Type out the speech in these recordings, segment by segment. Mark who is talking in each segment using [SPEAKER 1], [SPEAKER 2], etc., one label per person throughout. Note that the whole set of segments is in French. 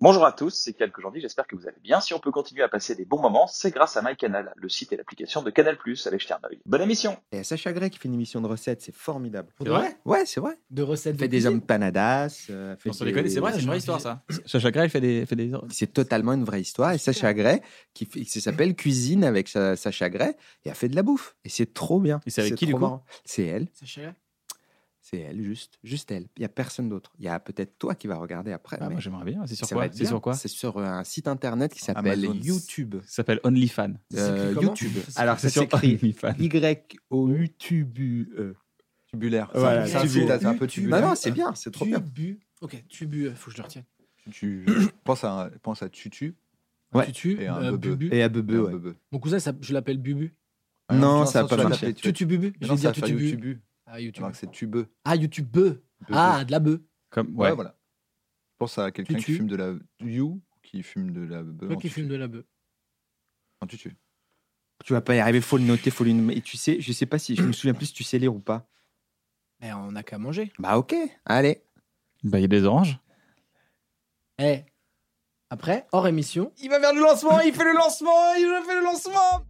[SPEAKER 1] Bonjour à tous, c'est Cal aujourd'hui, j'espère que vous allez bien. Si on peut continuer à passer des bons moments, c'est grâce à MyCanal, le site et l'application de Canal+. Allez jeter un œil. Bonne émission
[SPEAKER 2] Et Sacha Gray qui fait une émission de recettes, c'est formidable.
[SPEAKER 3] C'est vrai
[SPEAKER 2] Ouais, c'est vrai.
[SPEAKER 3] de recettes
[SPEAKER 2] Elle fait des hommes panadas. euh, elle fait
[SPEAKER 3] On se
[SPEAKER 2] des-
[SPEAKER 3] les connaît, c'est vrai, c'est une vraie histoire ça.
[SPEAKER 4] Sacha Gray, il fait des, fait des...
[SPEAKER 2] C'est totalement une vraie histoire. Et Sacha Gray, qui, fait- qui s'appelle Cuisine avec sa- Sacha Gray, et a fait de la bouffe. Et c'est trop bien.
[SPEAKER 4] Et c'est avec qui,
[SPEAKER 2] trop
[SPEAKER 4] du coup
[SPEAKER 2] marrant. C'est elle.
[SPEAKER 3] Sacha Gray
[SPEAKER 2] C'est elle, juste. Juste elle. Il n'y a personne d'autre. Il y a peut-être toi qui vas regarder après.
[SPEAKER 4] Ah,
[SPEAKER 2] mais
[SPEAKER 4] moi j'aimerais bien. C'est sur
[SPEAKER 2] ça va
[SPEAKER 4] quoi
[SPEAKER 2] être
[SPEAKER 4] C'est
[SPEAKER 2] bien.
[SPEAKER 4] sur quoi Ça
[SPEAKER 2] C'est sur euh, un site internet qui s'appelle
[SPEAKER 4] Amazon.
[SPEAKER 2] YouTube.
[SPEAKER 4] s'appelle OnlyFan.
[SPEAKER 2] Euh,
[SPEAKER 3] comment
[SPEAKER 2] YouTube.
[SPEAKER 3] Ça
[SPEAKER 2] Alors, ça
[SPEAKER 4] C'est sur
[SPEAKER 2] s'écrit
[SPEAKER 4] OnlyFan.
[SPEAKER 2] Y-O-U-T-U-B-E.
[SPEAKER 4] Tubulaire.
[SPEAKER 3] Voilà,
[SPEAKER 2] c'est un site,
[SPEAKER 3] tubu-
[SPEAKER 2] c'est un peu tubulaire. E. Bah Non, non, c'est bien, c'est trop bien.
[SPEAKER 3] Tubu. Ok, tubu, euh, faut que je le retienne.
[SPEAKER 5] Tu, je pense à, pense à Tutu.
[SPEAKER 2] Ouais.
[SPEAKER 3] Tutu,
[SPEAKER 5] Et un
[SPEAKER 3] euh,
[SPEAKER 5] bebe.
[SPEAKER 3] bubu.
[SPEAKER 2] Et à Bebe,
[SPEAKER 5] et un
[SPEAKER 2] ouais.
[SPEAKER 5] bebe.
[SPEAKER 3] Mon cousin, ça- je l'appelle bubu.
[SPEAKER 5] Ah
[SPEAKER 2] Non,
[SPEAKER 5] putain,
[SPEAKER 2] ça a
[SPEAKER 5] tu
[SPEAKER 2] pas
[SPEAKER 5] vas
[SPEAKER 2] marché.
[SPEAKER 5] taper, tu vas-
[SPEAKER 3] Tutu bubu. Je vais
[SPEAKER 5] Mais non, ça
[SPEAKER 3] dire
[SPEAKER 5] va faire
[SPEAKER 3] tutu bubu.
[SPEAKER 5] YouTube.
[SPEAKER 3] Ah, YouTube.
[SPEAKER 5] Non, c'est Tubeux.
[SPEAKER 3] Ah, YouTube beu.
[SPEAKER 5] Bebe.
[SPEAKER 3] Ah, de la beu.
[SPEAKER 4] Comme,
[SPEAKER 5] Ouais,
[SPEAKER 4] ouais.
[SPEAKER 5] voilà. Je pense à quelqu'un
[SPEAKER 3] Tutu.
[SPEAKER 5] qui fume de la You, qui fume de la bebe.
[SPEAKER 3] Toi
[SPEAKER 5] en
[SPEAKER 3] qui
[SPEAKER 5] tutu.
[SPEAKER 3] fume de la beu.
[SPEAKER 5] En tutu.
[SPEAKER 2] Tu vas pas y arriver, faut le noter, faut lui nommer. Et tu sais, je sais pas si je me souviens plus si tu sais lire ou pas.
[SPEAKER 3] Mais on n'a qu'à manger.
[SPEAKER 2] Bah ok, allez.
[SPEAKER 4] Bah, il y a des oranges.
[SPEAKER 3] Eh. Après, hors émission.
[SPEAKER 2] Il va vers le lancement, il fait le lancement, il fait le lancement.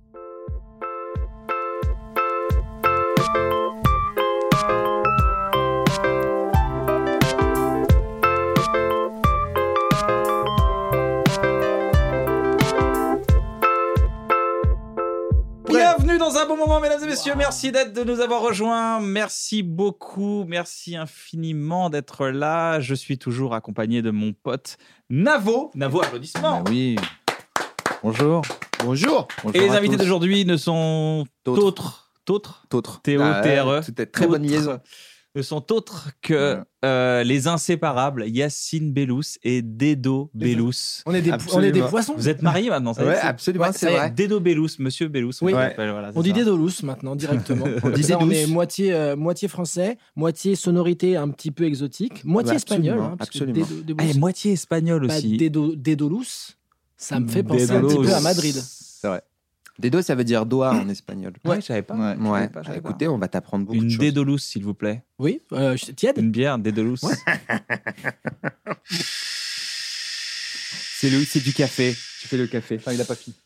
[SPEAKER 4] Bienvenue dans un bon moment, mesdames et messieurs. Merci d'être, de nous avoir rejoints. Merci beaucoup. Merci infiniment d'être là. Je suis toujours accompagné de mon pote Navo. Navo, applaudissements.
[SPEAKER 5] Bah oui. Bonjour.
[SPEAKER 2] Bonjour.
[SPEAKER 4] et les invités
[SPEAKER 5] de
[SPEAKER 4] d'aujourd'hui ne sont
[SPEAKER 2] D'autres.
[SPEAKER 4] autres. D'autres
[SPEAKER 2] T'autre.
[SPEAKER 4] T O T R E.
[SPEAKER 2] C'était très bonne
[SPEAKER 4] T'autre.
[SPEAKER 2] liaison.
[SPEAKER 4] ne sont autres que euh, les inséparables Yacine Bellous et Dedo Bellous.
[SPEAKER 3] On est des,
[SPEAKER 2] Absolument.
[SPEAKER 3] on est des poissons.
[SPEAKER 4] Vous êtes mariés maintenant, ça y est,
[SPEAKER 2] Ouais,
[SPEAKER 4] c'est-
[SPEAKER 2] absolument,
[SPEAKER 4] Ouais, ça
[SPEAKER 2] c'est
[SPEAKER 4] y est,
[SPEAKER 2] vrai.
[SPEAKER 4] Dedo Bellous, monsieur Bellous.
[SPEAKER 3] Oui.
[SPEAKER 4] on
[SPEAKER 2] Ouais.
[SPEAKER 4] l'appelle, voilà, c'est
[SPEAKER 3] On dit
[SPEAKER 4] ça.
[SPEAKER 3] Dédolus maintenant, directement.
[SPEAKER 2] On dit
[SPEAKER 3] Ça, on
[SPEAKER 2] Dédolus.
[SPEAKER 3] est moitié, euh, moitié français, moitié sonorité un petit peu exotique, moitié
[SPEAKER 2] Bah,
[SPEAKER 3] espagnol.
[SPEAKER 2] absolument,
[SPEAKER 3] hein, parce que
[SPEAKER 2] absolument.
[SPEAKER 3] Dédo- Dédolus,
[SPEAKER 4] Ah, et moitié espagnol
[SPEAKER 3] pas
[SPEAKER 4] aussi.
[SPEAKER 3] Dédo- Dédolus, Bah, ça me fait
[SPEAKER 4] Mmh,
[SPEAKER 3] penser un petit
[SPEAKER 4] Dédolus.
[SPEAKER 3] peu à Madrid.
[SPEAKER 5] C'est vrai.
[SPEAKER 2] Des deux, ça veut dire doigt en espagnol.
[SPEAKER 4] Ouais, je savais pas.
[SPEAKER 5] Ouais.
[SPEAKER 4] Je savais
[SPEAKER 2] Ouais.
[SPEAKER 4] pas, je
[SPEAKER 2] Bah,
[SPEAKER 4] savais pas.
[SPEAKER 2] écoutez, on va t'apprendre beaucoup
[SPEAKER 4] une
[SPEAKER 2] de choses.
[SPEAKER 4] Dédolus, s'il vous plaît.
[SPEAKER 3] Oui, euh, je- tiède
[SPEAKER 4] Une bière Dédolus. C'est le- c'est du café.
[SPEAKER 2] Tu fais le café.
[SPEAKER 5] Enfin, il a pas fini.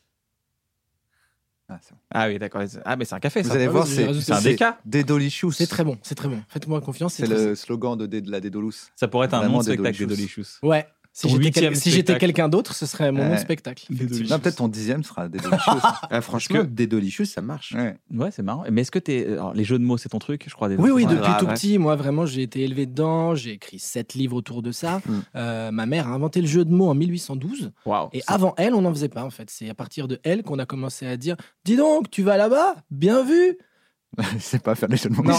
[SPEAKER 5] Ah, c'est bon.
[SPEAKER 4] Ah oui, d'accord. Ah, mais c'est un café,
[SPEAKER 5] Vous
[SPEAKER 4] ça.
[SPEAKER 5] allez
[SPEAKER 3] oui,
[SPEAKER 5] voir,
[SPEAKER 3] j'ai
[SPEAKER 5] c'est
[SPEAKER 3] rajouté
[SPEAKER 4] C'est un déca.
[SPEAKER 5] Dédolicious.
[SPEAKER 3] C'est très bon, c'est très bon. Faites-moi confiance.
[SPEAKER 5] C'est
[SPEAKER 3] très-
[SPEAKER 5] le slogan de Dé- de la Dédolus.
[SPEAKER 4] Ça pourrait être un
[SPEAKER 5] Vraiment
[SPEAKER 4] nom de spectacle,
[SPEAKER 5] Dédolicious.
[SPEAKER 4] Dédolicious.
[SPEAKER 3] Ouais. Si
[SPEAKER 4] Ton
[SPEAKER 3] j'étais quel-
[SPEAKER 4] huitième
[SPEAKER 3] si j'étais
[SPEAKER 4] spectacle.
[SPEAKER 3] quelqu'un d'autre, ce serait mon nom de
[SPEAKER 5] Ouais.
[SPEAKER 3] spectacle.
[SPEAKER 4] Dédolicious.
[SPEAKER 5] Non, peut-être ton dixième sera Dédolicious.
[SPEAKER 2] Ah, franchement,
[SPEAKER 4] Parce
[SPEAKER 2] des delicious, ça marche.
[SPEAKER 5] Ouais.
[SPEAKER 4] Ouais, c'est marrant. Mais est-ce que t'es. alors, les jeux de mots, c'est ton truc, je crois.
[SPEAKER 3] Oui,
[SPEAKER 4] Dédolus.
[SPEAKER 3] oui,
[SPEAKER 4] Ouais.
[SPEAKER 3] depuis
[SPEAKER 2] grave,
[SPEAKER 3] tout
[SPEAKER 2] ouais.
[SPEAKER 3] petit, moi vraiment, j'ai été élevé dedans, j'ai écrit sept livres autour de ça.
[SPEAKER 2] Mm.
[SPEAKER 3] Euh, ma mère a inventé le jeu de mots en 1812.
[SPEAKER 4] Waouh.
[SPEAKER 3] Et ah, avant elle, on n'en faisait pas en fait. C'est à partir de elle qu'on a commencé à dire Dis donc, tu vas là-bas Bien vu
[SPEAKER 5] Je sais pas faire des jeux de mots.
[SPEAKER 3] Non.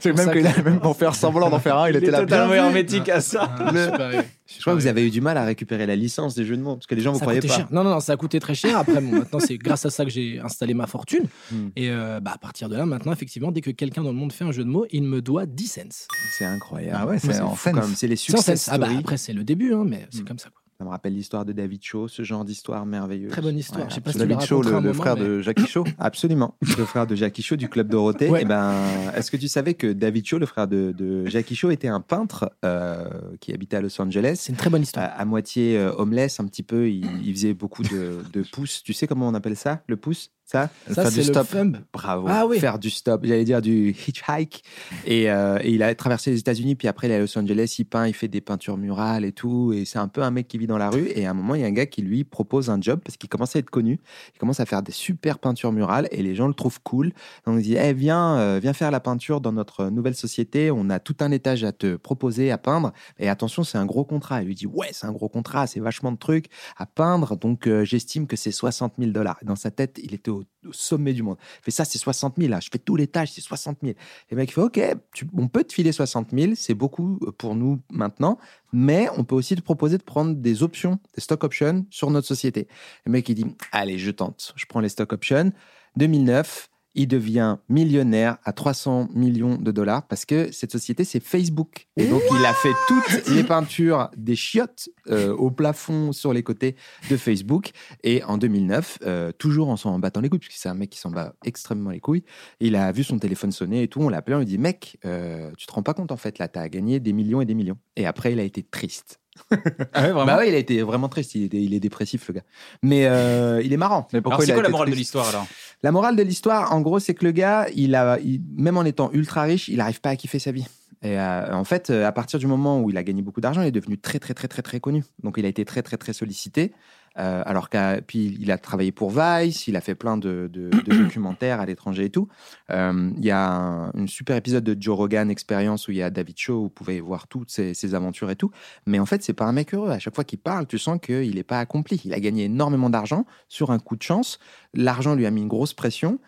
[SPEAKER 5] C'est
[SPEAKER 3] Ça-
[SPEAKER 5] même qu'il a même pour faire semblant d'en faire un, il était là. bien vu.
[SPEAKER 4] hermétique à
[SPEAKER 3] Ah, je suis pas arrivé.
[SPEAKER 2] Je crois que vous avez eu du mal à récupérer la licence des jeux de mots parce que les gens vous
[SPEAKER 3] Ça
[SPEAKER 2] croyaient
[SPEAKER 3] coûtait
[SPEAKER 2] pas.
[SPEAKER 3] cher. Non, non, non, ça a coûté très cher. Après, bon, maintenant, c'est grâce à ça que j'ai installé ma fortune.
[SPEAKER 5] Hmm.
[SPEAKER 2] Mm.
[SPEAKER 3] Et euh, bah, à partir de là, maintenant, effectivement, dès que quelqu'un dans le monde fait un jeu de mots, il me doit 10 cents.
[SPEAKER 2] C'est incroyable.
[SPEAKER 5] Ah ouais, c'est en
[SPEAKER 2] fou
[SPEAKER 5] scène.
[SPEAKER 2] quand même. C'est les
[SPEAKER 3] 100 cents.
[SPEAKER 2] success
[SPEAKER 3] Ah bah
[SPEAKER 2] stories.
[SPEAKER 3] après, c'est le début, hein, mais
[SPEAKER 5] Hmm.
[SPEAKER 3] c'est comme ça. Quoi.
[SPEAKER 2] Ça me rappelle l'histoire de David Cho, ce genre d'histoire merveilleuse.
[SPEAKER 3] Très bonne histoire.
[SPEAKER 2] Ouais,
[SPEAKER 3] je sais pas si tu
[SPEAKER 5] David
[SPEAKER 3] l'as
[SPEAKER 5] Shaw,
[SPEAKER 3] raconté
[SPEAKER 5] le,
[SPEAKER 3] un
[SPEAKER 5] le
[SPEAKER 3] moment,
[SPEAKER 5] frère
[SPEAKER 3] mais-
[SPEAKER 5] de Jackie Shaw.
[SPEAKER 2] Absolument. Le frère de Jackie Chaud du club Dorothée.
[SPEAKER 3] Ouais.
[SPEAKER 2] Eh ben, est-ce que tu savais que David Cho, le frère de, de Jackie Chaud, était un peintre euh, qui habitait à Los Angeles
[SPEAKER 3] C'est une très bonne
[SPEAKER 2] à,
[SPEAKER 3] histoire.
[SPEAKER 2] à moitié euh, homeless, un petit peu, il, il faisait beaucoup de, de pouces. Tu sais comment on appelle ça Le pouce Ça
[SPEAKER 5] Ah,
[SPEAKER 3] ça,
[SPEAKER 2] faire du
[SPEAKER 3] c'est le
[SPEAKER 2] stop.
[SPEAKER 3] thumb.
[SPEAKER 2] Bravo.
[SPEAKER 3] Ah oui.
[SPEAKER 2] Faire du stop, j'allais dire du hitchhike. Et, euh, et il a traversé les États-Unis, puis après, il est à Los Angeles, il peint, il fait des peintures murales et tout. Et c'est un peu un mec qui vit dans la rue. Et à un moment, il y a un gars qui lui propose un job parce qu'il commence à être connu. Il commence à faire des super peintures murales et les gens le trouvent cool. Donc, il dit Eh, viens, euh, viens faire la peinture dans notre nouvelle société. On a tout un étage à te proposer à peindre. Et attention, c'est un gros contrat. Il lui dit Ouais, c'est un gros contrat, c'est vachement de trucs à peindre. Donc, euh, j'estime que c'est 60 000 dollars. Dans sa tête, il était au au, au sommet du monde. Je fais ça, c'est 60 000. Là. Je fais tout l'étage, c'est 60 000. Les mecs, il fait OK, tu- on peut te filer 60 000, c'est beaucoup euh, pour nous maintenant, mais on peut aussi te proposer de prendre des options, des stock options sur notre société. Le mec, il dit Allez, je tente. Je prends les stock options. 2009, il devient millionnaire à 300 millions de dollars parce que cette société, c'est Facebook. Et donc, il a fait toutes les peintures des chiottes euh, au plafond, sur les côtés de Facebook. Et en 2009, euh, toujours en s'en battant les couilles, parce que c'est un mec qui s'en bat extrêmement les couilles, il a vu son téléphone sonner et tout. On l'a appelé, on lui dit Mec, euh, tu te rends pas compte en fait, là, t'as gagné des millions et des millions. Et après, il a été triste.
[SPEAKER 4] Ah ouais,
[SPEAKER 2] Bah ouais, il a été vraiment triste. Il, était- il est dépressif, le gars. Mais euh, il est marrant. Mais
[SPEAKER 4] Alors, c'est quoi la morale de l'histoire alors
[SPEAKER 2] la morale de l'histoire, en gros, c'est que le gars, il a, il- même en étant ultra riche, il n'arrive pas à kiffer sa vie. Et euh, en fait, euh, à partir du moment où il a gagné beaucoup d'argent, il est devenu très, très, très, très, très connu. Donc, il a été très, très, très sollicité. Euh, alors qu'à, puis il a travaillé pour Vice, il a fait plein de, de- de documentaires à l'étranger et tout. Euh, Il y a un, un super épisode de Joe Rogan Experience où il y a David Shaw, où vous pouvez voir toutes ses, ses aventures et tout. Mais en fait, c'est pas un mec heureux. À chaque fois qu'il parle, tu sens qu'il n'est pas accompli. Il a gagné énormément d'argent sur un coup de chance l'argent lui a mis une grosse pression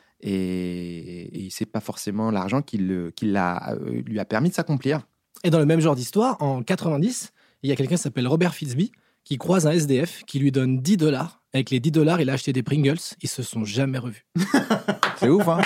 [SPEAKER 2] et, et c'est pas forcément l'argent qui, le- qui l'a, euh, lui a permis de s'accomplir.
[SPEAKER 3] Et dans le même genre d'histoire, en 90, il y a quelqu'un qui s'appelle Robert Fitzby qui croise un SDF qui lui donne 10 dollars. Avec les 10 dollars, il a acheté des Pringles. Ils se sont jamais revus.
[SPEAKER 5] C'est ouf, hein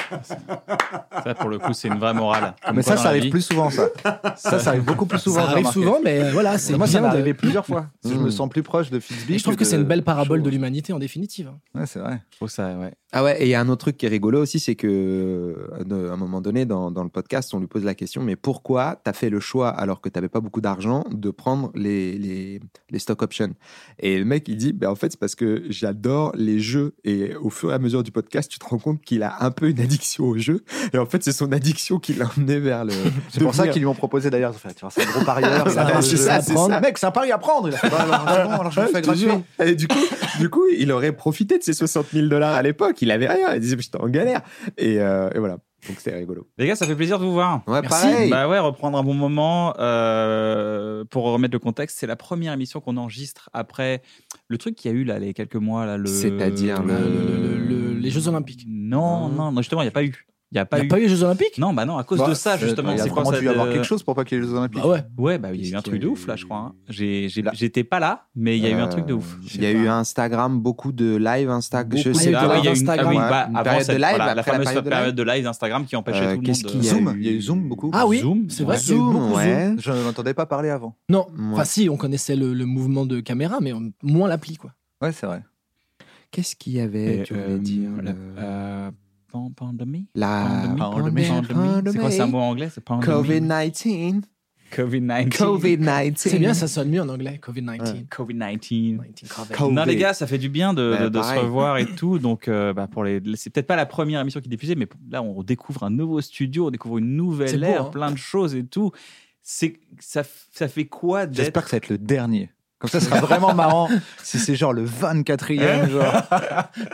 [SPEAKER 4] Ça, pour le coup, c'est une vraie morale. Comme
[SPEAKER 5] Mais
[SPEAKER 4] quoi,
[SPEAKER 5] ça,
[SPEAKER 4] dans
[SPEAKER 5] ça
[SPEAKER 4] la
[SPEAKER 5] arrive
[SPEAKER 4] vie-
[SPEAKER 5] plus souvent, ça. Ça, Ah, ça arrive beaucoup plus souvent.
[SPEAKER 3] ça arrive
[SPEAKER 5] remarqué.
[SPEAKER 3] souvent, mais euh, voilà, c'est
[SPEAKER 5] Moi, ça m'est
[SPEAKER 3] bien de-
[SPEAKER 5] arrivé plusieurs fois. Je
[SPEAKER 2] Mm.
[SPEAKER 5] me sens plus proche de Fitzby.
[SPEAKER 3] Et je trouve que
[SPEAKER 5] de-
[SPEAKER 3] c'est une belle parabole
[SPEAKER 5] Shaw.
[SPEAKER 3] de l'humanité en définitive. hein.
[SPEAKER 5] Ouais, c'est vrai.
[SPEAKER 4] Je trouve ça, ouais.
[SPEAKER 2] Ah ouais, et il y a un autre truc qui est rigolo aussi, c'est que euh, de- à un moment donné dans, dans le podcast, on lui pose la question, mais pourquoi t'as fait le choix alors que t'avais pas beaucoup d'argent de prendre les, les, les stock options Et le mec il dit, ben en fait c'est parce que j'adore les jeux et au fur et à mesure du podcast, tu te rends compte qu'il a un peu une addiction aux jeux et en fait c'est son addiction qui l'a emmené vers le.
[SPEAKER 5] C'est pour ça
[SPEAKER 2] devenir-
[SPEAKER 5] qu'ils lui ont proposé d'ailleurs. ils ont fait, Tu vois, c'est un gros parieur. il
[SPEAKER 2] Ça,
[SPEAKER 5] adore Ah, bah, le
[SPEAKER 2] c'est
[SPEAKER 5] jeu.
[SPEAKER 2] ça, c'est
[SPEAKER 5] Prendre.
[SPEAKER 2] ça.
[SPEAKER 5] Mec, c'est un pari à prendre. Il a fait, bah, alors, c'est bon, alors je le fais
[SPEAKER 2] Ah, Je te jure.
[SPEAKER 5] gratuit.
[SPEAKER 2] Et du coup, du coup, il aurait profité de ses 60 000 dollars à l'époque. Il avait rien. Il disait, j'étais en galère. Et, euh, et voilà. Donc, c'était rigolo.
[SPEAKER 4] Les gars, ça fait plaisir de vous voir.
[SPEAKER 2] Ouais,
[SPEAKER 3] Merci.
[SPEAKER 2] pareil.
[SPEAKER 4] Bah ouais, reprendre un bon moment. euh, pour remettre le contexte, c'est la première émission qu'on enregistre après le truc qu'il y a eu là, les quelques mois. là. Le...
[SPEAKER 2] C'est-à-dire
[SPEAKER 3] le- le- le- le- les Jeux Olympiques.
[SPEAKER 4] Non,
[SPEAKER 2] Hmm.
[SPEAKER 4] non, non, justement, il n'y a pas eu. Il n'y a
[SPEAKER 3] Il
[SPEAKER 4] pas
[SPEAKER 3] n'y
[SPEAKER 4] eu.
[SPEAKER 3] a pas eu les Jeux Olympiques
[SPEAKER 4] Non, bah non, à cause
[SPEAKER 5] Bah,
[SPEAKER 4] de
[SPEAKER 3] Ah,
[SPEAKER 4] ça, justement.
[SPEAKER 5] Il a
[SPEAKER 4] C'est quoi
[SPEAKER 5] vraiment
[SPEAKER 4] ça
[SPEAKER 5] dû y
[SPEAKER 4] de-
[SPEAKER 5] avoir
[SPEAKER 3] euh,
[SPEAKER 5] quelque chose pour pas qu'il y ait les Jeux Olympiques.
[SPEAKER 3] Bah ouais.
[SPEAKER 4] Ouais, bah il y a eu un
[SPEAKER 2] Qu'est-ce
[SPEAKER 4] truc
[SPEAKER 2] qu'il y
[SPEAKER 4] de
[SPEAKER 2] a
[SPEAKER 4] ouf là,
[SPEAKER 2] eu
[SPEAKER 4] je crois. hein. J'ai- j'ai-
[SPEAKER 5] Là.
[SPEAKER 4] J'étais pas là, mais il y a eu un truc de
[SPEAKER 2] Euh,
[SPEAKER 4] ouf.
[SPEAKER 2] Il y a eu Instagram, beaucoup de live Instagram. Je
[SPEAKER 3] Beaucoup
[SPEAKER 2] sais
[SPEAKER 3] de
[SPEAKER 4] Ah
[SPEAKER 2] pas.
[SPEAKER 4] oui, il y a eu une,
[SPEAKER 3] Instagram,
[SPEAKER 4] ah oui,
[SPEAKER 2] ouais.
[SPEAKER 4] bah,
[SPEAKER 2] Une
[SPEAKER 4] avant
[SPEAKER 2] période
[SPEAKER 4] cette-
[SPEAKER 2] de live,
[SPEAKER 4] voilà, la
[SPEAKER 2] après la
[SPEAKER 4] fameuse
[SPEAKER 2] période de
[SPEAKER 4] période de live d'Instagram qui empêchait
[SPEAKER 2] Euh,
[SPEAKER 4] tout le
[SPEAKER 2] qu'est-ce
[SPEAKER 4] monde.
[SPEAKER 2] qu'il y a
[SPEAKER 5] Zoom.
[SPEAKER 2] eu
[SPEAKER 5] Il y a eu Zoom beaucoup.
[SPEAKER 3] Ah oui,
[SPEAKER 4] Zoom,
[SPEAKER 3] c'est vrai.
[SPEAKER 4] ouais.
[SPEAKER 3] c'est beaucoup
[SPEAKER 2] Zoom, ouais.
[SPEAKER 5] Je n'entendais pas parler avant.
[SPEAKER 3] Non,
[SPEAKER 2] Ouais.
[SPEAKER 3] enfin si, on connaissait le, le mouvement de caméra, mais on- moins l'appli quoi.
[SPEAKER 5] Ouais, c'est vrai.
[SPEAKER 2] Qu'est-ce qu'il y avait
[SPEAKER 4] Et,
[SPEAKER 2] Tu voulais
[SPEAKER 4] euh,
[SPEAKER 2] dire Ah,
[SPEAKER 4] la-
[SPEAKER 2] le-
[SPEAKER 4] euh, pan- pandémie
[SPEAKER 2] La
[SPEAKER 5] Pandémie.
[SPEAKER 4] C'est quoi, c'est un mot anglais C'est pandémie.
[SPEAKER 2] Covid-19.
[SPEAKER 4] Covid-19.
[SPEAKER 2] Covid-19.
[SPEAKER 3] C'est bien, ça sonne mieux en anglais, Covid-19.
[SPEAKER 4] Covid-19.
[SPEAKER 3] 19.
[SPEAKER 5] Oh,
[SPEAKER 2] Covid.
[SPEAKER 4] Non les gars, ça fait du bien de,
[SPEAKER 2] Bah,
[SPEAKER 4] de- de se
[SPEAKER 2] pareil.
[SPEAKER 4] revoir et tout. Donc euh, bah, pour les, c'est peut-être pas la première émission qui est diffusée, mais là on découvre un nouveau studio, on découvre une
[SPEAKER 3] C'est
[SPEAKER 4] nouvelle
[SPEAKER 3] beau,
[SPEAKER 4] ère,
[SPEAKER 3] hein.
[SPEAKER 4] plein de choses et tout. C'est ça, f- ça fait quoi d'être
[SPEAKER 5] J'espère que ça va être le dernier. Comme ça, ce sera vraiment marrant si c'est genre le 24e. Genre.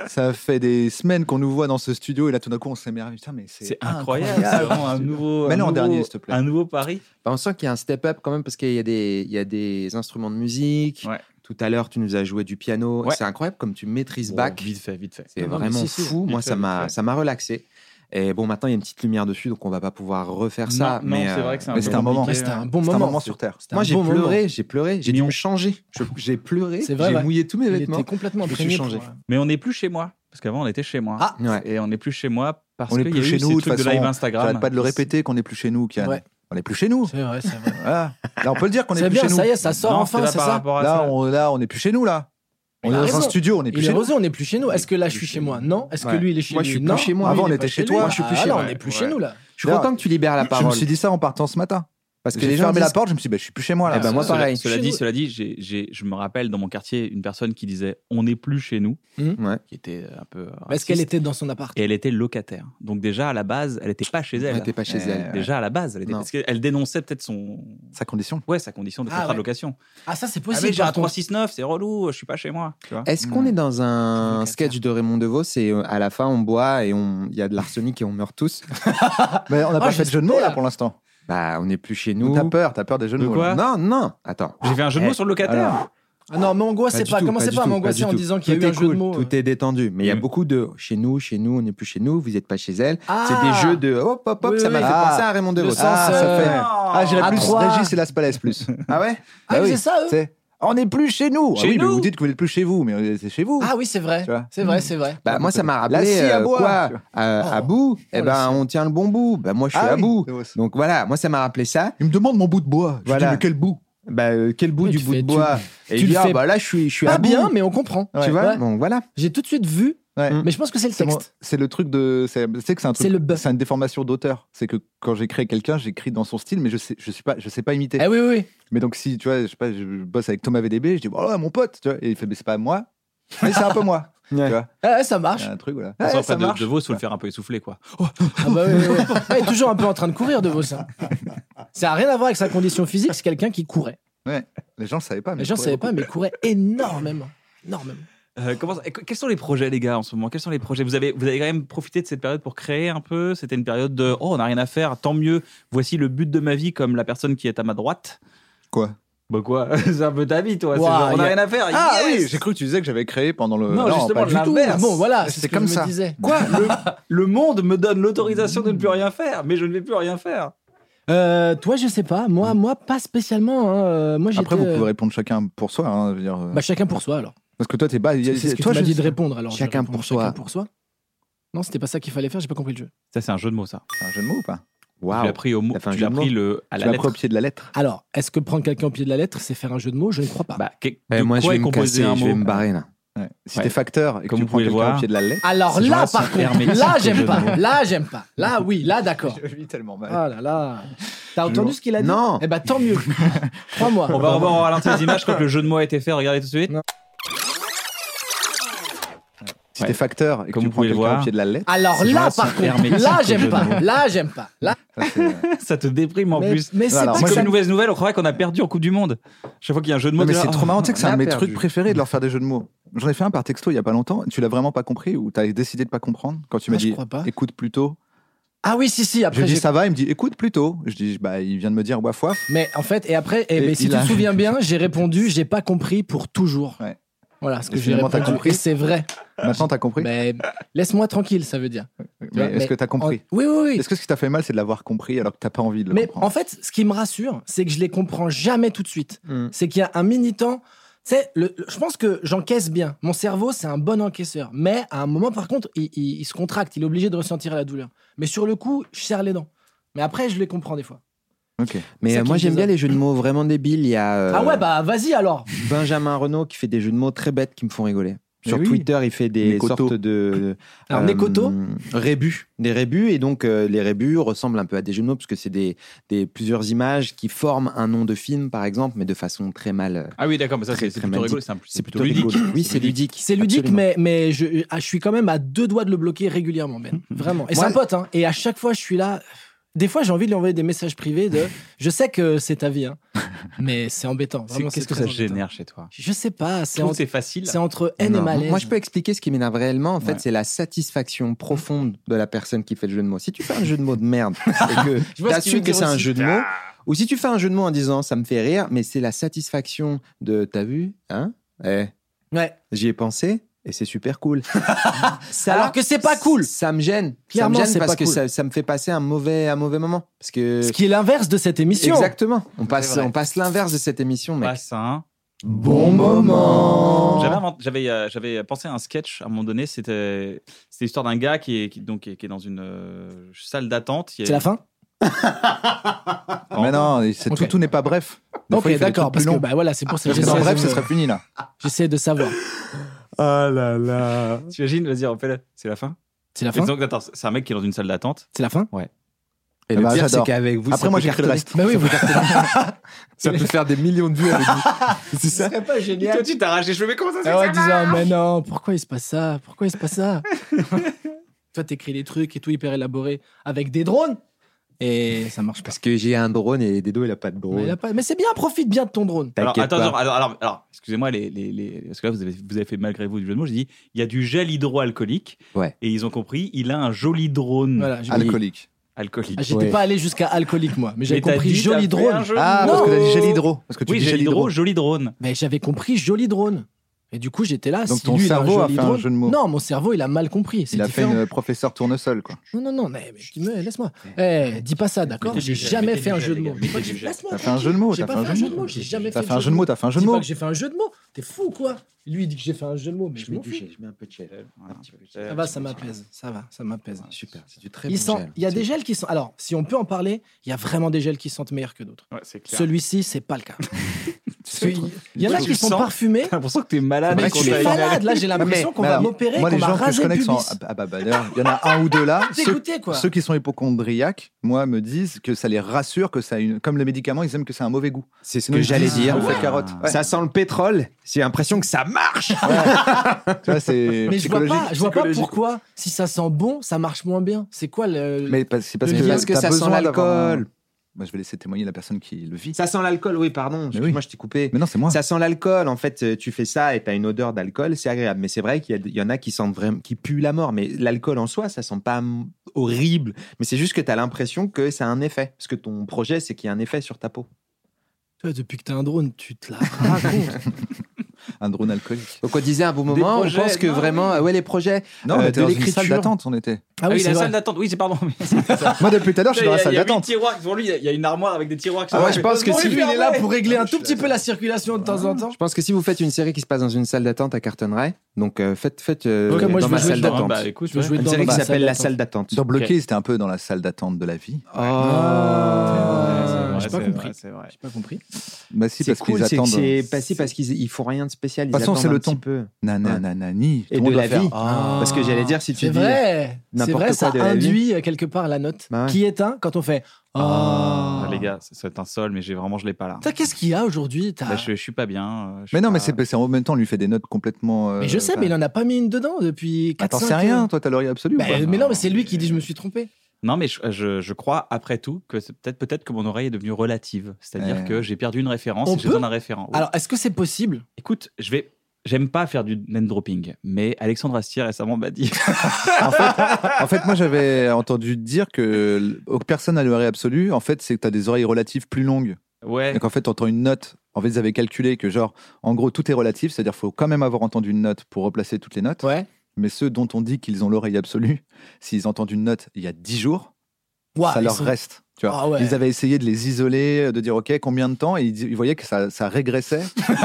[SPEAKER 5] Ça fait des semaines qu'on nous voit dans ce studio et là, tout d'un coup, on s'émerveille. Putain, mais c'est
[SPEAKER 4] C'est incroyable, c'est vraiment un nouveau,
[SPEAKER 5] Mais
[SPEAKER 4] un
[SPEAKER 5] non,
[SPEAKER 4] nouveau,
[SPEAKER 5] dernier, s'il te plaît.
[SPEAKER 4] un nouveau pari.
[SPEAKER 2] Bah, on sent qu'il y a un step-up quand même parce qu'il y, a des- il y a des instruments de musique.
[SPEAKER 4] Ouais.
[SPEAKER 2] Tout à l'heure, tu nous as joué du piano.
[SPEAKER 4] Ouais.
[SPEAKER 2] C'est incroyable comme tu maîtrises
[SPEAKER 4] Oh,
[SPEAKER 2] Bach.
[SPEAKER 4] Vite fait, vite fait.
[SPEAKER 2] C'est
[SPEAKER 3] Non, non, mais
[SPEAKER 2] vraiment
[SPEAKER 3] si, si.
[SPEAKER 2] fou.
[SPEAKER 4] Vite
[SPEAKER 2] Moi,
[SPEAKER 4] fait,
[SPEAKER 2] ça
[SPEAKER 4] vite
[SPEAKER 2] m'a
[SPEAKER 4] fait.
[SPEAKER 2] ça m'a relaxé. Et bon, maintenant, il y a une petite lumière dessus, donc on va pas pouvoir refaire ça.
[SPEAKER 4] Non, non,
[SPEAKER 2] mais
[SPEAKER 4] c'est
[SPEAKER 2] euh,
[SPEAKER 4] vrai que c'est un
[SPEAKER 5] mais
[SPEAKER 4] peu
[SPEAKER 5] c'était un moment.
[SPEAKER 4] compliqué, hein.
[SPEAKER 3] C'était
[SPEAKER 4] ouais.
[SPEAKER 3] un bon
[SPEAKER 5] C'est un
[SPEAKER 3] moment.
[SPEAKER 5] moment sur Terre.
[SPEAKER 3] C'était un
[SPEAKER 2] Moi, j'ai
[SPEAKER 3] bon moment.
[SPEAKER 2] pleuré, j'ai pleuré, j'ai
[SPEAKER 4] Mais
[SPEAKER 2] dû
[SPEAKER 4] on-
[SPEAKER 2] me changer. Je- J'ai pleuré,
[SPEAKER 3] C'est vrai,
[SPEAKER 2] j'ai
[SPEAKER 3] ouais.
[SPEAKER 2] mouillé tous mes
[SPEAKER 3] Il
[SPEAKER 2] vêtements.
[SPEAKER 3] était complètement
[SPEAKER 2] Je me suis
[SPEAKER 3] imprégné.
[SPEAKER 2] changé.
[SPEAKER 3] pour-
[SPEAKER 4] Mais on n'est plus chez moi, parce qu'avant on était chez moi.
[SPEAKER 5] Ah,
[SPEAKER 2] Ouais.
[SPEAKER 4] Et on n'est plus chez moi parce
[SPEAKER 5] On
[SPEAKER 4] qu'il
[SPEAKER 5] n'est
[SPEAKER 4] y a
[SPEAKER 5] plus
[SPEAKER 4] eu
[SPEAKER 5] chez
[SPEAKER 4] ces
[SPEAKER 5] nous, de
[SPEAKER 4] trucs de
[SPEAKER 5] toute
[SPEAKER 4] live
[SPEAKER 5] façon.
[SPEAKER 4] Instagram.
[SPEAKER 5] J'arrête pas de le répéter qu'on n'est plus chez nous, Kian.
[SPEAKER 3] Ouais.
[SPEAKER 5] On n'est plus chez nous.
[SPEAKER 3] C'est vrai, c'est vrai.
[SPEAKER 5] Voilà. Là, on peut le dire qu'on est
[SPEAKER 3] C'est
[SPEAKER 5] plus
[SPEAKER 3] bien,
[SPEAKER 5] chez nous.
[SPEAKER 3] ça y est, ça sort
[SPEAKER 4] Non,
[SPEAKER 3] enfin,
[SPEAKER 4] pas
[SPEAKER 3] c'est
[SPEAKER 4] par
[SPEAKER 3] ça.
[SPEAKER 4] rapport à
[SPEAKER 5] Là,
[SPEAKER 4] ça.
[SPEAKER 5] on, là, on n'est plus chez nous, là. On
[SPEAKER 3] Il
[SPEAKER 5] est
[SPEAKER 3] a
[SPEAKER 5] dans un
[SPEAKER 3] raison.
[SPEAKER 5] studio, on n'est plus
[SPEAKER 3] Il est
[SPEAKER 5] chez nous.
[SPEAKER 3] rosé, on n'est plus chez nous. Est-ce que là je suis chez moi Non. Est-ce que
[SPEAKER 2] Ouais.
[SPEAKER 3] lui il est chez
[SPEAKER 2] Moi,
[SPEAKER 3] lui
[SPEAKER 2] je suis
[SPEAKER 3] Non.
[SPEAKER 2] plus chez moi.
[SPEAKER 3] Lui,
[SPEAKER 5] Avant,
[SPEAKER 3] il
[SPEAKER 5] on
[SPEAKER 3] est
[SPEAKER 5] était
[SPEAKER 3] pas
[SPEAKER 5] chez
[SPEAKER 3] lui.
[SPEAKER 5] toi,
[SPEAKER 3] Ah,
[SPEAKER 5] je suis plus chez
[SPEAKER 3] là,
[SPEAKER 5] moi.
[SPEAKER 3] on n'est plus
[SPEAKER 5] Ouais.
[SPEAKER 3] chez nous là.
[SPEAKER 2] Je suis content que tu libères la
[SPEAKER 5] Je me
[SPEAKER 2] parole.
[SPEAKER 5] suis dit ça en partant ce matin.
[SPEAKER 2] Parce que
[SPEAKER 5] J'ai
[SPEAKER 2] les gens
[SPEAKER 5] fermé la
[SPEAKER 2] disent-
[SPEAKER 5] porte, je me suis dit, bah, je suis plus chez moi, là.
[SPEAKER 2] Eh ben, moi,
[SPEAKER 3] Cela-
[SPEAKER 2] pareil.
[SPEAKER 4] Cela
[SPEAKER 3] Chez
[SPEAKER 4] dit,
[SPEAKER 3] nous.
[SPEAKER 4] cela dit, j'ai- j'ai- je me rappelle dans mon quartier une personne qui disait on n'est plus chez nous,
[SPEAKER 3] Mhm.
[SPEAKER 2] Ouais.
[SPEAKER 4] qui était un peu. raciste.
[SPEAKER 3] Parce qu'elle était dans son appart.
[SPEAKER 4] Et elle était locataire. Donc déjà à la base, elle n'était pas chez
[SPEAKER 2] Elle
[SPEAKER 4] elle.
[SPEAKER 2] n'était pas chez
[SPEAKER 5] Euh,
[SPEAKER 2] elle.
[SPEAKER 4] Déjà à la base, elle était
[SPEAKER 2] Non.
[SPEAKER 4] parce qu'elle dénonçait peut-être son
[SPEAKER 5] Sa condition.
[SPEAKER 4] ouais sa condition de
[SPEAKER 3] Ah
[SPEAKER 4] contrat
[SPEAKER 3] ouais.
[SPEAKER 4] de location.
[SPEAKER 3] Ah ça c'est
[SPEAKER 4] Ah,
[SPEAKER 3] possible.
[SPEAKER 4] mais j'ai un
[SPEAKER 3] par contre.
[SPEAKER 4] 369, c'est relou, je suis pas chez moi. Tu vois
[SPEAKER 2] Est-ce qu'on est dans un
[SPEAKER 3] Provocateur.
[SPEAKER 2] sketch de Raymond Devos et euh, à la fin on boit et on- il y a de l'arsenic et on meurt tous
[SPEAKER 5] Mais on n'a
[SPEAKER 3] Ah,
[SPEAKER 5] pas fait de jeu de mots, là, pour l'instant.
[SPEAKER 2] Bah, on n'est plus chez nous.
[SPEAKER 5] T'as peur, t'as peur des jeux de
[SPEAKER 4] De
[SPEAKER 5] mots.
[SPEAKER 4] quoi
[SPEAKER 5] là.
[SPEAKER 2] Non, non, attends.
[SPEAKER 4] J'ai fait un jeu de
[SPEAKER 2] Eh,
[SPEAKER 4] mots sur le locataire.
[SPEAKER 3] Ah non, m'angoissez
[SPEAKER 2] du
[SPEAKER 3] pas.
[SPEAKER 2] tout,
[SPEAKER 3] Commencez
[SPEAKER 2] du
[SPEAKER 3] pas à
[SPEAKER 2] tout,
[SPEAKER 3] m'angoisser
[SPEAKER 2] du
[SPEAKER 3] en
[SPEAKER 2] tout.
[SPEAKER 3] disant qu'il y a
[SPEAKER 2] Tout
[SPEAKER 3] eu un
[SPEAKER 2] est
[SPEAKER 3] jeu de
[SPEAKER 2] cool,
[SPEAKER 3] mots. euh.
[SPEAKER 2] Tout est détendu. Mais il y a
[SPEAKER 4] Mm.
[SPEAKER 2] beaucoup de chez nous, chez nous, on n'est plus chez nous, vous n'êtes pas chez elle. C'est
[SPEAKER 3] Ah
[SPEAKER 2] des jeux de hop, hop, hop.
[SPEAKER 3] Oui,
[SPEAKER 2] ça m'a
[SPEAKER 3] oui.
[SPEAKER 2] fait
[SPEAKER 5] Ah.
[SPEAKER 2] penser à Raymond
[SPEAKER 3] Le
[SPEAKER 2] DeVos.
[SPEAKER 3] sens,
[SPEAKER 2] Ah,
[SPEAKER 3] euh,
[SPEAKER 2] ça fait.
[SPEAKER 5] Ah, j'irais
[SPEAKER 3] À
[SPEAKER 5] plus
[SPEAKER 3] trois.
[SPEAKER 5] Régis et Las Palais plus.
[SPEAKER 2] Ah ouais
[SPEAKER 3] Ah,
[SPEAKER 5] Bah
[SPEAKER 3] oui,
[SPEAKER 5] oui.
[SPEAKER 3] c'est ça,
[SPEAKER 5] Tu
[SPEAKER 3] eux
[SPEAKER 5] sais, on n'est plus chez nous.
[SPEAKER 4] Chez
[SPEAKER 5] ah oui,
[SPEAKER 4] nous.
[SPEAKER 5] mais vous dites que vous n'êtes plus chez vous, mais c'est chez vous.
[SPEAKER 3] Ah oui, c'est vrai.
[SPEAKER 5] Tu vois.
[SPEAKER 3] C'est vrai, c'est vrai.
[SPEAKER 2] bah, moi, ça m'a rappelé.
[SPEAKER 5] La scie à
[SPEAKER 2] euh,
[SPEAKER 5] bois.
[SPEAKER 2] quoi Euh,
[SPEAKER 3] Oh.
[SPEAKER 2] À bout Eh
[SPEAKER 3] Oh, la
[SPEAKER 2] ben, on tient le bon bout. Bah, moi, je suis
[SPEAKER 5] Ah
[SPEAKER 2] à
[SPEAKER 5] oui,
[SPEAKER 2] bout.
[SPEAKER 5] c'est vrai, ça.
[SPEAKER 2] Donc voilà, moi, ça m'a rappelé ça.
[SPEAKER 5] Il me demande mon bout de bois. Je lui
[SPEAKER 2] Voilà.
[SPEAKER 5] dis, mais quel bout
[SPEAKER 2] Bah, euh, quel bout
[SPEAKER 3] Oui,
[SPEAKER 2] du
[SPEAKER 3] tu
[SPEAKER 2] bout
[SPEAKER 3] fais-
[SPEAKER 2] de
[SPEAKER 3] tu-
[SPEAKER 2] bois Et
[SPEAKER 3] tu
[SPEAKER 2] il
[SPEAKER 3] le
[SPEAKER 2] dit, ah,
[SPEAKER 3] fais
[SPEAKER 2] bah là, je suis, je suis à
[SPEAKER 3] Pas
[SPEAKER 2] bout.
[SPEAKER 3] bien, mais on comprend.
[SPEAKER 2] Tu
[SPEAKER 5] Ouais.
[SPEAKER 2] vois
[SPEAKER 3] Ouais.
[SPEAKER 2] Donc voilà.
[SPEAKER 3] J'ai tout de suite vu,
[SPEAKER 5] Ouais.
[SPEAKER 2] Mm.
[SPEAKER 3] mais je pense que c'est le
[SPEAKER 5] C'est mon-
[SPEAKER 3] texte.
[SPEAKER 5] C'est le truc de. C'est c'est que c'est un truc.
[SPEAKER 3] C'est le buzz.
[SPEAKER 5] une déformation d'auteur. C'est que quand j'écris à quelqu'un, j'écris dans son style, mais je sais, je suis pas, je sais pas imiter.
[SPEAKER 3] Eh oui, oui, oui.
[SPEAKER 5] Mais donc si tu vois, je sais pas, je bosse avec Thomas VDB, je dis oh mon pote, tu vois, et il fait mais c'est pas moi, mais c'est un peu moi. Tu vois,
[SPEAKER 3] Eh, eh, ça
[SPEAKER 5] il
[SPEAKER 3] marche.
[SPEAKER 5] y a un truc voilà.
[SPEAKER 4] On
[SPEAKER 3] Eh,
[SPEAKER 4] sort
[SPEAKER 3] ça
[SPEAKER 4] pas de,
[SPEAKER 3] marche.
[SPEAKER 4] de Vos, faut le faire un peu essouffler, quoi.
[SPEAKER 3] Ah bah oui, oui, oui. Eh, toujours un peu en train de courir de vos seins. Ça a rien à voir avec sa condition physique, c'est quelqu'un qui courait.
[SPEAKER 5] Les gens le savaient pas. Mais
[SPEAKER 3] Les gens
[SPEAKER 5] je
[SPEAKER 3] savaient pas,
[SPEAKER 5] pourrais-
[SPEAKER 3] mais courait énormément. Énormément.
[SPEAKER 4] Euh, comment ça- et que- quels sont les projets, les gars, en ce moment Quels sont les projets vous avez, vous avez quand même profité de cette période pour créer un peu C'était une période de oh, on n'a rien à faire, tant mieux. Voici le but de ma vie, comme la personne qui est à ma droite.
[SPEAKER 5] Quoi
[SPEAKER 4] Bah quoi C'est un peu ta vie, toi. c'est
[SPEAKER 3] Ouah,
[SPEAKER 4] genre, on n'a
[SPEAKER 3] y a-
[SPEAKER 4] rien à faire.
[SPEAKER 5] Ah
[SPEAKER 4] yes
[SPEAKER 5] oui, j'ai cru que tu disais que j'avais créé pendant le.
[SPEAKER 4] Non, justement,
[SPEAKER 5] pas du
[SPEAKER 4] là-
[SPEAKER 5] tout.
[SPEAKER 4] L'inverse.
[SPEAKER 3] Bon, voilà, c'est
[SPEAKER 5] Oh, C'est
[SPEAKER 3] ce que
[SPEAKER 5] comme
[SPEAKER 3] je
[SPEAKER 5] ça.
[SPEAKER 3] me disais.
[SPEAKER 4] Quoi le, le monde me donne l'autorisation de ne plus rien faire, mais je ne vais plus rien faire.
[SPEAKER 3] Euh, toi, je sais pas. Moi, moi, pas spécialement. hein. Euh, Moi,
[SPEAKER 5] Après,
[SPEAKER 3] j'étais,
[SPEAKER 5] vous pouvez
[SPEAKER 3] euh,
[SPEAKER 5] répondre chacun pour soi. hein, je veux dire, euh,
[SPEAKER 3] Bah, chacun pour soi, alors.
[SPEAKER 5] parce que toi, t'es pas.
[SPEAKER 3] C'est ce que
[SPEAKER 5] toi,
[SPEAKER 3] tu m'as
[SPEAKER 5] je-
[SPEAKER 3] dit de répondre, alors. je vais
[SPEAKER 2] Chacun
[SPEAKER 3] répondre
[SPEAKER 2] pour soi.
[SPEAKER 3] Chacun pour soi. Non, c'était pas ça qu'il fallait faire. J'ai pas compris le jeu.
[SPEAKER 4] Ça, c'est un jeu de mots, ça.
[SPEAKER 5] C'est un jeu de mots ou pas
[SPEAKER 4] Tu
[SPEAKER 2] Waouh.
[SPEAKER 4] l'as pris au mot.
[SPEAKER 2] T'as fait un
[SPEAKER 4] Tu
[SPEAKER 2] jeu
[SPEAKER 4] l'as
[SPEAKER 2] de
[SPEAKER 4] pris
[SPEAKER 2] mots
[SPEAKER 4] le, à
[SPEAKER 5] Tu
[SPEAKER 4] la
[SPEAKER 5] l'as pris
[SPEAKER 4] lettre.
[SPEAKER 5] au pied de la lettre.
[SPEAKER 3] Alors, est-ce que prendre quelqu'un au pied de la lettre, c'est faire un jeu de mots Je ne crois pas.
[SPEAKER 4] Bah, que-
[SPEAKER 2] Eh,
[SPEAKER 4] de
[SPEAKER 2] moi, je
[SPEAKER 4] quoi
[SPEAKER 2] vais
[SPEAKER 4] est
[SPEAKER 2] me
[SPEAKER 4] composé
[SPEAKER 2] casser,
[SPEAKER 4] un
[SPEAKER 2] je
[SPEAKER 4] mot
[SPEAKER 2] vais me barrer là.
[SPEAKER 5] Ouais. Si
[SPEAKER 4] Ouais.
[SPEAKER 5] t'es facteur et que
[SPEAKER 4] Comme
[SPEAKER 5] tu
[SPEAKER 4] vous
[SPEAKER 5] prends
[SPEAKER 4] pouvez le
[SPEAKER 5] quelqu'un
[SPEAKER 4] voir.
[SPEAKER 5] au pied de la lettre,
[SPEAKER 3] alors
[SPEAKER 4] ces gens-là
[SPEAKER 3] là,
[SPEAKER 4] sont
[SPEAKER 3] par contre,
[SPEAKER 4] hermétiques
[SPEAKER 3] là,
[SPEAKER 4] aux jeux
[SPEAKER 3] j'aime
[SPEAKER 4] de
[SPEAKER 3] pas.
[SPEAKER 4] mots.
[SPEAKER 3] Là, j'aime pas. Là, oui, là, d'accord.
[SPEAKER 5] je vis tellement mal.
[SPEAKER 3] Ah là là. T'as entendu ce qu'il a dit
[SPEAKER 2] Non.
[SPEAKER 3] Eh ben, tant mieux. Crois-moi.
[SPEAKER 4] On va revoir en ralentir les images. Je crois que le jeu de mots a été fait. Regardez tout de suite.
[SPEAKER 3] Non.
[SPEAKER 5] Si
[SPEAKER 4] Ouais.
[SPEAKER 5] t'es facteur et que
[SPEAKER 4] Comme
[SPEAKER 5] tu
[SPEAKER 4] vous
[SPEAKER 5] prends
[SPEAKER 4] pouvez le
[SPEAKER 5] quelqu'un
[SPEAKER 4] voir.
[SPEAKER 5] au pied de la lettre,
[SPEAKER 3] Alors
[SPEAKER 4] Ces
[SPEAKER 3] là,
[SPEAKER 4] gens-là
[SPEAKER 3] par
[SPEAKER 4] sont
[SPEAKER 3] contre,
[SPEAKER 4] hermétiques
[SPEAKER 3] là,
[SPEAKER 4] aux
[SPEAKER 3] j'aime
[SPEAKER 4] jeux
[SPEAKER 3] pas.
[SPEAKER 4] de mots.
[SPEAKER 3] Là, j'aime pas. Là,
[SPEAKER 5] ça, c'est-
[SPEAKER 4] Ça te déprime en
[SPEAKER 3] mais,
[SPEAKER 4] plus.
[SPEAKER 3] mais c'est
[SPEAKER 5] Alors,
[SPEAKER 3] pas
[SPEAKER 4] C'est
[SPEAKER 5] moi,
[SPEAKER 3] que
[SPEAKER 4] comme
[SPEAKER 3] ça-
[SPEAKER 4] une mauvaise nouvelle, on croirait qu'on a perdu en Coupe du Monde. Chaque fois qu'il y a un jeu de mots,
[SPEAKER 5] Non, mais
[SPEAKER 4] déjà,
[SPEAKER 5] c'est trop
[SPEAKER 4] oh.
[SPEAKER 5] marrant, tu sais que c'est
[SPEAKER 2] on
[SPEAKER 5] un
[SPEAKER 2] a
[SPEAKER 5] de mes
[SPEAKER 2] perdu.
[SPEAKER 5] trucs préférés de leur faire des jeux de mots. J'en ai fait un par texto il y a pas longtemps. Tu l'as vraiment pas compris ou t'as décidé de pas comprendre quand tu m'as
[SPEAKER 3] Ah, je
[SPEAKER 5] dit
[SPEAKER 3] crois pas.
[SPEAKER 5] écoute plutôt.
[SPEAKER 3] Ah oui, si, si.
[SPEAKER 5] Je
[SPEAKER 3] Après,
[SPEAKER 5] dis
[SPEAKER 3] j'ai-
[SPEAKER 5] ça va, il me dit écoute plutôt. Je dis bah il vient de me dire waf waf.
[SPEAKER 3] Mais en fait, et après, eh
[SPEAKER 5] Et
[SPEAKER 3] ben, si
[SPEAKER 5] il
[SPEAKER 3] tu
[SPEAKER 5] a-
[SPEAKER 3] te souviens bien, j'ai répondu, j'ai pas compris pour toujours.
[SPEAKER 5] Ouais.
[SPEAKER 3] Voilà ce que
[SPEAKER 5] Et
[SPEAKER 3] j'ai
[SPEAKER 5] finalement,
[SPEAKER 3] répondu.
[SPEAKER 5] t'as compris
[SPEAKER 3] Et c'est vrai.
[SPEAKER 5] Maintenant t'as compris.
[SPEAKER 3] Mais laisse-moi tranquille, ça veut dire.
[SPEAKER 5] Mais
[SPEAKER 3] bah, vois,
[SPEAKER 5] est-ce
[SPEAKER 3] mais
[SPEAKER 5] que t'as compris
[SPEAKER 3] En- Oui, oui, oui.
[SPEAKER 5] Est-ce que ce qui t'a fait mal c'est de l'avoir compris alors que t'as pas envie de le
[SPEAKER 3] Mais
[SPEAKER 5] comprendre
[SPEAKER 3] en fait, ce qui me rassure, c'est que je les comprends jamais tout de suite.
[SPEAKER 2] Mm.
[SPEAKER 3] C'est qu'il y a un mini temps. Tu sais, le- le- je pense que j'encaisse bien. Mon cerveau, c'est un bon encaisseur. Mais à un moment, par contre, il, il- il se contracte. Il est obligé de ressentir la douleur. Mais sur le coup, je serre les dents. Mais après, je les comprends des fois.
[SPEAKER 5] Ok.
[SPEAKER 2] Mais
[SPEAKER 3] Ça
[SPEAKER 2] euh,
[SPEAKER 3] qui
[SPEAKER 2] moi,
[SPEAKER 3] me
[SPEAKER 2] j'aime bien
[SPEAKER 3] désole.
[SPEAKER 2] les jeux de mots vraiment débiles. Il y a euh,
[SPEAKER 3] Ah ouais, bah vas-y alors.
[SPEAKER 2] Benjamin Renault qui fait des jeux de mots très bêtes qui me font rigoler.
[SPEAKER 5] Mais
[SPEAKER 2] Sur
[SPEAKER 5] oui.
[SPEAKER 2] Twitter, il fait des
[SPEAKER 5] Nekoto.
[SPEAKER 2] sortes de. euh,
[SPEAKER 3] Alors, Nekoto
[SPEAKER 2] Rébus. Des rébus. Et donc, euh, les rébus ressemblent un peu à des jeux de mots, parce que c'est des, des, plusieurs images qui forment un nom de film, par exemple, mais de façon très mal. euh,
[SPEAKER 4] Ah oui, d'accord, mais ça, c'est
[SPEAKER 2] Très,
[SPEAKER 4] c'est
[SPEAKER 2] très
[SPEAKER 4] plutôt
[SPEAKER 2] mal
[SPEAKER 4] rigolo.
[SPEAKER 2] dit.
[SPEAKER 4] C'est un-
[SPEAKER 2] C'est plutôt rigolo. Oui, c'est ludique.
[SPEAKER 3] C'est ludique,
[SPEAKER 2] Absolument.
[SPEAKER 3] mais, mais je, ah, je suis quand même à deux doigts de le bloquer régulièrement, Ben. Vraiment. Et c'est
[SPEAKER 2] Moi-
[SPEAKER 3] un pote, hein. Et à chaque fois, je suis là. Des fois, j'ai envie de lui envoyer des messages privés de Je sais que c'est ta vie, hein. Mais c'est embêtant.
[SPEAKER 4] C'est-
[SPEAKER 3] Vraiment, c'est
[SPEAKER 4] Qu'est-ce que
[SPEAKER 3] très
[SPEAKER 4] ça
[SPEAKER 3] embêtant.
[SPEAKER 4] génère chez toi
[SPEAKER 3] Je sais pas. C'est
[SPEAKER 4] Je trouve
[SPEAKER 3] en-
[SPEAKER 4] que c'est facile.
[SPEAKER 3] c'est entre haine et
[SPEAKER 2] Non.
[SPEAKER 3] malaise.
[SPEAKER 2] Moi, je peux expliquer ce qui m'énerve réellement. En fait,
[SPEAKER 5] Ouais.
[SPEAKER 2] c'est la satisfaction profonde de la personne qui fait le jeu de mots. Si tu fais un jeu de mots de merde et que
[SPEAKER 3] Je vois ce qu'il
[SPEAKER 2] t'assumes
[SPEAKER 3] veut
[SPEAKER 2] que
[SPEAKER 3] dire
[SPEAKER 2] c'est un
[SPEAKER 3] aussi.
[SPEAKER 2] jeu de mots, ou si tu fais un jeu de mots en disant ça me fait rire, mais c'est la satisfaction de t'as vu, hein Eh,
[SPEAKER 3] Ouais.
[SPEAKER 2] J'y ai pensé et c'est super cool. Ça-
[SPEAKER 3] Alors que c'est pas cool.
[SPEAKER 2] Ça me gêne.
[SPEAKER 3] Clairement,
[SPEAKER 2] ça me gêne
[SPEAKER 3] c'est
[SPEAKER 2] parce
[SPEAKER 3] pas
[SPEAKER 2] que
[SPEAKER 3] cool.
[SPEAKER 2] ça, ça me fait passer un mauvais, un mauvais moment. Parce que
[SPEAKER 3] Ce qui est l'inverse de cette émission.
[SPEAKER 2] exactement, on passe,
[SPEAKER 4] vrai.
[SPEAKER 2] on passe l'inverse de cette émission, mec.
[SPEAKER 4] Pas ça, hein.
[SPEAKER 2] Bon moment.
[SPEAKER 4] J'avais invent- J'avais euh, j'avais pensé à un sketch à un moment donné. C'était c'était l'histoire d'un gars qui est, qui- donc, qui est- qui est dans une euh, salle d'attente.
[SPEAKER 3] C'est la fin
[SPEAKER 5] Mais non, c'est-
[SPEAKER 3] Ah, Ok.
[SPEAKER 5] tout, tout n'est pas bref. Des fois, il
[SPEAKER 3] Ok,
[SPEAKER 5] fait des
[SPEAKER 3] d'accord.
[SPEAKER 5] trucs
[SPEAKER 3] Parce
[SPEAKER 5] plus
[SPEAKER 3] que,
[SPEAKER 5] longs.
[SPEAKER 3] bah voilà, c'est pour ça que
[SPEAKER 5] Parce que sans
[SPEAKER 3] j'essaie
[SPEAKER 5] bref,
[SPEAKER 3] de-
[SPEAKER 5] ce serait fini là.
[SPEAKER 3] j'essaie de savoir.
[SPEAKER 4] Ah là là. T'imagines Vas-y, refais-le. C'est la fin.
[SPEAKER 3] C'est la
[SPEAKER 4] Et
[SPEAKER 3] fin
[SPEAKER 4] donc, attends, c'est un mec qui est dans une salle d'attente.
[SPEAKER 3] C'est la fin
[SPEAKER 2] Et le
[SPEAKER 5] Bah,
[SPEAKER 2] pire, c'est
[SPEAKER 5] j'adore.
[SPEAKER 2] qu'avec vous,
[SPEAKER 5] Après, moi, j'écris le reste.
[SPEAKER 3] Bah oui, vous
[SPEAKER 2] Ça peut faire des millions de vues avec vous. C'est ça
[SPEAKER 3] serait pas
[SPEAKER 4] Et toi, tu t'arraches les cheveux, mais comment ça se fait
[SPEAKER 3] Ah ouais,
[SPEAKER 4] que ça
[SPEAKER 3] disant,
[SPEAKER 4] marche
[SPEAKER 3] mais non, pourquoi il se passe ça Pourquoi il se passe ça Toi, t'écris des trucs et tout hyper élaboré avec des drones et ça marche pas.
[SPEAKER 2] Parce que j'ai un drone et Dedo, il a pas de
[SPEAKER 3] Mais, il
[SPEAKER 2] drone.
[SPEAKER 3] a pas- mais c'est bien, profite bien de ton drone.
[SPEAKER 4] Alors,
[SPEAKER 2] T'inquiète
[SPEAKER 4] attends,
[SPEAKER 2] pas.
[SPEAKER 4] genre, Euh, alors, alors, alors, excusez-moi, les, les, les- parce que là, vous avez, vous avez fait malgré vous du jeu de mots. J'ai dit, il y a du gel hydroalcoolique.
[SPEAKER 2] Ouais.
[SPEAKER 4] Et ils ont compris, il a un joli drone.
[SPEAKER 3] Voilà, je-
[SPEAKER 5] Hmm. Alcoolique.
[SPEAKER 4] alcoolique.
[SPEAKER 3] Ah, J'étais
[SPEAKER 2] Ouais.
[SPEAKER 3] pas allé jusqu'à alcoolique, moi, mais j'avais
[SPEAKER 4] Mais t'as
[SPEAKER 3] compris
[SPEAKER 4] dit, t'as fait
[SPEAKER 3] joli
[SPEAKER 4] un
[SPEAKER 3] drone.
[SPEAKER 4] jeu de
[SPEAKER 5] Ah,
[SPEAKER 4] mots.
[SPEAKER 5] parce que t'as dit joli
[SPEAKER 4] Oui,
[SPEAKER 5] drone. Parce que tu
[SPEAKER 4] Oui,
[SPEAKER 5] dis
[SPEAKER 4] joli
[SPEAKER 5] joli
[SPEAKER 4] drone,
[SPEAKER 5] drone.
[SPEAKER 4] joli drone.
[SPEAKER 3] Mais j'avais compris joli drone. Et du coup, j'étais là.
[SPEAKER 5] Donc
[SPEAKER 3] si
[SPEAKER 5] ton
[SPEAKER 3] lui, il a un
[SPEAKER 5] cerveau a
[SPEAKER 3] joli
[SPEAKER 5] fait un
[SPEAKER 3] drone-
[SPEAKER 5] jeu de mots.
[SPEAKER 3] Non, mon cerveau, il a mal compris. C'est
[SPEAKER 5] Il a fait
[SPEAKER 3] différent. Oh,
[SPEAKER 5] une professeur tournesol, quoi.
[SPEAKER 3] Non, non, non, mais, mais tu me- laisse-moi. Eh, dis pas ça, d'accord
[SPEAKER 6] Mettez du
[SPEAKER 3] J'ai
[SPEAKER 6] gel,
[SPEAKER 3] jamais
[SPEAKER 6] mettez
[SPEAKER 3] fait
[SPEAKER 6] du
[SPEAKER 3] un
[SPEAKER 6] gel,
[SPEAKER 3] jeu de
[SPEAKER 6] les gars,
[SPEAKER 3] mots.
[SPEAKER 6] mettez
[SPEAKER 3] Pas-
[SPEAKER 6] du gel.
[SPEAKER 3] laisse-moi
[SPEAKER 5] T'as fait un jeu de mots,
[SPEAKER 3] J'ai
[SPEAKER 5] t'as
[SPEAKER 3] pas
[SPEAKER 5] fait un jeu de mots.
[SPEAKER 3] J'ai jamais
[SPEAKER 5] T'as
[SPEAKER 3] fait
[SPEAKER 5] fait un jeu de mots, t'as fait un jeu de
[SPEAKER 3] Dis
[SPEAKER 5] mots.
[SPEAKER 3] pas que j'ai fait un jeu de mots. T'es fou, quoi. Lui, il dit que j'ai fait un jeu de mots, mais je m'en fous.
[SPEAKER 2] je mets un peu de gel.
[SPEAKER 4] Voilà. Ah,
[SPEAKER 3] Ça va, ça m'apaise. Ça va, ça m'apaise.
[SPEAKER 2] Super, c'est du très
[SPEAKER 3] Il
[SPEAKER 2] bon
[SPEAKER 3] sent-
[SPEAKER 2] gel.
[SPEAKER 3] il y a
[SPEAKER 2] C'est-
[SPEAKER 3] des gels qui sont. Alors, si on peut en parler, il y a vraiment des gels qui sentent meilleurs que d'autres.
[SPEAKER 4] Ouais, c'est clair.
[SPEAKER 3] Celui-ci, c'est pas le cas. Celui- Il y en a
[SPEAKER 4] Tu
[SPEAKER 3] qui
[SPEAKER 4] le
[SPEAKER 3] sont
[SPEAKER 4] sens
[SPEAKER 3] parfumés.
[SPEAKER 4] T'as l'impression que t'es malade.
[SPEAKER 5] Mais
[SPEAKER 4] et
[SPEAKER 3] Mais
[SPEAKER 4] qu'on
[SPEAKER 3] je suis
[SPEAKER 4] t'a-
[SPEAKER 3] malade. Là, j'ai
[SPEAKER 5] Non, mais-
[SPEAKER 3] l'impression qu'on
[SPEAKER 5] mais
[SPEAKER 3] va
[SPEAKER 5] alors,
[SPEAKER 3] m'opérer,
[SPEAKER 5] Moi,
[SPEAKER 3] qu'on
[SPEAKER 5] les
[SPEAKER 3] va
[SPEAKER 5] gens que je
[SPEAKER 3] raser le
[SPEAKER 5] connais qui sont.
[SPEAKER 3] pubis.
[SPEAKER 5] Ah, bah, bah, d'ailleurs, il y en a un ou deux là. Ceux,
[SPEAKER 3] Dégoûté, quoi.
[SPEAKER 5] ceux qui sont hypochondriaques, moi, me disent que ça les rassure, que ça a une. Comme le médicament, ils aiment que c'est un mauvais goût.
[SPEAKER 2] C'est ce
[SPEAKER 5] Sinon,
[SPEAKER 2] que
[SPEAKER 5] ils
[SPEAKER 2] j'allais
[SPEAKER 5] disent,
[SPEAKER 2] dire.
[SPEAKER 5] ça fait carotte. Ouais.
[SPEAKER 2] Ça sent le pétrole. J'ai l'impression que ça marche.
[SPEAKER 5] Tu vois, c'est
[SPEAKER 3] Mais je vois
[SPEAKER 5] psychologique.
[SPEAKER 3] pas, je vois pas
[SPEAKER 5] Psychologique.
[SPEAKER 3] pourquoi, si ça sent bon, ça marche moins bien. C'est quoi le.
[SPEAKER 5] Mais parce- c'est parce
[SPEAKER 3] Le
[SPEAKER 5] que,
[SPEAKER 3] lien.
[SPEAKER 2] Parce que
[SPEAKER 5] t'as
[SPEAKER 2] ça sent
[SPEAKER 5] besoin d'avoir un-
[SPEAKER 2] l'alcool.
[SPEAKER 5] Moi, je vais laisser témoigner la personne qui le vit.
[SPEAKER 2] Ça sent l'alcool, oui, pardon.
[SPEAKER 5] Mais oui.
[SPEAKER 2] Moi, je t'ai coupé.
[SPEAKER 5] Mais non, c'est moi.
[SPEAKER 2] Ça sent l'alcool. En fait, euh, tu fais ça et t'as une odeur d'alcool, c'est agréable. Mais c'est vrai qu'il y, a- il y en a qui sentent vraiment, qui puent la mort. Mais l'alcool en soi, ça sent pas mm, horrible. Mais c'est juste que t'as l'impression que ça a un effet. Parce que ton projet, c'est qu'il y a un effet sur ta peau.
[SPEAKER 3] Toi, depuis que t'es un drone, tu te la racontes. Ah
[SPEAKER 5] Un drone alcoolique.
[SPEAKER 2] Donc on disait à un bon
[SPEAKER 4] Des
[SPEAKER 2] moment,
[SPEAKER 4] projets,
[SPEAKER 2] on pense que
[SPEAKER 4] non,
[SPEAKER 2] vraiment, ah ouais, les projets.
[SPEAKER 5] Non,
[SPEAKER 2] Euh,
[SPEAKER 5] on était
[SPEAKER 2] de
[SPEAKER 5] dans une
[SPEAKER 2] l'écriture.
[SPEAKER 5] salle d'attente, on était.
[SPEAKER 3] Ah
[SPEAKER 4] Ah
[SPEAKER 3] oui,
[SPEAKER 4] oui,
[SPEAKER 3] c'est
[SPEAKER 4] la salle
[SPEAKER 3] vrai.
[SPEAKER 4] d'attente. Oui, c'est pardon. mais-
[SPEAKER 5] Moi, depuis tout à l'heure, je suis dans la salle d'attente.
[SPEAKER 4] tiroirs. Pour lui, il y a- il y a une armoire avec des tiroirs. qui
[SPEAKER 2] Ah
[SPEAKER 4] sont-
[SPEAKER 2] ouais, je pense que
[SPEAKER 4] Heureusement,
[SPEAKER 2] si
[SPEAKER 4] lui,
[SPEAKER 3] Lui, il est là
[SPEAKER 4] fermé.
[SPEAKER 3] pour régler un tout petit peu la circulation de temps en temps.
[SPEAKER 2] Je pense que si vous faites une série qui se passe dans une salle d'attente, à cartonnerait. Donc euh, faites, faites euh,
[SPEAKER 3] Ok, moi, je
[SPEAKER 2] dans
[SPEAKER 3] veux
[SPEAKER 2] ma
[SPEAKER 3] jouer
[SPEAKER 2] salle
[SPEAKER 3] dedans.
[SPEAKER 2] d'attente.
[SPEAKER 4] Bah, écoute,
[SPEAKER 3] Je veux
[SPEAKER 4] ouais.
[SPEAKER 3] jouer
[SPEAKER 2] une
[SPEAKER 3] dedans
[SPEAKER 2] série
[SPEAKER 3] dans
[SPEAKER 2] qui
[SPEAKER 3] ma
[SPEAKER 2] s'appelle
[SPEAKER 3] salle
[SPEAKER 2] la salle d'attente.
[SPEAKER 5] Dans Bloqué, c'était un peu dans la salle d'attente de la vie.
[SPEAKER 2] Oh.
[SPEAKER 3] Ah, j'ai pas compris.
[SPEAKER 4] C'est vrai.
[SPEAKER 3] J'ai pas compris.
[SPEAKER 5] Bah si,
[SPEAKER 2] C'est
[SPEAKER 5] parce
[SPEAKER 2] cool,
[SPEAKER 5] qu'ils
[SPEAKER 2] c'est que
[SPEAKER 5] attendent.
[SPEAKER 2] c'est passé parce qu'ils ils font rien de spécial. Ils
[SPEAKER 5] De toute façon,
[SPEAKER 2] attendent
[SPEAKER 5] c'est
[SPEAKER 2] un
[SPEAKER 5] le
[SPEAKER 2] petit
[SPEAKER 5] ton.
[SPEAKER 2] peu.
[SPEAKER 5] Nanananani.
[SPEAKER 2] Et
[SPEAKER 5] Tout le
[SPEAKER 2] de
[SPEAKER 5] monde
[SPEAKER 2] la
[SPEAKER 5] va faire,
[SPEAKER 2] vie.
[SPEAKER 3] Ah.
[SPEAKER 2] Parce que j'allais dire, si tu
[SPEAKER 3] C'est
[SPEAKER 2] dis-
[SPEAKER 3] vrai. C'est
[SPEAKER 2] N'importe
[SPEAKER 3] vrai,
[SPEAKER 2] quoi
[SPEAKER 3] ça
[SPEAKER 2] de la vie.
[SPEAKER 3] induit euh, quelque part la note
[SPEAKER 2] Bah ouais.
[SPEAKER 3] qui est un quand on fait. Ah.
[SPEAKER 4] Ah, les gars, c'est- c'est un sol, mais j'ai vraiment, je l'ai pas là.
[SPEAKER 3] Putain, Qu'est-ce qu'il y a aujourd'hui t'as-
[SPEAKER 4] Là, Bah, je, je suis pas bien. euh, je
[SPEAKER 5] Mais
[SPEAKER 4] suis
[SPEAKER 5] non, mais
[SPEAKER 4] pas-
[SPEAKER 5] c'est c'est en même temps, on lui fait des notes complètement. euh,
[SPEAKER 3] Mais je sais, mais il en a pas mis une dedans depuis
[SPEAKER 5] Bah,
[SPEAKER 3] 4
[SPEAKER 5] T'en sais rien, toi, t'as l'oreille absolue. ou
[SPEAKER 3] Bah,
[SPEAKER 5] pas
[SPEAKER 3] mais non, mais c'est lui qui dit je me suis trompé.
[SPEAKER 4] Non, mais je, je- je crois, après tout, que c'est peut-être peut-être que mon oreille est devenue relative. C'est-à-dire
[SPEAKER 5] Ouais.
[SPEAKER 4] que j'ai perdu une référence
[SPEAKER 3] On
[SPEAKER 4] et j'ai
[SPEAKER 3] peut
[SPEAKER 4] besoin d'un référent. Oui.
[SPEAKER 3] Alors, est-ce que c'est possible
[SPEAKER 4] Écoute, je vais. J'aime pas faire du name dropping, mais Alexandre Astier récemment m'a dit.
[SPEAKER 5] en, fait, en fait, moi, j'avais entendu dire que l- aux personnes à l'oreille absolue, en fait, c'est que t'as des oreilles relatives plus longues.
[SPEAKER 4] ouais.
[SPEAKER 5] Donc en fait, t'entends une note. En fait, ils avaient calculé que, genre, en gros, tout est relatif, c'est-à-dire faut quand même avoir entendu une note pour replacer toutes les notes.
[SPEAKER 3] Ouais.
[SPEAKER 5] Mais ceux dont on dit qu'ils ont l'oreille absolue, s'ils entendent une note il y a 10 jours, ça leur reste. Tu vois.
[SPEAKER 3] Ah ouais.
[SPEAKER 5] Ils avaient essayé de les isoler, de dire OK, combien de temps Et ils, dis- ils voyaient que ça, ça régressait. En
[SPEAKER 3] Non,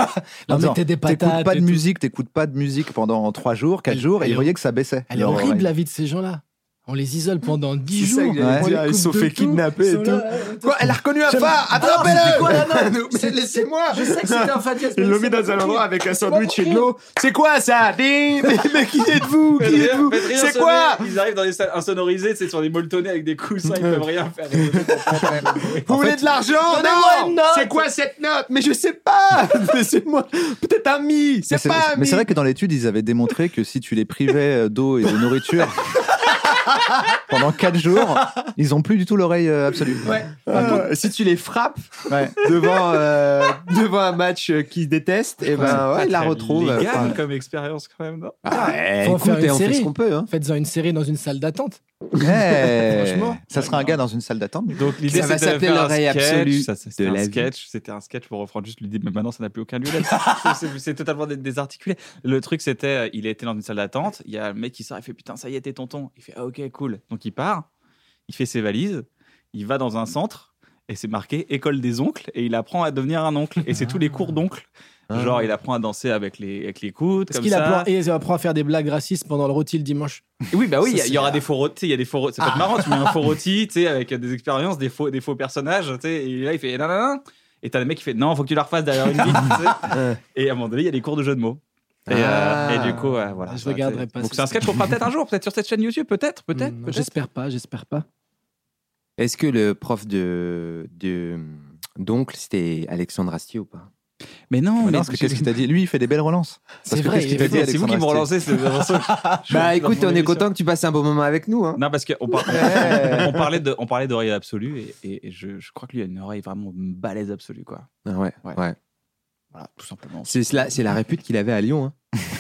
[SPEAKER 3] mais
[SPEAKER 5] disant,
[SPEAKER 3] t'es des
[SPEAKER 5] T'écoutes
[SPEAKER 3] patates.
[SPEAKER 5] pas de
[SPEAKER 3] et tout.
[SPEAKER 5] musique, t'écoutes pas de musique pendant 3 jours, 4
[SPEAKER 3] Elle-
[SPEAKER 5] jours, et
[SPEAKER 3] elle
[SPEAKER 5] ils
[SPEAKER 3] est-
[SPEAKER 5] voyaient que ça baissait.
[SPEAKER 3] Elle est
[SPEAKER 5] leur
[SPEAKER 3] horrible
[SPEAKER 5] oreille.
[SPEAKER 3] la vie de ces gens-là. On les isole pendant 10 jours.
[SPEAKER 2] ça que j'allais
[SPEAKER 3] On
[SPEAKER 2] dire,
[SPEAKER 3] les
[SPEAKER 2] ils
[SPEAKER 3] coupe
[SPEAKER 2] sont
[SPEAKER 3] de
[SPEAKER 2] fait
[SPEAKER 3] tout,
[SPEAKER 2] kidnapper
[SPEAKER 3] ils
[SPEAKER 2] et Ah,
[SPEAKER 3] sont là, euh,
[SPEAKER 2] Quoi Elle a reconnu un phare
[SPEAKER 3] c'était quoi, la note
[SPEAKER 2] Attrapez-le
[SPEAKER 3] C'est-
[SPEAKER 2] Laissez-moi
[SPEAKER 3] Je sais que c'était un fatias.
[SPEAKER 2] Il
[SPEAKER 3] mais
[SPEAKER 2] l'a mis
[SPEAKER 3] c'est
[SPEAKER 2] dans
[SPEAKER 3] pas
[SPEAKER 2] un
[SPEAKER 3] cool.
[SPEAKER 2] endroit avec un
[SPEAKER 3] sandwich
[SPEAKER 2] sandwich
[SPEAKER 3] et
[SPEAKER 2] et
[SPEAKER 3] de
[SPEAKER 2] de l'eau. C'est quoi ça Ding Mais, mais qui êtes-vous Qui êtes-vous C'est quoi
[SPEAKER 4] Ils arrivent dans des salles insonorisées, c'est sur des molletonnés avec des coussins, ils peuvent rien faire.
[SPEAKER 2] Vous voulez de l'argent
[SPEAKER 3] Donnez-moi une
[SPEAKER 2] Non
[SPEAKER 3] note
[SPEAKER 2] C'est quoi cette note Mais je sais pas Laissez-moi Peut-être un mi
[SPEAKER 5] Mais
[SPEAKER 2] C'est pas un mi
[SPEAKER 5] mais c'est vrai que dans l'étude, ils avaient démontré que si tu les privais euh, d'eau et de nourriture pendant 4 jours, ils ont plus du tout l'oreille euh, absolue.
[SPEAKER 3] Ouais.
[SPEAKER 2] Par contre, si tu les frappes
[SPEAKER 5] Ouais.
[SPEAKER 2] devant, euh, devant un match euh, qu'ils détestent, et ben ouais, ils la retrouvent.
[SPEAKER 5] euh,
[SPEAKER 2] Enfin,
[SPEAKER 4] comme expérience quand même. Non
[SPEAKER 2] Ah, eh,
[SPEAKER 3] Faut en
[SPEAKER 2] écoute,
[SPEAKER 3] faire une
[SPEAKER 2] eh, on fait
[SPEAKER 3] série.
[SPEAKER 2] ce qu'on peut. Hein.
[SPEAKER 3] Faites-en une série dans une salle d'attente.
[SPEAKER 5] Ouais.
[SPEAKER 3] Franchement.
[SPEAKER 5] Eh, ça sera un gars dans une salle d'attente.
[SPEAKER 4] Donc l'idée
[SPEAKER 2] Ça va
[SPEAKER 4] c'était de
[SPEAKER 2] s'appeler
[SPEAKER 4] faire un
[SPEAKER 2] l'oreille
[SPEAKER 4] sketch,
[SPEAKER 2] absolue
[SPEAKER 4] ça, ça, c'était
[SPEAKER 2] de
[SPEAKER 4] un
[SPEAKER 2] la vie.
[SPEAKER 4] sketch, c'était un sketch pour reprendre juste l'idée mais maintenant ça n'a plus aucun lieu d'être. C'est- c'est- c'est totalement dé- désarticulé. Le truc c'était euh, il était dans une salle d'attente, il y a un mec qui sort il fait putain ça y est t'es tonton. Il fait ah, OK cool. Donc il part, il fait ses valises, il va dans un centre et c'est marqué école des oncles et il apprend à devenir un oncle et c'est tous les cours d'oncle. Genre il apprend à danser avec les avec les coudes
[SPEAKER 3] Est-ce
[SPEAKER 4] comme
[SPEAKER 3] qu'il
[SPEAKER 4] ça.
[SPEAKER 3] apprend, et il apprend à faire des blagues racistes pendant le rôti le dimanche
[SPEAKER 4] Oui, bah oui, il y a-
[SPEAKER 3] Ça,
[SPEAKER 4] il y, aura
[SPEAKER 3] c'est-
[SPEAKER 4] des faux rôtis, il y a des faux rôtis. Ça peut être marrant, tu mets un faux rôti, tu sais, avec des expériences, des faux, des faux personnages, tu sais, et là, il fait nan nan nan. Et t'as le mec qui fait non, faut que tu la refasses derrière une vitre, tu sais.
[SPEAKER 2] Ouais.
[SPEAKER 4] Et à un moment donné, il y a des cours de jeux de mots. Et,
[SPEAKER 2] Ah.
[SPEAKER 4] euh, et du coup, euh, voilà.
[SPEAKER 3] Je regarderai pas,
[SPEAKER 4] Donc
[SPEAKER 3] c'est
[SPEAKER 4] c'est un
[SPEAKER 3] ça.
[SPEAKER 4] sketch qu'on fera peut-être un jour, peut-être sur cette chaîne YouTube, peut-être, peut-être,
[SPEAKER 3] Hmm,
[SPEAKER 4] peut-être.
[SPEAKER 3] J'espère pas, j'espère pas.
[SPEAKER 2] Est-ce que le prof de de- d'oncle, c'était Alexandre Astier ou pas
[SPEAKER 4] Mais non,
[SPEAKER 5] Mais
[SPEAKER 4] mais
[SPEAKER 5] non, parce que qu'est-ce qu'il t'a dit Lui, il fait des belles relances.
[SPEAKER 3] C'est
[SPEAKER 5] que
[SPEAKER 3] vrai,
[SPEAKER 5] qu'est-ce qu'il
[SPEAKER 3] il
[SPEAKER 5] t'a
[SPEAKER 3] est
[SPEAKER 5] dit,
[SPEAKER 4] c'est vous qui me
[SPEAKER 5] Alexandre Astier
[SPEAKER 4] relancez. c'est- Je-
[SPEAKER 2] Bah
[SPEAKER 4] dans
[SPEAKER 2] écoute,
[SPEAKER 4] mon
[SPEAKER 2] on est
[SPEAKER 4] émission.
[SPEAKER 2] content que tu passes un bon moment avec nous. Hein.
[SPEAKER 4] Non, parce qu'on par-
[SPEAKER 5] Ouais.
[SPEAKER 4] on parlait de, on parlait d'oreille absolue et, et- et je, je crois que lui a une oreille vraiment balèze absolue, quoi.
[SPEAKER 2] Ah ouais,
[SPEAKER 4] Ouais.
[SPEAKER 2] ouais.
[SPEAKER 4] Voilà. tout simplement.
[SPEAKER 2] C'est la, c'est la répute qu'il avait à Lyon. hein.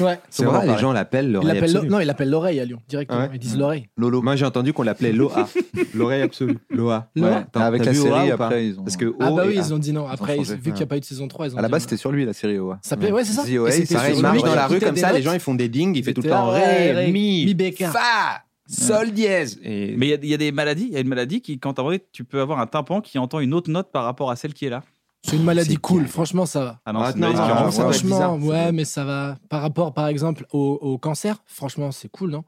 [SPEAKER 3] Ouais.
[SPEAKER 2] C'est
[SPEAKER 5] C'est
[SPEAKER 2] vrai,
[SPEAKER 5] vraiment
[SPEAKER 2] les
[SPEAKER 5] pareil.
[SPEAKER 2] gens l'appellent
[SPEAKER 3] Il
[SPEAKER 2] l'oreille
[SPEAKER 3] appelle l'o-
[SPEAKER 2] absolue.
[SPEAKER 3] non, il appelle l'oreille à Lyon, directement.
[SPEAKER 5] Ah ouais
[SPEAKER 3] Ils disent l'oreille.
[SPEAKER 5] Lolo.
[SPEAKER 2] Moi, j'ai entendu qu'on l'appelait Loa. l'oreille absolue. Loa.
[SPEAKER 3] Loa.
[SPEAKER 2] T'as-
[SPEAKER 5] Avec
[SPEAKER 2] t'as
[SPEAKER 5] la
[SPEAKER 2] vu Oa
[SPEAKER 5] série,
[SPEAKER 2] ou pas
[SPEAKER 5] après, ils ont.
[SPEAKER 2] Parce que O
[SPEAKER 3] Ah bah oui,
[SPEAKER 2] et A.
[SPEAKER 3] ils ont dit non. Après,
[SPEAKER 5] changé.
[SPEAKER 3] ils- vu qu'il n'y a pas eu de saison 3, ils ont
[SPEAKER 5] À la
[SPEAKER 3] dit
[SPEAKER 5] base,
[SPEAKER 3] non.
[SPEAKER 5] c'était sur lui, la série OA.
[SPEAKER 3] Ça s'appelait- ouais, c'est ça.
[SPEAKER 5] The
[SPEAKER 2] Et
[SPEAKER 5] OA,
[SPEAKER 2] c'était
[SPEAKER 5] ça
[SPEAKER 2] sur
[SPEAKER 5] arrive,
[SPEAKER 2] une
[SPEAKER 3] marche
[SPEAKER 2] marche
[SPEAKER 5] ouais.
[SPEAKER 2] dans la
[SPEAKER 3] qui
[SPEAKER 2] rue
[SPEAKER 3] coûtait
[SPEAKER 2] comme
[SPEAKER 3] des
[SPEAKER 2] ça, les
[SPEAKER 3] notes.
[SPEAKER 2] gens ils font des dings, il fait tout le
[SPEAKER 3] C'était
[SPEAKER 2] temps
[SPEAKER 3] ré,
[SPEAKER 2] ré,
[SPEAKER 3] ré,
[SPEAKER 2] mi,
[SPEAKER 3] mi, bécard.
[SPEAKER 2] fa, sol dièse. Et
[SPEAKER 4] Mais il y a- il y, a des maladies, il y a une maladie qui, quand t'as envie, tu peux avoir un tympan qui entend une autre note par rapport à celle qui est là.
[SPEAKER 3] C'est une maladie
[SPEAKER 2] C'est
[SPEAKER 3] cool,
[SPEAKER 2] bien.
[SPEAKER 3] franchement, ça va.
[SPEAKER 4] Ah non,
[SPEAKER 2] Ah,
[SPEAKER 4] c'est une
[SPEAKER 2] non,
[SPEAKER 4] maladie qui
[SPEAKER 2] ah,
[SPEAKER 4] rend-
[SPEAKER 2] ouais, ça doit être
[SPEAKER 3] franchement,
[SPEAKER 2] bizarre, ça doit
[SPEAKER 3] ouais,
[SPEAKER 2] être-
[SPEAKER 3] mais ça va. Par rapport, par exemple, au, au cancer, franchement, c'est cool, non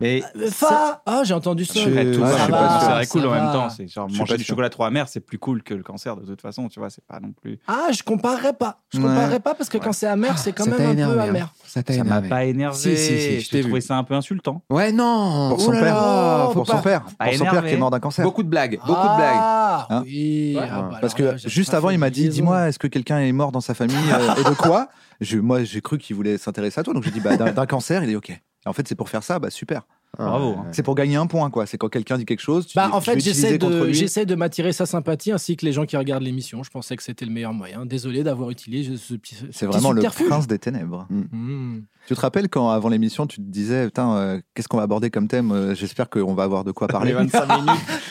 [SPEAKER 2] mais
[SPEAKER 3] Fa Ah, j'ai entendu ça.
[SPEAKER 5] Je-
[SPEAKER 4] Après, tout
[SPEAKER 5] Ah,
[SPEAKER 4] ça,
[SPEAKER 5] je
[SPEAKER 4] je
[SPEAKER 5] suis pas sûr.
[SPEAKER 4] ça serait cool
[SPEAKER 3] ça
[SPEAKER 4] en même
[SPEAKER 3] va.
[SPEAKER 4] temps. C'est genre
[SPEAKER 5] Je suis
[SPEAKER 4] manger
[SPEAKER 5] pas
[SPEAKER 4] du
[SPEAKER 5] sûr.
[SPEAKER 4] chocolat trop amer, c'est plus cool que le cancer de toute façon. Tu vois, c'est pas non plus.
[SPEAKER 3] Ah, je comparerais pas. Je
[SPEAKER 5] Ouais.
[SPEAKER 3] comparerais pas parce que quand c'est amer, c'est quand
[SPEAKER 2] Ça
[SPEAKER 3] même
[SPEAKER 2] t'a
[SPEAKER 3] un peu
[SPEAKER 2] énervé, hein.
[SPEAKER 3] amer.
[SPEAKER 2] ça t'a
[SPEAKER 4] Ça
[SPEAKER 5] Ah,
[SPEAKER 4] m'a
[SPEAKER 2] énervé.
[SPEAKER 4] pas énervé.
[SPEAKER 2] Si, si, si, je
[SPEAKER 4] je
[SPEAKER 2] t'ai
[SPEAKER 4] t'ai
[SPEAKER 2] vu.
[SPEAKER 4] trouvé ça un peu insultant.
[SPEAKER 2] Ouais, non.
[SPEAKER 5] Pour
[SPEAKER 2] oh
[SPEAKER 5] son
[SPEAKER 2] là
[SPEAKER 5] père.
[SPEAKER 2] là, faut
[SPEAKER 5] Pour son
[SPEAKER 2] pas.
[SPEAKER 5] père.
[SPEAKER 4] Ah,
[SPEAKER 5] Pour son père
[SPEAKER 4] énervé.
[SPEAKER 5] qui est mort d'un cancer.
[SPEAKER 2] Beaucoup de blagues, beaucoup de blagues.
[SPEAKER 3] Ah,
[SPEAKER 5] Hein
[SPEAKER 3] oui.
[SPEAKER 5] Ouais.
[SPEAKER 3] Ah, bah alors
[SPEAKER 5] Parce que
[SPEAKER 3] là, j'ai
[SPEAKER 5] juste
[SPEAKER 3] pas
[SPEAKER 5] avant,
[SPEAKER 3] fait
[SPEAKER 5] il
[SPEAKER 3] de
[SPEAKER 5] m'a dit
[SPEAKER 3] liaison.
[SPEAKER 5] Dis-moi, est-ce que quelqu'un est mort dans sa famille euh, et de quoi Je- Moi, j'ai cru qu'il voulait s'intéresser à toi, donc j'ai dit bah, D'un d'un cancer, il est OK. Et en fait, c'est pour faire ça, bah super.
[SPEAKER 4] Bravo, hein.
[SPEAKER 5] C'est pour gagner un point, quoi. C'est quand quelqu'un dit quelque chose, tu
[SPEAKER 3] Bah,
[SPEAKER 5] dis,
[SPEAKER 3] en
[SPEAKER 5] je
[SPEAKER 3] fait,
[SPEAKER 5] vais
[SPEAKER 3] j'essaie
[SPEAKER 5] l'utiliser contre
[SPEAKER 3] de,
[SPEAKER 5] lui.
[SPEAKER 3] j'essaie de m'attirer sa sympathie ainsi que les gens qui regardent l'émission. Je pensais que c'était le meilleur moyen. Désolé d'avoir utilisé ce petit. ce
[SPEAKER 5] C'est
[SPEAKER 3] petit
[SPEAKER 5] vraiment le
[SPEAKER 3] subterfuge.
[SPEAKER 5] prince des ténèbres.
[SPEAKER 3] Hmm.
[SPEAKER 5] Tu te rappelles quand, avant l'émission, tu te disais Putain, euh, qu'est-ce qu'on va aborder comme thème Euh, J'espère qu'on va avoir de quoi parler.
[SPEAKER 4] Les 25 minutes.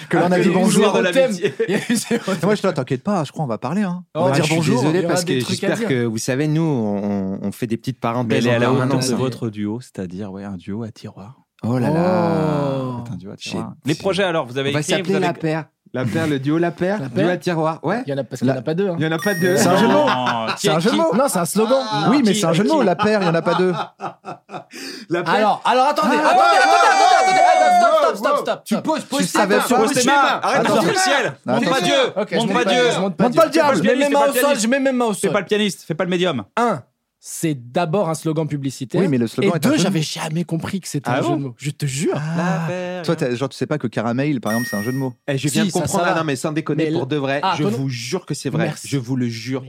[SPEAKER 5] que l'on a
[SPEAKER 3] Ah, que
[SPEAKER 5] dit
[SPEAKER 3] les
[SPEAKER 5] bonjour.
[SPEAKER 3] joueurs de la-
[SPEAKER 5] Et
[SPEAKER 4] l'amitié.
[SPEAKER 3] Il y a eu zéro-
[SPEAKER 5] Moi, je te dis, t'inquiète pas, je crois qu'on va parler. Hein.
[SPEAKER 3] On
[SPEAKER 2] Ah,
[SPEAKER 3] va dire
[SPEAKER 2] je suis
[SPEAKER 3] bonjour, il y
[SPEAKER 2] désolé
[SPEAKER 3] aura
[SPEAKER 2] parce
[SPEAKER 3] des
[SPEAKER 2] que
[SPEAKER 3] trucs à
[SPEAKER 2] j'espère
[SPEAKER 3] dire.
[SPEAKER 2] que vous savez, nous, on, on fait des petites parenthèses.
[SPEAKER 4] Belle est
[SPEAKER 2] en
[SPEAKER 4] à la hauteur
[SPEAKER 2] permanence.
[SPEAKER 4] de votre duo, c'est-à-dire ouais, un duo à tiroir.
[SPEAKER 2] Oh là là.
[SPEAKER 3] Oh.
[SPEAKER 4] Un duo à
[SPEAKER 2] J'ai
[SPEAKER 4] tiroir.
[SPEAKER 2] dit-
[SPEAKER 4] Les projets alors, vous avez
[SPEAKER 2] On va
[SPEAKER 4] écrit, vous
[SPEAKER 2] s'appeler
[SPEAKER 4] avez...
[SPEAKER 2] la paire. La paire, le duo la paire,
[SPEAKER 3] La
[SPEAKER 2] duo
[SPEAKER 3] paire.
[SPEAKER 2] à tiroir. Ouais.
[SPEAKER 3] Il y en a parce qu'il n'y en a pas deux. hein.
[SPEAKER 2] Il y en a pas deux.
[SPEAKER 5] C'est un jeu de mots.
[SPEAKER 4] Non,
[SPEAKER 5] C'est un jeu de mots.
[SPEAKER 3] Non, c'est un slogan.
[SPEAKER 5] oui, mais
[SPEAKER 4] qui-
[SPEAKER 5] c'est un jeu de mots. La paire, il n'y en a pas deux.
[SPEAKER 2] La paire.
[SPEAKER 3] Alors, alors attendez,
[SPEAKER 2] Ah,
[SPEAKER 3] attendez,
[SPEAKER 2] ouais,
[SPEAKER 3] attendez,
[SPEAKER 2] ouais,
[SPEAKER 3] attendez,
[SPEAKER 2] ouais,
[SPEAKER 3] attendez, stop,
[SPEAKER 2] ouais,
[SPEAKER 3] stop,
[SPEAKER 2] ouais.
[SPEAKER 3] stop, stop.
[SPEAKER 2] Tu poses, poses
[SPEAKER 5] Juste
[SPEAKER 2] tes
[SPEAKER 5] avec-
[SPEAKER 2] mains.
[SPEAKER 5] Pose
[SPEAKER 2] Pose tes
[SPEAKER 4] mains.
[SPEAKER 2] mains.
[SPEAKER 4] Arrête de
[SPEAKER 2] Attends.
[SPEAKER 4] monter Ah, le ciel. Monte
[SPEAKER 5] Attention.
[SPEAKER 4] pas Dieu.
[SPEAKER 3] Ok, je
[SPEAKER 4] Monte
[SPEAKER 3] monte
[SPEAKER 4] pas
[SPEAKER 3] pas
[SPEAKER 4] Dieu.
[SPEAKER 3] Dieu, je monte pas
[SPEAKER 2] Monte
[SPEAKER 3] Dieu.
[SPEAKER 2] pas le diable.
[SPEAKER 3] Je mets mes
[SPEAKER 4] Fais pas
[SPEAKER 3] mains
[SPEAKER 4] le
[SPEAKER 3] au sol,
[SPEAKER 4] pianiste.
[SPEAKER 3] je mets mes mains au
[SPEAKER 4] Fais pas
[SPEAKER 3] sol.
[SPEAKER 4] le pianiste, fais pas le médium.
[SPEAKER 3] Un, c'est d'abord un slogan publicitaire.
[SPEAKER 5] Oui, mais le slogan
[SPEAKER 3] Et
[SPEAKER 5] est un
[SPEAKER 3] deux,
[SPEAKER 5] jeu de
[SPEAKER 3] j'avais jamais compris que c'était
[SPEAKER 4] Ah
[SPEAKER 3] un jeu
[SPEAKER 4] bon
[SPEAKER 3] de mots. Je te jure.
[SPEAKER 2] Ah,
[SPEAKER 4] La paire.
[SPEAKER 5] Toi, t'as- genre, tu sais pas que caramel, par exemple, c'est un jeu de mots.
[SPEAKER 2] Eh, je
[SPEAKER 3] Si,
[SPEAKER 2] viens de
[SPEAKER 3] ça, ça
[SPEAKER 2] comprendre. Ah
[SPEAKER 3] va.
[SPEAKER 2] non, mais sans déconner,
[SPEAKER 3] Mais
[SPEAKER 2] pour
[SPEAKER 3] le-
[SPEAKER 2] de vrai,
[SPEAKER 3] Ah,
[SPEAKER 2] je
[SPEAKER 3] toi non.
[SPEAKER 2] vous jure que c'est vrai.
[SPEAKER 3] Merci.
[SPEAKER 2] Je vous le jure.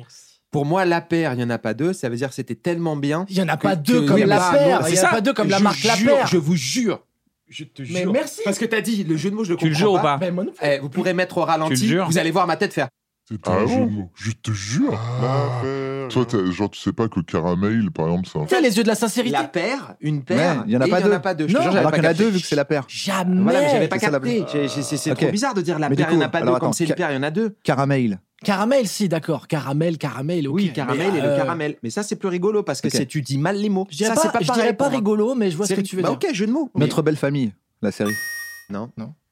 [SPEAKER 2] Pour moi, la paire, il n'y en a pas deux. Ça veut dire que c'était tellement bien.
[SPEAKER 3] Il y en a pas
[SPEAKER 2] que-
[SPEAKER 3] deux
[SPEAKER 2] que-
[SPEAKER 3] comme
[SPEAKER 2] oui,
[SPEAKER 3] la
[SPEAKER 2] bah, non,
[SPEAKER 3] paire.
[SPEAKER 2] c'est
[SPEAKER 3] Il y en a
[SPEAKER 2] ça.
[SPEAKER 3] pas deux comme la
[SPEAKER 2] Je
[SPEAKER 3] marque la
[SPEAKER 2] jure,
[SPEAKER 3] paire.
[SPEAKER 2] Je vous jure. Je te
[SPEAKER 3] Mais
[SPEAKER 2] jure.
[SPEAKER 3] merci.
[SPEAKER 2] Parce que t'as dit, le jeu de mots, je le
[SPEAKER 4] Tu
[SPEAKER 2] comprends
[SPEAKER 4] le jures ou
[SPEAKER 2] pas.
[SPEAKER 4] pas
[SPEAKER 3] Ben, moi non plus.
[SPEAKER 2] Eh, vous pourrez mettre au
[SPEAKER 4] Tu le
[SPEAKER 2] ralenti.
[SPEAKER 4] jures
[SPEAKER 2] Vous allez voir ma tête faire.
[SPEAKER 6] C'était un jeu de mots. Je te jure. Ah Toi, t'as- genre, tu sais pas que caramel, par exemple, c'est un
[SPEAKER 3] Putain, les yeux de la sincérité.
[SPEAKER 2] La paire, une
[SPEAKER 5] Ouais,
[SPEAKER 2] paire.
[SPEAKER 5] il y en a
[SPEAKER 2] et
[SPEAKER 5] pas
[SPEAKER 2] Il y en
[SPEAKER 5] deux.
[SPEAKER 2] a pas deux. Je te
[SPEAKER 5] Non,
[SPEAKER 2] jure, j'avais
[SPEAKER 5] alors
[SPEAKER 2] pas
[SPEAKER 5] qu'il y en a
[SPEAKER 2] capté.
[SPEAKER 5] deux, vu que c'est la paire.
[SPEAKER 3] Jamais.
[SPEAKER 2] Voilà, mais j'avais pas
[SPEAKER 5] c'est ça la-
[SPEAKER 2] capté. J'ai- j'ai- C'est c'est
[SPEAKER 5] Ok.
[SPEAKER 2] trop bizarre de dire la
[SPEAKER 5] Mais du
[SPEAKER 2] paire, il n'y en
[SPEAKER 5] coup,
[SPEAKER 2] a pas
[SPEAKER 5] alors
[SPEAKER 2] deux. Comme
[SPEAKER 5] attends,
[SPEAKER 2] c'est le
[SPEAKER 5] ca-
[SPEAKER 2] paire, il y en a deux.
[SPEAKER 5] Caramel.
[SPEAKER 3] Caramel, si, d'accord. Caramel, caramel. ok.
[SPEAKER 2] Oui, caramel
[SPEAKER 3] Mais,
[SPEAKER 2] et le
[SPEAKER 3] euh,
[SPEAKER 2] caramel. Mais ça, c'est plus rigolo parce que
[SPEAKER 5] Ok.
[SPEAKER 2] c'est tu dis mal les mots.
[SPEAKER 3] Je dirais
[SPEAKER 2] Ça, c'est
[SPEAKER 3] pas,
[SPEAKER 2] pas
[SPEAKER 3] je dirais
[SPEAKER 2] pareil
[SPEAKER 3] pas
[SPEAKER 2] pour moi.
[SPEAKER 3] rigolo, mais je vois ce
[SPEAKER 2] C'est-
[SPEAKER 3] que tu veux
[SPEAKER 2] bah,
[SPEAKER 3] dire.
[SPEAKER 2] Ok, jeu de mots.
[SPEAKER 5] Notre belle famille, la série.
[SPEAKER 2] Non.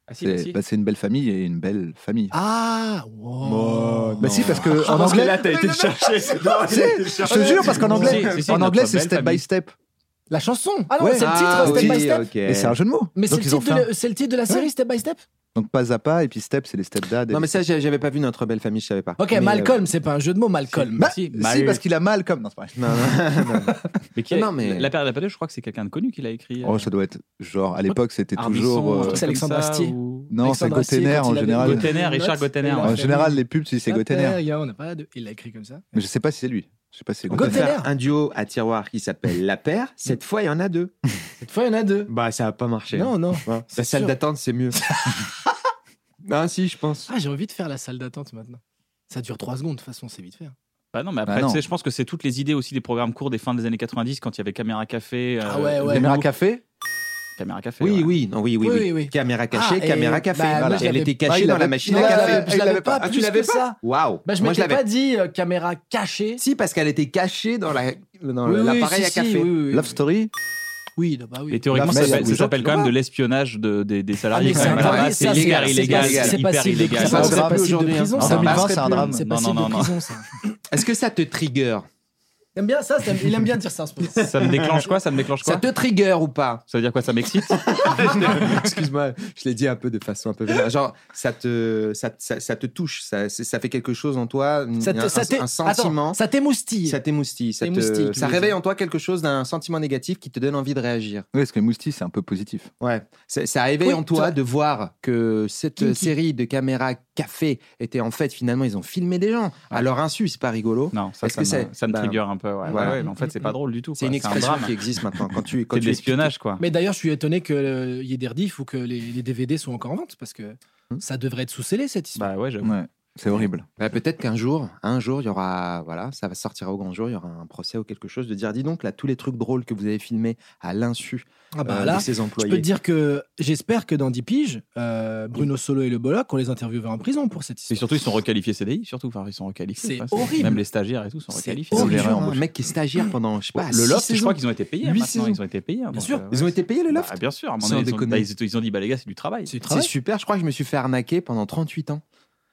[SPEAKER 4] Ah, si,
[SPEAKER 5] C'est
[SPEAKER 4] si.
[SPEAKER 5] bah, c'est une belle famille et une belle famille.
[SPEAKER 3] Ah, wow.
[SPEAKER 5] bah si, parce que en anglais,
[SPEAKER 2] t'as été le chercher.
[SPEAKER 4] Ah,
[SPEAKER 5] Tu sais, je te jure, parce qu'en anglais,
[SPEAKER 4] Si, si, si,
[SPEAKER 5] en
[SPEAKER 4] notre
[SPEAKER 5] anglais, c'est
[SPEAKER 4] belle
[SPEAKER 5] step
[SPEAKER 4] famille.
[SPEAKER 5] by step.
[SPEAKER 3] La chanson. Ah non,
[SPEAKER 5] Ouais.
[SPEAKER 3] c'est le titre,
[SPEAKER 5] Ah,
[SPEAKER 3] Step
[SPEAKER 5] oui,
[SPEAKER 3] by Step.
[SPEAKER 5] Et c'est un jeu de mots.
[SPEAKER 3] Mais c'est le,
[SPEAKER 5] Donc ils ont
[SPEAKER 3] titre
[SPEAKER 5] fait.
[SPEAKER 3] de
[SPEAKER 5] un-
[SPEAKER 3] la- c'est le titre de la série, Step by Step
[SPEAKER 5] Donc pas à pas et puis step, c'est les step dad. et
[SPEAKER 2] Non, mais
[SPEAKER 5] les-
[SPEAKER 2] ça, j'ai- j'avais pas vu notre belle famille, je savais pas.
[SPEAKER 3] Ok,
[SPEAKER 2] Mais, euh,
[SPEAKER 3] Malcolm, c'est pas un jeu de mots, Malcolm.
[SPEAKER 5] Bah,
[SPEAKER 4] Si,
[SPEAKER 5] si,
[SPEAKER 4] mal-
[SPEAKER 5] parce qu'il a mal comme. Non, c'est pas vrai.
[SPEAKER 2] euh, Non, non, non.
[SPEAKER 4] Mais qui
[SPEAKER 2] Non,
[SPEAKER 4] a-
[SPEAKER 2] mais-
[SPEAKER 4] La paire de la paire, je crois que c'est quelqu'un de connu qui l'a écrit.
[SPEAKER 5] Oh, ça doit être genre à l'époque, c'était
[SPEAKER 4] Arbisson,
[SPEAKER 5] toujours.
[SPEAKER 4] un
[SPEAKER 5] euh,
[SPEAKER 4] truc
[SPEAKER 3] c'est Alexandre
[SPEAKER 4] comme ça,
[SPEAKER 3] Astier.
[SPEAKER 4] ou-
[SPEAKER 5] Non, c'est
[SPEAKER 3] Alexandre Astier,
[SPEAKER 5] Gottener
[SPEAKER 3] quand il
[SPEAKER 5] en
[SPEAKER 3] avait
[SPEAKER 5] général.
[SPEAKER 3] une
[SPEAKER 4] Gottener,
[SPEAKER 3] note,
[SPEAKER 4] Richard Gottener.
[SPEAKER 3] il a
[SPEAKER 5] En
[SPEAKER 3] fait
[SPEAKER 5] général,
[SPEAKER 3] une-
[SPEAKER 5] les pubs, tu dis c'est
[SPEAKER 3] La paire,
[SPEAKER 5] Gottener.
[SPEAKER 3] il y a- on n'a pas la deux. Il l'a écrit comme ça.
[SPEAKER 5] Mais je sais pas si c'est lui. Je sais pas si c'est
[SPEAKER 2] On peut
[SPEAKER 5] Gottener.
[SPEAKER 3] Gottener.
[SPEAKER 2] faire un duo à tiroir qui s'appelle La Paire. Cette fois, il y en a deux.
[SPEAKER 3] Cette fois, il y en a deux.
[SPEAKER 2] Bah, ça a pas marché.
[SPEAKER 3] Non, non.
[SPEAKER 2] Ouais.
[SPEAKER 3] c'est
[SPEAKER 2] La salle
[SPEAKER 3] sûr.
[SPEAKER 2] d'attente, c'est mieux. Non, si, je pense.
[SPEAKER 3] Ah, j'ai envie de faire la salle d'attente maintenant. Ça dure 3 secondes, de toute façon, c'est vite fait.
[SPEAKER 4] Bah non, mais
[SPEAKER 5] Bah
[SPEAKER 4] après,
[SPEAKER 5] non.
[SPEAKER 4] tu sais, je pense que c'est toutes les idées aussi des programmes courts des fins des années 90 quand il y avait Caméra Café. euh,
[SPEAKER 3] Ah ouais, ouais.
[SPEAKER 5] Caméra café
[SPEAKER 4] Caméra Café.
[SPEAKER 2] Oui,
[SPEAKER 4] ouais.
[SPEAKER 2] oui, non, oui, oui,
[SPEAKER 3] Oui,
[SPEAKER 2] oui,
[SPEAKER 3] oui, oui.
[SPEAKER 2] Caméra cachée,
[SPEAKER 3] Ah, et-
[SPEAKER 2] caméra café.
[SPEAKER 3] bah, moi,
[SPEAKER 2] Voilà.
[SPEAKER 3] je
[SPEAKER 2] Elle
[SPEAKER 3] l'avais-
[SPEAKER 2] était
[SPEAKER 5] Ah,
[SPEAKER 2] cachée
[SPEAKER 5] il
[SPEAKER 2] dans
[SPEAKER 5] l'avait-
[SPEAKER 2] la machine
[SPEAKER 5] il
[SPEAKER 2] à
[SPEAKER 5] l'avait-
[SPEAKER 2] café.
[SPEAKER 5] je l'avais pas.
[SPEAKER 2] Ah, tu
[SPEAKER 3] plus
[SPEAKER 2] l'avais
[SPEAKER 3] que
[SPEAKER 2] pas
[SPEAKER 3] ça.
[SPEAKER 2] Waouh.
[SPEAKER 3] Bah, je
[SPEAKER 2] Moi, je
[SPEAKER 3] m'étais
[SPEAKER 2] l'avais.
[SPEAKER 3] pas dit euh, caméra cachée.
[SPEAKER 2] Si, parce qu'elle était cachée dans la- dans
[SPEAKER 3] Oui, oui,
[SPEAKER 2] l'appareil
[SPEAKER 3] si,
[SPEAKER 2] à
[SPEAKER 3] si,
[SPEAKER 2] café.
[SPEAKER 3] oui, oui, oui.
[SPEAKER 5] Love Story
[SPEAKER 3] Oui, non, bah oui. Ah,
[SPEAKER 4] Et théoriquement,
[SPEAKER 5] La
[SPEAKER 4] ça
[SPEAKER 5] mail,
[SPEAKER 4] s'appelle-
[SPEAKER 5] oui.
[SPEAKER 4] ça
[SPEAKER 5] Genre,
[SPEAKER 4] s'appelle
[SPEAKER 5] tu
[SPEAKER 4] quand
[SPEAKER 5] vois.
[SPEAKER 4] même de l'espionnage de- des, des salariés.
[SPEAKER 3] mais
[SPEAKER 4] quand
[SPEAKER 3] c'est
[SPEAKER 4] même.
[SPEAKER 3] interdit, ça,
[SPEAKER 4] Là-bas, c'est
[SPEAKER 3] c'est-
[SPEAKER 4] légal,
[SPEAKER 3] c'est
[SPEAKER 4] illégal,
[SPEAKER 3] pas- c'est
[SPEAKER 4] c'est
[SPEAKER 3] pas
[SPEAKER 4] hyper
[SPEAKER 3] si
[SPEAKER 4] illégal.
[SPEAKER 3] légal.
[SPEAKER 5] Ça, c'est
[SPEAKER 3] pas
[SPEAKER 5] grave
[SPEAKER 3] possible de
[SPEAKER 2] aujourd'hui, hein.
[SPEAKER 3] prison,
[SPEAKER 5] En
[SPEAKER 3] ça.
[SPEAKER 5] 2020, c'est un
[SPEAKER 3] Plus,
[SPEAKER 5] drame.
[SPEAKER 3] C'est
[SPEAKER 4] Non,
[SPEAKER 3] pas
[SPEAKER 4] non,
[SPEAKER 3] de
[SPEAKER 4] non,
[SPEAKER 3] prison, ça.
[SPEAKER 2] Est-ce que ça te trigger
[SPEAKER 3] J'aime bien ça, ça- il aime bien dire ça en ce moment.
[SPEAKER 4] Ça me déclenche quoi Ça me déclenche
[SPEAKER 2] Ça
[SPEAKER 4] quoi
[SPEAKER 2] te trigger ou pas
[SPEAKER 4] Ça veut dire quoi Ça m'excite
[SPEAKER 2] Excuse-moi, je l'ai dit un peu de façon un peu vénère. Genre, ça te, ça, ça- ça te touche, ça, c'est- ça fait quelque chose en toi, une-
[SPEAKER 3] Ça te-
[SPEAKER 2] un,
[SPEAKER 3] ça t'é-
[SPEAKER 2] un
[SPEAKER 3] Attends,
[SPEAKER 2] sentiment.
[SPEAKER 3] ça t'émoustille.
[SPEAKER 2] ça t'émoustille, ça, te-
[SPEAKER 3] T'émoustille, tu
[SPEAKER 2] ça
[SPEAKER 3] veux
[SPEAKER 2] réveille
[SPEAKER 3] dire.
[SPEAKER 2] en toi quelque chose d'un sentiment négatif qui te donne envie de réagir.
[SPEAKER 5] Oui, parce que Mousti, c'est un peu positif.
[SPEAKER 2] Ouais, ça, ça réveille
[SPEAKER 3] Oui,
[SPEAKER 2] en toi
[SPEAKER 3] ça-
[SPEAKER 2] de voir que cette
[SPEAKER 3] Kinky.
[SPEAKER 2] série de caméras café était en fait finalement ils ont filmé des gens. À leur insu, c'est pas rigolo.
[SPEAKER 4] Non, ça,
[SPEAKER 2] Est-ce
[SPEAKER 4] ça,
[SPEAKER 2] que
[SPEAKER 4] me,
[SPEAKER 2] c'est-
[SPEAKER 4] ça me
[SPEAKER 2] bah,
[SPEAKER 4] trigger un peu. Ouais,
[SPEAKER 2] voilà.
[SPEAKER 4] Ouais, ouais, mais en fait, c'est pas drôle du tout.
[SPEAKER 2] C'est
[SPEAKER 4] quoi.
[SPEAKER 2] une expression
[SPEAKER 4] un drame.
[SPEAKER 2] qui existe maintenant. Quand tu, quand
[SPEAKER 4] C'est de
[SPEAKER 2] tu expliques-
[SPEAKER 4] l'espionnage, quoi.
[SPEAKER 3] Mais d'ailleurs, je suis étonné que
[SPEAKER 2] Hmm.
[SPEAKER 3] euh, il y ait des rediffs ou que les, les DVD sont encore en vente parce que ça devrait être sous-scellé cette histoire.
[SPEAKER 4] Bah ouais, j'avoue.
[SPEAKER 5] Ouais. C'est horrible.
[SPEAKER 2] Bah, peut-être qu'un jour, un jour, il y aura, voilà, ça va sortir au grand jour, il y aura un procès ou quelque chose de dire, dis donc là, tous les trucs drôles que vous avez filmés à l'insu
[SPEAKER 3] Ah bah
[SPEAKER 2] euh,
[SPEAKER 3] là,
[SPEAKER 2] de ces
[SPEAKER 3] je
[SPEAKER 2] employés.
[SPEAKER 3] peux te dire que j'espère que dans 10 piges, euh, Bruno Solo et le Bolloc, on les interviewera en prison pour cette
[SPEAKER 4] Et
[SPEAKER 3] histoire.
[SPEAKER 4] surtout, ils sont requalifiés CDI, surtout. Enfin, ils sont requalifiés.
[SPEAKER 3] C'est
[SPEAKER 4] enfin,
[SPEAKER 3] horrible.
[SPEAKER 4] Même les stagiaires et tout sont
[SPEAKER 3] C'est
[SPEAKER 4] requalifiés.
[SPEAKER 2] C'est
[SPEAKER 3] horrible.
[SPEAKER 2] dur, hein,
[SPEAKER 3] embauche.
[SPEAKER 2] un mec qui est stagiaire pendant, je sais pas,
[SPEAKER 4] Le
[SPEAKER 2] Bah, six
[SPEAKER 4] loft, je
[SPEAKER 2] saisons.
[SPEAKER 4] crois qu'ils ont été payés. hein,
[SPEAKER 2] Huit
[SPEAKER 4] Maintenant,
[SPEAKER 2] saisons.
[SPEAKER 4] ils ont été payés. donc,
[SPEAKER 3] sûr.
[SPEAKER 4] euh,
[SPEAKER 2] Ils ont été payés le
[SPEAKER 4] bah,
[SPEAKER 2] loft
[SPEAKER 4] Bien sûr. à un moment
[SPEAKER 2] Sans
[SPEAKER 4] donné, ils, ont,
[SPEAKER 2] déconner.
[SPEAKER 4] bah, ils- ils ont dit, bah les gars, c'est du travail.
[SPEAKER 3] C'est du
[SPEAKER 2] C'est
[SPEAKER 3] travail.
[SPEAKER 2] super, je crois que je me suis fait arnaquer pendant 38 ans.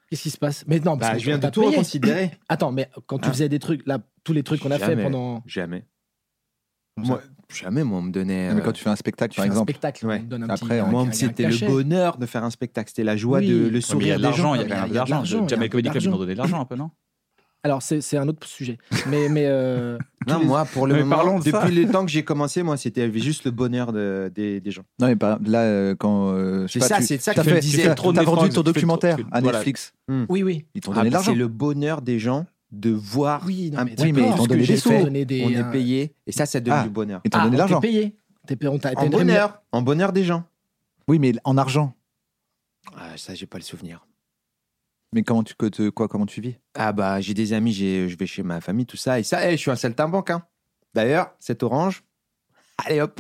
[SPEAKER 3] Qu'est-ce qui se passe Mais
[SPEAKER 2] Bah,
[SPEAKER 3] non, parce que on t'a payé.
[SPEAKER 2] reconsidérer.
[SPEAKER 3] Attends, mais quand tu
[SPEAKER 2] Hein
[SPEAKER 3] faisais des trucs, là, tous les trucs qu'on a fait
[SPEAKER 2] Jamais.
[SPEAKER 3] pendant
[SPEAKER 2] Jamais.
[SPEAKER 3] Comme ça.
[SPEAKER 2] Moi, jamais, moi, on me donnait.
[SPEAKER 5] Non, mais
[SPEAKER 2] euh,
[SPEAKER 5] quand tu fais un spectacle,
[SPEAKER 3] tu
[SPEAKER 5] par
[SPEAKER 3] fais un
[SPEAKER 5] exemple,
[SPEAKER 3] spectacle,
[SPEAKER 2] Ouais.
[SPEAKER 3] on te donne un petit-
[SPEAKER 5] Après,
[SPEAKER 3] un-
[SPEAKER 2] moi,
[SPEAKER 3] un- un
[SPEAKER 2] c'était le
[SPEAKER 3] cachet.
[SPEAKER 2] bonheur de faire un spectacle, c'était la joie,
[SPEAKER 3] Oui.
[SPEAKER 2] de, le
[SPEAKER 3] Ouais,
[SPEAKER 4] Ouais, mais il y
[SPEAKER 2] sourire
[SPEAKER 4] a de
[SPEAKER 2] des
[SPEAKER 4] l'argent,
[SPEAKER 2] gens.
[SPEAKER 4] il y a
[SPEAKER 3] il y a
[SPEAKER 4] de
[SPEAKER 3] de
[SPEAKER 4] l'argent.
[SPEAKER 3] l'argent, il y a
[SPEAKER 4] Jamais
[SPEAKER 3] de
[SPEAKER 4] Comedy Club, ils
[SPEAKER 3] l'argent.
[SPEAKER 4] ont donné de l'argent un peu, non
[SPEAKER 3] Alors, c'est c'est un autre sujet. Mais, mais euh,
[SPEAKER 2] Non, moi, pour le
[SPEAKER 4] Mais
[SPEAKER 2] moment,
[SPEAKER 4] parlons de
[SPEAKER 2] depuis
[SPEAKER 4] ça.
[SPEAKER 2] le temps que j'ai commencé, moi, c'était juste le bonheur de- des, des gens.
[SPEAKER 5] non mais par- là euh, quand euh, je
[SPEAKER 2] C'est
[SPEAKER 5] sais pas,
[SPEAKER 2] ça,
[SPEAKER 5] tu-
[SPEAKER 2] c'est ça
[SPEAKER 5] t'as
[SPEAKER 2] que je me
[SPEAKER 5] fait-
[SPEAKER 2] disais.
[SPEAKER 5] t'as-
[SPEAKER 4] Trop de
[SPEAKER 5] t'as vendu
[SPEAKER 4] Netflix,
[SPEAKER 5] ton
[SPEAKER 4] tu fais trop-
[SPEAKER 5] documentaire
[SPEAKER 4] tu fais-
[SPEAKER 5] à
[SPEAKER 4] voilà.
[SPEAKER 5] Netflix,
[SPEAKER 3] oui, oui. Ah
[SPEAKER 5] ils t'ont
[SPEAKER 2] Ah,
[SPEAKER 5] donné de l'argent.
[SPEAKER 2] C'est le bonheur des gens de voir
[SPEAKER 3] Oui, non,
[SPEAKER 2] un
[SPEAKER 3] mais
[SPEAKER 2] petit
[SPEAKER 3] d'accord.
[SPEAKER 5] mais ils t'ont
[SPEAKER 2] ce que
[SPEAKER 5] donné
[SPEAKER 2] j'ai
[SPEAKER 5] des
[SPEAKER 3] Ils t'ont
[SPEAKER 5] sous.
[SPEAKER 2] fait,
[SPEAKER 3] donné des,
[SPEAKER 2] on est
[SPEAKER 3] euh,
[SPEAKER 2] payé, et ça, ça devient
[SPEAKER 5] Ah.
[SPEAKER 2] du bonheur.
[SPEAKER 5] Ils t'ont
[SPEAKER 3] Ah,
[SPEAKER 5] donné de
[SPEAKER 3] on t'est
[SPEAKER 5] l'argent.
[SPEAKER 3] payé. T'es payé- on t'a- t'as
[SPEAKER 2] En
[SPEAKER 3] une rémunération.
[SPEAKER 2] bonheur, en bonheur des gens.
[SPEAKER 5] Oui, mais en argent.
[SPEAKER 2] Ah, ça, j'ai pas le souvenir.
[SPEAKER 5] Mais comment tu que te- quoi comment tu vis
[SPEAKER 2] Ah bah j'ai des amis, j'ai- je vais chez ma famille, tout ça. Et ça, eh, je suis un saltimbanque. Hein. D'ailleurs, cette orange, allez hop,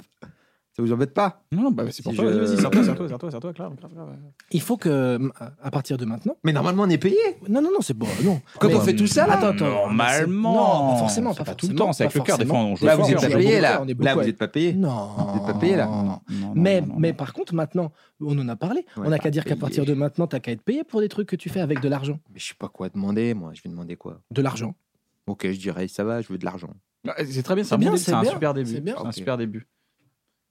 [SPEAKER 2] ça vous embête pas
[SPEAKER 4] Non, non, bah c'est pour
[SPEAKER 2] Si
[SPEAKER 4] toi.
[SPEAKER 2] je-
[SPEAKER 4] Vas-y, vas-y, sers-toi, sers-toi, sers-toi, sers-toi, Claire, Claire, Claire.
[SPEAKER 3] Il faut que, m- à partir de maintenant.
[SPEAKER 2] Mais normalement, on est payé.
[SPEAKER 3] Non, non, non, c'est bon. Non.
[SPEAKER 2] Comme
[SPEAKER 3] Mais-
[SPEAKER 2] on fait tout ça là
[SPEAKER 3] Attends, attends.
[SPEAKER 4] Normalement.
[SPEAKER 3] Non, pas forcément.
[SPEAKER 4] C'est
[SPEAKER 3] Pas,
[SPEAKER 4] pas tout le
[SPEAKER 3] forcément,
[SPEAKER 4] temps, c'est avec
[SPEAKER 3] pas
[SPEAKER 4] le cœur, des fois,
[SPEAKER 3] forcément.
[SPEAKER 4] on joue
[SPEAKER 2] Là,
[SPEAKER 4] fort,
[SPEAKER 2] vous êtes
[SPEAKER 4] on
[SPEAKER 2] pas
[SPEAKER 4] joue
[SPEAKER 2] payé là.
[SPEAKER 3] On est beaucoup
[SPEAKER 2] Là, vous
[SPEAKER 3] à-
[SPEAKER 2] n'êtes pas payé.
[SPEAKER 3] Non.
[SPEAKER 2] Vous êtes pas payé, là.
[SPEAKER 3] Non, non.
[SPEAKER 4] Non, non,
[SPEAKER 3] Mais,
[SPEAKER 4] non, non,
[SPEAKER 3] mais
[SPEAKER 4] non.
[SPEAKER 3] par contre, maintenant, on n'en a parlé.
[SPEAKER 2] Ouais,
[SPEAKER 3] on n'a
[SPEAKER 2] pas
[SPEAKER 3] qu'à dire qu'à
[SPEAKER 2] payé.
[SPEAKER 3] partir de maintenant, t'as qu'à être payé pour des trucs que tu fais avec de l'argent.
[SPEAKER 2] Mais je sais pas quoi demander, moi. Je vais demander quoi
[SPEAKER 3] De l'argent.
[SPEAKER 2] Ok, je dirais ça va, je veux de l'argent.
[SPEAKER 4] Bah, C'est très bien, c'est
[SPEAKER 3] C'est
[SPEAKER 4] un, bon
[SPEAKER 3] bien,
[SPEAKER 4] début,
[SPEAKER 3] c'est
[SPEAKER 4] c'est un
[SPEAKER 3] bien,
[SPEAKER 4] super début.
[SPEAKER 3] c'est bien.
[SPEAKER 4] C'est un
[SPEAKER 2] Ok.
[SPEAKER 4] super début.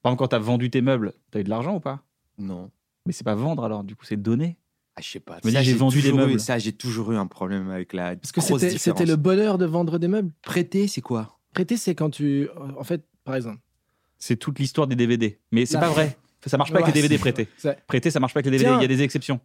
[SPEAKER 4] Par exemple, quand t'as vendu tes meubles, t'as eu de l'argent ou pas
[SPEAKER 2] Non.
[SPEAKER 4] Mais c'est pas vendre alors, du coup, c'est donner.
[SPEAKER 2] Ah, je sais pas.
[SPEAKER 4] me
[SPEAKER 2] Ça,
[SPEAKER 4] dis, j'ai vendu
[SPEAKER 2] toujours
[SPEAKER 4] des
[SPEAKER 2] eu-
[SPEAKER 4] meubles.
[SPEAKER 2] Ça, j'ai toujours eu un problème avec la.
[SPEAKER 3] Parce que
[SPEAKER 2] grosse
[SPEAKER 3] c'était
[SPEAKER 2] différence.
[SPEAKER 3] c'était le bonheur de vendre des meubles.
[SPEAKER 2] prêter, c'est quoi
[SPEAKER 3] Prêter, c'est quand tu. euh, En fait, par exemple.
[SPEAKER 4] C'est toute l'histoire des DVD. Mais c'est
[SPEAKER 3] Là.
[SPEAKER 4] pas vrai. Ça marche pas avec
[SPEAKER 3] Ouais,
[SPEAKER 4] les DVD
[SPEAKER 3] c'est-
[SPEAKER 4] prêtés.
[SPEAKER 3] c'est-
[SPEAKER 4] Prêtés, ça marche pas avec les DVD.
[SPEAKER 3] Tiens.
[SPEAKER 4] Il y a des exceptions.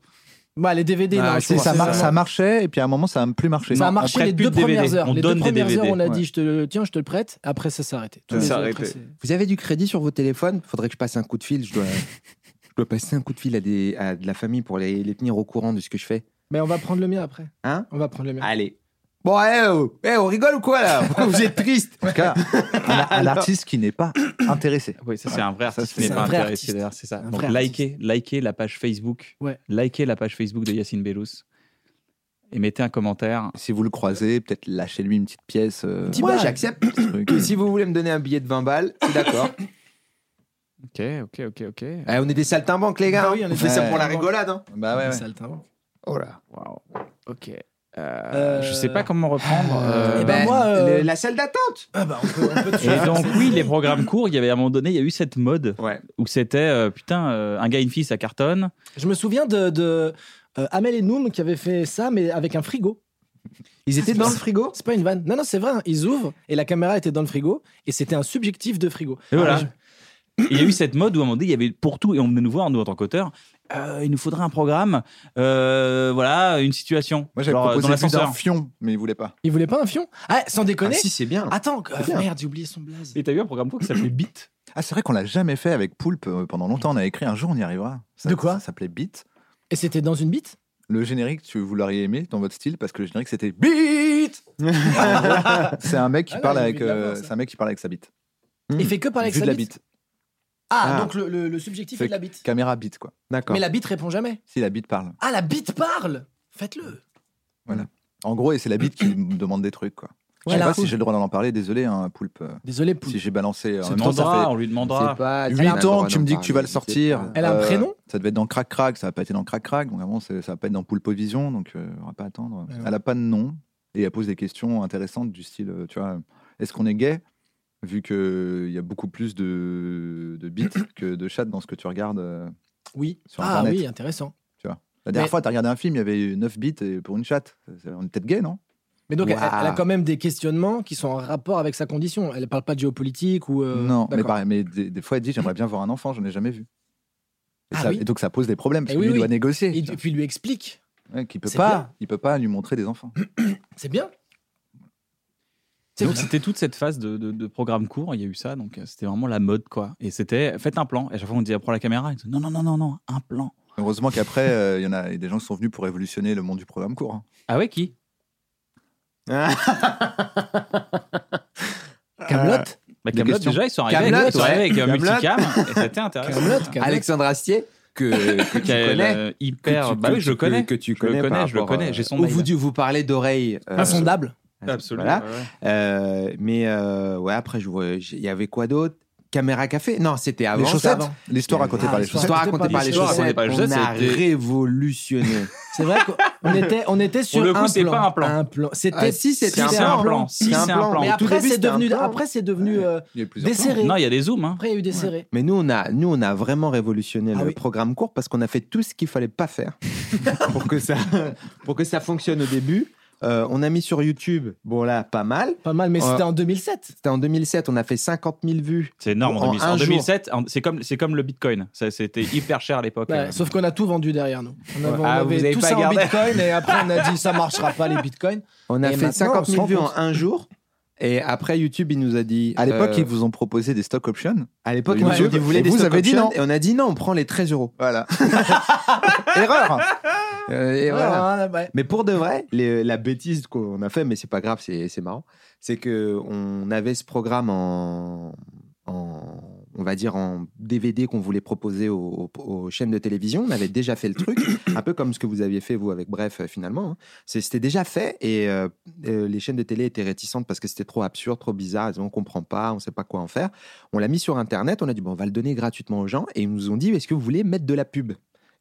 [SPEAKER 3] Bah, les DVD,
[SPEAKER 2] Ah,
[SPEAKER 3] non,
[SPEAKER 2] c'est
[SPEAKER 3] je pense
[SPEAKER 5] ça,
[SPEAKER 3] que
[SPEAKER 5] mar-
[SPEAKER 3] c'est
[SPEAKER 5] ça marchait et puis à un moment ça a plus marché.
[SPEAKER 3] Ça a
[SPEAKER 4] on
[SPEAKER 3] marché
[SPEAKER 4] prête
[SPEAKER 3] les
[SPEAKER 4] plus
[SPEAKER 3] deux
[SPEAKER 4] de DVD,
[SPEAKER 3] premières heures.
[SPEAKER 4] on
[SPEAKER 3] les deux
[SPEAKER 4] donne des
[SPEAKER 3] premières
[SPEAKER 4] DVD.
[SPEAKER 3] heures, on a
[SPEAKER 5] Ouais.
[SPEAKER 3] dit, je te le, tiens, je te le prête. Après, ça s'est arrêté. Tous
[SPEAKER 4] Ça
[SPEAKER 3] les
[SPEAKER 4] s'est
[SPEAKER 3] autres,
[SPEAKER 4] arrêté.
[SPEAKER 3] après, c'est-
[SPEAKER 2] Vous avez du crédit sur vos téléphones Faudrait que je passe un coup de fil. Je dois, je dois passer un coup de fil à, des, à de la famille pour les, les tenir au courant de ce que je fais.
[SPEAKER 3] Mais on va prendre le mien après.
[SPEAKER 2] Hein
[SPEAKER 3] On va prendre le mien.
[SPEAKER 2] Allez. Bon, eh, oh, eh, on rigole ou quoi là Pourquoi vous êtes triste
[SPEAKER 5] En tout cas, un, un artiste qui n'est pas intéressé.
[SPEAKER 4] Oui, ça, c'est un vrai artiste.
[SPEAKER 5] c'est-
[SPEAKER 4] mais
[SPEAKER 3] c'est
[SPEAKER 4] pas
[SPEAKER 3] un vrai
[SPEAKER 4] intéressé
[SPEAKER 3] artiste.
[SPEAKER 4] derrière, C'est ça.
[SPEAKER 3] Un
[SPEAKER 4] Donc,
[SPEAKER 3] vrai
[SPEAKER 4] likez, likez la page Facebook.
[SPEAKER 3] Ouais.
[SPEAKER 4] Likez la page Facebook de Yacine Bellous. Et mettez un commentaire.
[SPEAKER 5] Si vous le croisez, peut-être lâchez-lui une petite pièce. euh,
[SPEAKER 3] Dis-
[SPEAKER 2] Moi,
[SPEAKER 3] balles.
[SPEAKER 2] j'accepte.
[SPEAKER 5] un truc.
[SPEAKER 2] si vous voulez me donner un billet de 20 balles, je suis d'accord.
[SPEAKER 4] Ok, ok, ok, ok.
[SPEAKER 2] Eh, on est des saltimbanques, les gars.
[SPEAKER 3] Bah
[SPEAKER 2] hein.
[SPEAKER 3] oui, on est
[SPEAKER 2] on
[SPEAKER 3] des
[SPEAKER 2] fait ça pour la
[SPEAKER 3] saltimbanques.
[SPEAKER 2] rigolade. Hein.
[SPEAKER 5] Bah ouais, ouais.
[SPEAKER 3] Saltimbanque.
[SPEAKER 2] Oh là.
[SPEAKER 4] Waouh. Ok. Euh,
[SPEAKER 3] Euh,
[SPEAKER 4] Je sais pas comment reprendre.
[SPEAKER 3] Eh
[SPEAKER 4] euh,
[SPEAKER 5] bah,
[SPEAKER 3] ben, moi, euh,
[SPEAKER 2] le- la salle d'attente.
[SPEAKER 3] Ah bah, on peut, on peut te
[SPEAKER 4] Et
[SPEAKER 3] faire-
[SPEAKER 4] donc oui, les programmes courts, il y avait à un moment donné, il y a eu cette mode
[SPEAKER 2] Ouais.
[SPEAKER 4] où c'était euh, putain euh, un gars et une fille ça cartonne.
[SPEAKER 3] Je me souviens de, de, euh, Amel et Noom qui avaient fait ça, mais avec un frigo.
[SPEAKER 2] Ils étaient dans le frigo.
[SPEAKER 3] C'est pas une vanne. Non, non, c'est vrai. hein. Ils ouvrent et la caméra était dans le frigo et c'était un subjectif de frigo.
[SPEAKER 4] Et voilà.
[SPEAKER 3] Alors,
[SPEAKER 4] Et Ah, il y a eu cette mode où à un moment donné, il y avait pour tout et on venait nous voir nous en tant qu'auteurs. euh, il nous faudrait un programme, euh, voilà, une situation.
[SPEAKER 5] Moi j'avais
[SPEAKER 4] Genre, euh,
[SPEAKER 5] proposé
[SPEAKER 4] dans
[SPEAKER 5] plus d'un
[SPEAKER 4] l'ascenseur.
[SPEAKER 5] fion, mais il voulait pas.
[SPEAKER 3] Ils voulaient pas un fion Ah, sans déconner
[SPEAKER 2] Ah, si, c'est bien.
[SPEAKER 3] Attends, que-
[SPEAKER 5] C'est bien.
[SPEAKER 3] merde, j'ai oublié son blaze.
[SPEAKER 4] Et t'as eu un programme court qui s'appelait Beat.
[SPEAKER 5] Ah c'est vrai qu'on l'a jamais fait avec Poulpe euh, pendant longtemps. On a écrit un jour, on y arrivera. Ça-
[SPEAKER 3] De quoi
[SPEAKER 5] Ça s'appelait Beat.
[SPEAKER 3] Et c'était dans une bite
[SPEAKER 5] Le générique, tu, vous l'auriez aimé dans votre style parce que le générique c'était Beat. c'est un mec qui
[SPEAKER 3] Ah,
[SPEAKER 5] parle
[SPEAKER 3] j'ai
[SPEAKER 5] avec,
[SPEAKER 3] envie de l'avoir,
[SPEAKER 5] euh,
[SPEAKER 3] ça.
[SPEAKER 5] c'est un mec qui parle avec sa bite.
[SPEAKER 3] Il fait que parler avec
[SPEAKER 5] Vu
[SPEAKER 3] sa
[SPEAKER 5] Hmm. de la
[SPEAKER 3] bite.
[SPEAKER 5] bite.
[SPEAKER 3] Ah,
[SPEAKER 2] Ah.
[SPEAKER 3] donc le, le- le subjectif
[SPEAKER 5] Fait
[SPEAKER 3] est de la bite.
[SPEAKER 5] Caméra bite quoi.
[SPEAKER 2] D'accord.
[SPEAKER 3] Mais la bite répond jamais.
[SPEAKER 5] Si la bite parle.
[SPEAKER 3] Ah, la bite parle Faites-le
[SPEAKER 5] En gros, et c'est la bite qui me demande des trucs quoi.
[SPEAKER 3] Ouais,
[SPEAKER 5] je sais
[SPEAKER 3] la
[SPEAKER 5] pas
[SPEAKER 3] poule.
[SPEAKER 5] si j'ai le droit d'en parler. Désolé, hein, Poulpe. euh,
[SPEAKER 3] Désolé, Poulpe.
[SPEAKER 5] Si j'ai balancé. euh, en
[SPEAKER 4] On
[SPEAKER 5] même temps, ça fait-
[SPEAKER 4] demandera, Ah, on lui demandera.
[SPEAKER 2] C'est pas-
[SPEAKER 5] 8
[SPEAKER 2] Elle a le
[SPEAKER 5] ans
[SPEAKER 2] droit
[SPEAKER 5] que tu me
[SPEAKER 2] d'en
[SPEAKER 5] dis que tu vas
[SPEAKER 2] parler,
[SPEAKER 5] le
[SPEAKER 2] c'est
[SPEAKER 5] sortir.
[SPEAKER 2] pas-
[SPEAKER 3] Elle a un
[SPEAKER 5] Euh,
[SPEAKER 3] prénom
[SPEAKER 5] Ça devait être dans Crac Crac, ça va pas être dans Crac Crac, donc vraiment c'est- ça va pas être dans Poulpovision, donc euh, on va pas attendre.
[SPEAKER 3] Ouais, ouais.
[SPEAKER 5] Elle a pas de nom et elle pose des questions intéressantes du style, euh, tu vois, est-ce qu'on est gay Vu qu'il y a beaucoup plus de, de bits que de chats dans ce que tu regardes. euh.
[SPEAKER 3] Oui.
[SPEAKER 5] Sur
[SPEAKER 3] Ah
[SPEAKER 5] Internet.
[SPEAKER 3] oui, intéressant.
[SPEAKER 5] La dernière
[SPEAKER 3] Mais-
[SPEAKER 5] fois, tu as regardé un film, il y avait 9 bits et- pour une chatte. C'est- On est peut-être gay, non
[SPEAKER 3] Mais donc, elle,
[SPEAKER 2] Waouh.
[SPEAKER 3] elle a quand même des questionnements qui sont en rapport avec sa condition. Elle parle pas de géopolitique ou. euh,
[SPEAKER 5] Non, mais,
[SPEAKER 3] d'accord.
[SPEAKER 5] pareil, mais des, des fois, elle dit J'aimerais bien voir un enfant, j'en ai jamais vu. Et,
[SPEAKER 3] Ah
[SPEAKER 5] ça-
[SPEAKER 3] oui.
[SPEAKER 5] et donc ça pose des problèmes, parce
[SPEAKER 3] Et
[SPEAKER 5] qu'il
[SPEAKER 3] oui, oui.
[SPEAKER 5] doit négocier.
[SPEAKER 3] Et
[SPEAKER 5] tu
[SPEAKER 3] d- puis il lui explique.
[SPEAKER 5] vois. Ouais, qu'il peut
[SPEAKER 3] C'est
[SPEAKER 5] pas,
[SPEAKER 3] bien.
[SPEAKER 5] il peut pas lui montrer des enfants.
[SPEAKER 3] C'est bien. C'est
[SPEAKER 4] Donc c'était toute cette phase de, de, de programme court, il y a eu ça, donc euh, c'était vraiment la mode quoi. Et c'était faites un plan. Et à chaque fois on disait prends la caméra, ils disaient, non non non non non un plan.
[SPEAKER 5] Heureusement qu'après, euh, il y en a il y a des gens qui sont venus pour révolutionner le monde du programme court. hein.
[SPEAKER 4] Ah ouais, qui
[SPEAKER 2] Euh,
[SPEAKER 3] Camelot
[SPEAKER 2] Des
[SPEAKER 4] bah, Kaamelott,
[SPEAKER 2] questions.
[SPEAKER 4] déjà, ils sont arrivés, avec-
[SPEAKER 2] Kaamelott,
[SPEAKER 4] ils sont arrivés avec un
[SPEAKER 2] Kaamelott.
[SPEAKER 4] multicam et c'était intéressant.
[SPEAKER 3] Camelot,
[SPEAKER 2] Alexandre Astier, que, que tu
[SPEAKER 4] Qu'elle,
[SPEAKER 2] connais.
[SPEAKER 4] euh,
[SPEAKER 2] que
[SPEAKER 4] hyper.
[SPEAKER 2] tu-
[SPEAKER 4] bah
[SPEAKER 2] que
[SPEAKER 4] oui,
[SPEAKER 2] tu-
[SPEAKER 4] je le connais.
[SPEAKER 2] Que, que tu
[SPEAKER 4] Je le
[SPEAKER 2] connais, par
[SPEAKER 4] connais, je le
[SPEAKER 2] rapport,
[SPEAKER 4] connais,
[SPEAKER 2] euh,
[SPEAKER 4] j'ai son
[SPEAKER 2] au
[SPEAKER 4] mail.
[SPEAKER 2] Vous, du- vous parlez d'oreilles. euh,
[SPEAKER 3] insondable.
[SPEAKER 4] Absolument.
[SPEAKER 2] Voilà.
[SPEAKER 4] ouais, ouais.
[SPEAKER 2] Euh, mais euh, ouais, après, je vois- j'ai- il y avait quoi d'autre Caméra café Non, c'était avant.
[SPEAKER 5] Les
[SPEAKER 2] ça.
[SPEAKER 5] chaussettes
[SPEAKER 3] avant.
[SPEAKER 5] L'histoire racontée
[SPEAKER 3] Ah,
[SPEAKER 5] par les
[SPEAKER 3] l'histoire.
[SPEAKER 5] chaussettes.
[SPEAKER 2] L'histoire racontée par les
[SPEAKER 3] L'histoire
[SPEAKER 2] chaussettes.
[SPEAKER 4] racontée par les
[SPEAKER 2] On
[SPEAKER 4] chaussettes,
[SPEAKER 2] a
[SPEAKER 4] c'était-
[SPEAKER 2] révolutionné.
[SPEAKER 3] C'est vrai qu'on était, on était sur
[SPEAKER 4] Pour le coup,
[SPEAKER 3] un,
[SPEAKER 4] c'est
[SPEAKER 3] plan,
[SPEAKER 4] pas un plan.
[SPEAKER 3] C'était
[SPEAKER 2] Ah, si, c'était
[SPEAKER 4] Si,
[SPEAKER 2] un
[SPEAKER 4] c'est
[SPEAKER 2] plan.
[SPEAKER 4] un plan. Si,
[SPEAKER 2] C'était
[SPEAKER 4] c'est un plan.
[SPEAKER 3] Mais
[SPEAKER 2] Au tout
[SPEAKER 3] après,
[SPEAKER 2] début,
[SPEAKER 3] c'est
[SPEAKER 2] c'était un
[SPEAKER 3] devenu,
[SPEAKER 2] plan.
[SPEAKER 3] après, c'est devenu euh,
[SPEAKER 5] Il y a eu plusieurs plans.
[SPEAKER 3] desserré.
[SPEAKER 4] Non, il y a des zooms. Hein.
[SPEAKER 3] Après, il y a eu desserré.
[SPEAKER 2] Mais nous, on a, nous, on a vraiment révolutionné
[SPEAKER 3] Ah
[SPEAKER 2] le
[SPEAKER 3] oui.
[SPEAKER 2] programme court parce qu'on a fait tout ce qu'il fallait pas faire pour que ça, pour que ça fonctionne au début. Euh, on a mis sur YouTube, bon là, pas mal.
[SPEAKER 3] Pas mal, mais
[SPEAKER 2] Ouais.
[SPEAKER 3] c'était en 2007.
[SPEAKER 2] C'était en 2007, on a fait 50 000 vues.
[SPEAKER 4] C'est énorme
[SPEAKER 2] En
[SPEAKER 4] en, 2000.
[SPEAKER 2] un
[SPEAKER 4] En
[SPEAKER 2] jour.
[SPEAKER 4] 2007. en- C'est comme, c'est comme le bitcoin. Ça, C'était hyper cher à l'époque.
[SPEAKER 3] Ouais,
[SPEAKER 4] Euh,
[SPEAKER 3] sauf qu'on a tout vendu derrière nous. On avait, on
[SPEAKER 4] Ah, vous
[SPEAKER 3] avait
[SPEAKER 4] avez
[SPEAKER 3] tout
[SPEAKER 4] pas
[SPEAKER 3] ça
[SPEAKER 4] gardé.
[SPEAKER 3] en bitcoin et après on a dit ça marchera pas les bitcoins.
[SPEAKER 2] On a
[SPEAKER 3] Et
[SPEAKER 2] fait
[SPEAKER 3] maintenant,
[SPEAKER 2] 50
[SPEAKER 3] on se
[SPEAKER 2] 000
[SPEAKER 3] rend
[SPEAKER 2] vues en
[SPEAKER 3] compte.
[SPEAKER 2] un jour. Et après, YouTube, il nous a dit.
[SPEAKER 5] À l'époque,
[SPEAKER 2] euh,
[SPEAKER 5] ils vous ont proposé des stock options.
[SPEAKER 2] à l'époque,
[SPEAKER 5] de
[SPEAKER 2] ils nous ont
[SPEAKER 5] YouTube.
[SPEAKER 2] dit vous voulez
[SPEAKER 5] Et
[SPEAKER 2] des
[SPEAKER 5] vous
[SPEAKER 2] stock
[SPEAKER 5] avez dit
[SPEAKER 2] options
[SPEAKER 5] non.
[SPEAKER 2] Et on a dit non, on prend les 13 euros.
[SPEAKER 5] Voilà. Erreur
[SPEAKER 2] Euh, et voilà.
[SPEAKER 3] Ouais, ouais, ouais.
[SPEAKER 2] Mais pour de vrai, les- la bêtise qu'on a fait, mais c'est pas grave, c'est c'est marrant, c'est que on avait ce programme en, en- on va dire en DVD qu'on voulait proposer aux, aux- aux chaînes de télévision. On avait déjà fait le truc, un peu comme ce que vous aviez fait vous avec Bref euh, finalement. hein. C'est- C'était déjà fait et euh, euh, les chaînes de télé étaient réticentes parce que c'était trop absurde, trop bizarre. Elles disaient, on comprend pas, on sait pas quoi en faire. On l'a mis sur internet, on a dit bon, on va le donner gratuitement aux gens et ils nous ont dit est-ce que vous voulez mettre de la pub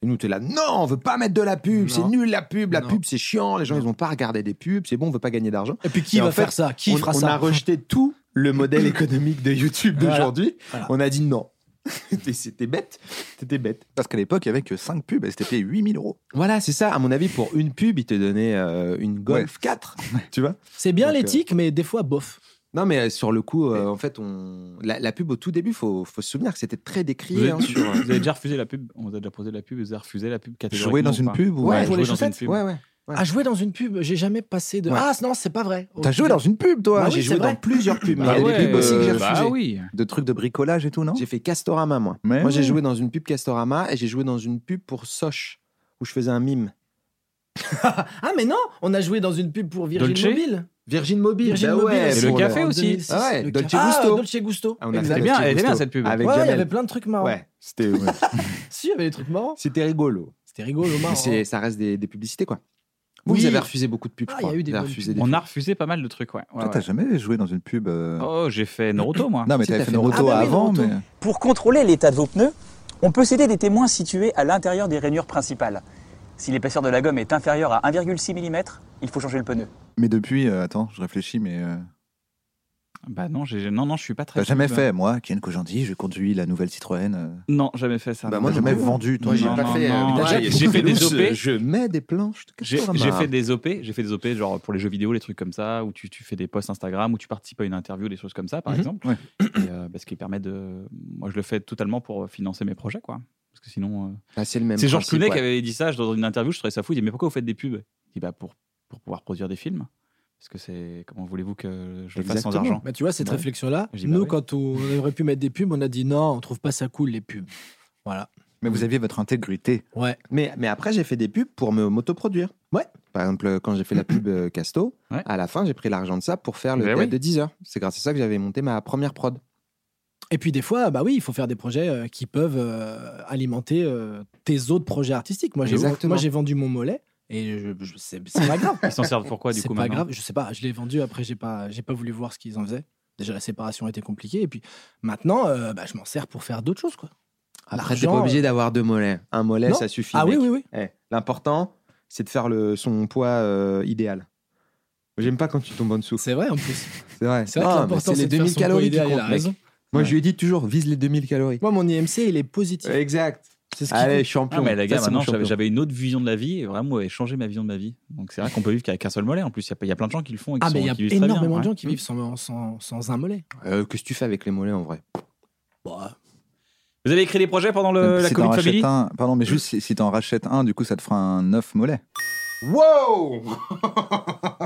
[SPEAKER 2] et nous, t'es là, non, on veut pas mettre de la pub, c'est
[SPEAKER 3] Non.
[SPEAKER 2] nul la pub, la
[SPEAKER 3] Non.
[SPEAKER 2] pub c'est chiant, les gens ils vont pas regarder des pubs, c'est bon, on veut pas gagner d'argent.
[SPEAKER 3] Et puis qui
[SPEAKER 2] Et en
[SPEAKER 3] va
[SPEAKER 2] fait,
[SPEAKER 3] faire ça Qui
[SPEAKER 2] on,
[SPEAKER 3] fera
[SPEAKER 2] on
[SPEAKER 3] ça
[SPEAKER 2] a rejeté tout le modèle économique de YouTube
[SPEAKER 3] Voilà.
[SPEAKER 2] d'aujourd'hui.
[SPEAKER 3] Voilà.
[SPEAKER 2] On a dit non. T'es- C'était bête, c'était bête.
[SPEAKER 5] Parce qu'à l'époque, il y avait que 5 pubs et c'était payé 8000 euros.
[SPEAKER 2] Voilà, c'est ça. À mon avis, pour une pub, ils te donnaient euh, une Golf 4, tu vois.
[SPEAKER 3] C'est bien
[SPEAKER 2] Donc, euh,
[SPEAKER 3] l'éthique, mais des fois bof.
[SPEAKER 2] Non, mais euh, sur le coup, euh, en fait, on... la, la pub au tout début, faut, faut se souvenir que c'était très
[SPEAKER 4] Vous
[SPEAKER 2] décrié. hein,
[SPEAKER 4] avez,
[SPEAKER 2] sur...
[SPEAKER 4] vous avez déjà refusé la pub On vous a déjà posé la pub, vous avez refusé la pub catégoriquement
[SPEAKER 5] Jouer dans
[SPEAKER 4] ou
[SPEAKER 5] une
[SPEAKER 4] pas
[SPEAKER 5] pub ou
[SPEAKER 3] Ouais,
[SPEAKER 5] Ouais,
[SPEAKER 3] pour
[SPEAKER 4] jouer
[SPEAKER 3] les
[SPEAKER 4] dans une
[SPEAKER 3] chaussettes.
[SPEAKER 4] pub.
[SPEAKER 2] Ouais, ouais.
[SPEAKER 3] À jouer dans une pub, j'ai jamais passé de.
[SPEAKER 2] Ouais.
[SPEAKER 3] Ah non, c'est pas vrai.
[SPEAKER 5] T'as joué dans une pub, toi
[SPEAKER 3] Bah
[SPEAKER 2] Moi,
[SPEAKER 3] oui,
[SPEAKER 2] j'ai
[SPEAKER 3] c'est
[SPEAKER 2] joué
[SPEAKER 3] vrai.
[SPEAKER 2] dans plusieurs pubs. mais
[SPEAKER 4] Bah
[SPEAKER 2] il y a des
[SPEAKER 4] ouais,
[SPEAKER 2] pubs aussi que j'ai
[SPEAKER 4] euh, bah
[SPEAKER 2] refusées.
[SPEAKER 4] oui.
[SPEAKER 5] De trucs de bricolage et tout, non
[SPEAKER 2] J'ai fait Castorama, moi.
[SPEAKER 5] Mais
[SPEAKER 2] moi, j'ai
[SPEAKER 5] ouais.
[SPEAKER 2] joué dans une pub Castorama et j'ai joué dans une pub pour Soch, où je faisais un mime.
[SPEAKER 3] Ah mais non, on a joué dans une pub pour Virgin
[SPEAKER 4] Dolce
[SPEAKER 3] Mobile.
[SPEAKER 2] Virgin Mobile,
[SPEAKER 3] Virgin
[SPEAKER 2] bah
[SPEAKER 3] Mobile.
[SPEAKER 2] ouais,
[SPEAKER 4] Et le
[SPEAKER 2] pour
[SPEAKER 4] café
[SPEAKER 3] en
[SPEAKER 4] aussi.
[SPEAKER 3] 2006,
[SPEAKER 2] Ah ouais,
[SPEAKER 3] le
[SPEAKER 2] Dolce
[SPEAKER 3] café. Ah,
[SPEAKER 2] Gusto.
[SPEAKER 3] Dolce Gusto.
[SPEAKER 2] Ah, on a
[SPEAKER 3] Exact.
[SPEAKER 2] fait
[SPEAKER 4] bien,
[SPEAKER 2] Dolce
[SPEAKER 4] elle était bien,
[SPEAKER 2] Gusto
[SPEAKER 4] cette pub.
[SPEAKER 2] Avec
[SPEAKER 3] Ouais, il y
[SPEAKER 2] Jamel.
[SPEAKER 3] avait plein de trucs marrants.
[SPEAKER 2] Ouais, c'était ouais.
[SPEAKER 3] Si, il y avait des trucs marrants.
[SPEAKER 2] c'était rigolo.
[SPEAKER 3] C'était rigolo,
[SPEAKER 2] Mais
[SPEAKER 3] marrant.
[SPEAKER 2] c'est- ça reste des, des publicités quoi. Vous,
[SPEAKER 3] Oui.
[SPEAKER 2] vous avez refusé beaucoup de pubs. je
[SPEAKER 3] Ah, il y a
[SPEAKER 2] crois.
[SPEAKER 3] eu des
[SPEAKER 2] Vous avez
[SPEAKER 3] bonnes
[SPEAKER 2] refusé
[SPEAKER 3] pubs.
[SPEAKER 2] des
[SPEAKER 4] On
[SPEAKER 2] pubs.
[SPEAKER 4] a refusé pas mal de trucs, ouais. ouais,
[SPEAKER 5] Toi, Ah, t'as
[SPEAKER 4] ouais.
[SPEAKER 5] jamais joué dans une pub euh,
[SPEAKER 4] Oh, j'ai fait Naruto, moi.
[SPEAKER 5] Non, mais
[SPEAKER 2] Si,
[SPEAKER 5] t'avais
[SPEAKER 2] t'as
[SPEAKER 5] fait
[SPEAKER 2] fait
[SPEAKER 5] Naruto
[SPEAKER 3] Ah bah oui,
[SPEAKER 5] avant,
[SPEAKER 3] Naruto.
[SPEAKER 5] mais.
[SPEAKER 7] Pour contrôler l'état de vos pneus, on possédait des témoins situés à l'intérieur des rainures principales. Si l'épaisseur de la gomme est inférieure à 1,6 mm, il faut changer le pneu.
[SPEAKER 5] Mais depuis, euh, attends, je réfléchis, mais. euh,
[SPEAKER 4] Bah non, j'ai- non, non, je suis pas très.
[SPEAKER 5] T'as jamais
[SPEAKER 4] pub.
[SPEAKER 5] fait, moi, Ken Kojandi, je conduis la nouvelle Citroën. euh,
[SPEAKER 4] Non, jamais fait ça.
[SPEAKER 2] Bah,
[SPEAKER 5] Moi,
[SPEAKER 2] moi,
[SPEAKER 5] j'ai jamais
[SPEAKER 2] non plus.
[SPEAKER 5] vendu ton
[SPEAKER 4] Moi, j'ai
[SPEAKER 5] Non,
[SPEAKER 4] pas
[SPEAKER 5] non,
[SPEAKER 4] fait, euh,
[SPEAKER 5] non.
[SPEAKER 4] putain,
[SPEAKER 2] Ah, il y a
[SPEAKER 4] j'ai fait des
[SPEAKER 2] beaucoup de
[SPEAKER 4] OP.
[SPEAKER 2] louches, Je mets des planches. de
[SPEAKER 4] J'ai
[SPEAKER 2] Castorama.
[SPEAKER 4] j'ai
[SPEAKER 5] bah.
[SPEAKER 4] fait des OP, j'ai fait des OP genre pour les jeux vidéo, les trucs comme ça, où tu, tu fais des posts Instagram, où tu participes à une interview, des choses comme ça, par
[SPEAKER 2] Mhm.
[SPEAKER 4] exemple.
[SPEAKER 5] Ouais.
[SPEAKER 4] Et, euh, bah, ce qui permet de, moi je le fais totalement pour financer mes projets, quoi. Parce que sinon, euh,
[SPEAKER 2] Ah, c'est le même.
[SPEAKER 4] c'est Georges
[SPEAKER 2] principe,
[SPEAKER 4] Clooney
[SPEAKER 2] ouais.
[SPEAKER 4] qui avait dit ça dans une interview. Je trouvais ça fou. Il dit mais pourquoi vous faites des pubs Il dit bah pour pour pouvoir produire des films. Parce que c'est comment voulez-vous que je le fasse sans
[SPEAKER 2] Exactement.
[SPEAKER 4] argent
[SPEAKER 3] Bah, tu vois, cette
[SPEAKER 4] Ouais.
[SPEAKER 3] réflexion-là,
[SPEAKER 4] J'ai dit, bah
[SPEAKER 3] nous,
[SPEAKER 4] oui.
[SPEAKER 3] quand on aurait pu mettre des pubs, on a dit non, on trouve pas ça cool, les pubs. Voilà.
[SPEAKER 5] Mais vous aviez votre intégrité.
[SPEAKER 3] Ouais.
[SPEAKER 2] Mais, mais après, j'ai fait des pubs pour me m'autoproduire.
[SPEAKER 3] Ouais.
[SPEAKER 2] Par exemple, quand j'ai fait la pub euh, Casto,
[SPEAKER 4] Ouais.
[SPEAKER 2] à la fin, j'ai pris l'argent de ça pour faire le
[SPEAKER 4] Ben
[SPEAKER 2] théâtre
[SPEAKER 4] oui.
[SPEAKER 2] de 10 heures. C'est grâce à ça que j'avais monté ma première prod.
[SPEAKER 3] Et puis, des fois, bah oui, il faut faire des projets euh, qui peuvent euh, alimenter euh, tes autres projets artistiques. Moi, j'ai
[SPEAKER 2] Exactement.
[SPEAKER 3] moi, j'ai vendu mon mollet et je, je- c'est c'est pas grave.
[SPEAKER 4] Ils s'en servent pourquoi du
[SPEAKER 3] C'est
[SPEAKER 4] coup
[SPEAKER 3] pas
[SPEAKER 4] maintenant
[SPEAKER 3] grave, je sais pas, je l'ai vendu après j'ai pas j'ai pas voulu voir ce qu'ils en faisaient. Déjà la séparation était compliquée et puis maintenant euh, bah, je m'en sers pour faire d'autres choses quoi.
[SPEAKER 2] Après, t'es
[SPEAKER 3] L'argent,
[SPEAKER 2] pas obligé d'avoir deux mollets. Un mollet,
[SPEAKER 3] Non.
[SPEAKER 2] ça suffit.
[SPEAKER 3] Ah oui
[SPEAKER 2] mec.
[SPEAKER 3] oui oui.
[SPEAKER 2] Eh, L'important, c'est de faire le, son poids euh, idéal. J'aime pas quand tu tombes en dessous.
[SPEAKER 3] C'est vrai en plus.
[SPEAKER 2] C'est vrai.
[SPEAKER 3] C'est vrai
[SPEAKER 2] Non,
[SPEAKER 3] que
[SPEAKER 2] mais
[SPEAKER 3] l'important
[SPEAKER 2] c'est les
[SPEAKER 3] de faire
[SPEAKER 2] 2000
[SPEAKER 3] son
[SPEAKER 2] calories
[SPEAKER 3] poids
[SPEAKER 2] qui
[SPEAKER 3] idéal, il a
[SPEAKER 2] comptent, mec.
[SPEAKER 3] raison.
[SPEAKER 2] Moi, je lui ai dit toujours, vise les 2000 calories.
[SPEAKER 3] Moi mon IMC il est positif.
[SPEAKER 2] Exact.
[SPEAKER 3] C'est ce qui
[SPEAKER 2] Allez,
[SPEAKER 3] compte.
[SPEAKER 2] champion.
[SPEAKER 4] Ah, mais les gars,
[SPEAKER 2] Ça, c'est mon
[SPEAKER 4] maintenant j'avais-
[SPEAKER 2] champion.
[SPEAKER 4] j'avais une autre vision de la vie et vraiment j'ai changé ma vision de ma vie. Donc c'est vrai qu'on peut vivre qu'avec un seul mollet en plus. Il y a pas- il y, a plein de gens qui le font et qui,
[SPEAKER 3] Ah
[SPEAKER 4] sont,
[SPEAKER 3] mais il y
[SPEAKER 4] qui
[SPEAKER 3] a
[SPEAKER 4] vivent très bien,
[SPEAKER 3] énormément
[SPEAKER 4] ouais.
[SPEAKER 3] de gens qui vivent sans, sans, sans un mollet.
[SPEAKER 2] Euh, Qu'est-ce que tu fais avec les mollets en vrai
[SPEAKER 3] Bah,
[SPEAKER 4] Vous avez écrit des projets pendant le, Euh, la
[SPEAKER 5] Euh, si t'en
[SPEAKER 4] Covid Family
[SPEAKER 5] rachètes un, pardon, mais juste si, si t'en rachètes un, du coup, ça te fera un œuf mollet.
[SPEAKER 2] Wow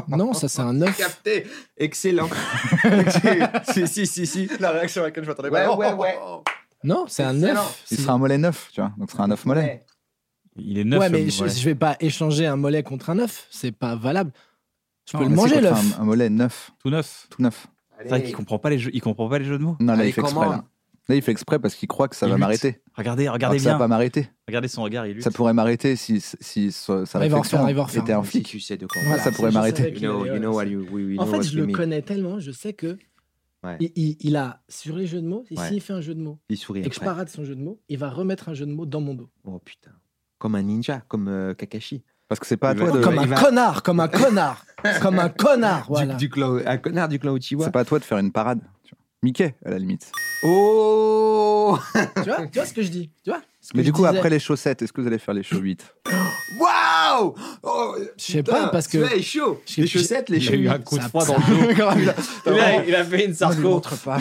[SPEAKER 3] non ça c'est un œuf.
[SPEAKER 2] Capté Excellent Si, si, si, si.
[SPEAKER 5] La réaction à laquelle je m'attendais
[SPEAKER 2] Ouais, ouais, ouais.
[SPEAKER 3] Non c'est un
[SPEAKER 2] Excellent.
[SPEAKER 3] œuf.
[SPEAKER 5] Il
[SPEAKER 3] C'est-
[SPEAKER 5] sera un mollet neuf, tu vois. Donc, ce sera un œuf mollet.
[SPEAKER 4] Il est neuf.
[SPEAKER 3] ouais,
[SPEAKER 4] le
[SPEAKER 3] mais
[SPEAKER 4] mot,
[SPEAKER 3] je,
[SPEAKER 4] ouais.
[SPEAKER 3] je vais pas échanger un mollet contre un œuf. C'est pas valable. Je peux le
[SPEAKER 5] Non, Ah, mais c'est
[SPEAKER 3] manger,
[SPEAKER 5] quoi,
[SPEAKER 3] l'œuf.
[SPEAKER 5] Un, un mollet neuf,
[SPEAKER 4] tout neuf.
[SPEAKER 5] tout neuf.
[SPEAKER 4] C'est vrai qu'il comprend pas les jeux, il comprend pas les jeux de mots.
[SPEAKER 5] Non, là,
[SPEAKER 2] Allez,
[SPEAKER 5] il fait exprès.
[SPEAKER 2] comment
[SPEAKER 5] Là. Là, il fait exprès parce qu'il croit que ça
[SPEAKER 4] Il
[SPEAKER 5] va
[SPEAKER 4] lutte.
[SPEAKER 5] m'arrêter.
[SPEAKER 4] Regardez,
[SPEAKER 5] Alors
[SPEAKER 4] regardez
[SPEAKER 5] que Ça
[SPEAKER 4] bien.
[SPEAKER 5] va pas m'arrêter.
[SPEAKER 4] Regardez son regard, il lutte.
[SPEAKER 5] Ça pourrait m'arrêter si, si so- sa
[SPEAKER 3] Ah, il va en
[SPEAKER 5] réflexion
[SPEAKER 3] refaire, il va en refaire.
[SPEAKER 5] était un
[SPEAKER 2] Si
[SPEAKER 5] flic.
[SPEAKER 2] tu sais de quoi.
[SPEAKER 5] Voilà, ça pourrait
[SPEAKER 3] je
[SPEAKER 5] m'arrêter.
[SPEAKER 3] savais
[SPEAKER 2] You
[SPEAKER 3] qu'il
[SPEAKER 2] know,
[SPEAKER 3] allait-
[SPEAKER 2] you know what you, we, we
[SPEAKER 3] En
[SPEAKER 2] know
[SPEAKER 3] fait,
[SPEAKER 2] what
[SPEAKER 3] je
[SPEAKER 2] you
[SPEAKER 3] le
[SPEAKER 2] mean.
[SPEAKER 3] connais tellement, je sais que
[SPEAKER 2] Ouais.
[SPEAKER 3] il, il- il a sur les jeux de mots. et
[SPEAKER 2] Ouais.
[SPEAKER 3] S'il fait un jeu de mots
[SPEAKER 2] Il sourit.
[SPEAKER 3] et que je
[SPEAKER 2] après.
[SPEAKER 3] parade son jeu de mots, il va remettre un jeu de mots dans mon dos.
[SPEAKER 2] Oh putain. Comme un ninja, comme euh, Kakashi.
[SPEAKER 5] Parce que c'est pas à
[SPEAKER 2] Il
[SPEAKER 5] toi
[SPEAKER 2] va-
[SPEAKER 5] de.
[SPEAKER 3] comme
[SPEAKER 2] il
[SPEAKER 3] un
[SPEAKER 2] va-
[SPEAKER 3] connard, comme un connard, comme un connard. Voilà.
[SPEAKER 2] Du, du clan- un connard du clan Uchiwa.
[SPEAKER 5] C'est pas à toi de faire une parade. tu vois. Mickey, à la limite.
[SPEAKER 2] Oh
[SPEAKER 3] Tu, vois, tu vois ce que je dis Tu vois ce que
[SPEAKER 5] Mais
[SPEAKER 3] je
[SPEAKER 5] du coup,
[SPEAKER 3] disais
[SPEAKER 5] après les chaussettes, est-ce que vous allez faire les chaussettes
[SPEAKER 2] Waouh oh,
[SPEAKER 3] Je sais
[SPEAKER 2] putain,
[SPEAKER 3] pas, parce que-
[SPEAKER 2] celui-là est chaud.
[SPEAKER 3] Je sais-
[SPEAKER 2] Les chaussettes, les
[SPEAKER 4] Il a eu
[SPEAKER 2] chevilles.
[SPEAKER 4] un coup de
[SPEAKER 3] Ça-
[SPEAKER 4] froid dans le dos.
[SPEAKER 2] T'as
[SPEAKER 4] Il a-
[SPEAKER 2] vraiment-
[SPEAKER 4] Il a fait une sarco.
[SPEAKER 2] montre pas.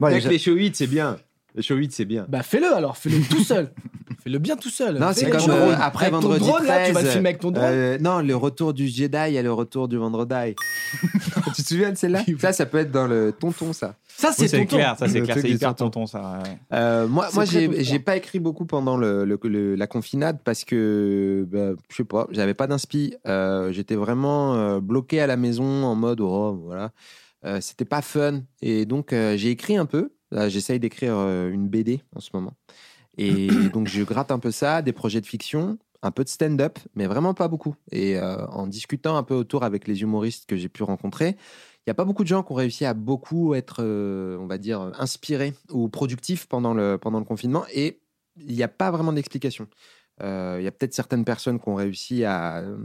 [SPEAKER 5] Bon, allez,
[SPEAKER 2] Mec, les chaussettes, c'est bien. Les chaussettes, c'est bien.
[SPEAKER 3] Bah fais-le alors, fais-le tout seul. Fais-le bien tout seul.
[SPEAKER 2] Non,
[SPEAKER 3] Fais
[SPEAKER 2] c'est
[SPEAKER 3] le
[SPEAKER 2] comme
[SPEAKER 3] drone.
[SPEAKER 2] euh, après
[SPEAKER 3] Avec ton
[SPEAKER 2] vendredi
[SPEAKER 3] drone,
[SPEAKER 2] 13.
[SPEAKER 3] là, tu vas le filmer avec ton drone.
[SPEAKER 2] euh, non, le retour du Jedi et le retour du vendredi. tu te souviens de celle-là Ça, ça peut être dans le tonton, ça.
[SPEAKER 3] ça,
[SPEAKER 4] Oui,
[SPEAKER 3] c'est
[SPEAKER 4] C'est
[SPEAKER 3] ton ton.
[SPEAKER 4] clair, ça c'est
[SPEAKER 2] Le
[SPEAKER 4] clair,
[SPEAKER 2] truc
[SPEAKER 4] c'est
[SPEAKER 2] du
[SPEAKER 4] hyper
[SPEAKER 2] tonton.
[SPEAKER 4] tonton ça. ouais.
[SPEAKER 2] Euh, moi,
[SPEAKER 3] C'est
[SPEAKER 2] moi,
[SPEAKER 3] très
[SPEAKER 2] j'ai
[SPEAKER 3] populaire.
[SPEAKER 2] j'ai pas écrit beaucoup pendant le, le- le- la confinade parce que bah, je sais pas, j'avais pas d'inspi. Euh, J'étais vraiment euh, bloqué à la maison en mode oh voilà, Euh, c'était pas fun et donc euh, j'ai écrit un peu. Là, J'essaye d'écrire euh, une BD en ce moment et donc je gratte un peu ça, des projets de fiction, un peu de stand-up, mais vraiment pas beaucoup. Et euh, en discutant un peu autour avec les humoristes que j'ai pu rencontrer, il n'y a pas beaucoup de gens qui ont réussi à beaucoup être, euh, on va dire, inspirés ou productifs pendant le, pendant le confinement. Et il n'y a pas vraiment d'explication. Euh, Il y a peut-être certaines personnes qui ont réussi à euh,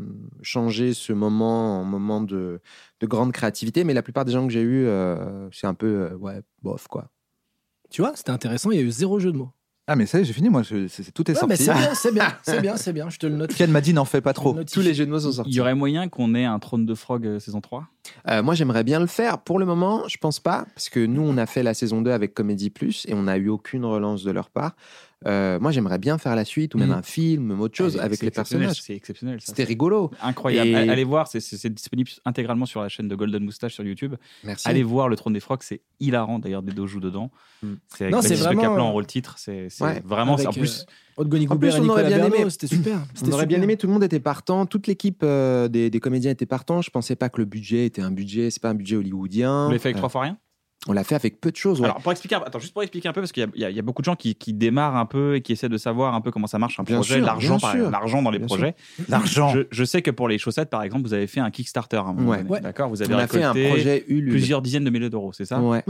[SPEAKER 2] changer ce moment en moment de, de grande créativité, mais la plupart des gens que j'ai eus, euh, c'est un peu, euh, ouais, bof, quoi.
[SPEAKER 3] Tu vois, c'était intéressant, il y a eu zéro jeu de mots.
[SPEAKER 5] Ah, mais ça y est, j'ai fini, moi. je- c'est- c'est- tout est
[SPEAKER 3] Ouais, mais
[SPEAKER 5] sorti.
[SPEAKER 3] c'est bien, c'est bien, c'est bien, c'est bien, je te le note.
[SPEAKER 5] Ken m'a dit n'en fais pas trop.
[SPEAKER 3] Notif.
[SPEAKER 2] Tous les jeux de mots sont
[SPEAKER 4] Il
[SPEAKER 2] sortis.
[SPEAKER 4] y aurait moyen qu'on ait un trône de frog euh, saison 3
[SPEAKER 2] Euh, moi, j'aimerais bien le faire. Pour le moment, je pense pas, parce que nous, on a fait la saison 2 avec Comédie Plus et on n'a eu aucune relance de leur part. Euh, moi, j'aimerais bien faire la suite ou même
[SPEAKER 4] Mhm.
[SPEAKER 2] un film, même autre chose
[SPEAKER 4] C'est-
[SPEAKER 2] avec
[SPEAKER 4] c'est
[SPEAKER 2] les
[SPEAKER 4] exceptionnel,
[SPEAKER 2] personnages.
[SPEAKER 4] C'est exceptionnel. ça.
[SPEAKER 2] C'était rigolo.
[SPEAKER 4] Incroyable.
[SPEAKER 2] Et-
[SPEAKER 4] Allez voir, c'est- c'est c'est disponible intégralement sur la chaîne de Golden Moustache sur YouTube.
[SPEAKER 2] Merci.
[SPEAKER 4] Allez voir le trône des frogs, c'est hilarant. D'ailleurs, Dedo joue dedans.
[SPEAKER 2] Hmm.
[SPEAKER 4] C'est avec
[SPEAKER 3] Non, c'est
[SPEAKER 4] Baptiste
[SPEAKER 3] vraiment-
[SPEAKER 4] Caplan en rôle titre. C'est c'est
[SPEAKER 2] euh, Ouais, euh,
[SPEAKER 4] vraiment. c'est- En
[SPEAKER 3] avec, euh,
[SPEAKER 4] plus,
[SPEAKER 3] Odgoni
[SPEAKER 2] En plus,
[SPEAKER 3] Goubert et
[SPEAKER 2] on aurait
[SPEAKER 3] Nicolas
[SPEAKER 2] bien
[SPEAKER 3] Berno,
[SPEAKER 2] aimé.
[SPEAKER 3] c'était super. c'était
[SPEAKER 2] on aurait
[SPEAKER 3] super.
[SPEAKER 2] bien aimé, tout le monde était partant, toute l'équipe euh, des, des comédiens était partant. Je pensais pas que le budget était un budget, c'est pas un budget hollywoodien.
[SPEAKER 4] on l'a fait avec
[SPEAKER 2] Euh,
[SPEAKER 4] trois fois rien.
[SPEAKER 2] on l'a fait avec peu de choses. ouais.
[SPEAKER 4] Alors, pour expliquer, attends, juste pour expliquer un peu, parce qu'il y a- il y, a- il y a beaucoup de gens qui, qui démarrent un peu et qui essaient de savoir un peu comment ça marche un
[SPEAKER 2] Bien
[SPEAKER 4] projet,
[SPEAKER 2] sûr,
[SPEAKER 4] l'argent,
[SPEAKER 2] bien
[SPEAKER 4] par-
[SPEAKER 2] sûr.
[SPEAKER 4] l'argent dans les
[SPEAKER 2] Bien
[SPEAKER 4] projets.
[SPEAKER 5] L'argent.
[SPEAKER 4] Je, je sais que pour les chaussettes, par exemple, vous avez fait un Kickstarter. hein, à un moment
[SPEAKER 2] Ouais.
[SPEAKER 4] donné,
[SPEAKER 3] Ouais.
[SPEAKER 4] D'accord, vous avez
[SPEAKER 2] on a fait un
[SPEAKER 4] récolté
[SPEAKER 2] projet Ulule.
[SPEAKER 4] plusieurs hein. dizaines de milliers d'euros, c'est ça
[SPEAKER 2] Ouais.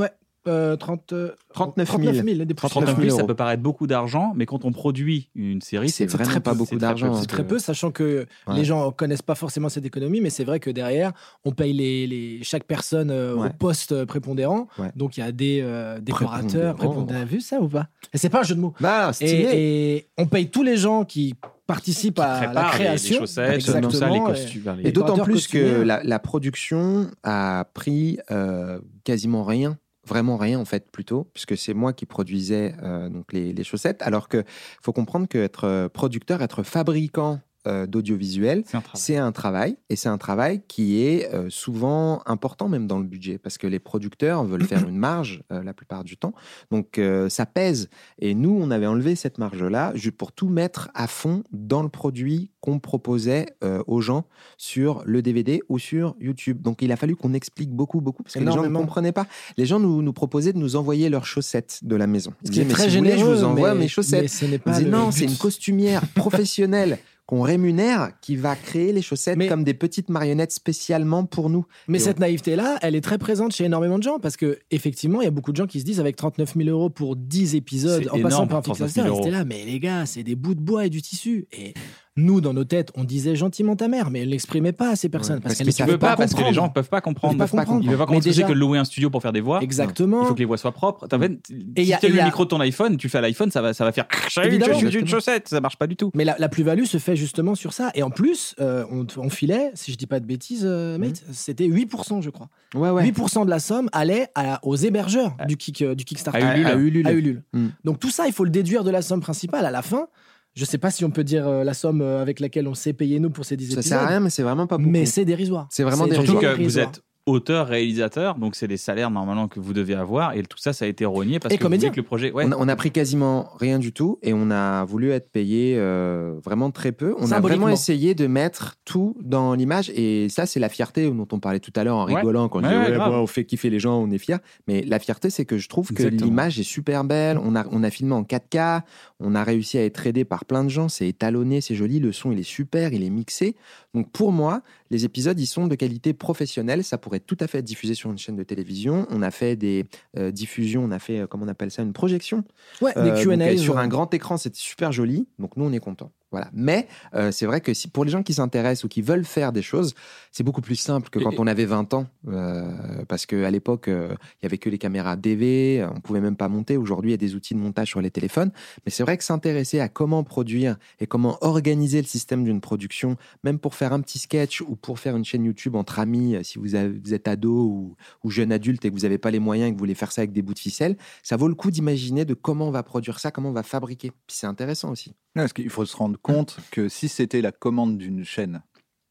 [SPEAKER 3] Euh, 30, euh,
[SPEAKER 2] 39 000.
[SPEAKER 3] 39 000, des
[SPEAKER 4] 39
[SPEAKER 3] poussières.
[SPEAKER 4] 000, ça
[SPEAKER 2] 000.
[SPEAKER 4] peut paraître beaucoup d'argent, mais quand on produit une série,
[SPEAKER 2] C'est
[SPEAKER 4] c'est
[SPEAKER 2] vraiment
[SPEAKER 4] très
[SPEAKER 2] pas
[SPEAKER 4] peu,
[SPEAKER 2] beaucoup
[SPEAKER 4] c'est très
[SPEAKER 2] d'argent,
[SPEAKER 4] peu.
[SPEAKER 2] hein.
[SPEAKER 3] C'est très peu, sachant que
[SPEAKER 2] Ouais.
[SPEAKER 3] les gens connaissent pas forcément cette économie, mais c'est vrai que derrière, on paye les, les- chaque personne euh,
[SPEAKER 2] Ouais.
[SPEAKER 3] au poste euh, prépondérant.
[SPEAKER 2] Ouais.
[SPEAKER 3] Donc il y a des euh, décorateurs,
[SPEAKER 2] Prépondérant.
[SPEAKER 3] prépondérants. T'as vu ça ou pas Et c'est pas un jeu de mots.
[SPEAKER 2] Bah,
[SPEAKER 3] Et,
[SPEAKER 2] stylé.
[SPEAKER 3] et on paye tous les gens qui participent à Bah, la
[SPEAKER 4] Prépare les- les
[SPEAKER 3] création.
[SPEAKER 4] chaussettes, tout ça, les
[SPEAKER 3] Exactement, et-
[SPEAKER 4] costumes. les-
[SPEAKER 2] Et d'autant
[SPEAKER 3] décorateurs
[SPEAKER 2] plus que
[SPEAKER 3] costumiers.
[SPEAKER 2] la, la production a pris euh, quasiment rien, vraiment rien en fait plutôt, puisque c'est moi qui produisais euh, donc les, les chaussettes. Alors que faut comprendre qu'être euh, producteur, être fabricant euh, d'audiovisuel,
[SPEAKER 4] C'est un travail.
[SPEAKER 2] c'est un travail et c'est un travail qui est euh, souvent important même dans le budget parce que les producteurs veulent faire une marge euh, la plupart du temps. Donc euh, ça pèse et nous on avait enlevé cette marge là pour tout mettre à fond dans le produit qu'on proposait euh, aux gens sur le DVD ou sur YouTube. Donc il a fallu qu'on explique beaucoup beaucoup parce que les gens
[SPEAKER 3] Énormément.
[SPEAKER 2] ne comprenaient pas. Les gens nous, nous proposaient de nous envoyer leurs chaussettes de la maison. Ils
[SPEAKER 3] Ce qui est
[SPEAKER 2] disaient, Mais
[SPEAKER 3] très
[SPEAKER 2] si vous voulez,
[SPEAKER 3] généreux.
[SPEAKER 2] je vous envoie
[SPEAKER 3] mais-
[SPEAKER 2] mes chaussettes.
[SPEAKER 3] mais ce n'est
[SPEAKER 2] On
[SPEAKER 3] pas
[SPEAKER 2] disait,
[SPEAKER 3] le
[SPEAKER 2] non,
[SPEAKER 3] but.
[SPEAKER 2] c'est une costumière professionnelle qu'on rémunère qui va créer les chaussettes
[SPEAKER 3] Mais-
[SPEAKER 2] comme des petites marionnettes spécialement pour nous.
[SPEAKER 3] Mais
[SPEAKER 2] Et
[SPEAKER 3] cette naïveté-là, elle est très présente chez énormément de gens parce que effectivement, il y a beaucoup de gens qui se disent avec 39 000 euros pour 10 épisodes,
[SPEAKER 4] C'est
[SPEAKER 3] en passant
[SPEAKER 4] énorme,
[SPEAKER 3] par un
[SPEAKER 4] 39
[SPEAKER 3] Kickstarter,
[SPEAKER 4] 000
[SPEAKER 3] ils étaient là, mais les gars, c'est des bouts de bois et du tissu. Et nous, dans nos têtes, on disait gentiment ta mère, mais elle l'exprimait pas à ces personnes
[SPEAKER 2] Ouais, parce
[SPEAKER 3] parce
[SPEAKER 2] que
[SPEAKER 3] qu'elle ne
[SPEAKER 2] tu
[SPEAKER 4] Tu
[SPEAKER 3] savait
[SPEAKER 4] peux pas,
[SPEAKER 3] pas,
[SPEAKER 4] parce que les gens
[SPEAKER 3] comprendre.
[SPEAKER 4] peuvent pas
[SPEAKER 3] Ils
[SPEAKER 4] comprendre.
[SPEAKER 3] peuvent pas
[SPEAKER 2] peuvent pas
[SPEAKER 3] comprendre.
[SPEAKER 4] Ils peuvent pas comprendre
[SPEAKER 3] Mais
[SPEAKER 4] ce que c'est
[SPEAKER 3] déjà-
[SPEAKER 4] que de louer un studio pour faire des voix. Il
[SPEAKER 3] Exactement.
[SPEAKER 4] faut que les voix soient propres. T'as fait-
[SPEAKER 3] Et y
[SPEAKER 4] si
[SPEAKER 3] a-
[SPEAKER 4] tu as
[SPEAKER 3] et
[SPEAKER 4] le
[SPEAKER 3] y a-
[SPEAKER 4] micro de ton iPhone, tu fais à l'iPhone, ça va, ça va faire. J'ai une-
[SPEAKER 3] Évidemment.
[SPEAKER 4] j'ai une chaussette, ça marche pas du tout.
[SPEAKER 3] Mais la, la plus-value se fait justement sur ça. Et en plus, euh, on, on filait, si je dis pas de bêtises, euh, mate, c'était 8%, je crois.
[SPEAKER 2] Ouais, ouais.
[SPEAKER 3] 8% de la somme allait à- aux hébergeurs du, kick, euh, du Kickstarter.
[SPEAKER 4] À Ulule.
[SPEAKER 3] À,
[SPEAKER 2] Ulule.
[SPEAKER 3] Ulule.
[SPEAKER 2] Mm.
[SPEAKER 3] Donc tout ça, il faut le déduire de la somme principale. À la fin, je sais pas si on peut dire euh, la somme euh, avec laquelle on s'est payé nous pour ces 10
[SPEAKER 2] Ça
[SPEAKER 3] épisodes.
[SPEAKER 2] sert à rien, mais c'est vraiment pas beaucoup.
[SPEAKER 3] mais c'est dérisitoire.
[SPEAKER 2] C'est vraiment
[SPEAKER 3] des
[SPEAKER 2] dérisoire.
[SPEAKER 3] hein.
[SPEAKER 4] Surtout que vous êtes auteur réalisateur donc c'est les salaires normalement que vous devez avoir et tout ça ça a été rogné parce
[SPEAKER 3] Et
[SPEAKER 4] que vous
[SPEAKER 3] comédien.
[SPEAKER 4] voulez que le projet ouais
[SPEAKER 2] On, a, on a pris quasiment rien du tout et on a voulu être payé euh, vraiment très peu. On a
[SPEAKER 3] Symboliquement.
[SPEAKER 2] vraiment essayé de mettre tout dans l'image et ça, c'est la fierté dont on parlait tout à l'heure en
[SPEAKER 4] Ouais.
[SPEAKER 2] rigolant quand on
[SPEAKER 4] Ouais,
[SPEAKER 2] dit
[SPEAKER 4] ouais,
[SPEAKER 2] ouais,
[SPEAKER 4] grave.
[SPEAKER 2] bon, on fait kiffer les gens, on est fiers. Mais la fierté, c'est que je trouve que
[SPEAKER 4] Exactement.
[SPEAKER 2] l'image est super belle. On a, on a filmé en 4K, on a réussi à être aidé par plein de gens, c'est étalonné, c'est joli, le son il est super, il est mixé. Donc pour moi, les épisodes ils sont de qualité professionnelle, ça pourrait être tout à fait être diffusé sur une chaîne de télévision. On a fait des euh, diffusions, on a fait, euh, comment on appelle ça, une projection
[SPEAKER 3] Ouais,
[SPEAKER 2] euh,
[SPEAKER 3] des
[SPEAKER 2] donc, euh,
[SPEAKER 3] Q&A.
[SPEAKER 2] sur
[SPEAKER 3] genre.
[SPEAKER 2] un grand écran, c'était super joli. Donc nous, on est content. Voilà. Mais euh, c'est vrai que si, pour les gens qui s'intéressent ou qui veulent faire des choses, c'est beaucoup plus simple que
[SPEAKER 4] Et-
[SPEAKER 2] quand on avait 20 ans. euh, parce qu'à l'époque, euh, il y avait que les caméras DV, euh, on pouvait même pas monter. Aujourd'hui, il y a des outils de montage sur les téléphones. Mais c'est vrai que s'intéresser à comment produire et comment organiser le système d'une production, même pour faire un petit sketch ou pour faire une chaîne YouTube entre amis, euh, si vous, avez- vous êtes ado ou, ou jeune adulte et que vous n'avez pas les moyens et que vous voulez faire ça avec des bouts de ficelle, ça vaut le coup d'imaginer de comment on va produire ça, comment on va fabriquer. Puis c'est intéressant aussi.
[SPEAKER 5] Non, parce qu'il faut se rendre compte que si c'était la commande d'une chaîne,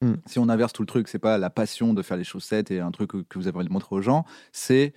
[SPEAKER 2] Mm.
[SPEAKER 5] si on inverse tout le truc, c'est pas la passion de faire les chaussettes et un truc que que vous avez montrer aux gens, c'est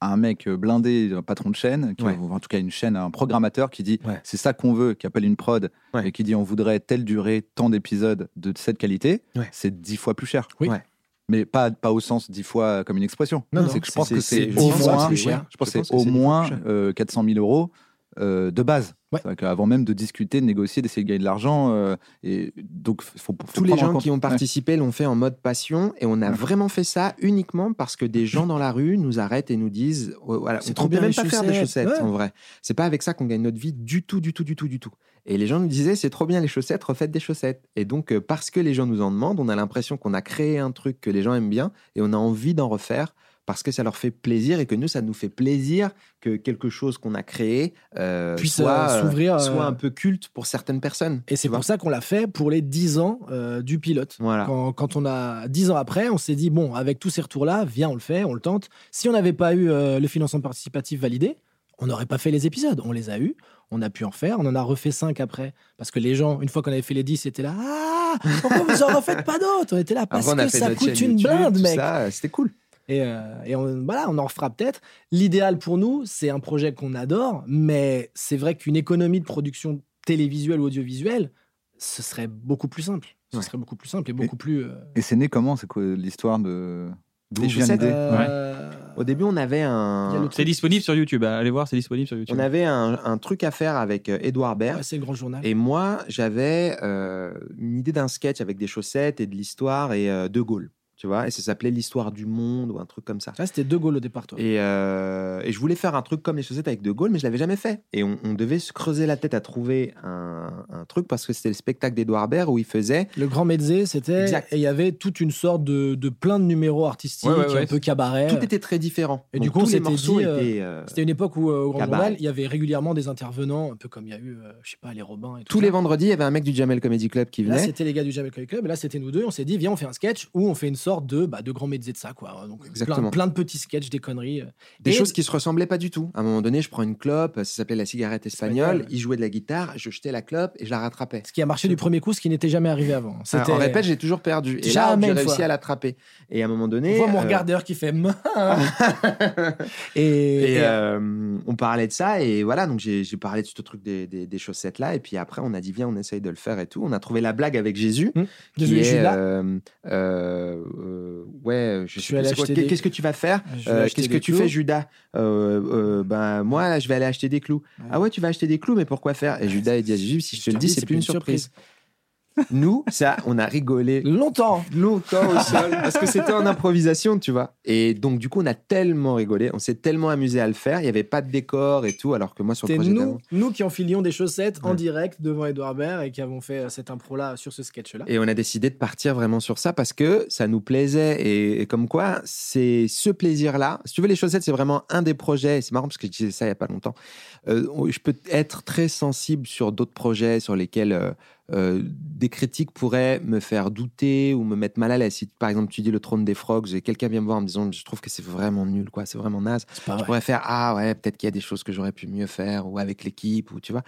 [SPEAKER 5] un mec blindé, un patron de chaîne, qui-
[SPEAKER 2] Ouais.
[SPEAKER 5] ou en tout cas une chaîne, un programmateur qui dit
[SPEAKER 2] Ouais.
[SPEAKER 5] c'est ça qu'on veut, qui appelle une prod
[SPEAKER 2] Ouais.
[SPEAKER 5] et qui dit on voudrait telle durée, tant d'épisodes de cette qualité,
[SPEAKER 2] Ouais.
[SPEAKER 5] c'est dix fois plus cher.
[SPEAKER 2] Oui. Ouais.
[SPEAKER 5] Mais pas, pas au sens dix fois comme une expression.
[SPEAKER 2] Non,
[SPEAKER 5] c'est
[SPEAKER 2] non,
[SPEAKER 5] que je pense
[SPEAKER 2] c'est-
[SPEAKER 5] que
[SPEAKER 2] c'est-
[SPEAKER 5] c'est
[SPEAKER 2] c'est dix
[SPEAKER 5] au
[SPEAKER 2] fois
[SPEAKER 5] moins,
[SPEAKER 2] plus
[SPEAKER 5] je
[SPEAKER 2] cher.
[SPEAKER 5] pense que
[SPEAKER 2] Je pense
[SPEAKER 5] c'est
[SPEAKER 2] que
[SPEAKER 5] au
[SPEAKER 2] c'est dix fois
[SPEAKER 5] moins
[SPEAKER 2] plus cher.
[SPEAKER 5] euh, 400 000 euros euh, de base.
[SPEAKER 3] Ouais.
[SPEAKER 5] C'est-à-dire qu'avant même de discuter, de négocier, d'essayer de gagner de l'argent, euh, et donc f- faut, faut
[SPEAKER 2] Tous les
[SPEAKER 5] prendre en
[SPEAKER 2] gens
[SPEAKER 5] compte-
[SPEAKER 2] qui ont
[SPEAKER 5] Ouais.
[SPEAKER 2] participé l'ont fait en mode passion et on a
[SPEAKER 5] Ouais.
[SPEAKER 2] vraiment fait ça uniquement parce que des gens dans la rue nous arrêtent et nous disent oh, voilà,
[SPEAKER 3] Mm. C'est
[SPEAKER 2] on
[SPEAKER 3] trop
[SPEAKER 2] ne peut
[SPEAKER 3] bien
[SPEAKER 2] même
[SPEAKER 3] les
[SPEAKER 2] pas faire des
[SPEAKER 3] chaussettes,
[SPEAKER 2] chaussettes
[SPEAKER 3] ouais.
[SPEAKER 2] en vrai. C'est pas avec ça qu'on gagne notre vie du tout, du tout, du tout, du tout. Et les gens nous disaient c'est trop bien les chaussettes, refaites des chaussettes. Et donc euh, parce que les gens nous en demandent, on a l'impression qu'on a créé un truc que les gens aiment bien et on a envie d'en refaire parce que ça leur fait plaisir et que nous ça nous fait plaisir que quelque chose qu'on a créé euh,
[SPEAKER 3] Puisse,
[SPEAKER 2] soit,
[SPEAKER 3] euh, s'ouvrir, euh,
[SPEAKER 2] soit un peu culte pour certaines personnes.
[SPEAKER 3] Et c'est
[SPEAKER 2] tu vois.
[SPEAKER 3] pour ça qu'on l'a fait pour les 10 ans euh, du pilote.
[SPEAKER 2] Voilà.
[SPEAKER 3] Quand, quand on a 10 ans après, on s'est dit, bon, avec tous ces retours-là, viens, on le fait, on le tente. Si on n'avait pas eu euh, le financement participatif validé, on n'aurait pas fait les épisodes. On les a eus, on a pu en faire, on en a refait 5 après. Parce que les gens, une fois qu'on avait fait les 10, étaient là, ah, pourquoi vous en refaites pas d'autres On était là, parce
[SPEAKER 2] Après, on a
[SPEAKER 3] que
[SPEAKER 2] fait
[SPEAKER 3] ça
[SPEAKER 2] notre
[SPEAKER 3] coûte
[SPEAKER 2] chaîne
[SPEAKER 3] une
[SPEAKER 2] YouTube,
[SPEAKER 3] blinde,
[SPEAKER 2] tout
[SPEAKER 3] mec.
[SPEAKER 2] ça, euh, C'était cool.
[SPEAKER 3] Et, euh, et on, voilà, on en refera peut-être. L'idéal pour nous, c'est un projet qu'on adore, mais c'est vrai qu'une économie de production télévisuelle ou audiovisuelle, ce serait beaucoup plus simple. Ce
[SPEAKER 2] Ouais.
[SPEAKER 3] serait beaucoup plus simple et beaucoup plus. euh,
[SPEAKER 5] Et c'est né comment C'est quoi l'histoire de. D'où
[SPEAKER 2] Des
[SPEAKER 5] vient
[SPEAKER 2] chaussettes,
[SPEAKER 5] l'idée
[SPEAKER 3] euh,
[SPEAKER 2] Au début, on avait
[SPEAKER 3] Il y a
[SPEAKER 2] un,
[SPEAKER 3] le
[SPEAKER 4] c'est disponible sur YouTube hein. allez voir c'est disponible sur YouTube
[SPEAKER 2] on avait un, un truc à faire avec euh, Edouard Baird.
[SPEAKER 3] ouais, c'est le grand journal.
[SPEAKER 2] Et moi, j'avais euh, une idée d'un sketch avec des chaussettes et de l'histoire et euh, De Gaulle, tu vois. Et ça s'appelait l'histoire du monde ou un truc comme ça.
[SPEAKER 3] Ah, c'était De Gaulle au départ, toi.
[SPEAKER 2] Et, euh, et je voulais faire un truc comme les chaussettes avec De Gaulle, mais je l'avais jamais fait. Et on, on devait se creuser la tête à trouver un, un truc parce que c'était le spectacle d'Edouard Baird où il faisait
[SPEAKER 3] Le grand Mezzé, c'était.
[SPEAKER 2] Exact.
[SPEAKER 3] Et il y avait toute une sorte de, de plein de numéros artistiques,
[SPEAKER 4] Ouais, ouais, ouais.
[SPEAKER 3] un peu cabaret.
[SPEAKER 2] tout était très différent.
[SPEAKER 3] Et
[SPEAKER 2] Donc,
[SPEAKER 3] du coup, on
[SPEAKER 2] tous les
[SPEAKER 3] s'était
[SPEAKER 2] morceaux
[SPEAKER 3] dit, euh,
[SPEAKER 2] étaient euh,
[SPEAKER 3] C'était une époque où, euh, au Grand
[SPEAKER 2] Cabaret.
[SPEAKER 3] Journal, il y avait régulièrement des intervenants, un peu comme il y a eu, euh, je sais pas, les Robins et tout.
[SPEAKER 2] tous
[SPEAKER 3] ça.
[SPEAKER 2] les vendredis, il y avait un mec du Jamel Comedy Club qui
[SPEAKER 3] Là,
[SPEAKER 2] venait.
[SPEAKER 3] c'était les gars du Jamel Comedy Club, et là, c'était nous deux. On s'est dit, viens, on fait un sketch où on fait une sorte de, bah, de grand métier de ça, quoi. Donc, plein,
[SPEAKER 2] Exactement.
[SPEAKER 3] plein de petits sketchs, des conneries. euh.
[SPEAKER 2] Des
[SPEAKER 3] Et-
[SPEAKER 2] choses qui se ressemblaient pas du tout. À un moment donné, je prends une clope, ça s'appelait la cigarette espagnole,
[SPEAKER 3] Espagnole.
[SPEAKER 2] il jouait de la guitare, je jetais la clope et je la rattrapais.
[SPEAKER 3] Ce qui a marché du premier coup, ce qui n'était jamais arrivé avant.
[SPEAKER 2] Ah,
[SPEAKER 3] C'était.
[SPEAKER 2] en répète, j'ai toujours perdu. Et là,
[SPEAKER 3] Jamais
[SPEAKER 2] j'ai
[SPEAKER 3] une
[SPEAKER 2] réussi
[SPEAKER 3] fois.
[SPEAKER 2] à l'attraper. Et à un moment
[SPEAKER 3] on
[SPEAKER 2] donné.
[SPEAKER 3] voit mon
[SPEAKER 2] euh,
[SPEAKER 3] regardeur qui fait. Mince et,
[SPEAKER 2] et,
[SPEAKER 3] et-
[SPEAKER 2] euh, on parlait de ça, et voilà, donc j'ai j'ai parlé de ce truc des, des- des chaussettes-là, et puis après, on a dit, viens, on essaye de le faire et tout. On a trouvé la blague avec Jésus.
[SPEAKER 3] Mmh,
[SPEAKER 2] qui
[SPEAKER 3] désolé, je suis
[SPEAKER 2] est,
[SPEAKER 3] là.
[SPEAKER 2] euh, euh, euh, ouais, je
[SPEAKER 3] Je
[SPEAKER 2] sais
[SPEAKER 3] suis
[SPEAKER 2] plus,
[SPEAKER 3] allé
[SPEAKER 2] c'est quoi,
[SPEAKER 3] acheter des-
[SPEAKER 2] Qu'est-ce que tu vas faire
[SPEAKER 3] Je vais
[SPEAKER 2] Euh,
[SPEAKER 3] acheter
[SPEAKER 2] Qu'est-ce que
[SPEAKER 3] des
[SPEAKER 2] tu
[SPEAKER 3] clous.
[SPEAKER 2] fais, Judas euh, euh, Ben moi, là, je vais aller acheter des clous. Ah ouais, tu vas acheter des clous, mais pourquoi faire Et Judas il dit à Jésus, si je te le dis, c'est plus une surprise. Nous, ça, on a rigolé
[SPEAKER 3] Longtemps.
[SPEAKER 2] longtemps au sol parce que c'était en improvisation, tu vois. Et donc du coup, on a tellement rigolé, on s'est tellement amusé à le faire. Il y avait pas de décor et tout, alors que moi sur le
[SPEAKER 3] C'était
[SPEAKER 2] projet
[SPEAKER 3] nous,
[SPEAKER 2] d'avant-
[SPEAKER 3] nous qui enfilions des chaussettes en
[SPEAKER 2] Ouais.
[SPEAKER 3] direct devant Edouard Baird et qui avons fait euh, cette impro-là sur ce sketch-là.
[SPEAKER 2] Et on a décidé de partir vraiment sur ça parce que ça nous plaisait. Et, et comme quoi, c'est ce plaisir-là. Si tu veux, les chaussettes, c'est vraiment un des projets. Et C'est marrant parce que je disais ça il n'y a pas longtemps. Euh, on- je peux être très sensible sur d'autres projets sur lesquels euh, euh, des critiques pourraient me faire douter ou me mettre mal à l'aise. Si, par exemple, tu dis le trône des frogs et quelqu'un vient me voir en me disant je trouve que c'est vraiment nul, quoi, c'est vraiment naze,
[SPEAKER 3] C'est pas
[SPEAKER 2] je
[SPEAKER 3] vrai.
[SPEAKER 2] pourrais faire ah ouais, peut-être qu'il y a des choses que j'aurais pu mieux faire ou avec l'équipe ou tu vois.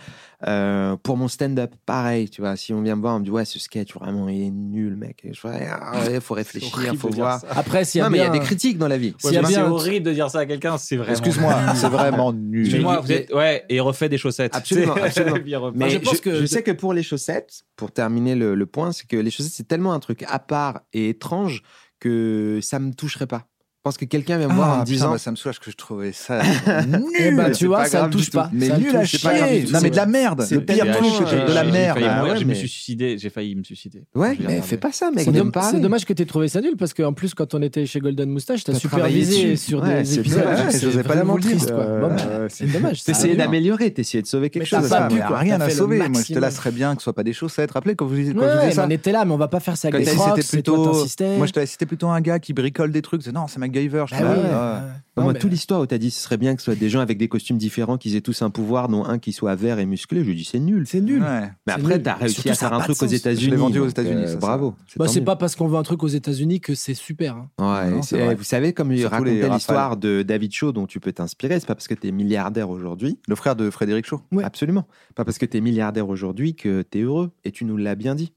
[SPEAKER 2] Euh, pour mon stand-up, pareil, tu vois. Si on vient me voir, on me dit ouais, ce sketch vraiment il est nul, mec. Et je fais ah ouais, faut réfléchir, faut voir.
[SPEAKER 3] Après, s'il y a
[SPEAKER 2] Non, mais il y a
[SPEAKER 3] bien-
[SPEAKER 2] des critiques dans la vie.
[SPEAKER 3] hein, S'il y a
[SPEAKER 4] mais c'est
[SPEAKER 3] bien un-
[SPEAKER 4] horrible de dire ça à quelqu'un, c'est vraiment.
[SPEAKER 5] Excuse-moi, Ah, c'est vraiment nul.
[SPEAKER 4] Excuse-moi,
[SPEAKER 2] Mais-
[SPEAKER 4] vous êtes. Ouais, et il refait des chaussettes.
[SPEAKER 2] Absolument,
[SPEAKER 4] C'est-
[SPEAKER 2] absolument.
[SPEAKER 4] Puis il refait.
[SPEAKER 2] Mais
[SPEAKER 3] je
[SPEAKER 2] je,
[SPEAKER 3] pense que-
[SPEAKER 2] je sais que pour les chaussettes, pour terminer le, le point, c'est que les chaussettes, c'est tellement un truc à part et étrange que ça me toucherait pas. Je pense que quelqu'un vient me voir en me
[SPEAKER 5] Ah, putain,
[SPEAKER 2] disant.
[SPEAKER 5] bah, ça me soulage que je trouvais ça
[SPEAKER 3] Eh
[SPEAKER 5] nul.
[SPEAKER 3] ben, tu
[SPEAKER 5] C'est
[SPEAKER 3] vois,
[SPEAKER 5] pas
[SPEAKER 3] ça
[SPEAKER 5] grave
[SPEAKER 3] me touche
[SPEAKER 5] du tout.
[SPEAKER 3] pas.
[SPEAKER 5] Mais
[SPEAKER 3] Ça me
[SPEAKER 5] nul à
[SPEAKER 3] touche pas grave
[SPEAKER 5] chier.
[SPEAKER 3] du tout,
[SPEAKER 5] Non, mais de la
[SPEAKER 3] ouais.
[SPEAKER 5] merde.
[SPEAKER 3] C'est
[SPEAKER 5] Le pire
[SPEAKER 3] tellement,
[SPEAKER 5] truc,
[SPEAKER 3] euh,
[SPEAKER 5] de
[SPEAKER 4] J'ai-
[SPEAKER 5] la
[SPEAKER 4] j'ai
[SPEAKER 5] merde.
[SPEAKER 4] failli
[SPEAKER 2] Ah
[SPEAKER 4] mourir,
[SPEAKER 2] ouais,
[SPEAKER 4] je me
[SPEAKER 2] mais-
[SPEAKER 4] suis suicidé, j'ai failli me suicider.
[SPEAKER 2] ouais,
[SPEAKER 4] Je l'ai
[SPEAKER 2] mais
[SPEAKER 4] regardé.
[SPEAKER 2] fais pas ça, mec.
[SPEAKER 3] C'est
[SPEAKER 2] viens
[SPEAKER 3] dom-
[SPEAKER 2] me parler.
[SPEAKER 3] c'est dommage que t'aies trouvé ça nul parce qu'en plus, quand on était chez Golden Moustache, t'as
[SPEAKER 2] T'as travaillé
[SPEAKER 3] supervisé
[SPEAKER 2] dessus.
[SPEAKER 3] sur
[SPEAKER 2] Ouais,
[SPEAKER 3] des
[SPEAKER 2] c'est
[SPEAKER 3] épisodes.
[SPEAKER 2] dommage,
[SPEAKER 3] C'est
[SPEAKER 5] j'osais pas le
[SPEAKER 3] vraiment
[SPEAKER 5] vous dire.
[SPEAKER 3] triste, quoi.
[SPEAKER 5] Euh,
[SPEAKER 3] Bon, bah,
[SPEAKER 5] ouais,
[SPEAKER 3] c'est dommage. ça.
[SPEAKER 2] T'essayais
[SPEAKER 5] Ah, dur.
[SPEAKER 2] d'améliorer, t'essayais de sauver quelque
[SPEAKER 3] Mais
[SPEAKER 2] chose.
[SPEAKER 3] t'as pas
[SPEAKER 5] ça,
[SPEAKER 3] pu,
[SPEAKER 5] mais
[SPEAKER 3] quoi.
[SPEAKER 5] rien
[SPEAKER 3] T'as
[SPEAKER 5] à
[SPEAKER 3] fait le
[SPEAKER 5] sauver. Moi, je te
[SPEAKER 3] maximum.
[SPEAKER 5] lasserais bien que ce soit pas des chaussettes. Rappelez quand vous, quand je
[SPEAKER 3] Ouais,
[SPEAKER 5] disais
[SPEAKER 3] mais
[SPEAKER 5] ça.
[SPEAKER 3] on était là, mais on va pas faire ça
[SPEAKER 5] Quand
[SPEAKER 3] avec
[SPEAKER 5] t'as
[SPEAKER 3] les
[SPEAKER 5] dit,
[SPEAKER 3] Crocs,
[SPEAKER 5] c'était
[SPEAKER 3] c'est toi
[SPEAKER 5] plutôt.
[SPEAKER 3] t'insistais.
[SPEAKER 5] Moi, je t'avais cité plutôt un gars qui bricole des trucs. Je disais, Non, c'est MacGyver. Je
[SPEAKER 3] Bah
[SPEAKER 5] fais,
[SPEAKER 3] ouais,
[SPEAKER 5] ah,
[SPEAKER 3] ouais.
[SPEAKER 2] Moi,
[SPEAKER 3] Non, mais- euh,
[SPEAKER 2] toute l'histoire où t'as dit ce serait bien que ce soit des gens avec des costumes différents, qu'ils aient tous un pouvoir, dont un qui soit vert et musclé, je dis c'est nul.
[SPEAKER 3] C'est nul.
[SPEAKER 5] ouais.
[SPEAKER 2] Mais
[SPEAKER 3] c'est
[SPEAKER 2] après,
[SPEAKER 3] nul.
[SPEAKER 2] t'as réussi
[SPEAKER 3] Surtout,
[SPEAKER 2] à
[SPEAKER 3] ça
[SPEAKER 2] faire
[SPEAKER 3] a
[SPEAKER 2] un
[SPEAKER 3] pas de
[SPEAKER 2] truc aux
[SPEAKER 3] sens. Je l'ai
[SPEAKER 2] États-Unis.
[SPEAKER 5] vendu aux
[SPEAKER 2] donc, euh,
[SPEAKER 5] États-Unis, ça, ça.
[SPEAKER 2] Bravo.
[SPEAKER 3] Bah,
[SPEAKER 2] tant
[SPEAKER 3] c'est
[SPEAKER 2] mieux.
[SPEAKER 3] pas parce qu'on veut un truc aux États-Unis que c'est super. hein.
[SPEAKER 2] Ouais,
[SPEAKER 5] Non,
[SPEAKER 2] et
[SPEAKER 5] c'est
[SPEAKER 2] c'est-
[SPEAKER 5] vrai.
[SPEAKER 2] vous savez, comme il
[SPEAKER 5] Surtout les
[SPEAKER 2] racontait
[SPEAKER 5] rafales.
[SPEAKER 2] l'histoire de David Shaw dont tu peux t'inspirer, c'est pas parce que tu es milliardaire aujourd'hui.
[SPEAKER 5] Le frère de Frédéric Shaw.
[SPEAKER 3] Ouais.
[SPEAKER 2] Absolument. Pas parce que tu es milliardaire aujourd'hui que tu es heureux. Et tu nous l'as bien dit.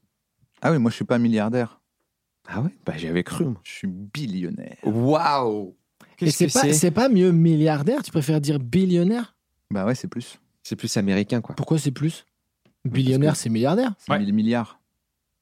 [SPEAKER 5] Ah oui, moi, je suis pas milliardaire.
[SPEAKER 2] Ah ouais Bah j'y avais cru. moi.
[SPEAKER 5] Je suis billionnaire.
[SPEAKER 2] Waouh
[SPEAKER 3] Et
[SPEAKER 2] Qu'est-ce
[SPEAKER 3] c'est
[SPEAKER 2] que
[SPEAKER 3] pas,
[SPEAKER 2] c'est
[SPEAKER 3] c'est pas mieux milliardaire, tu préfères dire billionnaire
[SPEAKER 5] Bah ouais, c'est plus.
[SPEAKER 2] C'est plus américain, quoi.
[SPEAKER 3] Pourquoi c'est plus Billionnaire, c'est milliardaire
[SPEAKER 5] C'est
[SPEAKER 4] Ouais.
[SPEAKER 5] 1000 milliards.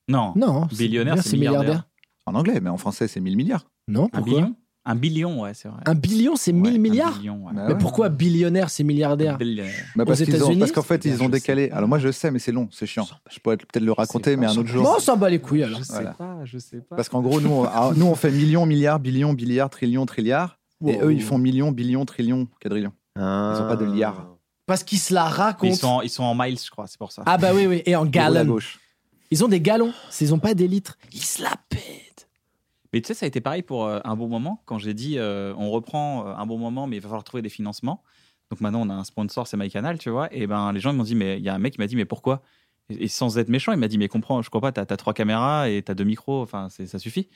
[SPEAKER 4] Non.
[SPEAKER 3] Non. hein,
[SPEAKER 4] Billionnaire, c'est milliardaire.
[SPEAKER 5] En anglais, mais en français, c'est 1000 milliards.
[SPEAKER 3] Non,
[SPEAKER 4] Un
[SPEAKER 3] pourquoi
[SPEAKER 4] billion Un billion, ouais, c'est vrai.
[SPEAKER 3] Un billion, c'est 1000
[SPEAKER 4] Ouais, un
[SPEAKER 3] milliards
[SPEAKER 4] billion, Ah ouais.
[SPEAKER 5] Bah
[SPEAKER 3] Mais
[SPEAKER 5] ouais.
[SPEAKER 3] pourquoi billionnaire, c'est milliardaire
[SPEAKER 4] Un billionaire.
[SPEAKER 5] Bah, parce
[SPEAKER 3] Aux
[SPEAKER 5] qu'ils ont-
[SPEAKER 3] États-Unis,
[SPEAKER 5] parce qu'en fait,
[SPEAKER 3] c'est-
[SPEAKER 5] ils ont
[SPEAKER 3] je sais
[SPEAKER 5] décalé.
[SPEAKER 3] pas.
[SPEAKER 5] Alors moi, je sais, mais c'est long, c'est chiant. Je pourrais peut-être le raconter, mais un autre jour.
[SPEAKER 3] Bon, on s'en bat les couilles alors.
[SPEAKER 4] Je sais
[SPEAKER 5] Voilà.
[SPEAKER 4] pas, Ah, je sais pas.
[SPEAKER 5] Parce qu'en gros, nous, on, alors, nous, on fait millions, milliards, billions, milliards, trillions, trilliards. Et
[SPEAKER 3] Wow.
[SPEAKER 5] eux, ils font millions, billions, trillions, quadrillions.
[SPEAKER 2] Ah.
[SPEAKER 5] Ils ont pas de liard.
[SPEAKER 3] Parce qu'ils se la
[SPEAKER 4] Mais ils,
[SPEAKER 3] racontent.
[SPEAKER 4] sont en, ils sont en miles, je crois, c'est pour ça.
[SPEAKER 3] Ah bah oui, oui, et en
[SPEAKER 5] Ils roulent à
[SPEAKER 3] gallons.
[SPEAKER 5] gauche.
[SPEAKER 3] Ils ont des gallons, c'est- ils ont pas des litres. Ils se la pètent.
[SPEAKER 4] Mais tu sais, ça a été pareil pour euh, un bon moment. Quand j'ai dit, euh, on reprend euh, un bon moment, mais il va falloir trouver des financements. Donc maintenant, on a un sponsor, c'est MyCanal, tu vois. Et ben, les gens ils m'ont dit, mais il y a un mec qui m'a dit, mais pourquoi et, et sans être méchant, il m'a dit, mais comprends, je crois pas, t'as as trois caméras et t'as deux micros, enfin, c'est- ça suffit.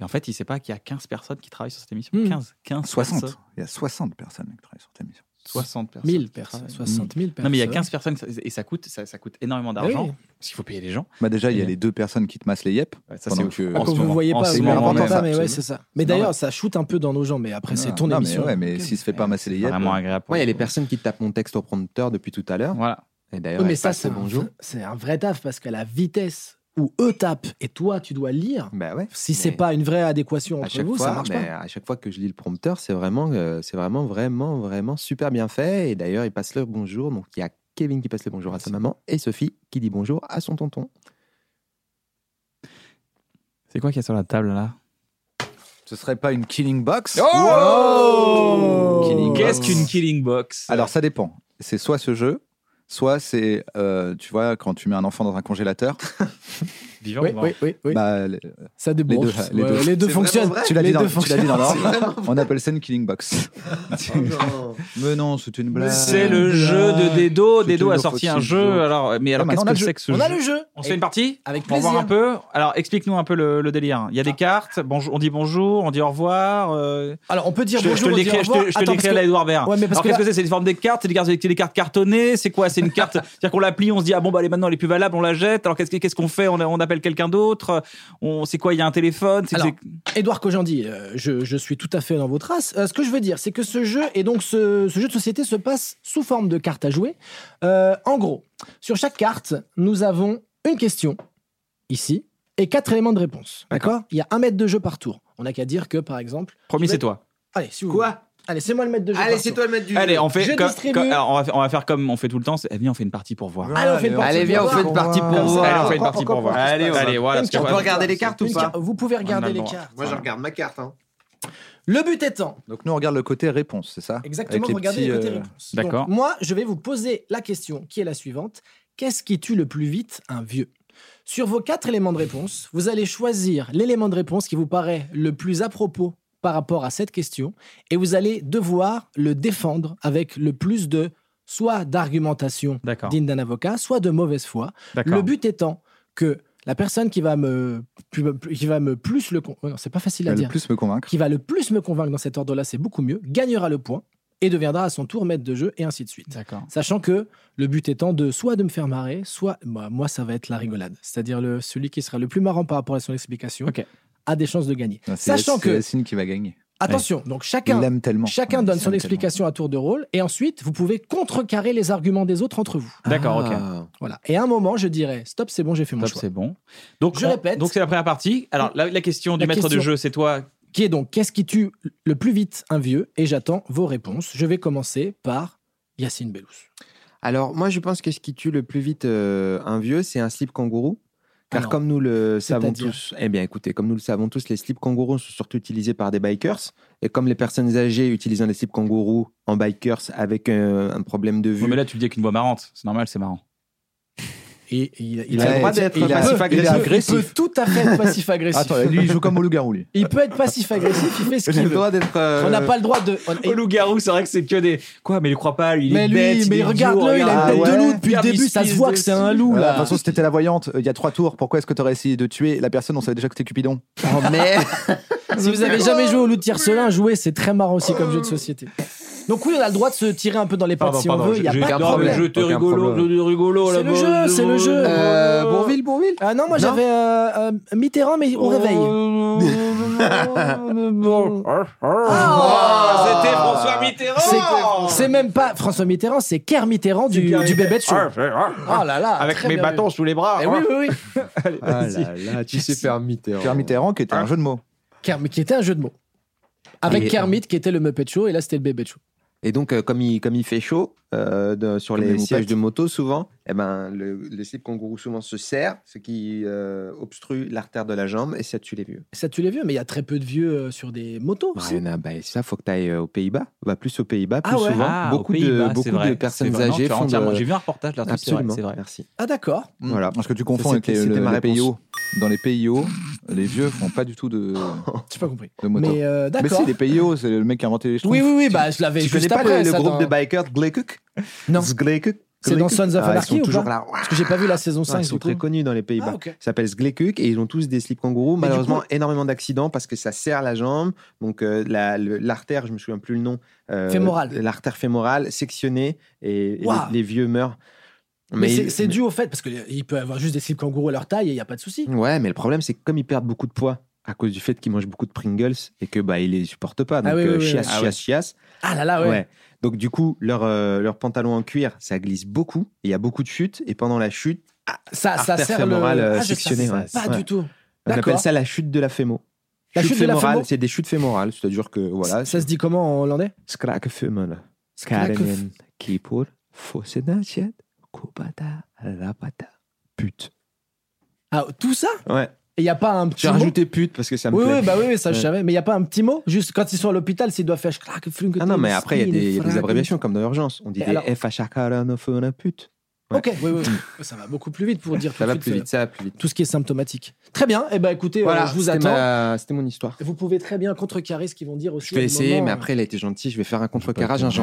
[SPEAKER 4] Et en fait, il sait pas qu'il y a 15 personnes qui travaillent sur cette émission.
[SPEAKER 3] Hmm.
[SPEAKER 4] 15, 15
[SPEAKER 5] 60.
[SPEAKER 4] personnes.
[SPEAKER 5] Il y a 60 personnes qui travaillent sur ta mission.
[SPEAKER 4] 60 personnes.
[SPEAKER 3] 1000
[SPEAKER 4] qui travaillent.
[SPEAKER 3] personnes, 60 000 personnes.
[SPEAKER 4] Non, mais il y a 15 personnes ça- et ça coûte, ça, ça coûte énormément d'argent.
[SPEAKER 3] Oui.
[SPEAKER 4] Parce qu'il faut payer les gens.
[SPEAKER 5] Bah déjà, il y a
[SPEAKER 4] Et-
[SPEAKER 5] les deux personnes qui te massent les yep.
[SPEAKER 4] Ouais, ça,
[SPEAKER 5] Pendant
[SPEAKER 4] c'est
[SPEAKER 5] que-
[SPEAKER 4] ouf.
[SPEAKER 3] Ah,
[SPEAKER 4] En
[SPEAKER 3] quand
[SPEAKER 4] ce
[SPEAKER 3] vous
[SPEAKER 4] moment.
[SPEAKER 3] voyez
[SPEAKER 4] En
[SPEAKER 3] pas,
[SPEAKER 4] ce
[SPEAKER 3] vous
[SPEAKER 4] moment,
[SPEAKER 3] entendez
[SPEAKER 5] même,
[SPEAKER 3] pas, mais
[SPEAKER 5] absolument.
[SPEAKER 3] ouais, c'est ça. Mais d'ailleurs, ça shoot un peu dans nos gens, mais après, c'est
[SPEAKER 5] Ah,
[SPEAKER 3] ton
[SPEAKER 5] non, mais
[SPEAKER 3] émission.
[SPEAKER 5] ouais, mais s'il se fait pas masser les yeux,
[SPEAKER 4] Vraiment agréable.
[SPEAKER 2] Ouais, il y a les personnes qui tapent mon texte au prompteur depuis tout à l'heure.
[SPEAKER 4] Voilà.
[SPEAKER 2] Et
[SPEAKER 3] Ouais,
[SPEAKER 2] d'ailleurs,
[SPEAKER 3] mais
[SPEAKER 2] elle
[SPEAKER 3] ça,
[SPEAKER 2] passe
[SPEAKER 3] c'est
[SPEAKER 2] au
[SPEAKER 3] un,
[SPEAKER 2] bonjour.
[SPEAKER 3] c'est un vrai taf parce qu'à la vitesse où eux tapent et toi, tu dois lire,
[SPEAKER 2] Bah ouais.
[SPEAKER 3] si c'est
[SPEAKER 2] Mais-
[SPEAKER 3] pas une vraie adéquation
[SPEAKER 2] à
[SPEAKER 3] entre
[SPEAKER 2] chaque
[SPEAKER 3] vous,
[SPEAKER 2] fois,
[SPEAKER 3] ça marche
[SPEAKER 2] mais
[SPEAKER 3] pas.
[SPEAKER 2] à chaque fois que je lis le prompteur, c'est vraiment, euh, c'est vraiment, vraiment, vraiment super bien fait. Et d'ailleurs, il passe le bonjour. Donc, il y a Kevin qui passe le bonjour à sa maman et Sophie qui dit bonjour à son tonton.
[SPEAKER 4] C'est quoi qu'il y a sur la table là
[SPEAKER 5] Ce serait pas une killing box
[SPEAKER 3] Oh
[SPEAKER 5] Killing
[SPEAKER 4] Qu'est-ce
[SPEAKER 5] box.
[SPEAKER 4] qu'une killing box
[SPEAKER 3] Ah,
[SPEAKER 5] Alors ça dépend. C'est soit ce jeu, soit c'est, euh, tu vois, quand tu mets un enfant dans un congélateur,
[SPEAKER 4] vivant
[SPEAKER 3] Oui,
[SPEAKER 4] ou mort
[SPEAKER 3] oui, oui, oui.
[SPEAKER 5] bah, le-
[SPEAKER 3] ça débouche.
[SPEAKER 5] deux, les deux.
[SPEAKER 3] les deux
[SPEAKER 2] C'est
[SPEAKER 3] fonctionnent.
[SPEAKER 2] vraiment vrai
[SPEAKER 5] tu l'as
[SPEAKER 3] Les
[SPEAKER 5] dit, dans-
[SPEAKER 3] deux
[SPEAKER 5] tu l'as dit dans
[SPEAKER 3] fonctionnent.
[SPEAKER 5] l'ordre. On appelle ça une killing box. mais non, c'est une
[SPEAKER 3] Euh,
[SPEAKER 5] blague.
[SPEAKER 4] C'est le jeu de Dedo.
[SPEAKER 5] C'est
[SPEAKER 4] Dedo a
[SPEAKER 5] toujours
[SPEAKER 4] sorti un
[SPEAKER 5] possible,
[SPEAKER 4] jeu.
[SPEAKER 5] toujours.
[SPEAKER 4] Alors, mais alors,
[SPEAKER 5] Ah, maintenant,
[SPEAKER 4] qu'est-ce
[SPEAKER 5] on a
[SPEAKER 4] que
[SPEAKER 5] le jeu.
[SPEAKER 4] c'est que ce
[SPEAKER 3] On a
[SPEAKER 4] jeu
[SPEAKER 3] le jeu.
[SPEAKER 4] On se fait une partie
[SPEAKER 3] Avec
[SPEAKER 4] Pour
[SPEAKER 3] plaisir. Ah.
[SPEAKER 4] voir un peu. Alors, explique-nous un peu le, le délire. Il y a des cartes. Bonjour, on dit bonjour, on dit au revoir. euh,
[SPEAKER 3] Alors, on peut dire
[SPEAKER 4] je, je te
[SPEAKER 3] bonjour.
[SPEAKER 4] le
[SPEAKER 3] on dit
[SPEAKER 4] décris,
[SPEAKER 3] au
[SPEAKER 4] je
[SPEAKER 3] revoir.
[SPEAKER 4] te, je te
[SPEAKER 3] Attends,
[SPEAKER 4] décris à
[SPEAKER 3] parce
[SPEAKER 4] la
[SPEAKER 3] que-
[SPEAKER 4] Edouard Baird.
[SPEAKER 3] Ouais, mais parce
[SPEAKER 4] Alors,
[SPEAKER 3] que là-
[SPEAKER 4] qu'est-ce que c'est C'est des formes de cartes, c'est des cartes avec des cartes cartonnées. C'est quoi C'est une carte. C'est-à-dire qu'on la plie, on se dit ah bon bah elle est maintenant elle est plus valable, on la jette. Alors qu'est-ce que- qu'est-ce qu'on fait on, on appelle quelqu'un d'autre. On c'est quoi Il y a un téléphone. c'est-
[SPEAKER 3] Alors,
[SPEAKER 4] c'est-
[SPEAKER 3] Édouard Kojandi, euh, je, je suis tout à fait dans vos traces. Euh, ce que je veux dire, c'est que ce jeu et donc ce, ce jeu de société se passe sous forme de cartes à jouer. Euh, en gros, sur chaque carte, nous avons une question ici et quatre éléments de réponse.
[SPEAKER 5] Ah,
[SPEAKER 3] D'accord Il y a un mètre de jeu par tour. On n'a qu'à dire que, par exemple,
[SPEAKER 4] Promis,
[SPEAKER 3] je vais-
[SPEAKER 4] c'est toi.
[SPEAKER 3] allez, si vous voulez. Allez, c'est moi le maître de jeu. par tour.
[SPEAKER 2] le maître du
[SPEAKER 4] Allez, on fait
[SPEAKER 3] Euh, Je
[SPEAKER 4] comme-
[SPEAKER 3] distribue.
[SPEAKER 4] comme- alors, on, va faire, on va faire comme on fait tout le temps. c'est- eh, Viens, on fait une partie pour voir.
[SPEAKER 3] Allez, on fait une partie.
[SPEAKER 2] Allez, viens, on
[SPEAKER 3] Pour
[SPEAKER 2] fait une
[SPEAKER 3] voir.
[SPEAKER 2] partie pour
[SPEAKER 3] Comme ça,
[SPEAKER 2] voir.
[SPEAKER 4] Allez, on fait une
[SPEAKER 3] encore-
[SPEAKER 4] partie pour
[SPEAKER 3] encore
[SPEAKER 4] voir.
[SPEAKER 3] plus.
[SPEAKER 4] Allez,
[SPEAKER 3] Une
[SPEAKER 4] allez, voilà.
[SPEAKER 3] carte
[SPEAKER 4] parce que-
[SPEAKER 3] par
[SPEAKER 2] On peut
[SPEAKER 3] tour.
[SPEAKER 2] regarder les cartes ou
[SPEAKER 3] Une
[SPEAKER 2] pas
[SPEAKER 3] carte- Vous pouvez
[SPEAKER 4] On a
[SPEAKER 3] regarder
[SPEAKER 4] le
[SPEAKER 3] les
[SPEAKER 4] droit.
[SPEAKER 3] cartes.
[SPEAKER 4] Moi, je
[SPEAKER 2] regarde ma carte.
[SPEAKER 3] Le but étant,
[SPEAKER 5] Donc nous, on regarde le côté réponse, c'est ça
[SPEAKER 3] Exactement,
[SPEAKER 5] Avec les
[SPEAKER 3] regardez
[SPEAKER 5] petits,
[SPEAKER 3] les côtés
[SPEAKER 5] euh,
[SPEAKER 3] réponses.
[SPEAKER 4] d'accord.
[SPEAKER 3] Donc, Moi, je vais vous poser la question qui est la suivante. Qu'est-ce qui tue le plus vite un vieux Sur vos quatre éléments de réponse, vous allez choisir l'élément de réponse qui vous paraît le plus à propos par rapport à cette question et vous allez devoir le défendre avec le plus de soit d'argumentation
[SPEAKER 4] D'accord.
[SPEAKER 3] digne d'un avocat, soit de mauvaise foi.
[SPEAKER 4] D'accord.
[SPEAKER 3] Le but étant que la personne qui va me, plus- plus- qui va me plus le con- Oh non, c'est pas facile à
[SPEAKER 5] le
[SPEAKER 3] dire.
[SPEAKER 5] plus me convaincre.
[SPEAKER 3] Qui va le plus me convaincre dans cet ordre-là, c'est beaucoup mieux. Gagnera le point et deviendra à son tour maître de jeu et ainsi de suite.
[SPEAKER 4] D'accord.
[SPEAKER 3] Sachant que le but étant de soit de me faire marrer, soit bah, moi ça va être la rigolade. C'est-à-dire le celui qui sera le plus marrant par rapport à son explication
[SPEAKER 4] Ok.
[SPEAKER 3] a des chances de gagner.
[SPEAKER 5] Non, Ah, c'est
[SPEAKER 3] Sachant
[SPEAKER 5] Yass-
[SPEAKER 3] que
[SPEAKER 5] c'est Yassine qui va gagner.
[SPEAKER 3] attention, donc
[SPEAKER 5] Il
[SPEAKER 3] chacun
[SPEAKER 5] l'aime tellement.
[SPEAKER 3] chacun
[SPEAKER 5] Ouais, il
[SPEAKER 3] donne
[SPEAKER 5] l'aime
[SPEAKER 3] son
[SPEAKER 5] tellement.
[SPEAKER 3] explication à tour de rôle et ensuite vous pouvez contrecarrer les arguments des autres entre vous.
[SPEAKER 4] D'accord, ok.
[SPEAKER 2] Ah.
[SPEAKER 3] Voilà. Et à un moment, je dirais stop, c'est bon, j'ai fait mon
[SPEAKER 4] Top,
[SPEAKER 3] choix.
[SPEAKER 4] c'est bon. Donc,
[SPEAKER 3] Je
[SPEAKER 4] on-
[SPEAKER 3] répète.
[SPEAKER 4] Donc, c'est la première partie. Alors, la, la question du
[SPEAKER 3] La
[SPEAKER 4] maître de
[SPEAKER 3] question.
[SPEAKER 4] jeu, c'est toi.
[SPEAKER 3] qui est donc qu'est-ce qui tue le plus vite un vieux Et j'attends vos réponses. Je vais commencer par Yacine Bellous.
[SPEAKER 2] Alors, moi, je pense que ce qui tue le plus vite euh, un vieux, c'est un slip kangourou. Car
[SPEAKER 3] Alors,
[SPEAKER 2] comme nous le savons
[SPEAKER 3] c'est-à-dire
[SPEAKER 2] tous, eh bien écoutez, comme nous le savons tous, les slips kangourous sont surtout utilisés par des bikers. Et comme les personnes âgées utilisant les slips kangourous en bikers avec euh, un problème de vue,
[SPEAKER 4] Ouais, mais là, tu le dis avec une voix marrante. C'est normal, c'est marrant.
[SPEAKER 3] Et, et il,
[SPEAKER 2] Il a le droit d'être
[SPEAKER 3] il a-
[SPEAKER 2] passif
[SPEAKER 3] il peut-
[SPEAKER 2] agressif.
[SPEAKER 3] il peut- Il peut tout à fait être passif agressif.
[SPEAKER 5] Attends, lui, il joue comme au loup-garou, lui.
[SPEAKER 3] Il peut être passif agressif. Il fait ce
[SPEAKER 2] j'ai
[SPEAKER 3] qu'il
[SPEAKER 2] le
[SPEAKER 3] veut.
[SPEAKER 2] droit d'être. euh,
[SPEAKER 3] On n'a pas le droit de. on- Eh,
[SPEAKER 4] Oh, loup-garou, c'est vrai que c'est que des. Quoi, mais il croit pas, il
[SPEAKER 3] mais
[SPEAKER 4] est
[SPEAKER 3] lui,
[SPEAKER 4] bête. il
[SPEAKER 3] mais
[SPEAKER 4] est
[SPEAKER 3] regarde-le, il
[SPEAKER 4] idiot,
[SPEAKER 3] a
[SPEAKER 4] regarde.
[SPEAKER 3] une tête
[SPEAKER 5] Ah
[SPEAKER 3] de
[SPEAKER 5] ouais.
[SPEAKER 3] loup depuis le
[SPEAKER 4] Regarde,
[SPEAKER 3] début.
[SPEAKER 4] il se
[SPEAKER 3] Ça se
[SPEAKER 4] pisse
[SPEAKER 3] voit que c'est un
[SPEAKER 4] dessus.
[SPEAKER 3] loup
[SPEAKER 5] Voilà, de
[SPEAKER 3] là.
[SPEAKER 5] toute façon, si t'étais la voyante, euh, il y a trois tours, pourquoi est-ce que t'aurais essayé de tuer La personne, on savait déjà que t'es Cupidon.
[SPEAKER 2] Oh merde
[SPEAKER 3] Si vous avez jamais joué au loup de tiercelin, jouez, c'est très marrant aussi comme jeu de société. Donc oui, on a le droit de se tirer un peu dans les pattes
[SPEAKER 4] Pardon,
[SPEAKER 3] si on
[SPEAKER 4] pardon,
[SPEAKER 3] veut. Il y a
[SPEAKER 4] j'ai-
[SPEAKER 3] pas
[SPEAKER 4] j'ai-
[SPEAKER 3] de
[SPEAKER 4] non, mais
[SPEAKER 3] problème.
[SPEAKER 4] Je te
[SPEAKER 2] Aucun
[SPEAKER 4] rigolo,
[SPEAKER 2] problème.
[SPEAKER 4] je te rigolo.
[SPEAKER 3] C'est
[SPEAKER 4] là,
[SPEAKER 3] le
[SPEAKER 4] bon,
[SPEAKER 3] jeu, c'est le jeu.
[SPEAKER 2] Euh, Bourville, Bourville
[SPEAKER 3] Ah non, moi
[SPEAKER 2] Non.
[SPEAKER 3] j'avais euh, euh, Mitterrand, mais au réveil.
[SPEAKER 4] Oh Ah, C'était François Mitterrand.
[SPEAKER 3] C'est- C'est même pas François Mitterrand, c'est Kerr Mitterrand du, du bébé de show. Ah là là.
[SPEAKER 4] Avec
[SPEAKER 3] très
[SPEAKER 4] mes
[SPEAKER 3] bien
[SPEAKER 4] bâtons sous les bras.
[SPEAKER 3] vu. Eh oui, oui, oui.
[SPEAKER 2] Ah là là, tu sais faire Mitterrand. Ah.
[SPEAKER 5] Pierre Mitterrand, qui était un jeu de mots.
[SPEAKER 3] Kerm- qui était un jeu de mots. Avec
[SPEAKER 2] Et- euh,
[SPEAKER 3] Kermit qui était le Muppet Show et là c'était le bébé de show.
[SPEAKER 2] Et donc, euh, comme, il, comme il fait chaud euh, de- sur
[SPEAKER 5] Comme
[SPEAKER 2] les
[SPEAKER 5] les
[SPEAKER 2] sièges
[SPEAKER 5] moupettes.
[SPEAKER 2] de moto, souvent, eh ben, le, le slip kangourou souvent se serre, ce qui euh, obstrue l'artère de la jambe et ça tue les vieux.
[SPEAKER 3] Ça tu l'as vu, mais il y a très peu de vieux euh, sur des motos. aussi.
[SPEAKER 2] Mariana, bah, ça, faut que tu ailles aux Pays-Bas. Bah, plus aux Pays-Bas, plus
[SPEAKER 3] Ah ouais.
[SPEAKER 2] souvent.
[SPEAKER 4] Ah,
[SPEAKER 2] beaucoup
[SPEAKER 4] aux Pays-Bas,
[SPEAKER 2] de,
[SPEAKER 4] c'est
[SPEAKER 2] beaucoup
[SPEAKER 4] vrai,
[SPEAKER 2] de
[SPEAKER 4] c'est
[SPEAKER 2] personnes
[SPEAKER 4] vrai. Non,
[SPEAKER 2] âgées
[SPEAKER 4] tu as
[SPEAKER 2] font de...
[SPEAKER 4] entièrement- J'ai vu un reportage là-dessus. c'est vrai,
[SPEAKER 2] Absolument,
[SPEAKER 4] C'est vrai.
[SPEAKER 2] merci.
[SPEAKER 3] Ah d'accord.
[SPEAKER 2] Voilà.
[SPEAKER 5] Hmm. Parce que tu
[SPEAKER 2] Ça,
[SPEAKER 5] confonds avec
[SPEAKER 2] c'était-
[SPEAKER 5] les,
[SPEAKER 2] c'était
[SPEAKER 5] le-
[SPEAKER 2] ma
[SPEAKER 5] les
[SPEAKER 2] réponse.
[SPEAKER 5] pays hauts. Dans les pays hauts, les vieux font pas du tout de,
[SPEAKER 2] Oh.
[SPEAKER 3] J'ai pas compris.
[SPEAKER 5] de moto.
[SPEAKER 3] Mais euh,
[SPEAKER 5] Mais
[SPEAKER 3] d'accord.
[SPEAKER 5] si, les pays hauts, c'est le mec qui a inventé les
[SPEAKER 3] Oui, oui, oui, bah je l'avais
[SPEAKER 2] tu connais
[SPEAKER 3] juste
[SPEAKER 2] pas
[SPEAKER 3] après.
[SPEAKER 2] le, le
[SPEAKER 3] ça,
[SPEAKER 2] groupe
[SPEAKER 3] dans-
[SPEAKER 2] de bikers Gleikuk
[SPEAKER 3] Non. Ah,
[SPEAKER 2] Gleikuk
[SPEAKER 3] C'est dans Sons of
[SPEAKER 2] Ah,
[SPEAKER 3] Anarchy
[SPEAKER 2] Ils
[SPEAKER 3] ou
[SPEAKER 2] sont
[SPEAKER 3] pas
[SPEAKER 2] toujours là.
[SPEAKER 3] Parce que j'ai pas vu la saison 5.
[SPEAKER 2] Ah, ils sont
[SPEAKER 3] du coup.
[SPEAKER 2] très connus dans les Pays-Bas.
[SPEAKER 3] Ah, ok.
[SPEAKER 2] Ça s'appelle Sglekuk et ils ont tous des slips kangourous.
[SPEAKER 3] du
[SPEAKER 2] Malheureusement,
[SPEAKER 3] coup-
[SPEAKER 2] énormément d'accidents parce que ça serre la jambe. Donc, euh, la- le- l'artère, je me souviens plus le nom. euh,
[SPEAKER 3] Fémorale.
[SPEAKER 2] L'artère fémorale sectionnée et, et
[SPEAKER 3] Waouh.
[SPEAKER 2] les, les vieux meurent.
[SPEAKER 3] Mais c'est-
[SPEAKER 2] il-
[SPEAKER 3] c'est dû au fait, parce qu'il peut avoir juste des slips kangourous à leur taille et il n'y a pas de souci.
[SPEAKER 2] Ouais, mais le problème, c'est que comme ils perdent beaucoup de poids à cause du fait qu'ils mangent beaucoup de Pringles et que bah ils les supportent pas. Donc,
[SPEAKER 3] oui, oui,
[SPEAKER 2] euh,
[SPEAKER 3] oui,
[SPEAKER 2] chiasse,
[SPEAKER 3] oui. Ah
[SPEAKER 2] chiasse,
[SPEAKER 3] ouais.
[SPEAKER 2] chiasse.
[SPEAKER 3] Ah là là, ouais.
[SPEAKER 2] Ouais. Donc, du coup, leur, euh, leur pantalon en cuir, ça glisse beaucoup. Il y a beaucoup de chutes. Et pendant la chute,
[SPEAKER 3] Ça, ça
[SPEAKER 2] Artère
[SPEAKER 3] sert le. Ah,
[SPEAKER 2] fémorale, euh,
[SPEAKER 3] je
[SPEAKER 2] sectionnée,
[SPEAKER 3] savais
[SPEAKER 2] ouais.
[SPEAKER 3] Pas
[SPEAKER 2] Ouais.
[SPEAKER 3] du tout.
[SPEAKER 2] on appelle
[SPEAKER 3] D'accord.
[SPEAKER 2] ça la chute de la fémo.
[SPEAKER 3] La chute de la
[SPEAKER 2] fémorale,
[SPEAKER 3] fémo-
[SPEAKER 2] c'est des chutes fémorales. C'est-à-dire que, voilà,
[SPEAKER 3] Ça se dit comment en hollandais
[SPEAKER 2] Skrake femelle.
[SPEAKER 3] Skrake-
[SPEAKER 2] Karenen Kipur Fosenachet Kupata Rapata. Pute.
[SPEAKER 3] Ah, tout ça
[SPEAKER 2] Ouais.
[SPEAKER 3] Il n'y a pas un petit
[SPEAKER 2] J'ai
[SPEAKER 3] mot
[SPEAKER 2] rajouté pute parce que ça me
[SPEAKER 3] Oui,
[SPEAKER 2] plaît.
[SPEAKER 3] oui, bah oui, oui, ça je
[SPEAKER 2] Ouais.
[SPEAKER 3] savais. Mais il n'y a pas un petit mot Juste quand ils sont à l'hôpital, s'ils doivent faire. schlack, flunk,
[SPEAKER 2] Ah non, mais après, il y a des, il y a des
[SPEAKER 3] frack.
[SPEAKER 2] abréviations comme dans l'urgence. On dit
[SPEAKER 3] Et
[SPEAKER 2] des
[SPEAKER 3] alors-
[SPEAKER 2] F à chacaranofona pute. Ouais.
[SPEAKER 3] Ok, oui, oui. oui. Ça va beaucoup plus vite pour dire tout,
[SPEAKER 2] Ça
[SPEAKER 3] de
[SPEAKER 2] va
[SPEAKER 3] suite,
[SPEAKER 2] plus
[SPEAKER 3] euh,
[SPEAKER 2] vite, ça va plus vite.
[SPEAKER 3] tout ce qui est symptomatique. Très bien, et ben écoutez, euh, je vous
[SPEAKER 2] c'était
[SPEAKER 3] attends.
[SPEAKER 2] ma- C'était mon histoire.
[SPEAKER 3] Vous pouvez très bien contrecarrer ce qu'ils vont dire aussi.
[SPEAKER 2] Je vais
[SPEAKER 3] à des
[SPEAKER 2] essayer,
[SPEAKER 3] moments,
[SPEAKER 2] mais
[SPEAKER 3] euh,
[SPEAKER 2] après, elle a été gentille. Je vais faire un contre-carrage, un genre.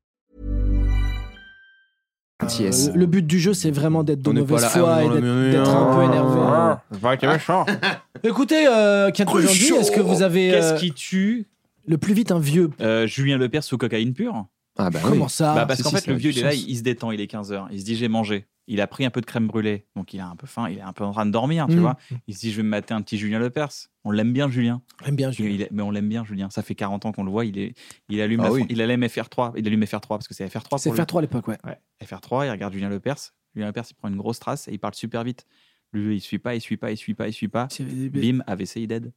[SPEAKER 2] Yes.
[SPEAKER 3] Euh, le but du jeu, c'est vraiment d'être de
[SPEAKER 2] On est
[SPEAKER 3] mauvaise
[SPEAKER 2] pas là,
[SPEAKER 3] foi
[SPEAKER 2] on est dans le
[SPEAKER 3] et
[SPEAKER 2] Ah.
[SPEAKER 3] d'être d'être un peu énervé.
[SPEAKER 4] Ah.
[SPEAKER 3] Écoutez, euh, Kent, aujourd'hui, est-ce que vous avez euh,
[SPEAKER 4] Qu'est-ce qui tue
[SPEAKER 3] le plus vite un vieux
[SPEAKER 4] euh, Julien Lepers sous cocaïne pure
[SPEAKER 2] Ah bah
[SPEAKER 3] Comment
[SPEAKER 2] oui.
[SPEAKER 3] ça
[SPEAKER 4] Bah, parce
[SPEAKER 2] si,
[SPEAKER 4] qu'en
[SPEAKER 2] si,
[SPEAKER 4] fait,
[SPEAKER 2] ça
[SPEAKER 4] le
[SPEAKER 2] a
[SPEAKER 4] vieux,
[SPEAKER 2] du
[SPEAKER 4] il est là,
[SPEAKER 2] sens.
[SPEAKER 4] il se détend, il est 15h. Il se dit, j'ai mangé. Il a pris un peu de crème brûlée. Donc, il a un peu faim, il est un peu en train de dormir, tu
[SPEAKER 3] Mm.
[SPEAKER 4] vois. Il se dit, je vais me mater un petit Julien Lepers. On l'aime bien, Julien.
[SPEAKER 3] J'aime bien Julien.
[SPEAKER 4] Il est- mais on l'aime bien, Julien. Ça fait 40 ans qu'on le voit. Il, est, il, allume
[SPEAKER 5] Ah
[SPEAKER 4] la-
[SPEAKER 5] oui.
[SPEAKER 4] il allume FR3. Il allume FR3 parce que c'est FR3.
[SPEAKER 3] C'est
[SPEAKER 4] pour
[SPEAKER 3] faire 3 à l'époque, ouais.
[SPEAKER 4] lui. Ouais, FR3, il regarde Julien Lepers. Julien Lepers, il prend une grosse trace et il parle super vite. Le vieux, il suit pas, il suit pas, il suit pas, il suit pas. Bim, AVC, il dead.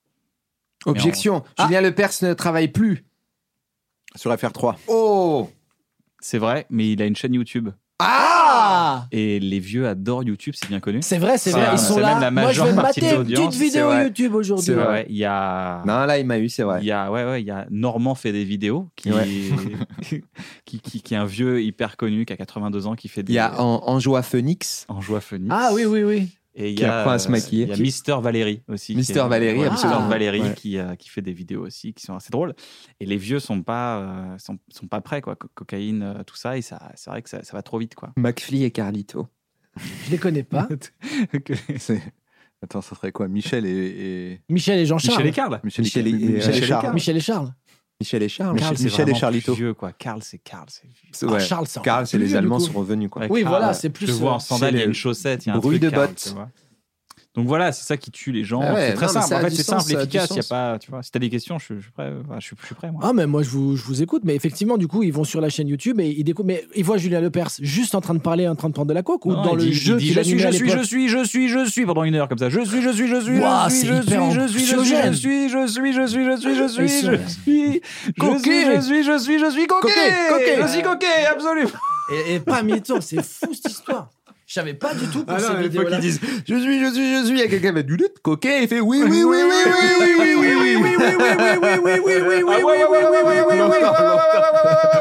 [SPEAKER 2] Objection.
[SPEAKER 4] Ah.
[SPEAKER 2] Julien Lepers ne travaille plus. Sur FR3.
[SPEAKER 5] Oh
[SPEAKER 4] C'est vrai, mais il a une chaîne YouTube.
[SPEAKER 3] Ah
[SPEAKER 4] Et les vieux adorent YouTube, c'est bien connu.
[SPEAKER 3] C'est vrai, c'est
[SPEAKER 4] C'est
[SPEAKER 3] vrai.
[SPEAKER 4] vrai,
[SPEAKER 3] Ils sont
[SPEAKER 4] c'est
[SPEAKER 3] là.
[SPEAKER 4] même la
[SPEAKER 3] Moi, je
[SPEAKER 4] majeure
[SPEAKER 3] vais me
[SPEAKER 4] partie de
[SPEAKER 3] mater une petite
[SPEAKER 4] l'audience, c'est
[SPEAKER 3] vidéo
[SPEAKER 2] vrai.
[SPEAKER 3] YouTube aujourd'hui.
[SPEAKER 2] C'est
[SPEAKER 4] Ouais,
[SPEAKER 2] vrai.
[SPEAKER 4] ouais, il y a.
[SPEAKER 2] Non, là, il m'a eu, Ah c'est vrai.
[SPEAKER 4] Il y a, ouais, ouais, il y a Normand fait des vidéos, qui, qui, qui, qui est un vieux hyper connu, qui a 82 ans, qui fait des.
[SPEAKER 2] Il y a An- Anjoa Phoenix.
[SPEAKER 4] en joie Phoenix.
[SPEAKER 3] Ah oui, oui, oui.
[SPEAKER 4] Et il
[SPEAKER 2] Qui
[SPEAKER 4] y a,
[SPEAKER 2] apprend à se maquiller.
[SPEAKER 4] Il y a Mister Valérie aussi.
[SPEAKER 2] Mister
[SPEAKER 4] qui est-
[SPEAKER 2] Valérie,
[SPEAKER 4] ouais,
[SPEAKER 3] absolument.
[SPEAKER 4] Mister Valérie
[SPEAKER 2] Ouais.
[SPEAKER 4] qui, euh, qui fait des vidéos aussi qui sont assez drôles. Et les vieux sont pas, euh, sont, sont pas prêts, quoi. Co- cocaïne, euh, tout ça. Et ça, c'est vrai que ça, ça va trop vite, quoi.
[SPEAKER 2] McFly et Carlito.
[SPEAKER 3] Je les connais pas.
[SPEAKER 5] C'est- Attends, ça serait quoi Michel et. et-
[SPEAKER 3] Michel et Jean-Charles.
[SPEAKER 4] Michel et Carl.
[SPEAKER 5] Michel,
[SPEAKER 2] Michel et-
[SPEAKER 5] et, Michel
[SPEAKER 2] et-
[SPEAKER 5] et Charles.
[SPEAKER 3] Michel et Charles.
[SPEAKER 2] Michel et Charles.
[SPEAKER 5] Michel-
[SPEAKER 4] Carl, c'est
[SPEAKER 5] Michel et
[SPEAKER 4] vraiment
[SPEAKER 5] Charlito.
[SPEAKER 4] plus vieux, quoi. Carl, c'est Carl, c'est vieux.
[SPEAKER 2] C'est-
[SPEAKER 3] Ah,
[SPEAKER 2] ouais.
[SPEAKER 3] Charles, c'est
[SPEAKER 2] Carl,
[SPEAKER 3] encore
[SPEAKER 2] c'est
[SPEAKER 3] plus
[SPEAKER 2] les
[SPEAKER 3] vieux,
[SPEAKER 2] Allemands
[SPEAKER 3] du coup.
[SPEAKER 2] sont revenus, quoi.
[SPEAKER 4] Ouais,
[SPEAKER 3] Oui,
[SPEAKER 4] Karl,
[SPEAKER 3] voilà,
[SPEAKER 4] euh,
[SPEAKER 3] c'est plus,
[SPEAKER 4] Je vois
[SPEAKER 3] euh,
[SPEAKER 4] en sandales,
[SPEAKER 2] c'est
[SPEAKER 4] il y a
[SPEAKER 2] les
[SPEAKER 4] une chaussette, il y a un
[SPEAKER 2] bruits
[SPEAKER 4] truc.
[SPEAKER 2] de
[SPEAKER 4] Karl,
[SPEAKER 2] bottes.
[SPEAKER 4] tu vois. Donc voilà, c'est ça qui tue les gens.
[SPEAKER 2] Ah ouais,
[SPEAKER 4] c'est très
[SPEAKER 2] non, mais
[SPEAKER 4] simple.
[SPEAKER 2] ça a
[SPEAKER 4] En fait,
[SPEAKER 2] du
[SPEAKER 4] c'est
[SPEAKER 2] sens, ça a
[SPEAKER 4] simple,
[SPEAKER 2] du
[SPEAKER 4] efficace. Il y a
[SPEAKER 2] sens.
[SPEAKER 4] pas, tu vois, si t'as des questions, je, je suis prêt. Enfin, je, suis- je suis prêt, moi.
[SPEAKER 3] Ah, mais moi, je vous, je vous écoute. Mais effectivement, du coup, ils vont sur la chaîne YouTube et ils découvrent. Mais ils voient Julien Lepers juste en train de parler, en train de prendre de la coke ou
[SPEAKER 4] Non,
[SPEAKER 3] dans
[SPEAKER 4] il
[SPEAKER 3] le
[SPEAKER 4] dit- il
[SPEAKER 3] jeu
[SPEAKER 4] dit,
[SPEAKER 3] qu'il
[SPEAKER 4] je suis,
[SPEAKER 3] animait
[SPEAKER 4] je
[SPEAKER 3] à
[SPEAKER 4] suis,
[SPEAKER 3] l'époque.
[SPEAKER 4] je suis, je suis, je suis pendant une heure comme ça. Je suis, je suis, je suis,
[SPEAKER 3] Ouah,
[SPEAKER 4] je suis,
[SPEAKER 3] c'est
[SPEAKER 4] je suis,
[SPEAKER 3] hyper
[SPEAKER 4] je suis, je suis, je
[SPEAKER 3] anxiogène.
[SPEAKER 4] suis, je suis, je suis, je suis, je suis, je
[SPEAKER 3] Ils
[SPEAKER 4] suis,
[SPEAKER 3] sont-
[SPEAKER 4] je suis, je suis,
[SPEAKER 3] Coquet.
[SPEAKER 4] je suis, je suis, je suis coquet,
[SPEAKER 3] Coquet, coquet.
[SPEAKER 4] je suis coquet, absolument.
[SPEAKER 3] Et, et pas mi-temps, c'est fou cette histoire. Je savais pas du tout pour
[SPEAKER 2] Ah non,
[SPEAKER 3] ces
[SPEAKER 2] mais faut
[SPEAKER 3] vidéos-là.
[SPEAKER 2] qu'ils disent Je suis, je suis, je suis. Il y a quelqu'un qui met du lait de coquet. Il fait Oui, oui, oui, oui, oui, oui, oui, oui, oui, oui, oui, oui, oui, oui, oui, oui, oui, oui, oui, oui, oui, oui, oui, oui.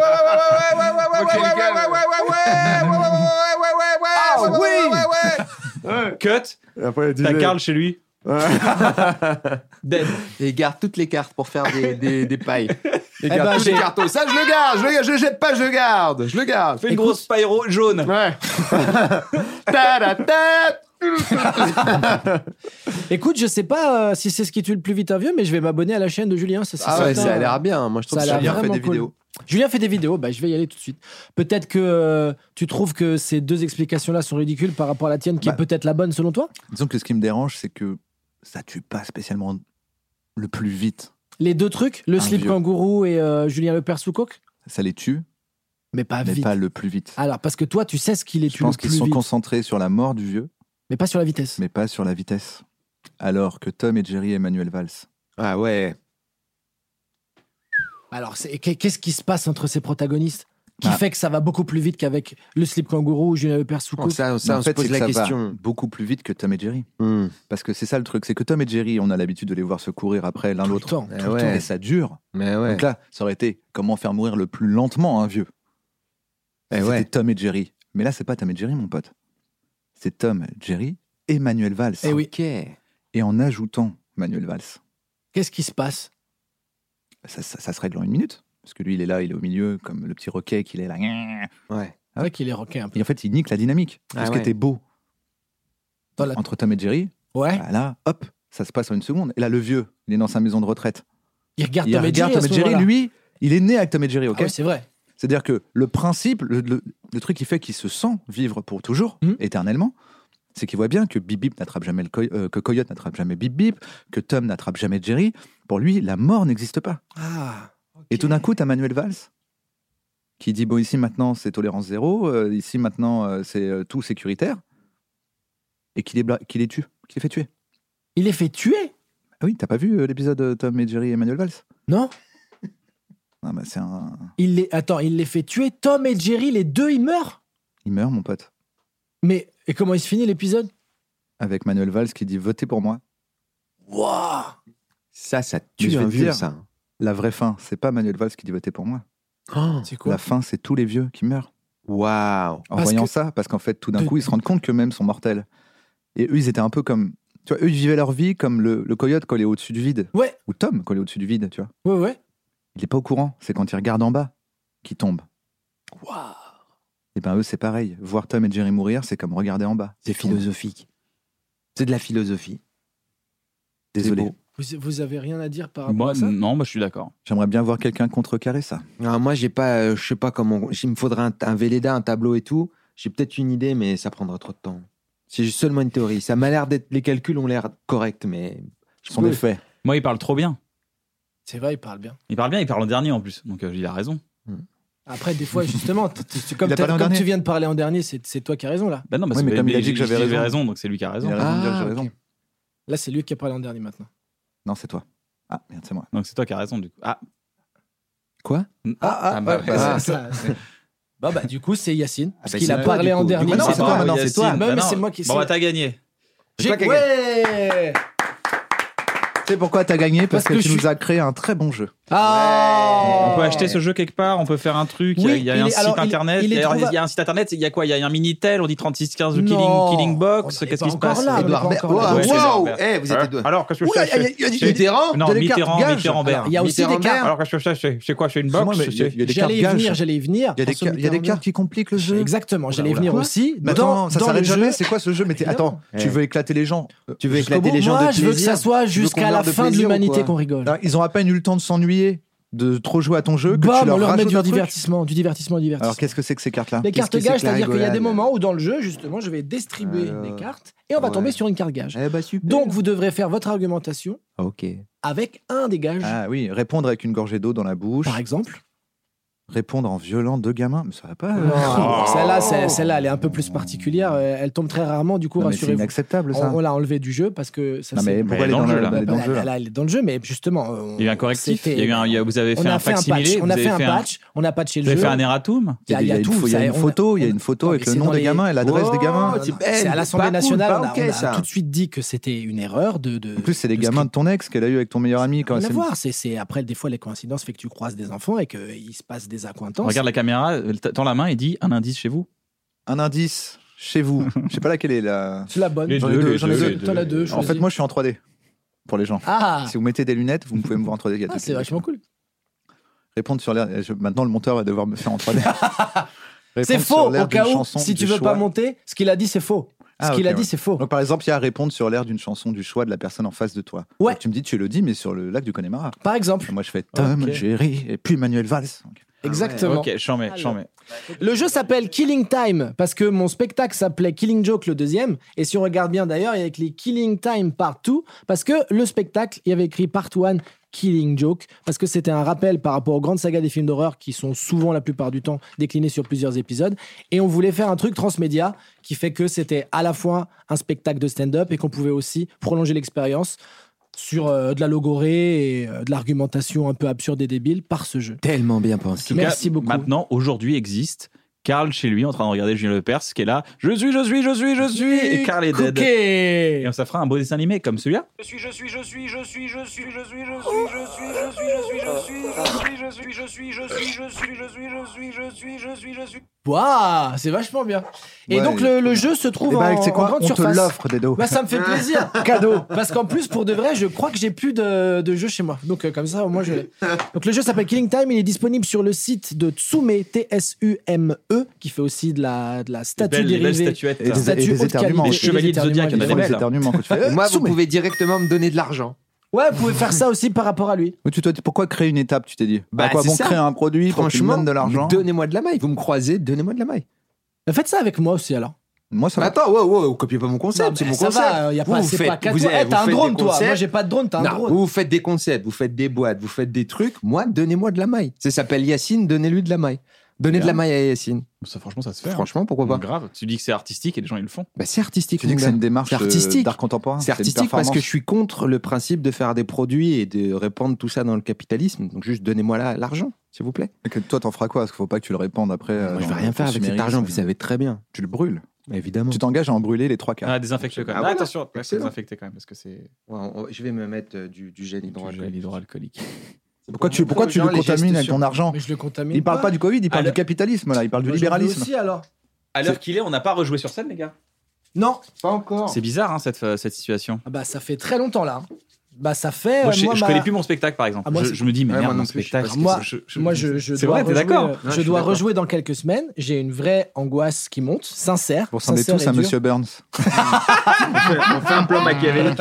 [SPEAKER 4] Cut.
[SPEAKER 2] Après, il
[SPEAKER 4] T'as
[SPEAKER 2] disait-
[SPEAKER 4] Karl chez lui. Dead.
[SPEAKER 2] Et il garde toutes les cartes pour faire des, des, des pailles. Il
[SPEAKER 3] Eh
[SPEAKER 2] garde
[SPEAKER 3] ben,
[SPEAKER 2] tous les cartons. Ça, je le garde, je le garde, je le jette pas, je le garde, je le
[SPEAKER 5] Ah,
[SPEAKER 2] garde.
[SPEAKER 4] Fais une grosse pyro jaune.
[SPEAKER 2] Ouais. ta da ta.
[SPEAKER 3] Écoute, je sais pas euh, si c'est ce qui tue le plus vite un vieux, mais je vais m'abonner à la chaîne de Julien. Ça, c'est
[SPEAKER 2] Ah ouais,
[SPEAKER 3] certain.
[SPEAKER 2] ça a l'air bien. Moi, je trouve
[SPEAKER 3] Ça a
[SPEAKER 2] ça
[SPEAKER 3] l'air
[SPEAKER 2] bien fait
[SPEAKER 3] vraiment
[SPEAKER 2] des
[SPEAKER 3] cool.
[SPEAKER 2] vidéos.
[SPEAKER 3] Julien fait des vidéos, bah, je vais y aller tout de suite. Peut-être que euh, tu trouves que ces deux explications-là sont ridicules par rapport à la tienne, qui
[SPEAKER 5] Bah.
[SPEAKER 3] est peut-être la bonne selon toi
[SPEAKER 5] Disons que ce qui me dérange, c'est que ça tue pas spécialement le plus vite.
[SPEAKER 3] Les deux trucs, le
[SPEAKER 5] Un
[SPEAKER 3] slip
[SPEAKER 5] vieux.
[SPEAKER 3] kangourou et euh, Julien Lepers sous coke
[SPEAKER 5] Ça les tue,
[SPEAKER 3] Mais pas
[SPEAKER 5] mais
[SPEAKER 3] vite.
[SPEAKER 5] pas le plus vite.
[SPEAKER 3] Alors, parce que toi, tu sais ce qu'il est
[SPEAKER 5] je
[SPEAKER 3] tu le
[SPEAKER 5] pense qu'ils
[SPEAKER 3] plus
[SPEAKER 5] sont
[SPEAKER 3] vite,
[SPEAKER 5] concentrés sur la mort du vieux,
[SPEAKER 3] mais pas sur la vitesse.
[SPEAKER 5] mais pas sur la vitesse. Alors que Tom et Jerry et Emmanuel Valls,
[SPEAKER 2] Ah ouais.
[SPEAKER 3] Alors, c'est- qu'est- qu'est-ce qui se passe entre ces protagonistes qui
[SPEAKER 5] Bah.
[SPEAKER 3] fait que ça va beaucoup plus vite qu'avec le slip kangourou ou Julien Lepers sous
[SPEAKER 2] Oh,
[SPEAKER 3] coke
[SPEAKER 2] Ça, ça,
[SPEAKER 5] Mais
[SPEAKER 2] on
[SPEAKER 5] en
[SPEAKER 2] se
[SPEAKER 5] fait, c'est
[SPEAKER 2] pose
[SPEAKER 5] que
[SPEAKER 2] la
[SPEAKER 5] ça va
[SPEAKER 2] question.
[SPEAKER 5] beaucoup plus vite que Tom et Jerry.
[SPEAKER 2] Hmm.
[SPEAKER 5] Parce que c'est ça le truc, c'est que Tom et Jerry, on a l'habitude de les voir se courir après l'un
[SPEAKER 3] Tout le
[SPEAKER 5] l'autre.
[SPEAKER 3] temps,
[SPEAKER 5] Eh
[SPEAKER 2] tout le
[SPEAKER 5] ouais,
[SPEAKER 2] temps.
[SPEAKER 5] Et ça dure.
[SPEAKER 2] Mais ouais.
[SPEAKER 5] Donc là, ça aurait été comment faire mourir le plus lentement un vieux.
[SPEAKER 2] Eh
[SPEAKER 5] C'était
[SPEAKER 2] ouais.
[SPEAKER 5] Tom et Jerry. Mais là, c'est pas Tom et Jerry, mon pote. C'est Tom, Jerry et Manuel Valls.
[SPEAKER 3] Eh oui.
[SPEAKER 2] Ok.
[SPEAKER 5] Et en ajoutant Manuel Valls,
[SPEAKER 3] Qu'est-ce qui se passe
[SPEAKER 5] ça, ça- ça se règle en une minute. Parce que lui, il est là, il est au milieu, comme le petit roquet qu'il est là.
[SPEAKER 2] Ouais.
[SPEAKER 3] C'est
[SPEAKER 5] Ah.
[SPEAKER 3] vrai qu'il est roqué un peu.
[SPEAKER 5] Et en fait, il nique la dynamique. Tout
[SPEAKER 2] Ah
[SPEAKER 5] ce
[SPEAKER 2] ouais.
[SPEAKER 5] qui était beau
[SPEAKER 3] Dans la-
[SPEAKER 5] entre Tom et Jerry,
[SPEAKER 3] Ouais.
[SPEAKER 5] bah là, hop, ça se passe en une seconde. Et là, le vieux, il est dans sa maison de retraite.
[SPEAKER 3] Il regarde
[SPEAKER 5] il
[SPEAKER 3] Ah, Tom et
[SPEAKER 5] regarde
[SPEAKER 3] Jerry. à
[SPEAKER 5] Tom et
[SPEAKER 3] ce
[SPEAKER 5] Jerry,
[SPEAKER 3] moment-là.
[SPEAKER 5] lui, il est né avec Tom et Jerry, ok
[SPEAKER 3] Ah oui, c'est vrai.
[SPEAKER 5] C'est-à-dire que le principe, le, le- le truc qui fait qu'il se sent vivre pour toujours,
[SPEAKER 3] Mhm.
[SPEAKER 5] éternellement, c'est qu'il voit bien que Bip Bip n'attrape jamais le coy- euh, que Coyote n'attrape jamais Bip Bip, que Tom n'attrape jamais Jerry. Pour lui, la mort n'existe pas.
[SPEAKER 3] Ah.
[SPEAKER 5] Et tout d'un coup, t'as Manuel Valls qui dit bon ici maintenant c'est tolérance zéro, euh, ici maintenant euh, c'est euh, tout sécuritaire, et qui les, bla- qui les tue, qui les fait tuer.
[SPEAKER 3] Il est fait tuer
[SPEAKER 5] Ah oui, t'as pas vu euh, l'épisode euh, Tom et Jerry et Manuel Valls
[SPEAKER 3] Non
[SPEAKER 5] Ah bah c'est un,
[SPEAKER 3] Il les attends, il les fait tuer. Tom et Jerry, les deux, ils meurent.
[SPEAKER 5] il meurt mon pote.
[SPEAKER 3] Mais et comment il se finit l'épisode
[SPEAKER 5] Avec Manuel Valls qui dit votez pour moi.
[SPEAKER 3] Waouh
[SPEAKER 2] Ça, ça
[SPEAKER 5] Mais
[SPEAKER 2] tue
[SPEAKER 5] je vais
[SPEAKER 2] un
[SPEAKER 5] te
[SPEAKER 2] vieux,
[SPEAKER 5] dire.
[SPEAKER 2] ça.
[SPEAKER 5] La vraie fin, c'est pas Manuel Valls qui dit votez pour moi.
[SPEAKER 3] C'est quoi
[SPEAKER 5] la fin, c'est tous les vieux qui meurent.
[SPEAKER 2] Waouh.
[SPEAKER 5] En
[SPEAKER 3] Parce
[SPEAKER 5] voyant
[SPEAKER 3] que-
[SPEAKER 5] ça, parce qu'en fait, tout d'un
[SPEAKER 3] De-
[SPEAKER 5] coup, ils se rendent compte qu'eux-mêmes sont mortels. Et eux, ils étaient un peu comme. Tu vois, eux, ils vivaient leur vie comme le, le coyote collé au-dessus du vide.
[SPEAKER 3] Ouais.
[SPEAKER 5] Ou Tom collé au-dessus du vide, tu vois.
[SPEAKER 3] Ouais ouais.
[SPEAKER 5] Il n'est pas au courant. C'est quand il regarde en bas qu'il tombe.
[SPEAKER 3] Waouh
[SPEAKER 5] Et ben eux, c'est pareil. Voir Tom et Jerry mourir, c'est comme regarder en bas.
[SPEAKER 2] C'est philosophique. C'est de la philosophie.
[SPEAKER 5] Désolé.
[SPEAKER 2] C'est beau.
[SPEAKER 3] vous, vous avez rien à dire par rapport
[SPEAKER 4] Moi,
[SPEAKER 3] à ça
[SPEAKER 4] non, moi je suis d'accord.
[SPEAKER 5] J'aimerais bien voir quelqu'un contrecarrer ça.
[SPEAKER 2] Ah, moi, j'ai pas, euh, je sais pas comment. Il me faudrait un, un Velleda, un tableau et tout. J'ai peut-être une idée, mais ça prendra trop de temps. C'est juste seulement une théorie. Ça m'a l'air d'être. Les calculs ont l'air corrects, mais.
[SPEAKER 5] Ce sont des faits.
[SPEAKER 4] Moi, il parle trop bien.
[SPEAKER 3] C'est vrai, il parle bien.
[SPEAKER 4] Il parle bien, il parle en dernier en plus. Donc euh, il a raison.
[SPEAKER 3] Après, des fois, justement, t- t- c'est comme,
[SPEAKER 5] Il a
[SPEAKER 3] t'as-
[SPEAKER 5] parlé en
[SPEAKER 3] comme
[SPEAKER 5] dernier
[SPEAKER 3] tu viens de parler en dernier, c'est c'est toi qui as raison là.
[SPEAKER 4] Ben non, parce
[SPEAKER 5] Oui, mais
[SPEAKER 4] que-
[SPEAKER 5] comme il a dit que
[SPEAKER 4] j'ai-
[SPEAKER 5] j'avais
[SPEAKER 4] j'ai
[SPEAKER 5] raison.
[SPEAKER 4] donc c'est lui qui a raison.
[SPEAKER 5] Il a raison de dire,
[SPEAKER 2] Ah,
[SPEAKER 5] j'ai raison.
[SPEAKER 2] ok.
[SPEAKER 3] Là, c'est lui qui a parlé en dernier maintenant.
[SPEAKER 5] Non, c'est toi. Ah, merde, c'est moi.
[SPEAKER 4] Donc c'est toi qui as raison du coup. Ah,
[SPEAKER 2] Quoi
[SPEAKER 3] Ah, ah,
[SPEAKER 4] bah,
[SPEAKER 3] ouais,
[SPEAKER 4] bah,
[SPEAKER 3] c'est ça. Bah, bah, du coup, c'est Yacine. Parce
[SPEAKER 2] bah,
[SPEAKER 3] qu'il
[SPEAKER 2] c'est
[SPEAKER 3] a
[SPEAKER 2] moi,
[SPEAKER 3] parlé
[SPEAKER 2] du
[SPEAKER 3] en
[SPEAKER 2] coup.
[SPEAKER 3] dernier.
[SPEAKER 2] Du coup, non,
[SPEAKER 3] C'est
[SPEAKER 2] c'est toi,
[SPEAKER 3] pas-
[SPEAKER 2] maintenant,
[SPEAKER 3] Yacine.
[SPEAKER 2] c'est toi.
[SPEAKER 3] Bah,
[SPEAKER 4] Bah
[SPEAKER 3] mais
[SPEAKER 4] non.
[SPEAKER 3] c'est moi qui.
[SPEAKER 4] Bon,
[SPEAKER 3] c'est-
[SPEAKER 4] bah, t'as gagné.
[SPEAKER 3] J'ai-
[SPEAKER 2] toi qui as
[SPEAKER 3] Ouais
[SPEAKER 5] Tu sais pourquoi t'as gagné Parce,
[SPEAKER 3] Parce que
[SPEAKER 5] que, tu
[SPEAKER 3] je
[SPEAKER 5] nous as créé un très bon jeu.
[SPEAKER 3] Ah
[SPEAKER 4] On peut acheter ce jeu quelque part, on peut faire un truc. il y a-
[SPEAKER 3] Oui,
[SPEAKER 4] il y a,
[SPEAKER 3] il
[SPEAKER 4] un
[SPEAKER 3] est-
[SPEAKER 4] site
[SPEAKER 3] alors, il-
[SPEAKER 4] internet.
[SPEAKER 3] il est
[SPEAKER 4] D'ailleurs, Il,
[SPEAKER 3] trouvable.
[SPEAKER 4] y a un site internet, il y a quoi Il y a un Minitel, on dit 3615 de
[SPEAKER 3] Non,
[SPEAKER 4] Killing, Killing
[SPEAKER 3] on
[SPEAKER 4] Box.
[SPEAKER 3] n'est
[SPEAKER 4] Qu'est-ce
[SPEAKER 3] pas
[SPEAKER 4] qui se
[SPEAKER 3] encore
[SPEAKER 4] passe
[SPEAKER 3] là, on
[SPEAKER 4] Eh
[SPEAKER 3] n'est
[SPEAKER 4] ben,
[SPEAKER 3] pas encore là.
[SPEAKER 4] wow,
[SPEAKER 3] Ouais,
[SPEAKER 4] wow.
[SPEAKER 3] c'est-
[SPEAKER 4] Wow.
[SPEAKER 8] Eh, vous
[SPEAKER 4] alors,
[SPEAKER 8] êtes deux.
[SPEAKER 4] alors, qu'est-ce que
[SPEAKER 8] Oula,
[SPEAKER 4] je fais
[SPEAKER 8] il y a- il y a du
[SPEAKER 4] C'est-
[SPEAKER 8] Mitterrand
[SPEAKER 4] Non,
[SPEAKER 5] T'as les
[SPEAKER 4] Mitterrand,
[SPEAKER 5] cartes gages.
[SPEAKER 4] Mitterrand, Bert.
[SPEAKER 3] Il y a aussi des
[SPEAKER 8] Mitterrand-Bert.
[SPEAKER 3] cartes.
[SPEAKER 4] Alors, qu'est-ce que je fais je fais Je fais quoi Je fais une
[SPEAKER 5] Excuse-moi,
[SPEAKER 4] box
[SPEAKER 5] mais
[SPEAKER 4] je
[SPEAKER 5] il y a-
[SPEAKER 4] fais-
[SPEAKER 5] il y a des cartes
[SPEAKER 3] J'allais y venir,
[SPEAKER 5] gages.
[SPEAKER 3] j'allais y venir.
[SPEAKER 5] Il y a des
[SPEAKER 3] en ce
[SPEAKER 5] ca- il y a des
[SPEAKER 3] Mitterrand.
[SPEAKER 5] cartes qui compliquent le jeu.
[SPEAKER 3] Exactement, j'allais y
[SPEAKER 5] Oula,
[SPEAKER 3] venir
[SPEAKER 5] oula.
[SPEAKER 3] aussi.
[SPEAKER 5] Mais
[SPEAKER 3] dans-
[SPEAKER 5] attends, ça
[SPEAKER 3] dans
[SPEAKER 5] s'arrête
[SPEAKER 3] le jeu.
[SPEAKER 5] jamais. C'est quoi ce jeu Mais t'es-
[SPEAKER 3] Évidemment.
[SPEAKER 5] attends, tu veux éclater les gens.
[SPEAKER 2] Tu veux
[SPEAKER 3] Au
[SPEAKER 2] éclater
[SPEAKER 3] bout-
[SPEAKER 2] les gens
[SPEAKER 3] Moi,
[SPEAKER 2] de
[SPEAKER 3] je veux que ça
[SPEAKER 2] plaisir
[SPEAKER 3] soit jusqu'à
[SPEAKER 2] qu'on
[SPEAKER 3] la
[SPEAKER 2] meure de
[SPEAKER 3] fin de
[SPEAKER 2] plaisir ou
[SPEAKER 3] l'humanité
[SPEAKER 2] quoi
[SPEAKER 3] qu'on rigole.
[SPEAKER 5] Alors, ils ont à peine eu le temps de s'ennuyer, de trop jouer à ton jeu, que tu
[SPEAKER 3] Bam, on
[SPEAKER 5] leur
[SPEAKER 3] leur met
[SPEAKER 5] rajoutes
[SPEAKER 3] du
[SPEAKER 5] un truc.
[SPEAKER 3] divertissement, du divertissement, du divertissement.
[SPEAKER 5] Alors qu'est-ce que c'est que ces cartes-là
[SPEAKER 3] Les
[SPEAKER 2] Qu'est-ce
[SPEAKER 3] cartes
[SPEAKER 2] que c'est
[SPEAKER 3] gages,
[SPEAKER 2] que la
[SPEAKER 3] c'est-à-dire qu'il y a des
[SPEAKER 2] rigolade
[SPEAKER 3] moments où dans le jeu, justement, je vais distribuer
[SPEAKER 5] Alors,
[SPEAKER 3] des cartes et on va
[SPEAKER 5] ouais.
[SPEAKER 3] tomber sur une carte gage.
[SPEAKER 5] Eh bah super.
[SPEAKER 3] Donc vous devrez faire votre argumentation
[SPEAKER 2] Ok.
[SPEAKER 3] avec un des gages,
[SPEAKER 5] Ah oui, répondre avec une gorgée d'eau dans la bouche,
[SPEAKER 3] par exemple.
[SPEAKER 5] répondre en violant deux gamins, mais ça va pas. euh.
[SPEAKER 3] Oh, Celle-là, c'est- celle-là, elle est un peu plus particulière. euh, Elle tombe très rarement, du coup,
[SPEAKER 5] Non, mais c'est
[SPEAKER 3] rassurez-vous.
[SPEAKER 5] inacceptable ça.
[SPEAKER 3] On, on l'a enlevée du jeu parce que ça
[SPEAKER 5] Non
[SPEAKER 3] c'est-
[SPEAKER 5] mais
[SPEAKER 4] Mais
[SPEAKER 5] pourquoi elle est
[SPEAKER 4] dans
[SPEAKER 5] dans
[SPEAKER 4] le jeu,
[SPEAKER 5] le
[SPEAKER 4] là.
[SPEAKER 5] elle est dans le
[SPEAKER 3] Bah,
[SPEAKER 5] jeu
[SPEAKER 3] là,
[SPEAKER 5] là
[SPEAKER 3] elle est dans le jeu, mais justement. on-
[SPEAKER 4] Il y a eu un correctif.
[SPEAKER 3] c'était-
[SPEAKER 4] Il y a eu un- il y a- vous avez fait
[SPEAKER 3] on a
[SPEAKER 4] un
[SPEAKER 3] fait un
[SPEAKER 4] facsimilé.
[SPEAKER 3] patch, on
[SPEAKER 4] vous
[SPEAKER 3] a fait
[SPEAKER 4] avez
[SPEAKER 3] un patch, on a patché
[SPEAKER 4] Vous
[SPEAKER 3] le
[SPEAKER 4] avez fait
[SPEAKER 3] jeu.
[SPEAKER 4] un erratum
[SPEAKER 3] Il y a- il y a
[SPEAKER 5] une
[SPEAKER 3] tout,
[SPEAKER 5] pho- il y a
[SPEAKER 3] ça,
[SPEAKER 5] une
[SPEAKER 3] on a-
[SPEAKER 5] photo, il y a
[SPEAKER 3] on a-
[SPEAKER 5] une photo avec
[SPEAKER 3] mais
[SPEAKER 5] le
[SPEAKER 3] c'est
[SPEAKER 5] nom
[SPEAKER 3] dans
[SPEAKER 5] des
[SPEAKER 3] les-
[SPEAKER 5] gamins et l'adresse des gamins.
[SPEAKER 3] Non, non, C'est à l'Assemblée nationale, on a, on a tout de suite dit que c'était une erreur de. de
[SPEAKER 5] En plus, c'est les
[SPEAKER 3] de
[SPEAKER 5] gamins de ton ex qu'elle a eu avec ton meilleur ami quand
[SPEAKER 3] Rien à
[SPEAKER 5] c'est-
[SPEAKER 3] voir, c'est- c'est après des fois les coïncidences fait que tu croises des enfants et qu'il se passe des accointances.
[SPEAKER 4] Regarde la caméra, elle t- tend la main et dit un indice chez vous.
[SPEAKER 5] Un indice chez vous. Je sais pas laquelle est la.
[SPEAKER 3] C'est la bonne.
[SPEAKER 4] Les
[SPEAKER 5] J'en ai
[SPEAKER 4] deux,
[SPEAKER 5] deux,
[SPEAKER 4] les
[SPEAKER 5] j'en ai
[SPEAKER 4] deux,
[SPEAKER 5] deux.
[SPEAKER 4] les deux.
[SPEAKER 3] Toi, la deux,
[SPEAKER 5] En
[SPEAKER 3] choisis.
[SPEAKER 5] fait, moi, je suis en 3D pour les gens.
[SPEAKER 3] Ah,
[SPEAKER 5] Si vous mettez des lunettes, vous pouvez me voir en 3D. Il y a
[SPEAKER 3] Ah,
[SPEAKER 5] des-
[SPEAKER 3] c'est vachement cool.
[SPEAKER 5] Répondre sur l'air. je- Maintenant, le monteur va devoir me faire en 3D.
[SPEAKER 3] C'est
[SPEAKER 5] Répondre sur
[SPEAKER 3] faux,
[SPEAKER 5] l'air
[SPEAKER 3] au cas
[SPEAKER 5] d'une
[SPEAKER 3] où,
[SPEAKER 5] chanson
[SPEAKER 3] si
[SPEAKER 5] du
[SPEAKER 3] tu veux
[SPEAKER 5] choix.
[SPEAKER 3] pas monter, ce qu'il a dit, c'est faux. Ce
[SPEAKER 5] Ah,
[SPEAKER 3] qu'il
[SPEAKER 5] ok,
[SPEAKER 3] a dit,
[SPEAKER 5] ouais.
[SPEAKER 3] c'est faux.
[SPEAKER 5] Donc, par exemple, il y a à répondre sur l'air d'une chanson du choix de la personne en face de toi.
[SPEAKER 3] Ouais.
[SPEAKER 5] Donc, tu me dis, tu le dis, mais sur le lac du Connemara.
[SPEAKER 3] Par exemple,
[SPEAKER 5] Et moi, je fais Tom,
[SPEAKER 4] Ok.
[SPEAKER 5] Jerry, et puis Manuel Valls. Ok.
[SPEAKER 3] exactement.
[SPEAKER 4] Ok, j'en mets, j'en mets.
[SPEAKER 3] Le jeu s'appelle Killing Time parce que mon spectacle s'appelait Killing Joke le deuxième. Et si on regarde bien d'ailleurs, il y a écrit Killing Time Part 2 parce que le spectacle, il y avait écrit Part 1 Killing Joke parce que c'était un rappel par rapport aux grandes sagas des films d'horreur qui sont souvent la plupart du temps déclinés sur plusieurs épisodes. Et on voulait faire un truc transmédia qui fait que c'était à la fois un spectacle de stand-up et qu'on pouvait aussi prolonger l'expérience sur euh, de la logorée et euh, de l'argumentation un peu absurde et débile par ce jeu.
[SPEAKER 2] Tellement bien
[SPEAKER 4] En
[SPEAKER 2] pensé.
[SPEAKER 4] tout cas,
[SPEAKER 3] Merci beaucoup.
[SPEAKER 4] Maintenant, aujourd'hui existe Karl chez lui en train de regarder Julien Lepers qui est là. Je suis, je suis, je suis, je suis. Et Karl est dead.
[SPEAKER 3] Ok.
[SPEAKER 4] Et ça fera un beau dessin animé comme celui-là.
[SPEAKER 3] Waouh, c'est vachement bien. Et
[SPEAKER 5] Ouais,
[SPEAKER 3] donc
[SPEAKER 5] il
[SPEAKER 3] le,
[SPEAKER 5] est trop
[SPEAKER 3] le
[SPEAKER 5] bien.
[SPEAKER 3] jeu se trouve
[SPEAKER 5] Eh
[SPEAKER 3] en,
[SPEAKER 5] ben, c'est
[SPEAKER 3] en
[SPEAKER 5] quoi
[SPEAKER 3] grande
[SPEAKER 5] On te
[SPEAKER 3] surface.
[SPEAKER 5] l'offre, Dedo.
[SPEAKER 3] Bah ça me fait plaisir, cadeau. Parce qu'en plus pour de vrai, je crois que j'ai plus de, de jeux chez moi. Donc euh, comme ça au moins je l'ai. Donc le jeu s'appelle Killing Time, il est disponible sur le site de Tsume T S U M E qui fait aussi de la de la statue
[SPEAKER 4] Des belles- des
[SPEAKER 3] dérivée.
[SPEAKER 4] belles statuettes.
[SPEAKER 5] Et des-
[SPEAKER 3] Statue haute qualité
[SPEAKER 5] éternuements.
[SPEAKER 3] et
[SPEAKER 5] Les
[SPEAKER 3] des
[SPEAKER 4] chevaliers de Zodiac,
[SPEAKER 3] éternuements,
[SPEAKER 4] il y en
[SPEAKER 2] hein.
[SPEAKER 3] évidemment.
[SPEAKER 4] avait.
[SPEAKER 5] Des
[SPEAKER 4] belle.
[SPEAKER 5] éternuements quand tu fais.
[SPEAKER 2] Et
[SPEAKER 5] euh,
[SPEAKER 2] Moi, vous
[SPEAKER 5] Soumet.
[SPEAKER 2] pouvez directement me donner de l'argent.
[SPEAKER 3] Ouais, vous pouvez faire ça aussi par rapport à lui.
[SPEAKER 5] Oui, tu t'es dit, pourquoi créer une étape Tu t'es dit,
[SPEAKER 2] Bah,
[SPEAKER 5] pourquoi
[SPEAKER 2] c'est
[SPEAKER 5] bon
[SPEAKER 2] ça.
[SPEAKER 5] créer un produit pour qu'il me
[SPEAKER 2] Franchement,
[SPEAKER 5] donne de l'argent
[SPEAKER 2] donnez-moi de la maille. Vous me croisez, donnez-moi de la maille.
[SPEAKER 3] Faites ça avec moi aussi alors.
[SPEAKER 5] Moi, ça
[SPEAKER 2] Mais
[SPEAKER 5] va.
[SPEAKER 2] attends, wow, wow, copiez pas mon
[SPEAKER 3] Non,
[SPEAKER 2] concept.
[SPEAKER 3] mais
[SPEAKER 2] C'est mon
[SPEAKER 3] ça
[SPEAKER 2] concept.
[SPEAKER 3] va, euh, y a pas,
[SPEAKER 2] vous
[SPEAKER 3] c'est
[SPEAKER 2] faites,
[SPEAKER 3] pas quatre
[SPEAKER 2] vous,
[SPEAKER 3] tours.
[SPEAKER 2] avez-
[SPEAKER 3] Eh, t'as
[SPEAKER 2] vous
[SPEAKER 3] un
[SPEAKER 2] faites
[SPEAKER 3] drone
[SPEAKER 2] des
[SPEAKER 3] toi. Moi
[SPEAKER 2] concepts.
[SPEAKER 3] j'ai pas de drone, t'as un
[SPEAKER 2] Non,
[SPEAKER 3] drone.
[SPEAKER 2] vous faites des concepts, vous faites des boîtes, vous faites des trucs. Moi, donnez-moi de la maille. Ça s'appelle Yacine, donnez-lui de la maille. Donnez de la maille à Yacine.
[SPEAKER 4] Ça, franchement, ça se fait. hein.
[SPEAKER 2] Franchement, pourquoi pas
[SPEAKER 4] Grave. Tu dis que c'est artistique et les gens ils le font.
[SPEAKER 2] Bah, C'est artistique.
[SPEAKER 5] Mm. Tu dis
[SPEAKER 2] mon
[SPEAKER 5] que c'est
[SPEAKER 2] gars.
[SPEAKER 5] une démarche
[SPEAKER 2] C'est
[SPEAKER 5] euh,
[SPEAKER 2] artistique.
[SPEAKER 5] d'art contemporain
[SPEAKER 2] C'est
[SPEAKER 5] une
[SPEAKER 2] artistique parce que
[SPEAKER 5] performance.
[SPEAKER 2] je suis contre le principe de faire des produits et de répandre tout ça dans le capitalisme. Donc juste donnez-moi là l'argent, s'il vous plaît.
[SPEAKER 5] Et que toi, t'en feras quoi Parce qu'il faut pas que tu le répandes après. euh,
[SPEAKER 2] Moi, je vais
[SPEAKER 5] dans
[SPEAKER 2] rien
[SPEAKER 5] le
[SPEAKER 2] faire avec cet
[SPEAKER 5] consumérisme.
[SPEAKER 2] argent, vous savez très bien.
[SPEAKER 5] Tu le brûles.
[SPEAKER 2] Évidemment.
[SPEAKER 5] Tu t'engages à en brûler les trois quarts.
[SPEAKER 4] Ah, désinfecte quand même.
[SPEAKER 2] Ah, voilà.
[SPEAKER 4] Attention, ouais, faut
[SPEAKER 2] Excellent.
[SPEAKER 4] désinfecter quand même parce que c'est
[SPEAKER 2] je vais me mettre euh, du, du gel
[SPEAKER 4] du gel
[SPEAKER 2] hydroalcoolique.
[SPEAKER 4] hydroalcoolique.
[SPEAKER 5] Pourquoi tu, pourquoi
[SPEAKER 2] montrer
[SPEAKER 5] tu
[SPEAKER 2] aux
[SPEAKER 5] le
[SPEAKER 2] gens les gestes
[SPEAKER 5] contamines avec ton
[SPEAKER 2] sûrs.
[SPEAKER 5] argent
[SPEAKER 3] Mais je le contamine.
[SPEAKER 5] Il parle pas du
[SPEAKER 2] Ah,
[SPEAKER 5] Covid, il parle
[SPEAKER 4] Alors-
[SPEAKER 5] du capitalisme, là. Il parle du
[SPEAKER 3] Moi, j'en veux
[SPEAKER 5] libéralisme.
[SPEAKER 3] aussi alors.
[SPEAKER 4] À l'heure qu'il est, on n'a pas rejoué sur scène, les gars.
[SPEAKER 3] Non, pas encore.
[SPEAKER 4] C'est bizarre hein, cette, euh, cette situation.
[SPEAKER 3] Ah Bah, ça fait très longtemps là. Bah, ça fait.
[SPEAKER 4] Moi,
[SPEAKER 3] euh,
[SPEAKER 4] je, sais-
[SPEAKER 3] moi,
[SPEAKER 4] je
[SPEAKER 3] ma-
[SPEAKER 4] connais plus mon spectacle, par exemple.
[SPEAKER 3] Ah, moi,
[SPEAKER 4] je,
[SPEAKER 3] c'est-
[SPEAKER 4] je me dis, mais
[SPEAKER 2] Ouais,
[SPEAKER 4] merde,
[SPEAKER 2] moi
[SPEAKER 4] mon
[SPEAKER 2] non plus, je sais
[SPEAKER 4] spectacle.
[SPEAKER 2] pas ce
[SPEAKER 3] Moi,
[SPEAKER 4] je- je-
[SPEAKER 3] moi, je, je
[SPEAKER 4] C'est
[SPEAKER 3] dois
[SPEAKER 4] vrai, t'es
[SPEAKER 3] rejouer,
[SPEAKER 4] d'accord.
[SPEAKER 3] euh,
[SPEAKER 2] je
[SPEAKER 3] je
[SPEAKER 2] suis
[SPEAKER 3] dois
[SPEAKER 2] d'accord.
[SPEAKER 3] rejouer dans quelques semaines. J'ai une vraie angoisse qui monte, sincère.
[SPEAKER 5] Pour s'en est
[SPEAKER 3] sincère
[SPEAKER 5] tous
[SPEAKER 3] et
[SPEAKER 5] à
[SPEAKER 3] dure.
[SPEAKER 5] Monsieur Burns.
[SPEAKER 4] on fait un plan machiavélique.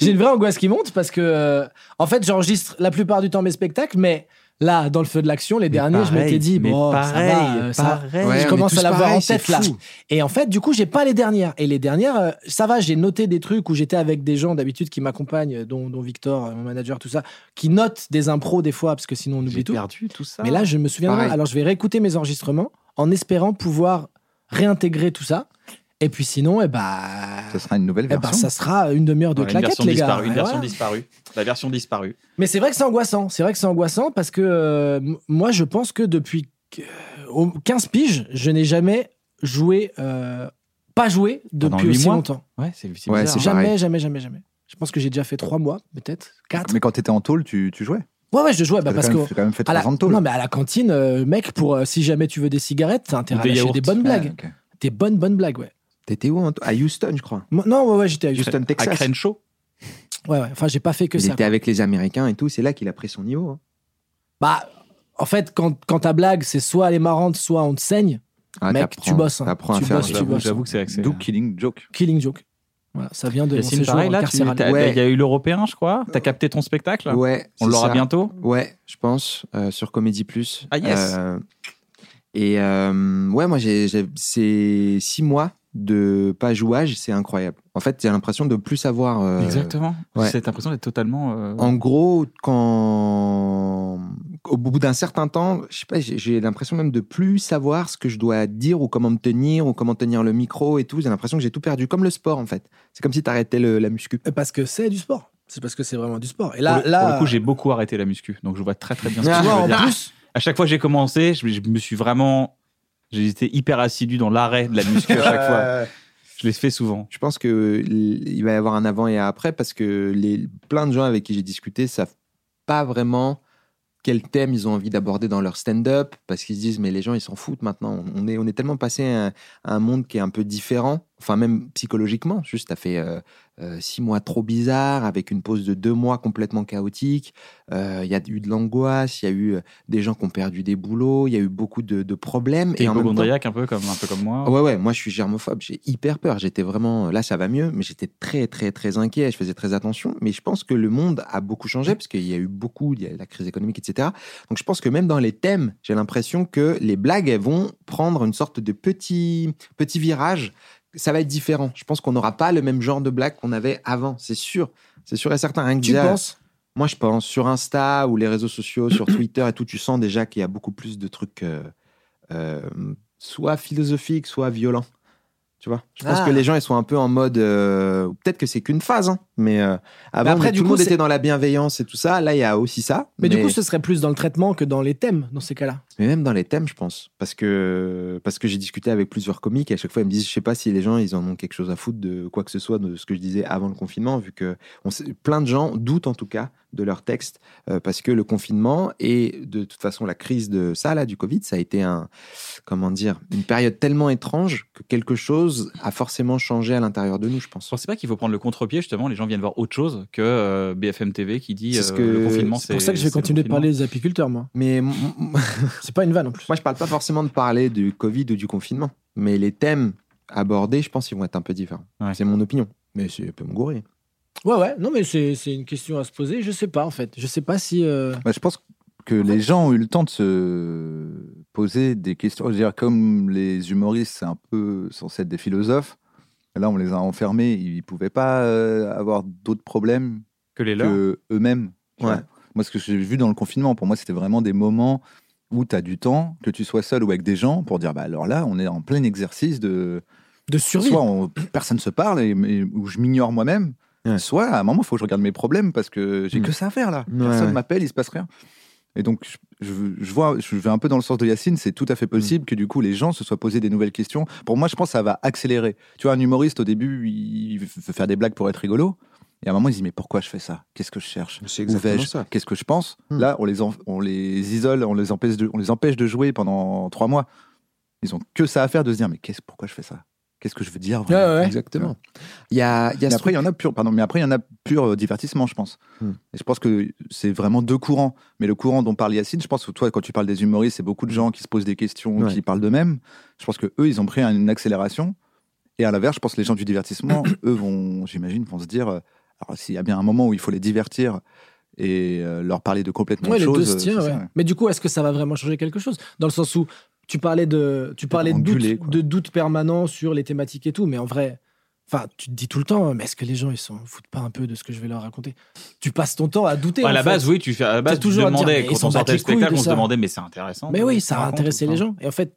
[SPEAKER 3] J'ai une vraie angoisse qui monte parce que, euh, en fait, j'enregistre la plupart du temps mes spectacles, mais là, dans le feu de l'action, les derniers, je m'étais dit, bon, ça va, euh, ça va.
[SPEAKER 2] Ouais,
[SPEAKER 3] je
[SPEAKER 2] on
[SPEAKER 3] commence
[SPEAKER 2] est tous
[SPEAKER 3] à l'avoir
[SPEAKER 2] pareils,
[SPEAKER 3] en
[SPEAKER 2] c'est
[SPEAKER 3] tête là.
[SPEAKER 2] fou.
[SPEAKER 3] Et en fait, du coup, j'ai pas les dernières. Et les dernières, euh, ça va, j'ai noté des trucs où j'étais avec des gens d'habitude qui m'accompagnent, euh, dont, dont Victor, euh, mon manager, tout ça, qui notent des impros des fois, parce que sinon on oublie
[SPEAKER 4] J'ai
[SPEAKER 3] tout.
[SPEAKER 4] perdu tout ça.
[SPEAKER 3] Mais là, je me souviendrai.
[SPEAKER 2] Pareil.
[SPEAKER 3] Alors, je vais réécouter mes enregistrements en espérant pouvoir réintégrer tout ça Et puis sinon, eh bah,
[SPEAKER 5] Ça sera une nouvelle
[SPEAKER 2] ben,
[SPEAKER 3] eh bah, ça
[SPEAKER 5] version.
[SPEAKER 3] sera une demi-heure de
[SPEAKER 4] Voilà,
[SPEAKER 3] claquettes,
[SPEAKER 4] version
[SPEAKER 3] les gars.
[SPEAKER 4] disparue,
[SPEAKER 3] Et
[SPEAKER 4] une version
[SPEAKER 3] voilà.
[SPEAKER 4] disparue. La version disparue.
[SPEAKER 3] Mais c'est vrai que c'est angoissant. C'est vrai que c'est angoissant parce que euh, m- moi, je pense que depuis qu- euh, au- 15 piges, je n'ai jamais joué, euh, pas joué
[SPEAKER 4] Pendant
[SPEAKER 3] depuis
[SPEAKER 4] huit
[SPEAKER 3] aussi
[SPEAKER 4] mois
[SPEAKER 3] longtemps.
[SPEAKER 4] Ouais, c'est c'est
[SPEAKER 5] Ouais,
[SPEAKER 4] bizarre.
[SPEAKER 5] c'est
[SPEAKER 3] Jamais,
[SPEAKER 5] pareil.
[SPEAKER 3] jamais, jamais, jamais. Je pense que j'ai déjà fait 3 mois, peut-être 4.
[SPEAKER 5] Mais quand t'étais en tôle, tu, tu jouais.
[SPEAKER 3] Ouais, ouais, je jouais. bah,
[SPEAKER 5] T'as
[SPEAKER 3] parce
[SPEAKER 5] quand
[SPEAKER 3] que
[SPEAKER 5] même, fait- quand même fait
[SPEAKER 3] à la,
[SPEAKER 5] 3 ans de tôle.
[SPEAKER 3] non, mais à la cantine, euh, mec, pour euh, si jamais tu veux des cigarettes, t'as intérêt à
[SPEAKER 4] Des
[SPEAKER 3] lâcher
[SPEAKER 4] yaourts.
[SPEAKER 3] des bonnes
[SPEAKER 5] Ouais,
[SPEAKER 3] blagues.
[SPEAKER 5] ok.
[SPEAKER 3] Des bonnes, bonnes blagues, ouais.
[SPEAKER 2] T'étais où Anto- À Houston, je crois.
[SPEAKER 3] Mo- Non, ouais, ouais, j'étais à Houston.
[SPEAKER 2] Houston,
[SPEAKER 4] À
[SPEAKER 2] Texas.
[SPEAKER 4] Crenshaw
[SPEAKER 3] Ouais, ouais. Enfin, j'ai pas fait que
[SPEAKER 2] Il
[SPEAKER 3] ça.
[SPEAKER 2] était avec les Américains et tout. C'est là qu'il a pris son niveau. hein.
[SPEAKER 3] Bah, en fait, quand, quand ta blague, c'est soit elle est marrante, soit on te saigne.
[SPEAKER 2] Ah,
[SPEAKER 3] Mec,
[SPEAKER 2] t'apprends-
[SPEAKER 3] tu bosses, hein.
[SPEAKER 2] t'apprends à
[SPEAKER 3] Tu
[SPEAKER 2] faire
[SPEAKER 3] bosses,
[SPEAKER 2] des-
[SPEAKER 3] tu
[SPEAKER 4] J'avoue
[SPEAKER 3] bosses.
[SPEAKER 4] j'avoue que c'est vrai que c'est.
[SPEAKER 5] Do Killing Joke.
[SPEAKER 3] Killing Joke. Voilà, ça vient de
[SPEAKER 4] Yacine,
[SPEAKER 3] mon séjour
[SPEAKER 4] pareil, là, tu-
[SPEAKER 3] carcéral.
[SPEAKER 4] t'as-
[SPEAKER 2] Ouais.
[SPEAKER 4] il y a eu l'Européen, je crois. T'as capté ton spectacle
[SPEAKER 2] Ouais,
[SPEAKER 4] On
[SPEAKER 2] c'est
[SPEAKER 4] l'aura
[SPEAKER 2] ça.
[SPEAKER 4] bientôt
[SPEAKER 2] Ouais, je pense, euh, sur Comédie Plus.
[SPEAKER 4] Ah, yes.
[SPEAKER 2] Euh, et euh, ouais, moi, j'ai, j'ai- c'est six mois de pas jouage, c'est incroyable. En fait, j'ai l'impression de plus savoir. euh,
[SPEAKER 4] Exactement.
[SPEAKER 2] ouais.
[SPEAKER 4] Cette impression d'être totalement. euh,
[SPEAKER 2] En gros, quand au bout d'un certain temps, je sais pas, j'ai, j'ai l'impression même de plus savoir ce que je dois dire ou comment me tenir ou comment tenir le micro et tout. J'ai l'impression que j'ai tout perdu, comme le sport en fait. C'est comme si t'arrêtais le- la muscu.
[SPEAKER 3] Euh, Parce que c'est du sport. C'est parce que c'est vraiment du sport. Et
[SPEAKER 4] Pour
[SPEAKER 3] là,
[SPEAKER 4] le-
[SPEAKER 3] là
[SPEAKER 4] pour le coup, j'ai beaucoup arrêté la muscu, donc je vois très très bien ce que
[SPEAKER 2] Ah,
[SPEAKER 4] tu
[SPEAKER 3] tu vois,
[SPEAKER 4] veux
[SPEAKER 3] en
[SPEAKER 4] dire.
[SPEAKER 3] plus,
[SPEAKER 4] À chaque fois que j'ai commencé, je, je me suis vraiment, j'ai été hyper assidu dans l'arrêt de la muscu à chaque fois. Je l'ai fait souvent.
[SPEAKER 2] Je pense que l- il va y avoir un avant et un après parce que les, plein de gens avec qui j'ai discuté savent pas vraiment quel thème ils ont envie d'aborder dans leur stand-up parce qu'ils se disent mais les gens ils s'en foutent maintenant. On est on est tellement passé à, à un monde qui est un peu différent, enfin même psychologiquement. Juste t'as fait euh, euh, six mois trop bizarres avec une pause de deux mois complètement chaotique. Euh, Il y a eu de l'angoisse, il y a eu euh, des gens qui ont perdu des boulots, il y a eu beaucoup de, de problèmes
[SPEAKER 4] T'es
[SPEAKER 2] en même temps-
[SPEAKER 4] hypochondriaque un peu comme un peu comme moi.
[SPEAKER 2] ah Ouais, ouais, moi je suis germophobe, j'ai hyper peur. J'étais vraiment, là ça va mieux, mais j'étais très, très, très inquiet, je faisais très attention. Mais je pense que le monde a beaucoup changé, parce qu'il y a eu beaucoup, il y a eu la crise économique, etc. Donc je pense que même dans les thèmes, j'ai l'impression que les blagues, elles vont prendre une sorte de petit, petit virage. Ça va être différent. Je pense qu'on n'aura pas le même genre de blague qu'on avait avant, c'est sûr. C'est sûr et certain. hein, Rien que
[SPEAKER 3] tu
[SPEAKER 2] déjà-
[SPEAKER 3] penses.
[SPEAKER 2] moi, je pense sur Insta ou les réseaux sociaux, sur Twitter et tout, tu sens déjà qu'il y a beaucoup plus de trucs euh, euh, soit philosophiques, soit violents. Tu vois Je pense
[SPEAKER 3] Ah.
[SPEAKER 2] que les gens, ils sont un peu en mode. euh, Peut-être que c'est qu'une phase, hein, mais euh, avant,
[SPEAKER 3] après,
[SPEAKER 2] mais
[SPEAKER 3] du
[SPEAKER 2] tout le
[SPEAKER 3] coup,
[SPEAKER 2] monde
[SPEAKER 3] c'est-
[SPEAKER 2] était dans la bienveillance et tout ça. Là, il y a aussi ça.
[SPEAKER 3] Mais, du coup, ce serait plus dans le traitement que dans les thèmes, dans ces cas-là.
[SPEAKER 2] mais même dans les thèmes, je pense. Parce que, parce que j'ai discuté avec plusieurs comiques et à chaque fois, ils me disent, je sais pas si les gens, ils en ont quelque chose à foutre de quoi que ce soit, de ce que je disais avant le confinement, vu que on sait- plein de gens doutent en tout cas de leur texte, euh, parce que le confinement et de toute façon la crise de ça, là, du Covid, ça a été un, comment dire, une période tellement étrange que quelque chose a forcément changé à l'intérieur de nous, je pense.
[SPEAKER 4] Je pensais pas qu'il faut prendre le contre-pied justement. Les gens viennent voir autre chose que euh, BFM TV qui dit
[SPEAKER 2] C'est ce
[SPEAKER 4] euh,
[SPEAKER 2] que-
[SPEAKER 4] le confinement.
[SPEAKER 2] c'est
[SPEAKER 3] C'est pour ça que je vais
[SPEAKER 4] c'est le
[SPEAKER 3] continuer de
[SPEAKER 4] confinement.
[SPEAKER 3] parler des apiculteurs, moi.
[SPEAKER 2] Mais m- m-
[SPEAKER 3] C'est pas une vanne en plus.
[SPEAKER 2] Moi, je parle pas forcément de parler du Covid ou du confinement, mais les thèmes abordés, je pense, ils vont être un peu différents.
[SPEAKER 4] Ouais.
[SPEAKER 2] C'est mon opinion. Mais c'est- je peux me gourer.
[SPEAKER 3] Ouais, ouais. Non, mais c'est c'est une question à se poser. Je sais pas, en fait. Je sais pas si. euh,
[SPEAKER 5] Bah, je pense que les gens ont eu le temps de se poser des questions. Je veux dire, comme les humoristes, c'est un peu censé être des philosophes. Là, on les a enfermés. Ils ne pouvaient pas euh, avoir d'autres problèmes
[SPEAKER 4] Que les leurs.
[SPEAKER 5] que eux-mêmes. tu
[SPEAKER 2] Ouais.
[SPEAKER 5] vois. Moi, ce que j'ai vu dans le confinement, pour moi, c'était vraiment des moments où tu as du temps, que tu sois seul ou avec des gens, pour dire, bah, alors là, on est en plein exercice de,
[SPEAKER 3] De survie.
[SPEAKER 5] Soit on- personne ne se parle et, et- ou je m'ignore moi-même.
[SPEAKER 2] Ouais.
[SPEAKER 5] Soit à un moment, il faut que je regarde mes problèmes parce que j'ai
[SPEAKER 2] Mm.
[SPEAKER 5] que ça à faire là.
[SPEAKER 2] Ouais,
[SPEAKER 5] personne
[SPEAKER 2] ouais.
[SPEAKER 5] m'appelle, il se passe rien. Et donc, je, je, je vois, je vais un peu dans le sens de Yacine, c'est tout à fait
[SPEAKER 2] Hmm.
[SPEAKER 5] possible que du coup les gens se soient posés des nouvelles questions. Pour moi, je pense que ça va accélérer. Tu vois, un humoriste au début, il veut faire des blagues pour être rigolo. Et à un moment, il se dit Mais pourquoi je fais ça Qu'est-ce que je cherche
[SPEAKER 2] C'est
[SPEAKER 5] Où vais-je Qu'est-ce que je pense
[SPEAKER 3] Hmm.
[SPEAKER 2] Mm.
[SPEAKER 5] Là, on les, en- on les isole, on les, empêche de, on les empêche de jouer pendant trois mois. Ils ont que ça à faire de se dire Mais qu'est-ce, pourquoi je fais ça Qu'est-ce que je veux dire vraiment
[SPEAKER 3] Ouais, ouais.
[SPEAKER 2] Exactement. Il y a, il y a
[SPEAKER 5] mais
[SPEAKER 2] ce
[SPEAKER 5] après, il y
[SPEAKER 2] truc-
[SPEAKER 5] en a pur, pardon, mais après, il y en a pur euh, divertissement, je pense.
[SPEAKER 2] Hmm.
[SPEAKER 5] Et je pense que c'est vraiment deux courants. Mais le courant dont parle Yacine, je pense que toi, quand tu parles des humoristes, c'est beaucoup de gens qui se posent des questions,
[SPEAKER 2] Ouais.
[SPEAKER 5] qui parlent d'eux-mêmes. Je pense que eux, ils ont pris un- une accélération. Et à l'inverse, je pense que les gens du divertissement, eux, vont, j'imagine, vont se dire, euh, alors s'il y a bien un moment où il faut les divertir et euh, leur parler de complètement
[SPEAKER 3] Ouais,
[SPEAKER 5] autre
[SPEAKER 3] les
[SPEAKER 5] chose.
[SPEAKER 3] deux se
[SPEAKER 5] euh,
[SPEAKER 3] tiennent,
[SPEAKER 5] c'est ça,
[SPEAKER 3] ouais.
[SPEAKER 5] ouais.
[SPEAKER 3] Mais du coup, est-ce que ça va vraiment changer quelque chose Dans le sens où tu parlais de, tu parlais de
[SPEAKER 5] engueuler,
[SPEAKER 3] doute,
[SPEAKER 5] quoi.
[SPEAKER 3] de doute permanent sur les thématiques et tout, mais en vrai, enfin, tu te dis tout le temps, mais est-ce que les gens ils s'en foutent pas un peu de ce que je vais leur raconter Tu passes ton temps à douter.
[SPEAKER 4] Bah, à
[SPEAKER 3] en
[SPEAKER 4] la
[SPEAKER 3] fait.
[SPEAKER 4] base, oui, tu fais. À la base,
[SPEAKER 3] T'as
[SPEAKER 4] tu te
[SPEAKER 3] toujours à dire,
[SPEAKER 4] demandais
[SPEAKER 3] mais ils
[SPEAKER 4] quand
[SPEAKER 3] s'en
[SPEAKER 4] on
[SPEAKER 3] battent
[SPEAKER 4] sortait
[SPEAKER 3] les
[SPEAKER 4] le spectacle,
[SPEAKER 3] couilles de
[SPEAKER 4] on se
[SPEAKER 3] ça.
[SPEAKER 4] demandait mais c'est intéressant.
[SPEAKER 3] Mais
[SPEAKER 4] de-
[SPEAKER 3] oui, ça a
[SPEAKER 4] raconte,
[SPEAKER 3] intéressé
[SPEAKER 4] enfin.
[SPEAKER 3] les gens. Et en fait,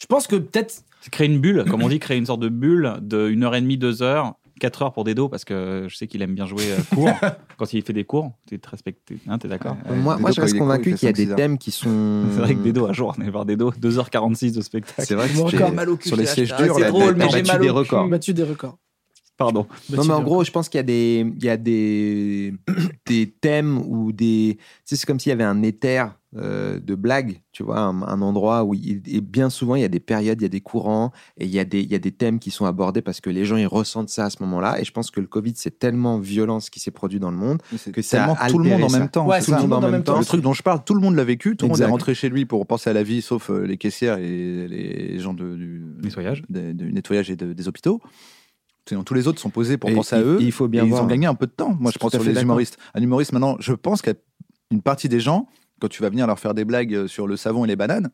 [SPEAKER 3] Je pense que peut-être.
[SPEAKER 4] C'est créer une bulle, comme on dit, créer une sorte de bulle de une heure et demie, deux heures, quatre heures pour Dedo, parce que je sais qu'il aime bien jouer euh, court. Quand il fait des cours, t'es très respecté, hein, t'es d'accord
[SPEAKER 2] moi,
[SPEAKER 5] Dedo,
[SPEAKER 2] moi, je
[SPEAKER 5] quand
[SPEAKER 2] reste
[SPEAKER 5] il est con, il
[SPEAKER 2] convaincu
[SPEAKER 5] fait
[SPEAKER 2] qu'il y a
[SPEAKER 5] cinq, six
[SPEAKER 2] des
[SPEAKER 5] heures.
[SPEAKER 2] thèmes qui sont.
[SPEAKER 4] C'est vrai que Dedo, un jour, on est voir Dedo, 2h46 de spectacle.
[SPEAKER 5] C'est vrai que
[SPEAKER 3] Mon
[SPEAKER 5] j'ai-
[SPEAKER 3] Ah, record, mal au cul,
[SPEAKER 5] sur les
[SPEAKER 3] j'ai
[SPEAKER 5] sièges
[SPEAKER 3] acheté.
[SPEAKER 5] durs,
[SPEAKER 3] C'est
[SPEAKER 5] là,
[SPEAKER 3] drôle,
[SPEAKER 5] t'as
[SPEAKER 3] mais j'ai
[SPEAKER 5] battu
[SPEAKER 3] mal
[SPEAKER 5] des
[SPEAKER 3] au cul.
[SPEAKER 5] records.
[SPEAKER 3] battu des records.
[SPEAKER 4] Pardon.
[SPEAKER 2] Non,
[SPEAKER 5] Bah,
[SPEAKER 3] Battu
[SPEAKER 2] mais en
[SPEAKER 3] des
[SPEAKER 2] gros, je pense qu'il y a des, il y a des, des thèmes ou des. tu sais, C'est comme s'il y avait un éther euh, de blagues, tu vois, un, un endroit où. il- et bien souvent, il y a des périodes, il y a des courants, et il y a des, il y a des thèmes qui sont abordés parce que les gens, ils ressentent ça à ce moment-là. Et je pense que le Covid, c'est tellement violent ce qui s'est produit dans le monde.
[SPEAKER 5] C'est
[SPEAKER 2] que ça
[SPEAKER 5] tellement
[SPEAKER 2] a
[SPEAKER 5] tout le monde en
[SPEAKER 2] altéré ça.
[SPEAKER 5] même temps.
[SPEAKER 3] Ouais,
[SPEAKER 5] c'est
[SPEAKER 3] tout le
[SPEAKER 5] ça.
[SPEAKER 3] monde en même temps.
[SPEAKER 5] Le truc dont je parle, tout le monde l'a vécu. Tout le monde est
[SPEAKER 2] Exact.
[SPEAKER 5] rentré chez lui pour penser à la vie, sauf euh, les caissières et les gens de, du
[SPEAKER 4] Nettoyage.
[SPEAKER 5] de- du nettoyage et de- des hôpitaux. Sinon, tous les autres sont posés pour
[SPEAKER 2] Et-
[SPEAKER 5] penser à
[SPEAKER 2] et-
[SPEAKER 5] eux.
[SPEAKER 2] et il faut bien
[SPEAKER 5] et ils
[SPEAKER 2] voir.
[SPEAKER 5] ont gagné un peu de temps. Moi,
[SPEAKER 2] C'est
[SPEAKER 5] je pense
[SPEAKER 2] tout à
[SPEAKER 5] sur
[SPEAKER 2] fait
[SPEAKER 5] les
[SPEAKER 2] d'accord.
[SPEAKER 5] humoristes. Un humoriste, maintenant, je pense qu'il y a une partie des gens, quand tu vas venir leur faire des blagues euh, sur le savon et les bananes,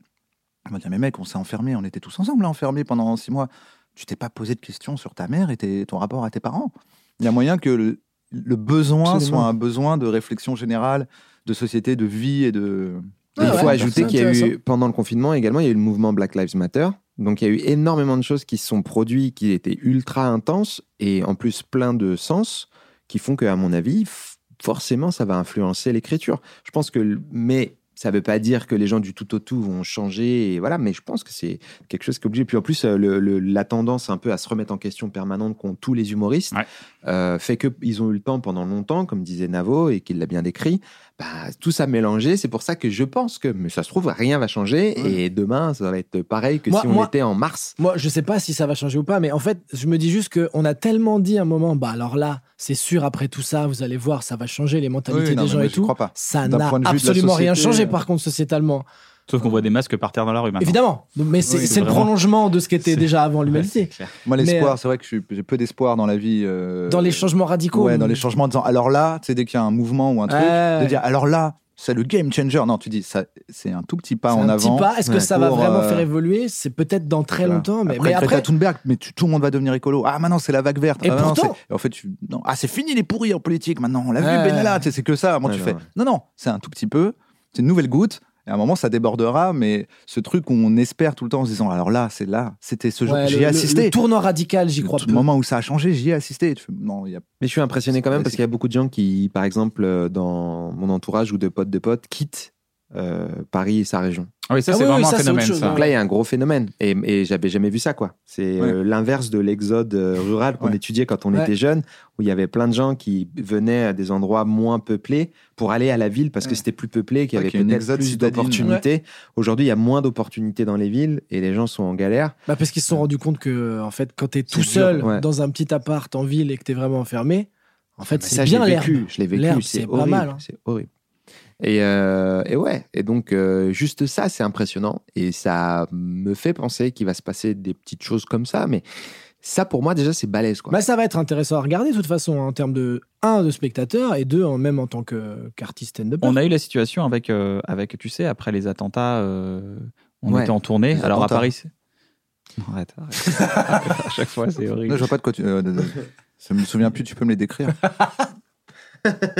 [SPEAKER 5] ils vont dire Mais mec, on s'est enfermés, on était tous ensemble là, enfermés pendant six mois. Tu t'es pas posé de questions sur ta mère et tes- ton rapport à tes parents. Il y a moyen que le, le besoin
[SPEAKER 2] Absolument.
[SPEAKER 5] soit un besoin de réflexion générale, de société, de vie et de.
[SPEAKER 3] Ah
[SPEAKER 2] il
[SPEAKER 3] ouais,
[SPEAKER 2] faut
[SPEAKER 3] ouais,
[SPEAKER 2] ajouter
[SPEAKER 3] c'est
[SPEAKER 2] qu'il y a eu,
[SPEAKER 3] intéressant.
[SPEAKER 2] pendant le confinement également, il y a eu le mouvement Black Lives Matter. Donc il y a eu énormément de choses qui se sont produites, qui étaient ultra intenses et en plus plein de sens, qui font que, à mon avis, f- forcément, ça va influencer l'écriture. Je pense que, l- mais ça ne veut pas dire que les gens du tout au tout vont changer, et voilà, mais je pense que c'est quelque chose qui est obligé. Puis en plus, euh, le- le- la tendance un peu à se remettre en question permanente qu'ont tous les humoristes
[SPEAKER 4] Ouais.
[SPEAKER 2] euh, fait qu'ils ont eu le temps pendant longtemps, comme disait Navo, et qu'il l'a bien décrit, bah, tout ça mélangé, c'est pour ça que je pense que, mais ça se trouve, rien va changer et demain, ça va être pareil que
[SPEAKER 3] Moi-
[SPEAKER 2] si on
[SPEAKER 3] moi-
[SPEAKER 2] était en mars.
[SPEAKER 3] Moi, je sais pas si ça va changer ou pas, mais en fait, je me dis juste qu'on a tellement dit à un moment, bah alors là, c'est sûr, après tout ça, vous allez voir, ça va changer les mentalités
[SPEAKER 5] Oui, non,
[SPEAKER 3] des
[SPEAKER 5] mais
[SPEAKER 3] gens
[SPEAKER 5] moi,
[SPEAKER 3] et
[SPEAKER 5] j'y
[SPEAKER 3] tout.
[SPEAKER 5] crois pas.
[SPEAKER 3] Ça
[SPEAKER 5] D'un
[SPEAKER 3] n'a
[SPEAKER 5] point de vue de la
[SPEAKER 3] absolument rien
[SPEAKER 5] société,
[SPEAKER 3] changé,
[SPEAKER 5] euh,
[SPEAKER 3] par contre, sociétalement.
[SPEAKER 4] Sauf qu'on voit des masques par terre dans la rue maintenant.
[SPEAKER 3] Évidemment. Mais c'est
[SPEAKER 4] Oui,
[SPEAKER 3] c'est le
[SPEAKER 4] vraiment.
[SPEAKER 3] prolongement de ce qu'était
[SPEAKER 4] C'est-
[SPEAKER 3] déjà avant l'humanité.
[SPEAKER 5] Moi,
[SPEAKER 3] Mais,
[SPEAKER 5] l'espoir,
[SPEAKER 3] euh,
[SPEAKER 5] c'est vrai que je suis- j'ai peu d'espoir dans la vie. euh,
[SPEAKER 3] dans les changements radicaux.
[SPEAKER 5] Ouais, dans les changements en disant alors là, tu sais, dès qu'il y a un mouvement ou un truc,
[SPEAKER 3] Ouais.
[SPEAKER 5] de dire alors là, c'est le game changer. Non, tu dis, ça, c'est un tout petit pas
[SPEAKER 3] C'est
[SPEAKER 5] en
[SPEAKER 3] un
[SPEAKER 5] avant.
[SPEAKER 3] petit pas. Est-ce que
[SPEAKER 5] Ouais.
[SPEAKER 3] ça va
[SPEAKER 5] pour,
[SPEAKER 3] vraiment
[SPEAKER 5] euh,
[SPEAKER 3] faire évoluer C'est peut-être dans très
[SPEAKER 5] voilà.
[SPEAKER 3] longtemps, mais
[SPEAKER 5] après,
[SPEAKER 3] mais
[SPEAKER 5] Greta
[SPEAKER 3] après,
[SPEAKER 5] Thunberg, mais tu- tout le monde va devenir écolo. Ah, maintenant c'est la vague verte.
[SPEAKER 3] Et
[SPEAKER 5] Ah, maintenant,
[SPEAKER 3] pourtant-
[SPEAKER 5] c'est- en fait, tu- non. ah, c'est fini les pourris en politique. Maintenant, on l'a vu
[SPEAKER 3] Ouais.
[SPEAKER 5] Benalla. Tu sais, C'est que ça. Moi,
[SPEAKER 2] Ouais,
[SPEAKER 5] tu
[SPEAKER 2] non,
[SPEAKER 5] fais.
[SPEAKER 2] ouais.
[SPEAKER 5] Non, non, c'est un tout petit peu. C'est une nouvelle goutte. Et à un moment, ça débordera. Mais ce truc on espère tout le temps en se disant, alors là, c'est là, c'était ce jour.
[SPEAKER 3] ouais, le-
[SPEAKER 5] J'y ai
[SPEAKER 3] le-
[SPEAKER 5] assisté.
[SPEAKER 3] Le tournant radical, j'y
[SPEAKER 5] Le
[SPEAKER 3] crois
[SPEAKER 5] tout
[SPEAKER 3] plus.
[SPEAKER 5] moment où ça a changé, j'y ai assisté. Tu fais, non, il y a
[SPEAKER 2] Mais je suis impressionné quand même parce
[SPEAKER 5] Classique.
[SPEAKER 2] qu'il y a beaucoup de gens qui, par exemple, euh, dans mon entourage ou de potes de potes, quittent euh, Paris et sa région.
[SPEAKER 4] Ah oui, ça,
[SPEAKER 3] Ah
[SPEAKER 4] c'est
[SPEAKER 3] oui, oui,
[SPEAKER 4] vraiment
[SPEAKER 3] ça,
[SPEAKER 4] un
[SPEAKER 3] c'est autre
[SPEAKER 4] phénomène,
[SPEAKER 3] chose,
[SPEAKER 4] ça.
[SPEAKER 2] Donc là, il y a un gros phénomène et, et j'avais jamais vu ça, quoi. C'est euh, l'inverse de l'exode euh, rural qu'on
[SPEAKER 5] Ouais.
[SPEAKER 2] étudiait quand on
[SPEAKER 3] Ouais.
[SPEAKER 2] était jeune, où il y avait plein de gens qui venaient à des endroits moins peuplés pour aller à la ville parce que
[SPEAKER 5] Ouais.
[SPEAKER 2] c'était plus peuplé, qu'il y
[SPEAKER 5] Ouais,
[SPEAKER 2] avait
[SPEAKER 5] qu'il y a une
[SPEAKER 2] peut-être
[SPEAKER 5] exode
[SPEAKER 2] plus
[SPEAKER 5] citadine.
[SPEAKER 2] d'opportunités. Aujourd'hui, il y a moins d'opportunités dans les villes et les gens sont en galère.
[SPEAKER 3] Bah, parce qu'ils se sont rendus compte que, euh, en fait, quand t'es tout
[SPEAKER 2] dur,
[SPEAKER 3] seul
[SPEAKER 2] ouais.
[SPEAKER 3] dans un petit appart en ville et que t'es vraiment enfermé, en fait,
[SPEAKER 2] Mais
[SPEAKER 3] c'est
[SPEAKER 2] ça, je
[SPEAKER 3] bien
[SPEAKER 2] l'ai
[SPEAKER 3] l'air.
[SPEAKER 2] vécu, Je l'ai
[SPEAKER 3] L'herbe,
[SPEAKER 2] vécu,
[SPEAKER 3] c'est
[SPEAKER 2] c'est
[SPEAKER 3] pas
[SPEAKER 2] horrible.
[SPEAKER 3] mal, hein.
[SPEAKER 2] C'est horrible. Et, euh, et ouais, et donc euh, juste ça, c'est impressionnant. Et ça me fait penser qu'il va se passer des petites choses comme ça. Mais ça, pour moi, déjà, c'est balèze. Quoi.
[SPEAKER 3] Bah, ça va être intéressant à regarder, de toute façon, hein, en termes de, un, de spectateurs, et deux, en- même en tant que- qu'artiste stand-up.
[SPEAKER 4] On a eu la situation avec, euh, avec tu sais, après les attentats, euh, on
[SPEAKER 2] Ouais,
[SPEAKER 4] était en tournée.
[SPEAKER 5] les
[SPEAKER 4] Alors à
[SPEAKER 5] attentats.
[SPEAKER 4] Paris. c'est- Non, Arrête, arrête. à chaque fois, c'est
[SPEAKER 5] Non,
[SPEAKER 4] horrible.
[SPEAKER 5] je vois pas de quoi tu. euh, de- de- ça me souviens plus, tu peux me les décrire.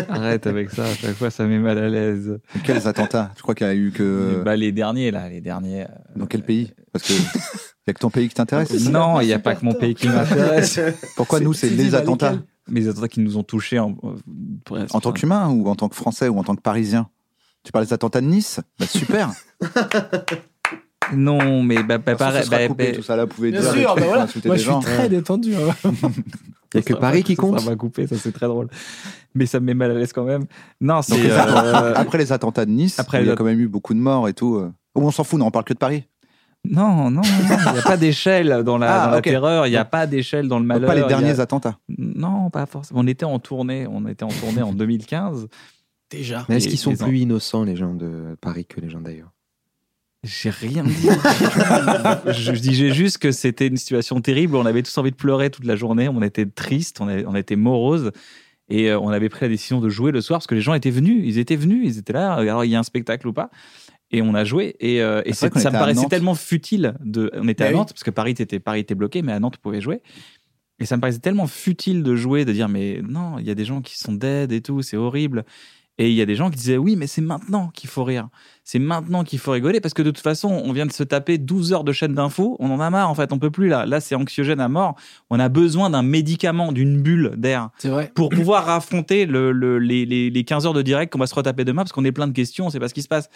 [SPEAKER 4] Arrête avec ça. À chaque fois, ça met mal à l'aise.
[SPEAKER 5] Quels attentats Je crois qu'il y a eu que. euh,
[SPEAKER 4] Bah, les derniers, là, les derniers. euh,
[SPEAKER 5] Dans quel pays Parce que. Il y a que ton pays qui t'intéresse.
[SPEAKER 4] Non, il n'y a pas que mon pays qui m'intéresse.
[SPEAKER 5] Pourquoi
[SPEAKER 3] C'est-
[SPEAKER 5] nous, c'est
[SPEAKER 3] c'est
[SPEAKER 5] les
[SPEAKER 3] dit, bah,
[SPEAKER 5] attentats
[SPEAKER 3] lesquels
[SPEAKER 4] Mais les attentats qui nous ont touchés en, euh,
[SPEAKER 5] En tant qu'humain ou en tant que français ou en tant que parisien Tu parles des attentats de Nice Bah, Super
[SPEAKER 4] Non, mais bah, bah,
[SPEAKER 5] De toute
[SPEAKER 4] pareil,
[SPEAKER 5] façon, ce sera
[SPEAKER 4] bah,
[SPEAKER 5] coupé,
[SPEAKER 4] bah,
[SPEAKER 5] tout ça là, vous pouvez
[SPEAKER 3] Bien
[SPEAKER 5] dire,
[SPEAKER 3] sûr, bah
[SPEAKER 5] tu peux
[SPEAKER 3] voilà.
[SPEAKER 5] insulter
[SPEAKER 3] Moi,
[SPEAKER 5] des
[SPEAKER 3] je suis
[SPEAKER 5] gens.
[SPEAKER 3] très détendu. hein.
[SPEAKER 2] Il n'y a que
[SPEAKER 4] Ça
[SPEAKER 2] Paris
[SPEAKER 4] va,
[SPEAKER 2] qui
[SPEAKER 4] ça
[SPEAKER 2] compte.
[SPEAKER 4] va couper, ça c'est très drôle. Mais ça me met mal à l'aise quand même. Non,
[SPEAKER 5] Donc,
[SPEAKER 4] c'est.
[SPEAKER 5] les attentats-
[SPEAKER 4] euh,
[SPEAKER 5] Après les attentats de Nice,
[SPEAKER 4] Après
[SPEAKER 5] où il y
[SPEAKER 4] les-
[SPEAKER 5] a quand même eu beaucoup de morts et tout. euh. Oh, on s'en fout, non, on parle que de Paris.
[SPEAKER 4] Non, non, non, non, il n'y a pas d'échelle dans la,
[SPEAKER 5] Ah,
[SPEAKER 4] dans la
[SPEAKER 5] ok.
[SPEAKER 4] terreur, il n'y a pas d'échelle dans le
[SPEAKER 5] Donc,
[SPEAKER 4] malheur.
[SPEAKER 5] pas les
[SPEAKER 4] il y a-
[SPEAKER 5] derniers attentats.
[SPEAKER 4] Non, pas forcément. On était en tournée, on était en tournée en 2015.
[SPEAKER 3] Déjà.
[SPEAKER 2] Mais est-ce
[SPEAKER 4] Les-
[SPEAKER 2] qu'ils sont
[SPEAKER 4] les
[SPEAKER 2] plus innocents, les gens de Paris, que les gens d'ailleurs
[SPEAKER 4] J'ai rien dit. je je disais juste que c'était une situation terrible. On avait tous envie de pleurer toute la journée. On était tristes, on, avait- on était moroses. Et euh, on avait pris la décision de jouer le soir parce que les gens étaient venus. Ils étaient venus, ils étaient là. Alors, il y a un spectacle ou pas. Et on a joué. Et, euh, et
[SPEAKER 5] Ah, C'est vrai
[SPEAKER 4] c'est-
[SPEAKER 5] qu'on
[SPEAKER 4] ça me
[SPEAKER 5] était à
[SPEAKER 4] paraissait
[SPEAKER 5] Nantes.
[SPEAKER 4] tellement futile. De, on était
[SPEAKER 3] Bah
[SPEAKER 4] à
[SPEAKER 3] oui.
[SPEAKER 4] Nantes parce que Paris était, Paris était bloqué, mais à Nantes, on pouvait jouer. Et ça me paraissait tellement futile de jouer, de dire, mais non, il y a des gens qui sont dead et tout, c'est horrible. Et il y a des gens qui disaient oui, mais c'est maintenant qu'il faut rire. C'est maintenant qu'il faut rigoler parce que de toute façon, on vient de se taper 12 heures de chaîne d'infos. On en a marre en fait. On peut plus là. Là, c'est anxiogène à mort. On a besoin d'un médicament, d'une bulle d'air
[SPEAKER 3] C'est vrai.
[SPEAKER 4] pour pouvoir affronter le- le- les, les- les 15 heures de direct qu'on va se retaper demain parce qu'on est plein de questions, on sait pas ce qui se passe.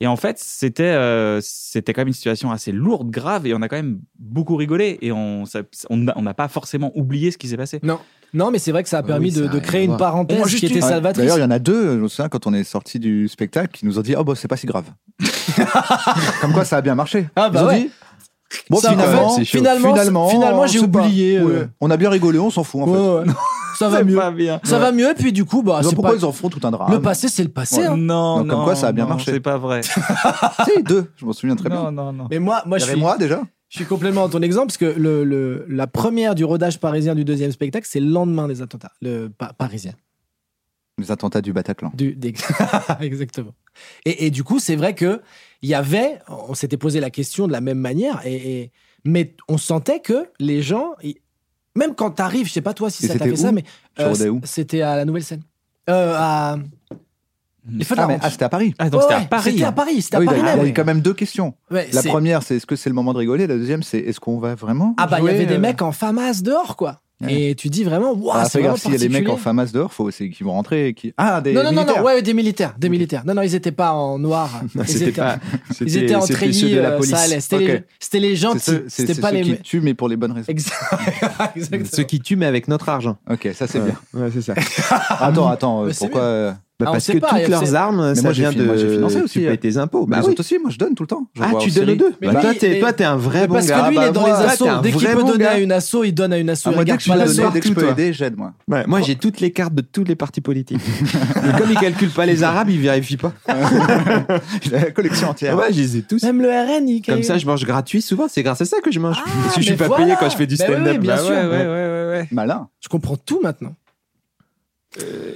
[SPEAKER 4] Et en fait, c'était euh, c'était quand même une situation assez lourde, grave, et on a quand même beaucoup rigolé et on ça- on n'a on n'a pas forcément oublié ce qui s'est passé.
[SPEAKER 3] Non. Non, mais c'est vrai que ça a
[SPEAKER 5] Ah
[SPEAKER 2] Oui,
[SPEAKER 3] permis
[SPEAKER 2] ça
[SPEAKER 3] de,
[SPEAKER 2] a
[SPEAKER 3] de
[SPEAKER 2] rien à
[SPEAKER 3] créer une
[SPEAKER 2] voir.
[SPEAKER 3] parenthèse
[SPEAKER 5] Moi,
[SPEAKER 3] qui
[SPEAKER 5] juste
[SPEAKER 3] était
[SPEAKER 5] une-
[SPEAKER 3] salvatrice.
[SPEAKER 5] D'ailleurs, il y en a deux, je me souviens, quand on est sorti du spectacle, qui nous ont dit Oh, bah, c'est pas si grave. Comme quoi, ça a bien marché.
[SPEAKER 3] Ah, bah
[SPEAKER 5] Ils ont
[SPEAKER 3] ouais.
[SPEAKER 5] dit, Bon,
[SPEAKER 3] Ça,
[SPEAKER 5] finalement,
[SPEAKER 3] en fait, finalement,
[SPEAKER 5] finalement,
[SPEAKER 3] finalement,
[SPEAKER 5] on
[SPEAKER 3] j'ai
[SPEAKER 5] sait pas.
[SPEAKER 3] oublié,
[SPEAKER 5] Ouais.
[SPEAKER 3] euh.
[SPEAKER 5] On a bien rigolé, on s'en fout en fait.
[SPEAKER 3] Ouais, ouais. Ça va
[SPEAKER 4] C'est
[SPEAKER 3] mieux.
[SPEAKER 4] pas bien.
[SPEAKER 3] Ça va mieux, et puis du coup, bah,
[SPEAKER 5] Alors,
[SPEAKER 3] c'est
[SPEAKER 5] pourquoi
[SPEAKER 3] pas-
[SPEAKER 5] ils Ah, en font tout un drame
[SPEAKER 3] le passé, c'est le passé. hein.
[SPEAKER 4] Non,
[SPEAKER 5] Donc,
[SPEAKER 4] non,
[SPEAKER 5] comme quoi, ça a bien
[SPEAKER 4] non,
[SPEAKER 5] marché.
[SPEAKER 4] C'est pas vrai.
[SPEAKER 5] Si, deux, je m'en souviens très bien.
[SPEAKER 4] non, non, non.
[SPEAKER 3] Mais moi, moi
[SPEAKER 5] Il y
[SPEAKER 3] je,
[SPEAKER 5] avait
[SPEAKER 3] suis,
[SPEAKER 5] moi déjà
[SPEAKER 3] je suis complètement dans ton exemple, parce que le, le- la première du rodage parisien du deuxième spectacle, c'est le lendemain des attentats. Le pa- parisien.
[SPEAKER 5] Les attentats du Bataclan.
[SPEAKER 3] Du, des- Exactement. Et, et du coup, c'est vrai que il y avait, on s'était posé la question de la même manière, et, et- mais on sentait que les gens, ils- même quand t'arrives, je sais pas toi si
[SPEAKER 5] Et
[SPEAKER 3] ça t'a
[SPEAKER 5] c'était
[SPEAKER 3] fait ça,
[SPEAKER 5] où
[SPEAKER 3] mais euh,
[SPEAKER 5] Sur Rodez où
[SPEAKER 3] c'était à la Nouvelle Seine. Euh, à... Les feux de
[SPEAKER 5] Ah,
[SPEAKER 3] la
[SPEAKER 5] mais
[SPEAKER 3] Rance.
[SPEAKER 5] ah, c'était à Paris.
[SPEAKER 4] Hmm. Ah, donc
[SPEAKER 3] Ouais,
[SPEAKER 4] c'était
[SPEAKER 3] ouais,
[SPEAKER 4] à Paris.
[SPEAKER 3] C'était à Paris, c'était
[SPEAKER 5] Ah
[SPEAKER 3] à
[SPEAKER 5] oui, il
[SPEAKER 3] Paris
[SPEAKER 5] y a-
[SPEAKER 3] même.
[SPEAKER 5] il y a eu quand même deux questions.
[SPEAKER 3] Ouais,
[SPEAKER 5] La
[SPEAKER 3] c'est-
[SPEAKER 5] première, c'est est-ce que c'est le moment de rigoler La deuxième, c'est est-ce qu'on va vraiment
[SPEAKER 3] Ah bah il y
[SPEAKER 5] jouer,
[SPEAKER 3] avait des
[SPEAKER 5] euh,
[SPEAKER 3] mecs en famas dehors quoi.
[SPEAKER 5] Ouais.
[SPEAKER 3] Et tu dis vraiment waouh,
[SPEAKER 5] Ah,
[SPEAKER 3] c'est
[SPEAKER 5] fais
[SPEAKER 3] vraiment
[SPEAKER 5] gaffe, s'il y a des mecs en
[SPEAKER 3] particulier.
[SPEAKER 5] famas dehors, faut c'est qu'ils vont rentrer et qui Ah, des
[SPEAKER 3] Non non non
[SPEAKER 5] militaires.
[SPEAKER 3] non, ouais, des militaires, des militaires. Non non, ils étaient pas en noir. ils étaient ils étaient en treillis, euh, ça allait. C'était
[SPEAKER 5] Ok.
[SPEAKER 3] les, c'était les
[SPEAKER 5] C'est
[SPEAKER 3] gentils,
[SPEAKER 5] ceux, c'est-
[SPEAKER 3] c'était
[SPEAKER 5] c'est
[SPEAKER 3] pas
[SPEAKER 5] ceux
[SPEAKER 3] les
[SPEAKER 5] qui tuent, mais pour les bonnes raisons.
[SPEAKER 3] Exact- Exactement.
[SPEAKER 2] Ceux qui tuent, mais avec notre argent.
[SPEAKER 5] Ok, ça c'est bien.
[SPEAKER 2] Ouais, c'est ça.
[SPEAKER 5] Attends, attends, euh,
[SPEAKER 3] Mais c'est
[SPEAKER 5] pourquoi euh,
[SPEAKER 2] Bah,
[SPEAKER 3] Ah, on
[SPEAKER 2] parce
[SPEAKER 3] sait
[SPEAKER 2] que
[SPEAKER 3] pas,
[SPEAKER 2] toutes
[SPEAKER 3] c'est-
[SPEAKER 2] leurs armes, ça
[SPEAKER 5] moi, j'ai
[SPEAKER 2] vient
[SPEAKER 5] fi- moi, j'ai
[SPEAKER 2] de.
[SPEAKER 5] financé aussi,
[SPEAKER 2] Tu
[SPEAKER 5] ouais.
[SPEAKER 2] payes tes impôts.
[SPEAKER 5] bah,
[SPEAKER 2] Bah
[SPEAKER 5] les
[SPEAKER 2] oui.
[SPEAKER 5] autres aussi, moi je donne tout le temps. J'en
[SPEAKER 2] Ah,
[SPEAKER 5] vois
[SPEAKER 2] tu
[SPEAKER 5] aux
[SPEAKER 2] donnes les
[SPEAKER 5] séries.
[SPEAKER 2] deux.
[SPEAKER 3] Mais
[SPEAKER 2] Bah,
[SPEAKER 3] lui,
[SPEAKER 2] toi, t'es
[SPEAKER 3] mais-
[SPEAKER 2] toi, t'es un vrai
[SPEAKER 3] Mais
[SPEAKER 2] bon
[SPEAKER 3] parce
[SPEAKER 2] gars.
[SPEAKER 3] que lui,
[SPEAKER 2] Ah,
[SPEAKER 3] il
[SPEAKER 2] bah,
[SPEAKER 3] est dans
[SPEAKER 2] moi,
[SPEAKER 3] les
[SPEAKER 2] toi, t'es
[SPEAKER 3] assos.
[SPEAKER 2] un
[SPEAKER 3] Dès qu'il
[SPEAKER 2] vrai
[SPEAKER 3] peut
[SPEAKER 2] bon
[SPEAKER 3] donner
[SPEAKER 2] gars.
[SPEAKER 3] à une asso, il donne à une asso.
[SPEAKER 5] Ah,
[SPEAKER 3] il
[SPEAKER 5] moi, dès
[SPEAKER 3] regarde
[SPEAKER 5] que je
[SPEAKER 3] pas
[SPEAKER 5] peux
[SPEAKER 3] la
[SPEAKER 5] donner,
[SPEAKER 3] soirée.
[SPEAKER 5] dès que je peux aider, j'aide moi.
[SPEAKER 2] Ouais, moi, j'ai toutes les cartes de tous les partis politiques. Mais comme il calcule pas les Arabes, il vérifie pas.
[SPEAKER 5] J'ai la collection entière.
[SPEAKER 2] Ouais, je les ai tous.
[SPEAKER 3] Même le RN, il
[SPEAKER 2] Comme ça, je mange gratuit souvent. C'est grâce à ça que je mange.
[SPEAKER 3] Ah,
[SPEAKER 2] Parce que je suis
[SPEAKER 3] mais
[SPEAKER 2] pas
[SPEAKER 3] voilà.
[SPEAKER 2] payé quand je fais du
[SPEAKER 3] Bah oui,
[SPEAKER 2] stand-up.
[SPEAKER 3] oui, bien
[SPEAKER 2] Bah
[SPEAKER 3] sûr.
[SPEAKER 2] ouais, ouais.
[SPEAKER 5] Malin.
[SPEAKER 3] je comprends tout maintenant.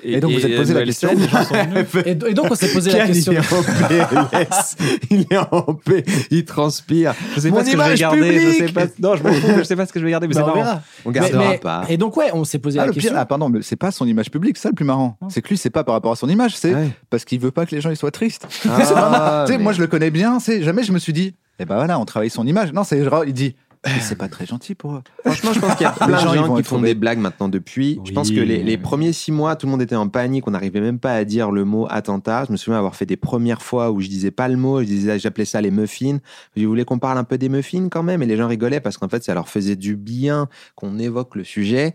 [SPEAKER 5] Et donc, vous êtes posé la question
[SPEAKER 3] Et, et donc on s'est posé la
[SPEAKER 2] Ken,
[SPEAKER 3] question.
[SPEAKER 2] Il est en PLS. il est en P. Il transpire.
[SPEAKER 4] Je sais
[SPEAKER 2] Mon
[SPEAKER 4] pas ce que je vais
[SPEAKER 2] image
[SPEAKER 4] garder. Je sais
[SPEAKER 2] publique.
[SPEAKER 4] pas. Non, je m'en fous, je sais pas ce que je vais garder, mais
[SPEAKER 3] Bah,
[SPEAKER 4] c'est
[SPEAKER 3] on
[SPEAKER 4] marrant.
[SPEAKER 3] verra.
[SPEAKER 2] On
[SPEAKER 3] Mais-
[SPEAKER 2] gardera
[SPEAKER 3] mais-
[SPEAKER 2] pas.
[SPEAKER 3] Et donc ouais, on s'est posé
[SPEAKER 5] Ah,
[SPEAKER 3] la
[SPEAKER 5] le pire,
[SPEAKER 3] question.
[SPEAKER 5] ah, pardon, mais c'est pas son image publique, ça le plus marrant. C'est que lui, c'est pas par rapport à son image, c'est
[SPEAKER 2] Ouais.
[SPEAKER 5] parce qu'il veut pas que les gens ils soient tristes.
[SPEAKER 2] Ah,
[SPEAKER 5] C'est vraiment- tu sais,
[SPEAKER 2] mais-
[SPEAKER 5] Moi, je le connais bien, c'est jamais je me suis dit, eh ben voilà, on travaille son image. Non, c'est genre, il dit, Mais c'est pas très gentil pour eux.
[SPEAKER 2] Franchement, je pense qu'il y a
[SPEAKER 5] Les
[SPEAKER 2] plein
[SPEAKER 5] gens,
[SPEAKER 2] de
[SPEAKER 5] ils
[SPEAKER 2] gens
[SPEAKER 5] vont
[SPEAKER 2] qui
[SPEAKER 5] être
[SPEAKER 2] font
[SPEAKER 5] tombés.
[SPEAKER 2] des blagues maintenant depuis. Je pense que les, les premiers six mois, tout le monde était en panique. On n'arrivait même pas à dire le mot attentat. Je me souviens avoir fait des premières fois où je disais pas le mot. Je disais, ah, j'appelais ça les muffins. Je voulais qu'on parle un peu des muffins quand même. Et les gens rigolaient parce qu'en fait, ça leur faisait du bien qu'on évoque le sujet.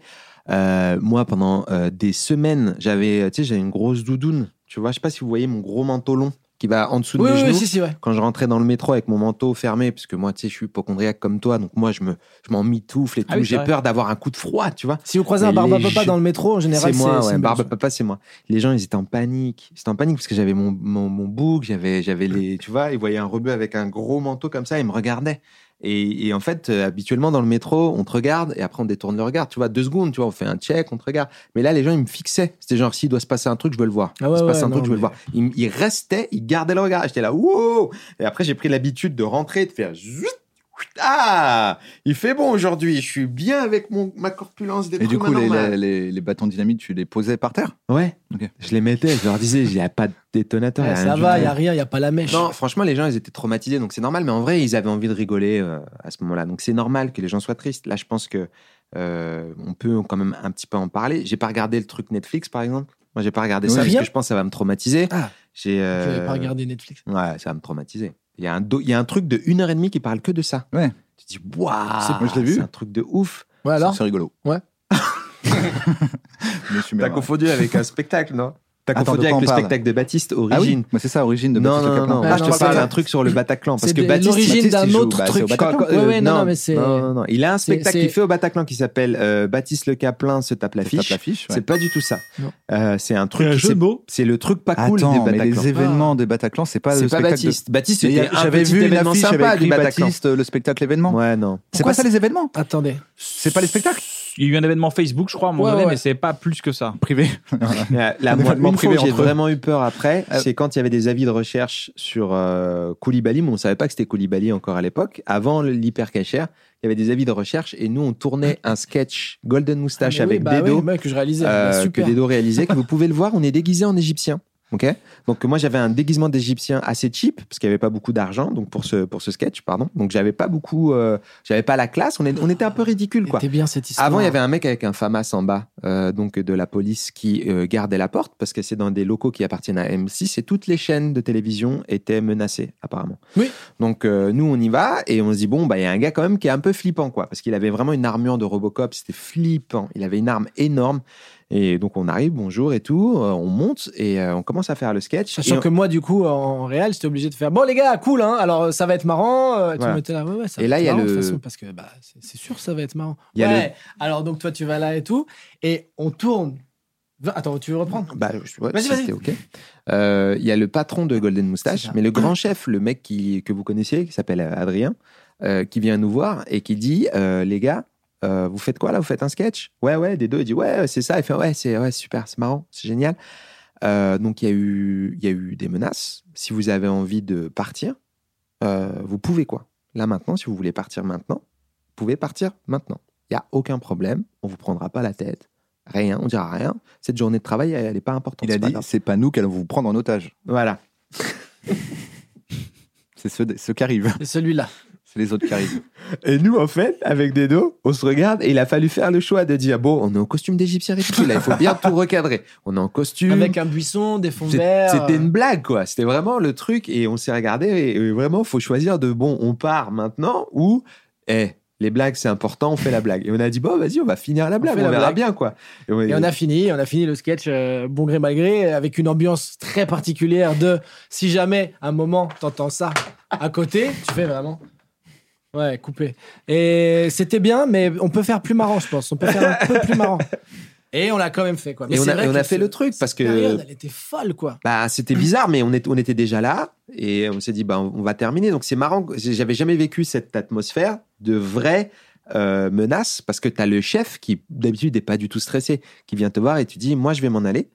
[SPEAKER 2] Euh, moi, pendant euh, des semaines, j'avais, euh, tu sais, j'avais une grosse doudoune. Tu vois, je sais pas si vous voyez mon gros manteau long qui va en dessous de
[SPEAKER 3] Oui
[SPEAKER 2] mes
[SPEAKER 3] oui, oui,
[SPEAKER 2] genoux
[SPEAKER 3] si si ouais.
[SPEAKER 2] quand je rentrais dans le métro avec mon manteau fermé, parce que moi, tu sais, je suis hypochondriaque comme toi, donc moi, je me, je m'en mitoufle et tout.
[SPEAKER 4] Ah oui, c'est
[SPEAKER 2] J'ai
[SPEAKER 4] vrai.
[SPEAKER 2] peur d'avoir un coup de froid, tu vois.
[SPEAKER 3] Si vous croisez un
[SPEAKER 2] Mais
[SPEAKER 3] barbe à
[SPEAKER 2] les
[SPEAKER 3] papa
[SPEAKER 2] jeux-
[SPEAKER 3] dans le métro, en général,
[SPEAKER 2] C'est moi, ouais,
[SPEAKER 3] une
[SPEAKER 2] barbe à
[SPEAKER 3] bonne
[SPEAKER 2] papa, c'est moi. Les gens, ils étaient en panique. Ils étaient en panique parce que j'avais mon, mon, mon bouc, j'avais, j'avais les, tu vois, ils voyaient un rebeu avec un gros manteau comme ça, ils me regardaient. Et, et en fait, euh, habituellement, dans le métro, on te regarde et après, on détourne le regard. Tu vois, deux secondes, tu vois, on fait un check, on te regarde. Mais là, les gens, ils me fixaient. C'était genre, s'il doit se passer un truc, je veux le voir.
[SPEAKER 3] Ah ouais,
[SPEAKER 2] il se passe
[SPEAKER 3] ouais,
[SPEAKER 2] un truc,
[SPEAKER 3] non,
[SPEAKER 2] je veux
[SPEAKER 3] mais-
[SPEAKER 2] le voir. Ils, m- ils restaient, ils gardaient le regard. J'étais là, wow! Et après, j'ai pris l'habitude de rentrer, de faire zut, ah! Il fait bon aujourd'hui, je suis bien avec mon, ma corpulence des
[SPEAKER 5] Et du coup, les, les, les- les bâtons dynamite, tu les posais par terre
[SPEAKER 2] Ouais,
[SPEAKER 5] Ok.
[SPEAKER 2] je les mettais, je leur disais, il n'y a pas de détonateur.
[SPEAKER 3] chose.
[SPEAKER 2] il y a rien
[SPEAKER 3] Ouais, Ça
[SPEAKER 2] du
[SPEAKER 3] va,
[SPEAKER 2] tout.
[SPEAKER 3] il y a rien, il y a pas la mèche.
[SPEAKER 2] Non, franchement, les gens, ils étaient traumatisés, donc c'est normal, mais en vrai, ils avaient envie de rigoler euh, à ce moment-là. Donc c'est normal que les gens soient tristes. Là, je pense que euh, on peut quand même un petit peu en parler. J'ai pas regardé le truc Netflix, par exemple. Moi, j'ai pas regardé
[SPEAKER 3] Oui.
[SPEAKER 2] ça parce
[SPEAKER 3] Rien.
[SPEAKER 2] que je pense que ça va me traumatiser.
[SPEAKER 3] Ah.
[SPEAKER 2] J'ai.
[SPEAKER 3] Je
[SPEAKER 2] euh,
[SPEAKER 3] n'avais pas regardé Netflix.
[SPEAKER 2] Ouais, ça va me traumatiser. Il y, a un do- il y a un truc de une heure et demie qui parle que de ça.
[SPEAKER 5] Ouais.
[SPEAKER 2] Tu te dis, waouh,
[SPEAKER 5] C'est- moi, je l'ai vu.
[SPEAKER 2] c'est un truc de ouf.
[SPEAKER 3] Ouais alors.
[SPEAKER 5] C'est rigolo.
[SPEAKER 3] Ouais.
[SPEAKER 5] Je me suis mis à-
[SPEAKER 2] confondu avec un spectacle, non T'as
[SPEAKER 5] Attends, de
[SPEAKER 2] confondu
[SPEAKER 5] quoi
[SPEAKER 2] avec
[SPEAKER 5] on
[SPEAKER 2] le
[SPEAKER 5] parle
[SPEAKER 2] spectacle de Baptiste,
[SPEAKER 5] Ah oui,
[SPEAKER 2] Origine.
[SPEAKER 5] moi, c'est ça, origine de
[SPEAKER 2] non,
[SPEAKER 5] Baptiste
[SPEAKER 2] non, non,
[SPEAKER 5] Caplin.
[SPEAKER 2] non.
[SPEAKER 3] Ah,
[SPEAKER 2] Là,
[SPEAKER 3] non,
[SPEAKER 2] je te
[SPEAKER 3] c'est
[SPEAKER 2] parle
[SPEAKER 3] ça.
[SPEAKER 2] d'un truc sur le Bataclan. Parce
[SPEAKER 3] C'est
[SPEAKER 2] que
[SPEAKER 3] de-
[SPEAKER 2] Baptiste,
[SPEAKER 3] l'origine
[SPEAKER 2] Baptiste,
[SPEAKER 3] d'un
[SPEAKER 2] il joue-
[SPEAKER 3] autre
[SPEAKER 2] bah, c'est
[SPEAKER 3] truc.
[SPEAKER 2] au Bataclan.
[SPEAKER 3] Quoi, quoi, ouais, ouais, non,
[SPEAKER 2] Non,
[SPEAKER 3] non, mais c'est-
[SPEAKER 2] non, non, non. Il a un spectacle
[SPEAKER 3] c'est-
[SPEAKER 2] qu'il fait au Bataclan qui s'appelle euh, Baptiste Le Caplin se tape la
[SPEAKER 5] Tape
[SPEAKER 2] fiche.
[SPEAKER 5] l'affiche, ouais.
[SPEAKER 2] C'est pas du tout ça.
[SPEAKER 3] Non.
[SPEAKER 2] Euh, c'est un
[SPEAKER 4] Il y a
[SPEAKER 2] truc.
[SPEAKER 4] un jeu
[SPEAKER 2] c'est-
[SPEAKER 4] de mots.
[SPEAKER 2] C'est le truc pas cool
[SPEAKER 5] Attends,
[SPEAKER 2] des
[SPEAKER 5] mais
[SPEAKER 2] Bataclans.
[SPEAKER 5] les événements des Bataclan, c'est pas
[SPEAKER 2] C'est
[SPEAKER 5] le
[SPEAKER 2] pas
[SPEAKER 5] spectacle. de-
[SPEAKER 2] Baptiste. Baptiste,
[SPEAKER 5] Mais il y
[SPEAKER 2] c'était
[SPEAKER 5] a-
[SPEAKER 2] un
[SPEAKER 5] J'avais
[SPEAKER 2] petit
[SPEAKER 5] vu une
[SPEAKER 2] événement
[SPEAKER 5] affiche
[SPEAKER 2] sympa
[SPEAKER 5] avec
[SPEAKER 2] du
[SPEAKER 5] écrit
[SPEAKER 2] Bataclan.
[SPEAKER 5] Baptiste, le spectacle événement.
[SPEAKER 2] Ouais, non.
[SPEAKER 5] C'est pas ça les événements
[SPEAKER 3] Attendez.
[SPEAKER 5] C'est pas les spectacles
[SPEAKER 4] Il y a eu un événement Facebook, je crois, à un moment
[SPEAKER 3] Ouais,
[SPEAKER 4] donné,
[SPEAKER 3] ouais.
[SPEAKER 4] mais c'est pas plus que ça.
[SPEAKER 5] Privé.
[SPEAKER 2] La, la
[SPEAKER 5] Un
[SPEAKER 2] moi,
[SPEAKER 5] événement
[SPEAKER 2] une
[SPEAKER 5] privé
[SPEAKER 2] fois où j'ai
[SPEAKER 5] entre eux.
[SPEAKER 2] vraiment eu peur après,
[SPEAKER 3] Euh,
[SPEAKER 2] c'est quand il y avait des avis de recherche sur euh, Koulibaly, mais on savait pas que c'était Koulibaly encore à l'époque. Avant l'hypercachère, il y avait des avis de recherche et nous, on tournait un sketch Golden Moustache
[SPEAKER 3] Ah, mais oui,
[SPEAKER 2] avec
[SPEAKER 3] bah oui,
[SPEAKER 2] Dedo,
[SPEAKER 3] le mec que je réalisais.
[SPEAKER 2] euh,
[SPEAKER 3] bah,
[SPEAKER 2] que
[SPEAKER 3] super.
[SPEAKER 2] Dedo réalisait, que vous pouvez le voir, on est déguisé en égyptien. Ok. Donc moi j'avais un déguisement d'Égyptien assez cheap parce qu'il n'y avait pas beaucoup d'argent. Donc pour ce pour ce sketch, pardon. Donc j'avais pas beaucoup, euh, j'avais pas la classe. On, est- on était un peu ridicule quoi.
[SPEAKER 3] C'était bien cette histoire.
[SPEAKER 2] Avant, il y avait un mec avec un FAMAS en bas, euh, donc de la police, qui euh, gardait la porte parce que c'est dans des locaux qui appartiennent à M6 et toutes les chaînes de télévision étaient menacées, apparemment.
[SPEAKER 3] Oui.
[SPEAKER 2] Donc, euh, nous, on y va et on se dit, bon, bah, il y a un gars quand même qui est un peu flippant, quoi, parce qu'il avait vraiment une armure de Robocop, c'était flippant. Il avait une arme énorme. Et donc, on arrive, bonjour et tout, euh, on monte et euh, on commence à faire le sketch. Et
[SPEAKER 3] Sachant
[SPEAKER 2] on-
[SPEAKER 3] que moi, du coup, en réel, j'étais obligé de faire Bon, les gars, cool, hein, alors euh, ça va être marrant. euh, et tout
[SPEAKER 2] Voilà.
[SPEAKER 3] le monde était là, ouais, ouais, ça
[SPEAKER 2] Et
[SPEAKER 3] va
[SPEAKER 2] là,
[SPEAKER 3] être
[SPEAKER 2] il y a
[SPEAKER 3] marrant, de
[SPEAKER 2] le-
[SPEAKER 3] toute façon, parce que bah, c'est- c'est sûr, ça va être marrant.
[SPEAKER 2] Il y a
[SPEAKER 3] ouais, alors donc toi, tu vas là et tout. Et on tourne. Attends, tu veux reprendre
[SPEAKER 2] Bah, je- ouais,
[SPEAKER 3] Vas-y,
[SPEAKER 2] si
[SPEAKER 3] vas-y.
[SPEAKER 2] t'es OK. Euh, Il y a le patron de Golden
[SPEAKER 3] C'est
[SPEAKER 2] Moustache,
[SPEAKER 3] ça.
[SPEAKER 2] mais le grand chef, le mec qui, que vous connaissiez, qui s'appelle euh, Adrien, euh, qui vient nous voir et qui dit euh, Les gars, euh, vous faites quoi là Vous faites un sketch Ouais, ouais, des deux. Il dit Ouais, c'est ça. Il fait Ouais, c'est ouais, super, c'est marrant, c'est génial. Euh, donc, il y, a eu, il y a eu des menaces. Si vous avez envie de partir, euh, vous pouvez quoi Là maintenant, si vous voulez partir maintenant, vous pouvez partir maintenant. Il n'y a aucun problème. On vous prendra pas la tête. Rien, on dira rien. Cette journée de travail, elle n'est pas importante.
[SPEAKER 5] Il a
[SPEAKER 2] c'est pas
[SPEAKER 5] dit
[SPEAKER 2] grave.
[SPEAKER 5] c'est pas nous qui allons vous prendre en otage.
[SPEAKER 2] Voilà.
[SPEAKER 5] C'est ceux, ceux qui arrivent.
[SPEAKER 3] C'est celui-là.
[SPEAKER 5] C'est les autres qui arrivent.
[SPEAKER 2] Et nous, en fait, avec des dos, on se regarde et il a fallu faire le choix de dire bon, on est en costume d'Égyptien ridicule, là, il faut bien tout recadrer. On est en costume.
[SPEAKER 3] Avec un euh. buisson, des fonds
[SPEAKER 2] C'est-
[SPEAKER 3] verts.
[SPEAKER 2] Hum. C'était une blague, quoi. C'était vraiment le truc et on s'est regardé et, et vraiment, faut choisir de bon, on part maintenant ou eh, les blagues, c'est important, on fait la blague. Et on a dit bon, vas-y, on va finir la blague,
[SPEAKER 3] fait
[SPEAKER 2] on,
[SPEAKER 3] la
[SPEAKER 2] verra
[SPEAKER 3] blague.
[SPEAKER 2] bien, quoi. Et on,
[SPEAKER 3] Et on a fini, on a fini le sketch euh, bon gré mal gré avec une ambiance très particulière de si jamais à un moment t'entends ça à côté, tu fais vraiment ouais coupé. Et c'était bien, mais on peut faire plus marrant, je pense. On peut faire un peu plus marrant. Et on l'a quand même fait euh, quoi. Mais
[SPEAKER 2] et on
[SPEAKER 3] c'est
[SPEAKER 2] a-
[SPEAKER 3] vrai
[SPEAKER 2] et on
[SPEAKER 3] que
[SPEAKER 2] a fait
[SPEAKER 3] ce-
[SPEAKER 2] le truc parce
[SPEAKER 3] cette période,
[SPEAKER 2] que
[SPEAKER 3] elle était folle quoi.
[SPEAKER 2] Bah, c'était bizarre, mais on, est- on était déjà là et on s'est dit, bah, on va terminer. Donc, c'est marrant. que j'ai- J'avais jamais vécu cette atmosphère de vraie euh, menace parce que tu as le chef qui, d'habitude, n'est pas du tout stressé, qui vient te voir et tu dis, moi, je vais m'en aller.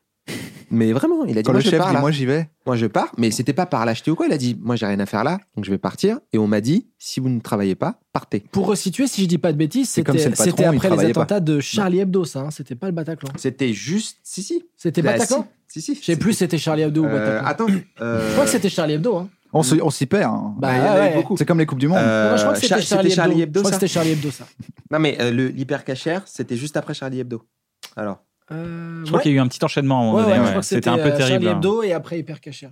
[SPEAKER 2] Mais vraiment, il a dit,
[SPEAKER 5] Quand
[SPEAKER 2] moi,
[SPEAKER 5] le
[SPEAKER 2] je
[SPEAKER 5] chef
[SPEAKER 2] pars,
[SPEAKER 5] dit
[SPEAKER 2] là.
[SPEAKER 5] moi j'y vais,
[SPEAKER 2] Moi, je pars. Mais c'était pas par lâcheté ou quoi. Il a dit, moi, j'ai rien à faire là, donc je vais partir. Et on m'a dit, si vous ne travaillez pas, partez.
[SPEAKER 3] Pour resituer, si je dis pas de bêtises,
[SPEAKER 5] C'est comme
[SPEAKER 3] c'était
[SPEAKER 5] c'est le patron,
[SPEAKER 3] c'était
[SPEAKER 5] il
[SPEAKER 3] après les
[SPEAKER 5] travaillait pas.
[SPEAKER 3] attentats de Charlie Hebdo, ça. hein. C'était pas le Bataclan.
[SPEAKER 2] C'était juste. Si, si.
[SPEAKER 3] C'était
[SPEAKER 2] Bah,
[SPEAKER 3] Bataclan.
[SPEAKER 2] Si, si. si.
[SPEAKER 3] Je sais plus, c'était Charlie Hebdo ou
[SPEAKER 2] Euh,
[SPEAKER 3] Bataclan.
[SPEAKER 2] attends.
[SPEAKER 3] Je crois
[SPEAKER 2] euh,
[SPEAKER 3] que c'était Charlie Hebdo. Hein.
[SPEAKER 5] on se- on s'y perd. hein.
[SPEAKER 3] Bah,
[SPEAKER 2] il y en a eu
[SPEAKER 3] ouais.
[SPEAKER 2] beaucoup.
[SPEAKER 5] C'est comme les coupes du monde.
[SPEAKER 2] Euh,
[SPEAKER 3] Non, je crois que
[SPEAKER 2] Char-
[SPEAKER 3] c'était Charlie, Hebdo. Je crois que
[SPEAKER 2] ça
[SPEAKER 3] c'était Charlie Hebdo ça.
[SPEAKER 2] Non, mais euh, le- l'hypercachère, c'était juste après Charlie Hebdo. Alors,
[SPEAKER 3] Euh,
[SPEAKER 4] Je crois
[SPEAKER 3] ouais.
[SPEAKER 4] qu'il y a eu un petit enchaînement à un moment
[SPEAKER 3] Ouais, ouais,
[SPEAKER 4] donné,
[SPEAKER 3] je
[SPEAKER 4] ouais.
[SPEAKER 3] crois que
[SPEAKER 4] C'était un peu
[SPEAKER 3] euh,
[SPEAKER 4] terrible.
[SPEAKER 3] Charlie
[SPEAKER 4] hein.
[SPEAKER 3] Hebdo et après hyper caché.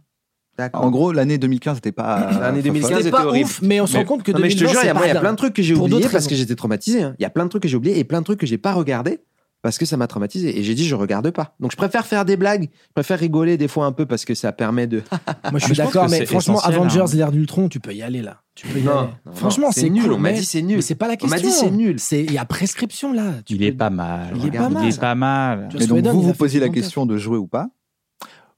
[SPEAKER 2] d'accord.
[SPEAKER 5] En gros, l'année 2015 n'était pas.
[SPEAKER 2] L'année 2015
[SPEAKER 3] C'était
[SPEAKER 2] Ah, c'était
[SPEAKER 3] pas
[SPEAKER 2] horrible.
[SPEAKER 3] ouf, mais on se rend compte que
[SPEAKER 2] Non, mais je te
[SPEAKER 3] 2020,
[SPEAKER 2] jure, il y a-
[SPEAKER 3] c'est
[SPEAKER 2] moi, il y a
[SPEAKER 3] pas
[SPEAKER 2] plein de trucs que j'ai
[SPEAKER 3] Pour
[SPEAKER 2] oubliés
[SPEAKER 3] d'autres
[SPEAKER 2] parce que
[SPEAKER 3] raisons.
[SPEAKER 2] j'étais traumatisé. hein. Il y a plein de trucs que j'ai oubliés et plein de trucs que j'ai pas regardé parce que ça m'a traumatisé. Et j'ai dit, je regarde pas. Donc, je préfère faire des blagues, je préfère rigoler des fois un peu parce que ça permet de.
[SPEAKER 3] Moi, je
[SPEAKER 4] Ah,
[SPEAKER 3] suis
[SPEAKER 4] je pense
[SPEAKER 3] d'accord,
[SPEAKER 4] que
[SPEAKER 3] mais
[SPEAKER 4] c'est
[SPEAKER 3] franchement,
[SPEAKER 4] essentiel,
[SPEAKER 3] Avengers,
[SPEAKER 4] hein.
[SPEAKER 3] l'ère d'Ultron, tu peux y aller là. Tu peux y
[SPEAKER 2] Non,
[SPEAKER 3] aller.
[SPEAKER 2] non,
[SPEAKER 3] franchement,
[SPEAKER 2] non,
[SPEAKER 3] c'est
[SPEAKER 2] c'est nul,
[SPEAKER 3] cool,
[SPEAKER 2] on m'a
[SPEAKER 3] mais-
[SPEAKER 2] dit c'est nul.
[SPEAKER 3] Mais c'est pas la
[SPEAKER 2] On m'a
[SPEAKER 3] question.
[SPEAKER 2] dit, c'est nul.
[SPEAKER 3] C'est- Il y a prescription là. Tu
[SPEAKER 4] Il
[SPEAKER 3] peux-
[SPEAKER 4] est pas mal.
[SPEAKER 3] Il est pas
[SPEAKER 4] Regarde,
[SPEAKER 3] mal.
[SPEAKER 4] Il est pas mal.
[SPEAKER 3] Tu vois,
[SPEAKER 5] Mais
[SPEAKER 3] Sweden,
[SPEAKER 5] donc vous
[SPEAKER 3] il a
[SPEAKER 5] vous
[SPEAKER 3] fait
[SPEAKER 5] posiez la
[SPEAKER 3] 54.
[SPEAKER 5] question de jouer ou pas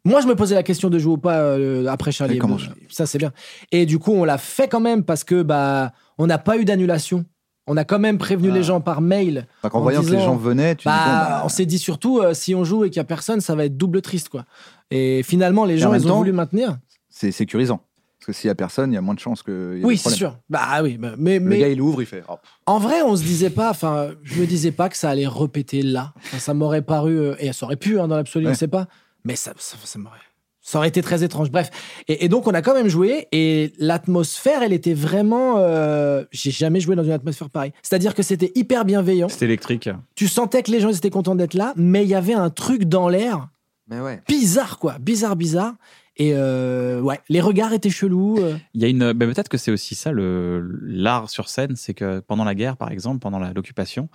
[SPEAKER 3] Moi, je me posais la question de jouer ou pas euh, après Charlie
[SPEAKER 5] Mais comment
[SPEAKER 3] Hebdo. Ça, c'est bien. Et du coup, on l'a fait quand même parce que bah, on n'a pas eu d'annulation. On a quand même prévenu
[SPEAKER 5] Ah.
[SPEAKER 3] les gens par mail.
[SPEAKER 5] Enfin, En
[SPEAKER 3] En
[SPEAKER 5] voyant que les
[SPEAKER 3] disant,
[SPEAKER 5] gens venaient, tu dis, bon,
[SPEAKER 3] Bah,
[SPEAKER 5] bah,
[SPEAKER 3] on s'est dit surtout, euh, si on joue et qu'il n'y a personne, ça va être double triste, quoi. Et finalement, les
[SPEAKER 5] Et en
[SPEAKER 3] gens,
[SPEAKER 5] même
[SPEAKER 3] ils ont
[SPEAKER 5] temps-
[SPEAKER 3] voulu maintenir.
[SPEAKER 5] c'est sécurisant. Parce que s'il y a personne, il y a moins de chances que.
[SPEAKER 3] Oui, c'est sûr. Bah oui, bah, mais,
[SPEAKER 5] Le
[SPEAKER 3] mais
[SPEAKER 5] gars, il ouvre, il fait. oh, hop.
[SPEAKER 3] en vrai, on se disait pas, enfin, je me disais pas que ça allait répéter là. Enfin, ça m'aurait paru, euh, et ça aurait pu, hein, dans l'absolu, on
[SPEAKER 5] Ouais.
[SPEAKER 3] sait pas. Mais ça, ça, ça m'aurait. Ça aurait été très étrange. Bref. Et, et donc, on a quand même joué. Et l'atmosphère, elle était vraiment. euh, J'ai jamais joué dans une atmosphère pareille. C'est-à-dire que c'était hyper bienveillant.
[SPEAKER 4] C'était électrique.
[SPEAKER 3] Tu sentais que les gens ils étaient contents d'être là, mais il y avait un truc dans l'air
[SPEAKER 2] Mais ouais.
[SPEAKER 3] bizarre quoi, bizarre bizarre. Et euh, ouais, les regards étaient chelous. euh.
[SPEAKER 4] Il y a une, ben, peut-être que c'est aussi ça le l'art sur scène, c'est que pendant la guerre, par exemple, pendant la- l'occupation,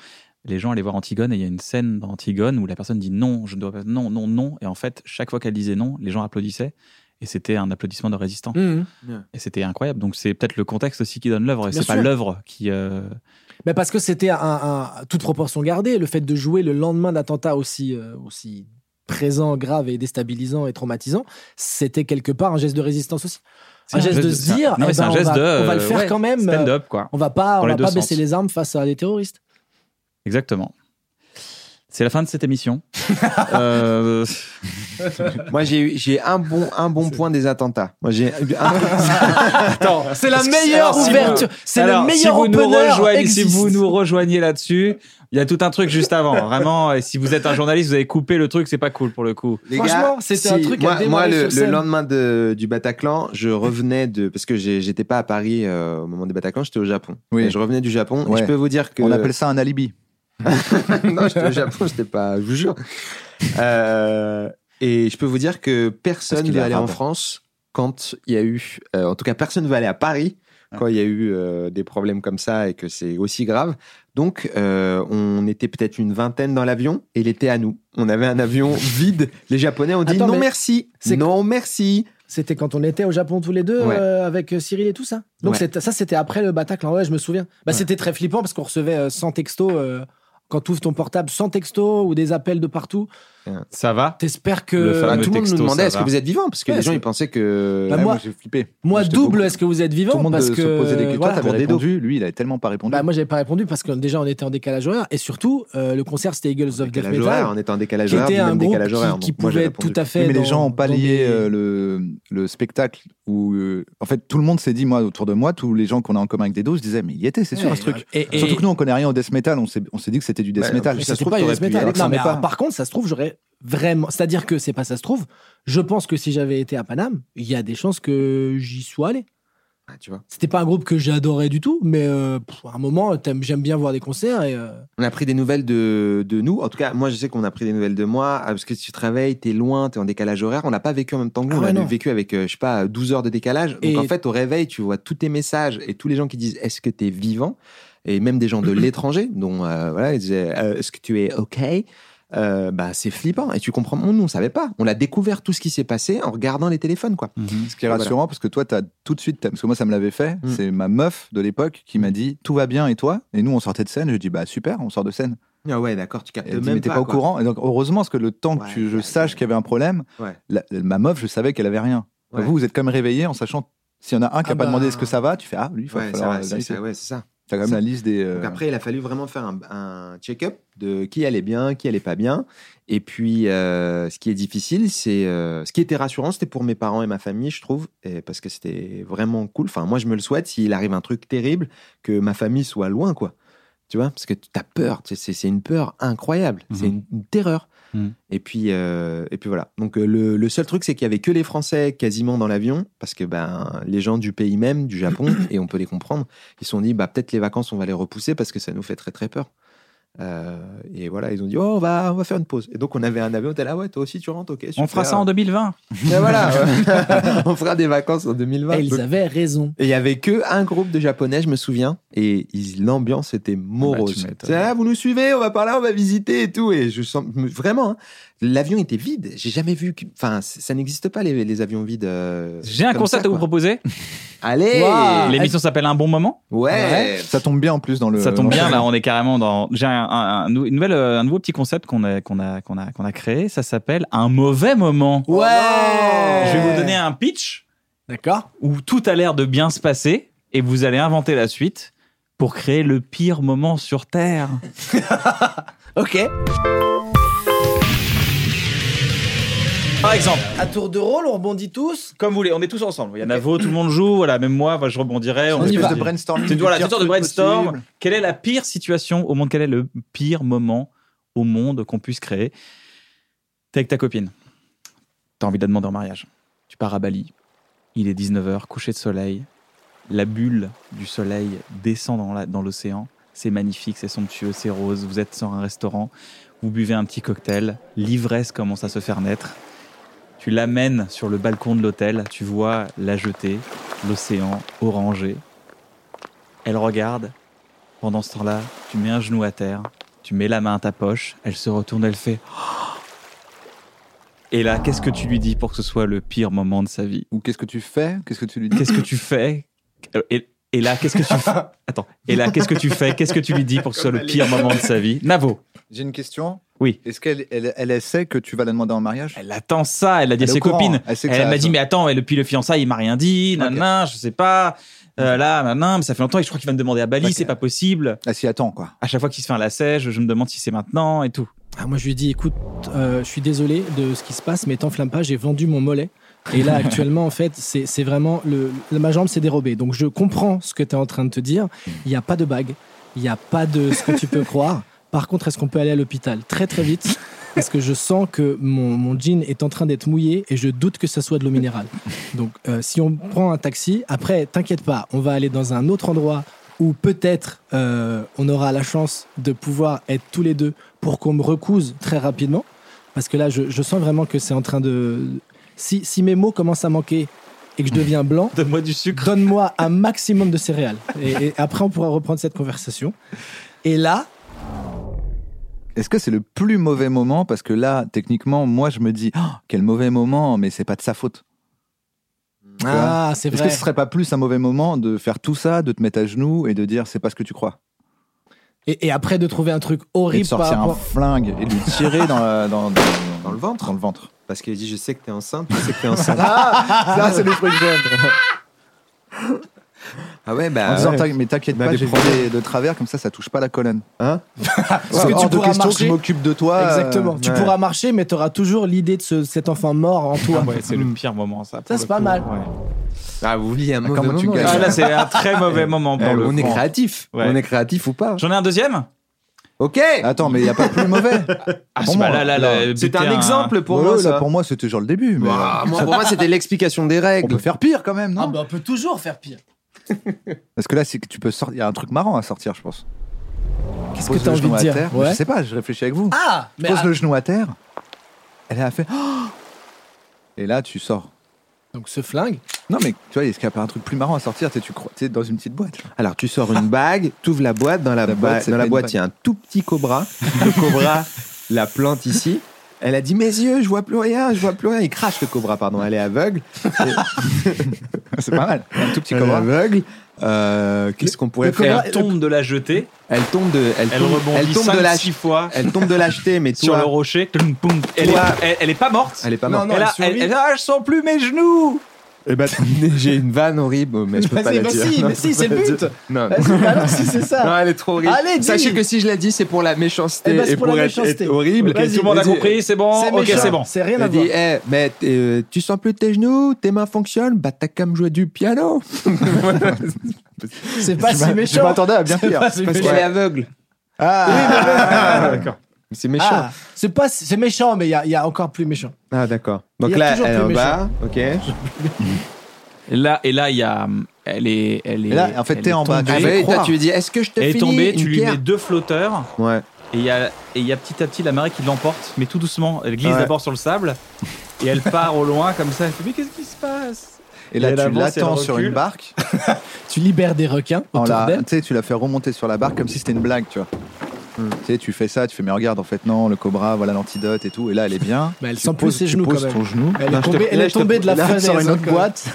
[SPEAKER 4] les gens allaient voir Antigone et il y a une scène dans Antigone où la personne dit non, je ne dois pas, non, non, non, et en fait chaque fois qu'elle disait non, les gens applaudissaient et c'était un applaudissement de résistant
[SPEAKER 3] Mmh.
[SPEAKER 4] et c'était incroyable. Donc c'est peut-être le contexte aussi qui donne l'œuvre et
[SPEAKER 3] Bien
[SPEAKER 4] c'est pas
[SPEAKER 3] sûr.
[SPEAKER 4] l'œuvre qui. euh,
[SPEAKER 3] Mais parce que c'était un, un- toute proportion gardée, le fait de jouer le lendemain d'attentats aussi euh, aussi présent, grave et déstabilisant et traumatisant, c'était quelque part un geste de résistance aussi.
[SPEAKER 4] c'est
[SPEAKER 3] Un geste de se
[SPEAKER 4] c'est un-
[SPEAKER 3] dire,
[SPEAKER 4] non,
[SPEAKER 3] eh
[SPEAKER 4] mais c'est
[SPEAKER 3] ben,
[SPEAKER 4] un
[SPEAKER 3] on
[SPEAKER 4] geste
[SPEAKER 3] va-
[SPEAKER 4] de,
[SPEAKER 3] on va le
[SPEAKER 4] euh,
[SPEAKER 3] faire quand même, euh,
[SPEAKER 4] Stand-up quoi.
[SPEAKER 3] On va pas,
[SPEAKER 4] Dans
[SPEAKER 3] on
[SPEAKER 4] les
[SPEAKER 3] va
[SPEAKER 4] deux
[SPEAKER 3] pas baisser
[SPEAKER 4] sens.
[SPEAKER 3] les armes face à des terroristes.
[SPEAKER 4] Exactement. C'est la fin de cette émission. Euh,
[SPEAKER 2] Moi, j'ai eu- j'ai un bon, un bon point des attentats. Moi, j'ai un-
[SPEAKER 3] Attends, c'est la
[SPEAKER 4] Parce que-
[SPEAKER 3] meilleure
[SPEAKER 4] alors, si
[SPEAKER 3] ouverture.
[SPEAKER 4] vous-
[SPEAKER 3] C'est
[SPEAKER 4] alors,
[SPEAKER 3] le meilleur
[SPEAKER 4] si vous nous
[SPEAKER 3] opener
[SPEAKER 4] rejoignez, Si
[SPEAKER 3] existe.
[SPEAKER 4] vous nous rejoignez là-dessus, il y a tout un truc juste avant. Vraiment, et si vous êtes un journaliste, vous avez coupé le truc, c'est pas cool pour le coup.
[SPEAKER 2] Les
[SPEAKER 3] Franchement, c'était un truc à
[SPEAKER 2] moi,
[SPEAKER 3] démarrer
[SPEAKER 2] moi, le,
[SPEAKER 3] sur
[SPEAKER 2] le
[SPEAKER 3] scène.
[SPEAKER 2] lendemain de- du Bataclan, je revenais de parce que j'ai- j'étais pas à Paris euh, au moment du Bataclan, j'étais au Japon.
[SPEAKER 5] Oui.
[SPEAKER 2] Et je revenais du Japon.
[SPEAKER 5] Ouais.
[SPEAKER 2] Et je peux vous dire que
[SPEAKER 5] On appelle ça un alibi.
[SPEAKER 2] non, j'étais au Japon, j'étais pas, je vous jure. Euh, et je peux vous dire que personne
[SPEAKER 5] Parce qu'il
[SPEAKER 2] ne
[SPEAKER 5] est
[SPEAKER 2] va aller en
[SPEAKER 5] arabe.
[SPEAKER 2] France quand il y a eu, euh, en tout cas, personne ne va aller à Paris quand il y a eu euh, des problèmes comme ça et que c'est aussi grave. Donc, euh, on était peut-être une vingtaine dans l'avion et il était à nous. On avait un avion vide. Les Japonais ont dit
[SPEAKER 3] Attends,
[SPEAKER 2] non
[SPEAKER 3] mais
[SPEAKER 2] merci,
[SPEAKER 3] c'est-
[SPEAKER 2] non merci.
[SPEAKER 3] C'était quand on était au Japon tous les deux
[SPEAKER 2] Ouais.
[SPEAKER 3] euh, avec Cyril et tout ça. Donc
[SPEAKER 2] Ouais.
[SPEAKER 3] c'était- ça, c'était après le Bataclan. Ouais, je me souviens. Bah,
[SPEAKER 2] Ouais.
[SPEAKER 3] C'était très flippant parce qu'on recevait euh, 100 textos. euh, quand tu ouvres ton portable, 100 textos ou des appels de partout.
[SPEAKER 4] Ça va
[SPEAKER 3] T'espères
[SPEAKER 4] Le
[SPEAKER 3] que.
[SPEAKER 2] Bah,
[SPEAKER 4] fameux
[SPEAKER 2] tout le monde nous
[SPEAKER 4] texto,
[SPEAKER 2] demandait
[SPEAKER 4] ça
[SPEAKER 2] est-ce que
[SPEAKER 4] va.
[SPEAKER 2] vous êtes vivant parce que
[SPEAKER 3] Ouais,
[SPEAKER 2] les gens
[SPEAKER 3] c'est-
[SPEAKER 2] ils pensaient que
[SPEAKER 3] Bah,
[SPEAKER 5] Ouais,
[SPEAKER 3] moi-
[SPEAKER 5] j'ai flippé.
[SPEAKER 3] Moi,
[SPEAKER 5] J'étais
[SPEAKER 3] double,
[SPEAKER 5] beaucoup-
[SPEAKER 3] est-ce que vous êtes
[SPEAKER 5] Tout
[SPEAKER 3] vivant
[SPEAKER 5] le monde
[SPEAKER 3] Parce
[SPEAKER 5] se
[SPEAKER 3] que.
[SPEAKER 5] posait des questions.
[SPEAKER 3] voilà.
[SPEAKER 5] Toi, t'avais
[SPEAKER 2] Répondez donc.
[SPEAKER 5] répondu. Lui, il avait tellement pas répondu.
[SPEAKER 3] Bah, moi, j'avais pas répondu parce que déjà, on était en décalage horaire. Et surtout, euh, le concert, c'était Eagles of Death
[SPEAKER 2] décalage horaire,
[SPEAKER 3] Metal.
[SPEAKER 2] on était en décalage
[SPEAKER 3] Qui
[SPEAKER 2] horaire,
[SPEAKER 3] était
[SPEAKER 2] puis
[SPEAKER 3] un
[SPEAKER 2] même
[SPEAKER 3] groupe
[SPEAKER 2] décalage horaire.
[SPEAKER 3] qui, qui
[SPEAKER 2] donc moi, j'ai
[SPEAKER 3] pouvait
[SPEAKER 2] répondu.
[SPEAKER 3] tout à fait.
[SPEAKER 5] Oui, mais les
[SPEAKER 3] dans-
[SPEAKER 5] gens n'ont pas
[SPEAKER 3] dans
[SPEAKER 5] lié
[SPEAKER 3] des-
[SPEAKER 5] euh, le, le spectacle où, euh, en fait, tout le monde s'est dit, moi, autour de moi, tous les gens qu'on a en commun avec des doses disaient, mais il y était, c'est sûr,
[SPEAKER 3] Ouais,
[SPEAKER 5] ce truc.
[SPEAKER 3] Et, et-
[SPEAKER 5] Surtout que nous, on connaît rien au death metal, on s'est on s'est dit que c'était du death
[SPEAKER 2] Ouais,
[SPEAKER 5] metal.
[SPEAKER 3] Mais
[SPEAKER 5] Ça se
[SPEAKER 3] c'était
[SPEAKER 5] trouve,
[SPEAKER 3] pas
[SPEAKER 5] t'aurais
[SPEAKER 3] Iris
[SPEAKER 5] pu y
[SPEAKER 3] Metal.
[SPEAKER 5] aller,
[SPEAKER 3] Non,
[SPEAKER 5] ça
[SPEAKER 3] mais
[SPEAKER 5] n'est pas.
[SPEAKER 3] alors, par contre, ça se trouve, j'aurais vraiment. C'est-à-dire que c'est pas ça se trouve. Je pense que si j'avais été à Paname, il y a des chances que j'y sois allé.
[SPEAKER 2] Ah, tu vois.
[SPEAKER 3] C'était pas un groupe que j'adorais du tout, mais euh, pff, à un moment, t'aimes- j'aime bien voir des concerts et. euh,
[SPEAKER 2] On a pris des nouvelles de, de nous. En tout cas, moi, je sais qu'on a pris des nouvelles de moi. ah, Parce que si tu travailles, t'es loin, t'es en décalage horaire. On n'a pas vécu en même temps que nous.
[SPEAKER 3] Ah
[SPEAKER 2] on
[SPEAKER 3] ouais,
[SPEAKER 2] a
[SPEAKER 3] non.
[SPEAKER 2] vécu avec, euh, je sais pas, 12 heures de décalage. Donc,
[SPEAKER 3] Et-
[SPEAKER 2] en fait, au réveil, tu vois tous tes messages et tous les gens qui disent Est-ce que t'es vivant Et même des gens de l'étranger, dont, euh, voilà, ils disaient Euh, Est-ce que tu es OK Euh, bah, c'est flippant et tu comprends nous on savait pas on a découvert tout ce qui s'est passé en regardant les téléphones quoi
[SPEAKER 5] Ce qui est rassurant, parce que toi, t'as tout de suite, t'as- parce que moi, ça me l'avait fait,
[SPEAKER 2] Mm.
[SPEAKER 5] c'est ma meuf de l'époque qui m'a dit, tout va bien, et toi Et nous, on sortait de scène, je dis, bah super, on sort de scène.
[SPEAKER 2] ah ouais d'accord tu captes
[SPEAKER 5] Elle dit,
[SPEAKER 2] même
[SPEAKER 5] mais t'es pas, au
[SPEAKER 2] quoi.
[SPEAKER 5] courant. Et donc, heureusement, parce que le temps que
[SPEAKER 2] Ouais,
[SPEAKER 5] tu- je
[SPEAKER 2] ouais,
[SPEAKER 5] sache
[SPEAKER 2] ouais.
[SPEAKER 5] qu'il y avait un problème,
[SPEAKER 2] Ouais.
[SPEAKER 5] la- la- ma meuf, je savais qu'elle avait rien.
[SPEAKER 2] Ouais.
[SPEAKER 5] Vous, vous êtes quand même réveillé en sachant s'il y en a un qui
[SPEAKER 3] Ah
[SPEAKER 5] n'a pas
[SPEAKER 3] bah.
[SPEAKER 5] demandé est-ce que ça va, tu fais ah lui, il va
[SPEAKER 2] ouais, c'est
[SPEAKER 5] falloir
[SPEAKER 2] vrai, c'est-
[SPEAKER 5] vérifier.
[SPEAKER 2] c'est- ouais, c'est ça
[SPEAKER 5] T'as quand même
[SPEAKER 2] ça.
[SPEAKER 5] la liste des. euh,
[SPEAKER 2] Donc après, il a fallu vraiment faire un, un check-up de qui allait bien, qui allait pas bien. Et puis, euh, ce qui est difficile, c'est euh, ce qui était rassurant, c'était pour mes parents et ma famille, je trouve, et parce que c'était vraiment cool. Enfin, moi, je me le souhaite. S'il arrive un truc terrible, que ma famille soit loin, quoi. Tu vois, parce que tu as peur. Tu sais, C'est c'est une peur incroyable. C'est une, une terreur.
[SPEAKER 4] Mhm.
[SPEAKER 2] Et puis, euh, et puis voilà. Donc euh, le, le seul truc, c'est qu'il y avait que les Français quasiment dans l'avion, parce que ben les gens du pays même, du Japon, et on peut les comprendre ils se sont dit bah peut-être les vacances on va les repousser parce que ça nous fait très très peur Euh, et voilà ils ont dit oh on va on va faire une pause et donc on avait un avion on était là ouais toi aussi tu rentres ok
[SPEAKER 4] On fera ça en 2020.
[SPEAKER 2] 2020 voilà on fera des vacances en 2020
[SPEAKER 3] et ils avaient raison.
[SPEAKER 2] et il y avait que un groupe de japonais je me souviens et ils- l'ambiance était morose
[SPEAKER 4] Bah, tu m'étonnes.
[SPEAKER 2] C'est là, vous nous suivez on va par là on va visiter et tout et je sens mais vraiment hein, l'avion était vide j'ai jamais vu que- enfin c- ça n'existe pas les, les avions vides euh,
[SPEAKER 4] J'ai un
[SPEAKER 2] comme
[SPEAKER 4] concept
[SPEAKER 2] ça,
[SPEAKER 4] à vous
[SPEAKER 2] quoi.
[SPEAKER 4] proposer.
[SPEAKER 2] allez
[SPEAKER 3] Waouh.
[SPEAKER 4] L'émission s'appelle Un bon moment.
[SPEAKER 2] ouais,
[SPEAKER 5] Eh, Ça tombe bien en plus dans le.
[SPEAKER 4] Ça
[SPEAKER 5] dans
[SPEAKER 4] tombe
[SPEAKER 5] le-
[SPEAKER 4] bien, là, on est carrément dans. J'ai un, un- un nou- une nouvelle, euh, un nouveau petit concept qu'on a, qu'on a, qu'on a, qu'on a créé. Ça s'appelle Un mauvais moment.
[SPEAKER 3] Ouais.
[SPEAKER 4] Je vais vous donner un pitch
[SPEAKER 3] D'accord.
[SPEAKER 4] où tout a l'air de bien se passer et vous allez inventer la suite pour créer le pire moment sur Terre.
[SPEAKER 3] Ok.
[SPEAKER 4] Par exemple,
[SPEAKER 3] À tour de rôle, on rebondit tous.
[SPEAKER 4] comme vous voulez, on est tous ensemble. Il y en a vous, tout le monde joue, voilà, même moi, voilà, je rebondirais.
[SPEAKER 5] On
[SPEAKER 3] y
[SPEAKER 5] espèce
[SPEAKER 3] va.
[SPEAKER 5] de brainstorming.
[SPEAKER 4] C'est
[SPEAKER 5] du
[SPEAKER 4] voilà,
[SPEAKER 5] pire
[SPEAKER 4] une sorte de
[SPEAKER 5] truc
[SPEAKER 4] brainstorm.
[SPEAKER 5] possible.
[SPEAKER 4] Quelle est la pire situation au monde Quel est le pire moment au monde qu'on puisse créer T'es avec ta copine. T'as envie de la demander en mariage. Tu pars à Bali. Il est 19h, coucher de soleil. La bulle du soleil descend dans la- dans l'océan. c'est magnifique, c'est somptueux, c'est rose. Vous êtes sur un restaurant. Vous buvez un petit cocktail. L'ivresse commence à se faire naître. Tu l'amènes sur le balcon de l'hôtel. Tu vois la jetée, l'océan orangé. Elle regarde. Pendant ce temps-là, tu mets un genou à terre, tu mets la main à ta poche, elle se retourne, elle fait. Et là, qu'est-ce que tu lui dis pour que ce soit le pire moment de sa vie
[SPEAKER 5] Ou qu'est-ce que tu fais Qu'est-ce que tu lui dis
[SPEAKER 4] Qu'est-ce que tu fais Euh, et, et là, qu'est-ce que tu fais Attends. Et là, qu'est-ce que tu fais Qu'est-ce que tu lui dis pour que ce soit le pire moment de sa vie Navo.
[SPEAKER 5] J'ai une question.
[SPEAKER 4] Oui.
[SPEAKER 5] Est-ce qu'elle elle, elle sait que tu vas la demander en mariage
[SPEAKER 4] Elle attend ça. Elle a dit
[SPEAKER 5] Elle
[SPEAKER 4] à
[SPEAKER 5] est
[SPEAKER 4] ses
[SPEAKER 5] au courant,
[SPEAKER 4] copines.
[SPEAKER 5] elle sait que
[SPEAKER 4] Elle
[SPEAKER 5] ça-
[SPEAKER 4] m'a dit, mais attends, et depuis le fiançailles, il m'a rien dit.
[SPEAKER 5] Ok.
[SPEAKER 4] Nanan, je sais pas. Euh, là, nanan, mais ça fait longtemps et je crois qu'il va me demander à Bali.
[SPEAKER 5] Ok.
[SPEAKER 4] C'est pas possible.
[SPEAKER 5] Elle s'y attend Ah, quoi.
[SPEAKER 4] à chaque fois qu'il se fait un lacet, je, je me demande si c'est maintenant et tout.
[SPEAKER 3] Ah, moi, je lui dis, écoute, euh, je suis désolé de ce qui se passe, mais t'enflamme pas, j'ai vendu mon mollet. Et là, actuellement, en fait, c'est c'est vraiment. Le, le- ma jambe s'est dérobée. Donc, je comprends ce que tu es en train de te dire. Il n'y a pas de bague. Il n'y a pas de ce que tu peux croire. Par contre, est-ce qu'on peut aller à l'hôpital très, très vite Parce que je sens que mon, mon jean est en train d'être mouillé et je doute que ça soit de l'eau minérale. Donc, euh, si on prend un taxi, après, t'inquiète pas, on va aller dans un autre endroit où peut-être euh, on aura la chance de pouvoir être tous les deux pour qu'on me recouse très rapidement. Parce que là, je, je sens vraiment que c'est en train de. Si, si mes mots commencent à manquer et que je deviens blanc,
[SPEAKER 4] Donne-moi du sucre.
[SPEAKER 3] donne-moi un maximum de céréales. Et, et après, on pourra reprendre cette conversation. Et là,
[SPEAKER 5] Est-ce que c'est le plus mauvais moment Parce que là, techniquement, moi, je me dis, Oh, quel mauvais moment, mais c'est pas de sa faute.
[SPEAKER 3] ah, c'est
[SPEAKER 5] Est-ce que
[SPEAKER 3] vrai.
[SPEAKER 5] ce serait pas plus un mauvais moment de faire tout ça, de te mettre à genoux et de dire, c'est pas ce que tu crois
[SPEAKER 3] Et, et après, de trouver un truc
[SPEAKER 5] Et de
[SPEAKER 3] horrible par
[SPEAKER 5] sortir un
[SPEAKER 3] rapport.
[SPEAKER 5] flingue et de lui tirer dans, la- dans- dans-
[SPEAKER 2] Dans le ventre.
[SPEAKER 5] Dans le ventre.
[SPEAKER 2] Parce qu'il dit Je sais que t'es enceinte, je sais que t'es enceinte.
[SPEAKER 4] Ah,
[SPEAKER 5] Ça, c'est le truc que j'aime.
[SPEAKER 2] ah ouais,
[SPEAKER 5] En
[SPEAKER 2] bah.
[SPEAKER 5] disant,
[SPEAKER 2] ouais.
[SPEAKER 5] t'in- mais t'inquiète
[SPEAKER 2] Bah,
[SPEAKER 5] pas,
[SPEAKER 2] des
[SPEAKER 5] j'ai
[SPEAKER 2] problèmes.
[SPEAKER 5] vu de travers, comme ça, ça touche pas la colonne.
[SPEAKER 2] Hein
[SPEAKER 3] Parce que
[SPEAKER 5] Hors
[SPEAKER 3] tu
[SPEAKER 5] de
[SPEAKER 3] pourras
[SPEAKER 5] question que je
[SPEAKER 3] marcher.
[SPEAKER 5] m'occupe de toi. euh,
[SPEAKER 3] Exactement. tu
[SPEAKER 2] ouais.
[SPEAKER 3] pourras marcher, mais tu auras toujours l'idée de ce- cet enfant mort en toi.
[SPEAKER 4] Ah ouais, c'est le pire moment, ça. pour
[SPEAKER 3] Ça,
[SPEAKER 4] le
[SPEAKER 3] c'est pas
[SPEAKER 4] coup.
[SPEAKER 3] mal.
[SPEAKER 4] Ouais.
[SPEAKER 2] Ah, vous oubliez un
[SPEAKER 5] Ah,
[SPEAKER 2] mauvais
[SPEAKER 5] comment tu
[SPEAKER 2] moment,
[SPEAKER 5] gagnes
[SPEAKER 2] là.
[SPEAKER 4] Ah, là, c'est un très mauvais moment pour
[SPEAKER 2] Eh,
[SPEAKER 4] le
[SPEAKER 2] on est Ah,
[SPEAKER 4] coup.
[SPEAKER 2] créatif.
[SPEAKER 4] Ouais.
[SPEAKER 2] On est créatif ou pas
[SPEAKER 4] J'en ai un deuxième
[SPEAKER 2] Ok
[SPEAKER 5] Attends, mais il n'y a pas plus mauvais.
[SPEAKER 4] Ah,
[SPEAKER 5] Pour
[SPEAKER 4] c'est pas-
[SPEAKER 5] moi,
[SPEAKER 4] là, là, hein.
[SPEAKER 5] là.
[SPEAKER 4] là,
[SPEAKER 2] C'était
[SPEAKER 4] buter
[SPEAKER 2] un exemple pour
[SPEAKER 5] Ouais,
[SPEAKER 2] moi.
[SPEAKER 5] là,
[SPEAKER 2] ça.
[SPEAKER 5] pour moi, c'était genre le début. Mais euh,
[SPEAKER 2] Ouah, moi, pour moi, c'était l'explication des
[SPEAKER 5] on
[SPEAKER 2] règles.
[SPEAKER 5] peut faire pire quand même, non
[SPEAKER 3] Ah, bah, on peut toujours faire pire.
[SPEAKER 5] Parce que là, c'est que tu peux sortir. Il y a un truc marrant à sortir, je pense.
[SPEAKER 3] Qu'est-ce
[SPEAKER 5] Pose
[SPEAKER 3] que
[SPEAKER 5] le
[SPEAKER 3] t'as envie
[SPEAKER 5] genou
[SPEAKER 3] de
[SPEAKER 5] à
[SPEAKER 3] dire
[SPEAKER 5] terre.
[SPEAKER 3] Ouais.
[SPEAKER 5] Je sais pas, je réfléchis avec vous.
[SPEAKER 3] Ah mais
[SPEAKER 5] Pose
[SPEAKER 3] ah,
[SPEAKER 5] le genou à terre. Elle a fait. Oh Et là, tu sors.
[SPEAKER 3] Donc ce flingue,
[SPEAKER 5] Non, mais tu vois, est-ce qu'il n'y a pas un truc plus marrant à sortir Tu sais, tu crois- tu sais, dans une petite boîte. genre.
[SPEAKER 2] Alors, tu sors une bague, tu ouvres la boîte. Dans la,
[SPEAKER 5] La
[SPEAKER 2] ba-
[SPEAKER 5] boîte, c'est
[SPEAKER 2] dans
[SPEAKER 5] pas
[SPEAKER 2] la
[SPEAKER 5] une
[SPEAKER 2] boîte,
[SPEAKER 5] bague.
[SPEAKER 2] il y a un tout petit cobra. Le cobra la plante ici. Elle a dit Mes yeux, je vois plus rien, je vois plus rien. Il crache le cobra, pardon. Elle est aveugle.
[SPEAKER 5] C'est pas mal. Un tout petit
[SPEAKER 2] Elle est
[SPEAKER 5] cobra.
[SPEAKER 2] aveugle. Euh, Qu'est-ce qu'on pourrait
[SPEAKER 4] Elle
[SPEAKER 2] faire
[SPEAKER 4] tombe de la jetée,
[SPEAKER 2] Elle tombe de, elle
[SPEAKER 4] elle
[SPEAKER 2] tombe, elle
[SPEAKER 4] rebondit
[SPEAKER 2] tombe de la,
[SPEAKER 4] 5-6 fois
[SPEAKER 2] elle tombe de l'acheter, mais
[SPEAKER 4] sur le
[SPEAKER 2] toi,
[SPEAKER 4] rocher. Tum, poum. Elle, est,
[SPEAKER 2] Toi-
[SPEAKER 4] elle, elle est pas morte.
[SPEAKER 2] elle est pas morte.
[SPEAKER 4] elle, a- elle- elle- ah, je sens plus mes genoux.
[SPEAKER 2] Eh ben, j'ai une vanne horrible, mais je peux
[SPEAKER 3] Vas-y,
[SPEAKER 2] pas la
[SPEAKER 3] vas-y,
[SPEAKER 2] dire.
[SPEAKER 3] mais
[SPEAKER 2] Non, je
[SPEAKER 3] si,
[SPEAKER 2] peux
[SPEAKER 3] c'est
[SPEAKER 2] pas
[SPEAKER 3] le
[SPEAKER 2] la
[SPEAKER 3] but.
[SPEAKER 2] dire. Non, non.
[SPEAKER 3] vas-y, bah alors si c'est
[SPEAKER 2] Non,
[SPEAKER 3] ça.
[SPEAKER 2] elle est trop horrible.
[SPEAKER 3] Allez, dis.
[SPEAKER 2] Sachez que si je l'ai dit, c'est pour la méchanceté
[SPEAKER 3] Eh ben, c'est
[SPEAKER 2] et
[SPEAKER 3] pour
[SPEAKER 2] pour,
[SPEAKER 3] la
[SPEAKER 2] être-
[SPEAKER 3] méchanceté.
[SPEAKER 2] être horrible.
[SPEAKER 3] Ok, Vas-y,
[SPEAKER 4] Tout le monde a
[SPEAKER 2] Elle dit-
[SPEAKER 4] compris, c'est bon.
[SPEAKER 2] c'est
[SPEAKER 4] Ok,
[SPEAKER 2] méchant.
[SPEAKER 4] c'est bon.
[SPEAKER 3] C'est rien à
[SPEAKER 2] Elle dit,
[SPEAKER 3] voir.
[SPEAKER 2] eh, mais euh, tu sens plus tes genoux, tes mains fonctionnent, bah t'as qu'à me jouer du piano.
[SPEAKER 3] C'est pas
[SPEAKER 5] Je
[SPEAKER 3] si
[SPEAKER 5] m'a- Je
[SPEAKER 3] méchant.
[SPEAKER 5] m'attendais à bien pire.
[SPEAKER 3] pas si
[SPEAKER 2] Parce
[SPEAKER 3] méchant.
[SPEAKER 2] qu'elle est aveugle.
[SPEAKER 5] Ah
[SPEAKER 4] D'accord.
[SPEAKER 2] C'est méchant.
[SPEAKER 3] Ah, c'est pas c'est méchant, mais il y a, il y a encore plus méchant.
[SPEAKER 2] Ah, d'accord.
[SPEAKER 3] Il y
[SPEAKER 2] Donc
[SPEAKER 3] a
[SPEAKER 2] là,
[SPEAKER 3] toujours
[SPEAKER 2] elle est
[SPEAKER 3] plus
[SPEAKER 2] en
[SPEAKER 3] méchant.
[SPEAKER 2] bas, ok.
[SPEAKER 4] Et là, et là, il y a, elle est, elle est.
[SPEAKER 5] Et là, en fait,
[SPEAKER 4] elle
[SPEAKER 5] t'es
[SPEAKER 4] est
[SPEAKER 5] en bas.
[SPEAKER 4] tombée.
[SPEAKER 2] Ah,
[SPEAKER 5] vais
[SPEAKER 2] bah oui, toi,
[SPEAKER 5] croire.
[SPEAKER 2] tu lui dis, est-ce que je te
[SPEAKER 4] Elle est
[SPEAKER 2] finis
[SPEAKER 4] tombée.
[SPEAKER 2] une
[SPEAKER 4] Tu lui
[SPEAKER 2] pierre
[SPEAKER 4] mets deux flotteurs.
[SPEAKER 2] Ouais.
[SPEAKER 4] Et il y a, et il y a petit à petit la marée qui l'emporte, mais tout doucement. Elle glisse
[SPEAKER 5] Ouais.
[SPEAKER 4] d'abord sur le sable, et elle part au loin comme ça. Elle fait, mais qu'est-ce qui se passe
[SPEAKER 5] Et là,
[SPEAKER 4] Et elle
[SPEAKER 5] tu
[SPEAKER 4] avance, elle
[SPEAKER 5] l'attends sur
[SPEAKER 4] recule.
[SPEAKER 5] une barque.
[SPEAKER 3] Tu libères des requins
[SPEAKER 5] On
[SPEAKER 3] autour
[SPEAKER 5] la-
[SPEAKER 3] d'elle.
[SPEAKER 5] tu sais, tu la fais remonter sur la barque comme si c'était une blague, tu vois.
[SPEAKER 3] Hmm.
[SPEAKER 5] Tu sais, tu fais ça, tu fais, mais regarde, en fait, non, le cobra, voilà l'antidote et tout. Et là, elle est bien.
[SPEAKER 3] Mais Bah, elle
[SPEAKER 5] Tu
[SPEAKER 3] sent plus
[SPEAKER 5] poses-
[SPEAKER 3] ses
[SPEAKER 5] tu
[SPEAKER 3] genoux,
[SPEAKER 5] poses
[SPEAKER 3] quand même.
[SPEAKER 5] ton genou.
[SPEAKER 3] Elle
[SPEAKER 5] Là,
[SPEAKER 3] est
[SPEAKER 5] je te-
[SPEAKER 3] tombée, elle
[SPEAKER 5] là,
[SPEAKER 3] est
[SPEAKER 5] je te-
[SPEAKER 3] tombée de la
[SPEAKER 5] là,
[SPEAKER 3] falaise.
[SPEAKER 5] sur une
[SPEAKER 3] hein,
[SPEAKER 5] autre
[SPEAKER 3] quand même.
[SPEAKER 5] boîte.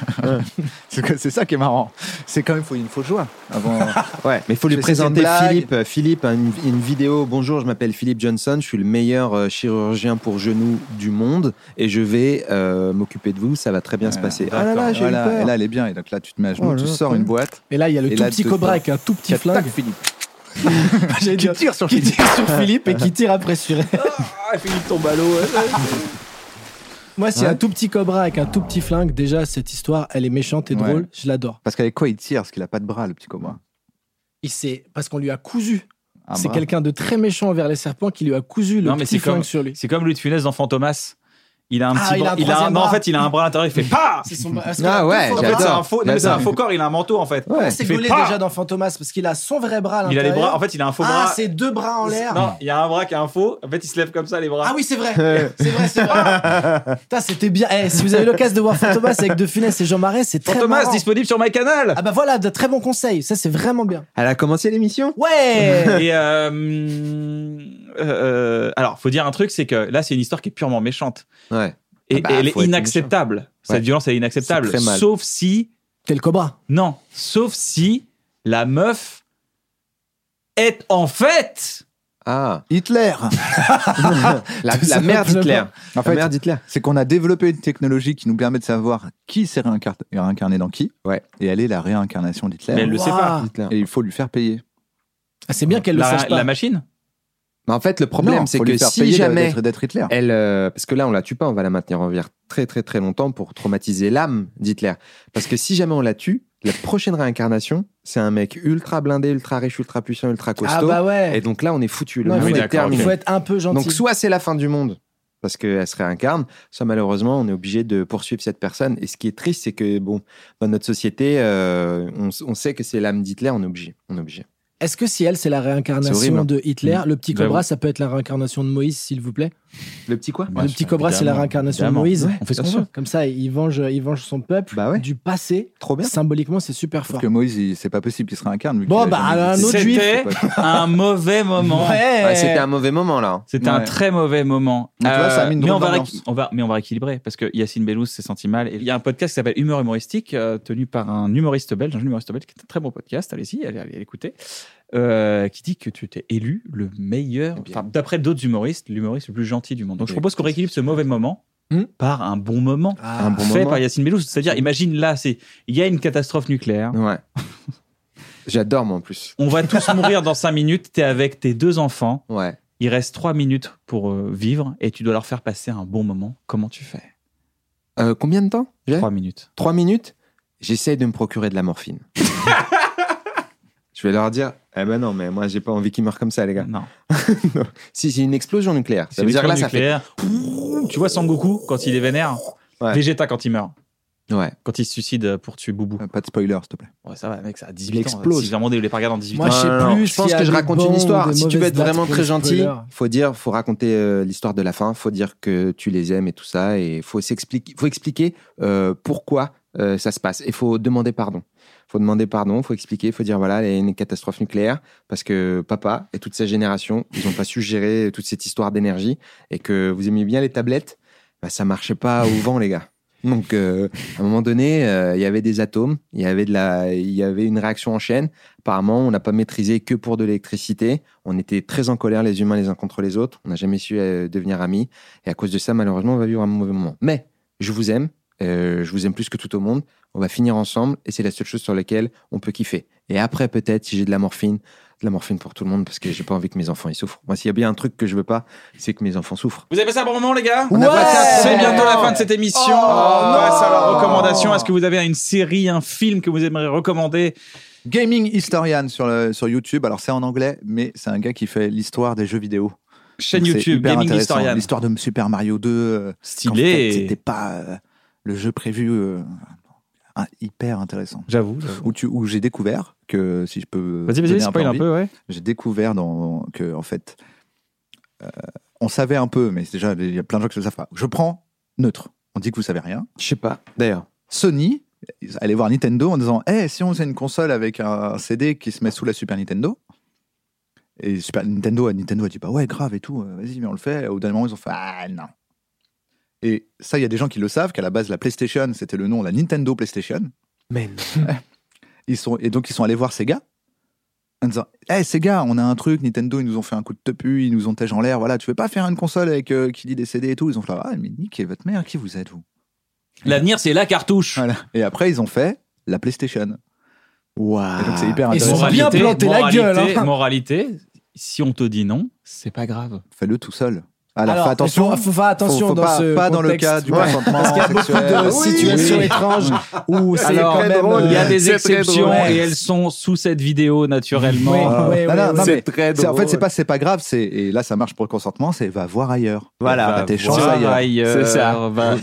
[SPEAKER 5] C'est que- c'est ça qui est marrant. C'est quand même, faut une fausse joie avant.
[SPEAKER 2] Ouais, mais il faut
[SPEAKER 5] Je
[SPEAKER 2] lui
[SPEAKER 5] sais, c'est une
[SPEAKER 2] présenter
[SPEAKER 5] blague.
[SPEAKER 2] Philippe. Euh, Philippe, a une, une vidéo. Bonjour, je m'appelle Philippe Johnson. Je suis le meilleur euh, chirurgien pour genoux du monde et je vais euh, m'occuper de vous. Ça va très bien se passer. Ah là là, j'ai eu
[SPEAKER 5] Voilà,
[SPEAKER 2] peur.
[SPEAKER 5] Et là, elle est bien. Et donc là, tu te mets à genoux,
[SPEAKER 2] Oh là
[SPEAKER 5] tu
[SPEAKER 2] là,
[SPEAKER 5] sors une boîte.
[SPEAKER 3] Et là, il y a le
[SPEAKER 5] Et
[SPEAKER 3] tout
[SPEAKER 5] là,
[SPEAKER 3] petit
[SPEAKER 5] deux
[SPEAKER 3] cobra
[SPEAKER 5] fois.
[SPEAKER 3] avec un tout petit
[SPEAKER 5] Tac,
[SPEAKER 3] flingue
[SPEAKER 5] Philippe.
[SPEAKER 3] J'allais dire,
[SPEAKER 5] tires sur
[SPEAKER 3] qui tire sur Philippe et qui tire après sur elle.
[SPEAKER 4] Ah, Philippe tombe à l'eau.
[SPEAKER 3] Moi, s'il y a un tout petit cobra avec un tout petit flingue, déjà, cette histoire, elle est méchante et
[SPEAKER 5] Ouais.
[SPEAKER 3] drôle. Je l'adore.
[SPEAKER 5] Parce qu'avec quoi il tire Parce qu'il a pas de bras, le petit cobra.
[SPEAKER 3] Il s'est- Parce qu'on lui a cousu.
[SPEAKER 5] Un
[SPEAKER 3] c'est
[SPEAKER 5] bras.
[SPEAKER 3] quelqu'un de très méchant envers les serpents qui lui a cousu le
[SPEAKER 4] Non, mais
[SPEAKER 3] petit
[SPEAKER 4] c'est comme-
[SPEAKER 3] flingue sur lui.
[SPEAKER 4] C'est comme Louis de Funès dans Fantomas. Il a un
[SPEAKER 3] Ah, il
[SPEAKER 4] petit
[SPEAKER 3] a
[SPEAKER 4] bras.
[SPEAKER 3] un troisième
[SPEAKER 4] non, en
[SPEAKER 3] bras.
[SPEAKER 4] fait, il a un bras à l'intérieur. Il fait pas.
[SPEAKER 3] C'est son- parce qu'il a
[SPEAKER 2] Ah
[SPEAKER 3] deux
[SPEAKER 2] ouais,
[SPEAKER 3] faux
[SPEAKER 4] En
[SPEAKER 3] bras.
[SPEAKER 4] fait, c'est un
[SPEAKER 2] j'adore.
[SPEAKER 4] faux.
[SPEAKER 3] Bah,
[SPEAKER 4] Non, mais c'est
[SPEAKER 2] J'adore.
[SPEAKER 4] un faux corps. Il a un manteau en fait.
[SPEAKER 2] Ouais.
[SPEAKER 3] C'est
[SPEAKER 4] Ah, Il fait
[SPEAKER 3] gaulé
[SPEAKER 4] pas.
[SPEAKER 3] déjà dans Fantomas parce qu'il a son vrai bras à
[SPEAKER 4] Il a les
[SPEAKER 3] l'intérieur.
[SPEAKER 4] bras. En fait, il a un faux
[SPEAKER 3] ah,
[SPEAKER 4] bras.
[SPEAKER 3] c'est deux bras en l'air.
[SPEAKER 4] Non, il y a un bras qui est un faux. En fait, il se lève comme ça les bras.
[SPEAKER 3] Ah oui, c'est vrai. c'est vrai, c'est vrai. Putain, c'était bien. Eh, si vous avez l'occasion de voir Fantomas avec De Funès et Jean Marais, c'est très
[SPEAKER 4] Fantomas
[SPEAKER 3] marrant.
[SPEAKER 4] disponible sur MyCanal.
[SPEAKER 3] Ah bah voilà, de très bons conseils. Ça, c'est vraiment bien.
[SPEAKER 2] Elle a commencé l'émission.
[SPEAKER 3] Ouais
[SPEAKER 2] Eh.
[SPEAKER 4] Et euh, euh, euh, alors, faut dire un truc, c'est que là, c'est une histoire qui est purement méchante
[SPEAKER 2] Ouais.
[SPEAKER 4] et,
[SPEAKER 2] Ah bah,
[SPEAKER 4] et elle
[SPEAKER 2] faut
[SPEAKER 4] est
[SPEAKER 2] être
[SPEAKER 4] inacceptable. Cette
[SPEAKER 2] Ouais.
[SPEAKER 4] violence, elle est inacceptable.
[SPEAKER 2] C'est très mal.
[SPEAKER 4] Sauf si,
[SPEAKER 3] T'es le cobra.
[SPEAKER 4] non, sauf si la meuf est en fait.
[SPEAKER 2] Ah,
[SPEAKER 5] Hitler
[SPEAKER 2] la,
[SPEAKER 3] Tout
[SPEAKER 2] la mère
[SPEAKER 3] simplement.
[SPEAKER 2] d'Hitler.
[SPEAKER 5] En
[SPEAKER 2] La
[SPEAKER 5] fait,
[SPEAKER 2] mère d'Hitler.
[SPEAKER 5] c'est qu'on a développé une technologie qui nous permet de savoir qui s'est réincar- réincarné dans qui.
[SPEAKER 2] Ouais.
[SPEAKER 5] Et elle est la réincarnation d'Hitler.
[SPEAKER 2] Ah,
[SPEAKER 4] Mais elle le sait pas.
[SPEAKER 3] Waouh.
[SPEAKER 2] Hitler.
[SPEAKER 5] Et il faut lui faire payer.
[SPEAKER 3] Ah, c'est bien qu'elle le
[SPEAKER 4] la,
[SPEAKER 3] sache pas.
[SPEAKER 4] la machine
[SPEAKER 2] Mais en fait, le problème,
[SPEAKER 5] Non,
[SPEAKER 2] c'est
[SPEAKER 5] faut lui
[SPEAKER 2] que
[SPEAKER 5] faire
[SPEAKER 2] si
[SPEAKER 5] payer d'a-
[SPEAKER 2] jamais
[SPEAKER 5] d'être- d'être Hitler.
[SPEAKER 2] elle, euh, parce que là, on la tue pas, on va la maintenir en vie très très très longtemps pour traumatiser l'âme d'Hitler. Parce que si jamais on la tue, la prochaine réincarnation, c'est un mec ultra blindé, ultra riche, ultra puissant, ultra
[SPEAKER 3] Ah
[SPEAKER 2] costaud.
[SPEAKER 3] bah ouais.
[SPEAKER 2] Et donc là, on est foutu. Le
[SPEAKER 3] Non, il
[SPEAKER 2] monde
[SPEAKER 3] faut
[SPEAKER 2] est
[SPEAKER 4] être-
[SPEAKER 3] Il
[SPEAKER 2] terminé.
[SPEAKER 3] faut être un peu gentil.
[SPEAKER 2] Donc soit c'est la fin du monde parce qu'elle se réincarne, soit malheureusement on est obligé de poursuivre cette personne. Et ce qui est triste, c'est que bon, dans notre société, euh, on, s- on sait que c'est l'âme d'Hitler, on est obligé, on est obligé.
[SPEAKER 3] Est-ce que si elle, c'est la
[SPEAKER 2] C'est horrible,
[SPEAKER 3] réincarnation
[SPEAKER 2] hein.
[SPEAKER 3] de Hitler, le petit
[SPEAKER 4] J'avoue.
[SPEAKER 3] cobra, ça peut être la réincarnation de Moïse, s'il vous plaît
[SPEAKER 2] Le petit quoi
[SPEAKER 4] Bah,
[SPEAKER 3] Le petit cobra, c'est la
[SPEAKER 4] évidemment,
[SPEAKER 3] réincarnation
[SPEAKER 4] évidemment.
[SPEAKER 3] de Moïse.
[SPEAKER 4] Ouais, on fait ce
[SPEAKER 3] Bien
[SPEAKER 4] qu'on
[SPEAKER 3] sûr.
[SPEAKER 4] veut.
[SPEAKER 3] Comme ça, il venge, il venge son peuple
[SPEAKER 2] Bah ouais.
[SPEAKER 3] du passé.
[SPEAKER 2] Trop bien.
[SPEAKER 3] Symboliquement, c'est super
[SPEAKER 5] Parce
[SPEAKER 3] fort.
[SPEAKER 5] que Moïse, il- c'est pas possible qu'il se réincarne. vu
[SPEAKER 3] Bon,
[SPEAKER 5] qu'il a
[SPEAKER 3] bah,
[SPEAKER 5] jamais
[SPEAKER 3] un
[SPEAKER 5] existé.
[SPEAKER 3] autre juif.
[SPEAKER 4] C'était un mauvais moment.
[SPEAKER 3] Ouais.
[SPEAKER 2] Ouais, C'était un mauvais moment là. hein.
[SPEAKER 4] C'était un
[SPEAKER 5] Ouais.
[SPEAKER 4] très mauvais moment. Euh,
[SPEAKER 5] Donc là, ça a mis une
[SPEAKER 4] mais
[SPEAKER 5] drôle
[SPEAKER 4] on va,
[SPEAKER 5] d'ambiance.
[SPEAKER 4] réqui- on va- mais on va rééquilibrer parce que Yacine Bellouz s'est senti mal. Et il y a un podcast qui s'appelle Humeur humoristique euh, tenu par un humoriste belge, un jeune humoriste belge qui est un très bon podcast. Allez-y, allez, allez l'écouter. euh, qui dit que tu t'es élu le
[SPEAKER 5] Eh
[SPEAKER 4] meilleur, enfin, d'après d'autres humoristes, l'humoriste le plus gentil du monde. Donc je propose qu'on rééquilibre ce mauvais moment
[SPEAKER 3] Hmm.
[SPEAKER 4] par un bon moment
[SPEAKER 3] Ah.
[SPEAKER 2] Un bon
[SPEAKER 4] fait
[SPEAKER 2] moment.
[SPEAKER 4] par Yacine Bellouz. C'est-à-dire, imagine là, c'est il y a une catastrophe nucléaire.
[SPEAKER 2] Ouais. Ah. J'adore moi en plus.
[SPEAKER 4] On va tous mourir dans 5 minutes. T'es avec tes deux enfants.
[SPEAKER 2] Ouais.
[SPEAKER 4] Il reste trois minutes pour euh, vivre et tu dois leur faire passer un bon moment. Comment tu fais
[SPEAKER 2] Euh, combien de temps j'ai
[SPEAKER 4] Trois minutes.
[SPEAKER 2] Trois minutes. J'essaye de me procurer de la morphine. Je vais leur dire, eh ben non, mais moi j'ai pas envie qu'ils meurent comme ça, les gars.
[SPEAKER 4] Non.
[SPEAKER 2] Si c'est une explosion nucléaire, ça veut dire là, ça fait.
[SPEAKER 4] nucléaire. Tu vois Sangoku quand il est vénère
[SPEAKER 2] Ouais.
[SPEAKER 4] Vegeta quand il meurt.
[SPEAKER 2] Ouais.
[SPEAKER 4] Quand il se suicide pour tuer Boubou.
[SPEAKER 5] Euh, Pas de spoiler, s'il te plaît.
[SPEAKER 4] Ouais, ça va, mec, ça a
[SPEAKER 2] Il
[SPEAKER 4] 18 ans.
[SPEAKER 2] Ah, explose.
[SPEAKER 4] Si vraiment, on les pas regarde en 18
[SPEAKER 3] Moi,
[SPEAKER 4] ans.
[SPEAKER 3] je sais plus
[SPEAKER 2] Je pense
[SPEAKER 3] s'il y a
[SPEAKER 2] que je
[SPEAKER 3] des
[SPEAKER 2] raconte
[SPEAKER 3] bons
[SPEAKER 2] une
[SPEAKER 3] ou
[SPEAKER 2] histoire.
[SPEAKER 3] des
[SPEAKER 2] Si tu veux
[SPEAKER 3] mauvaises
[SPEAKER 2] être
[SPEAKER 3] dates
[SPEAKER 2] vraiment
[SPEAKER 3] pour
[SPEAKER 2] très
[SPEAKER 3] les
[SPEAKER 2] gentil,
[SPEAKER 3] spoilers.
[SPEAKER 2] faut dire, faut raconter euh, l'histoire de la fin, faut dire que tu les aimes et tout ça, et faut s'expliquer, faut expliquer euh, pourquoi euh, ça se passe. Et faut demander pardon. Faut demander pardon, faut expliquer, faut dire voilà, il y a une catastrophe nucléaire parce que papa et toute sa génération, ils ont pas su gérer toute cette histoire d'énergie et que vous aimiez bien les tablettes, bah, ça marchait pas au vent, les gars. Donc, euh, à un moment donné, euh, il y avait des atomes, il y avait de la, il y avait une réaction en chaîne. Apparemment, on n'a pas maîtrisé que pour de l'électricité. On était très en colère les humains les uns contre les autres. On n'a jamais su euh, devenir amis. Et à cause de ça, malheureusement, on va vivre un mauvais moment. Mais je vous aime. euh, je vous aime plus que tout au monde. On va finir ensemble et c'est la seule chose sur laquelle on peut kiffer. Et après, peut-être, si j'ai de la morphine, de la morphine pour tout le monde parce que j'ai pas envie que mes enfants ils souffrent. Moi, s'il y a bien un truc que je veux pas, c'est que mes enfants souffrent.
[SPEAKER 4] Vous avez passé un bon moment, les gars
[SPEAKER 2] On a passé un
[SPEAKER 4] Bah, C'est
[SPEAKER 2] très
[SPEAKER 4] bientôt
[SPEAKER 2] bon
[SPEAKER 4] la
[SPEAKER 2] moment.
[SPEAKER 4] fin de cette émission.
[SPEAKER 2] Oh,
[SPEAKER 4] on passe à la recommandation. Est-ce que vous avez une série, un film que vous aimeriez recommander
[SPEAKER 5] Gaming Historian sur, le- sur YouTube. Alors, c'est en anglais, mais c'est un gars qui fait l'histoire des jeux vidéo.
[SPEAKER 4] Chaîne
[SPEAKER 5] Donc, c'est
[SPEAKER 4] YouTube,
[SPEAKER 5] hyper
[SPEAKER 4] Gaming
[SPEAKER 5] intéressant.
[SPEAKER 4] Historian.
[SPEAKER 5] L'histoire de Super Mario 2. euh, qu'en fait,
[SPEAKER 4] Stylé.
[SPEAKER 5] C'était pas euh, le jeu prévu. euh, ah, hyper intéressant.
[SPEAKER 4] J'avoue.
[SPEAKER 5] Où, tu- où j'ai découvert que, si je peux.
[SPEAKER 4] Vas-y,
[SPEAKER 5] donner
[SPEAKER 4] vas-y, spoil un
[SPEAKER 5] envie,
[SPEAKER 4] peu, ouais.
[SPEAKER 5] j'ai découvert dans, que, en fait, euh, on savait un peu, mais c'est déjà, il y a plein de gens qui ne le savent pas. Je prends neutre. On dit que vous savez rien.
[SPEAKER 2] Je sais pas. D'ailleurs,
[SPEAKER 5] Sony ils allaient voir Nintendo en disant Eh, si on faisait une console avec un CD qui se met sous la Super Nintendo Et Super Nintendo, Nintendo a dit Bah ouais, grave et tout, euh, vas-y, mais on le fait. Et au dernier moment, ils ont fait Ah non. Et ça, il y a des gens qui le savent, qu'à la base, la PlayStation, c'était le nom, la Nintendo PlayStation.
[SPEAKER 2] mais non.
[SPEAKER 5] Ils sont, et donc, ils sont allés voir Sega en disant Hey, Sega, on a un truc, Nintendo, ils nous ont fait un coup de tepu, ils nous ont tâche en l'air, voilà, tu veux pas faire une console avec euh, qui dit des CD et tout Ils ont fait Ah, mais niquez votre mère, qui vous êtes, vous
[SPEAKER 4] L'avenir, c'est la cartouche.
[SPEAKER 5] Voilà. Et après, ils ont fait la PlayStation. Et donc, c'est hyper
[SPEAKER 3] Et
[SPEAKER 5] intéressant.
[SPEAKER 3] Ah. sont bien plantés la
[SPEAKER 4] moralité,
[SPEAKER 3] gueule, hein.
[SPEAKER 4] Moralité, si on te dit non, c'est pas grave.
[SPEAKER 5] Fais-le tout seul. Alors,
[SPEAKER 3] Alors,
[SPEAKER 5] fais attention.
[SPEAKER 3] il faut, faut faire attention
[SPEAKER 5] Faut- faut
[SPEAKER 3] dans
[SPEAKER 5] pas,
[SPEAKER 3] ce
[SPEAKER 5] pas dans le
[SPEAKER 3] contexte.
[SPEAKER 5] cas du
[SPEAKER 3] Ouais.
[SPEAKER 5] consentement
[SPEAKER 3] Parce qu'il y a
[SPEAKER 5] sexuel.
[SPEAKER 3] beaucoup de situations étranges où c'est
[SPEAKER 4] Alors,
[SPEAKER 3] quand même,
[SPEAKER 4] il y a
[SPEAKER 3] euh,
[SPEAKER 4] des
[SPEAKER 2] c'est très
[SPEAKER 4] exceptions
[SPEAKER 3] drôle.
[SPEAKER 4] et elles sont sous cette vidéo naturellement.
[SPEAKER 3] Ouais.
[SPEAKER 5] Ah,
[SPEAKER 3] Ouais,
[SPEAKER 5] non,
[SPEAKER 3] ouais,
[SPEAKER 5] non,
[SPEAKER 3] ouais.
[SPEAKER 5] non, mais
[SPEAKER 2] C'est très
[SPEAKER 5] c'est- En fait, c'est
[SPEAKER 2] drôle.
[SPEAKER 5] pas, c'est pas grave. C'est, et là, ça marche pour le consentement. C'est va voir ailleurs.
[SPEAKER 2] Voilà.
[SPEAKER 5] Va
[SPEAKER 4] Va
[SPEAKER 5] tes chances
[SPEAKER 4] voir
[SPEAKER 5] ailleurs.
[SPEAKER 4] ailleurs.
[SPEAKER 2] C'est ça.
[SPEAKER 4] Va,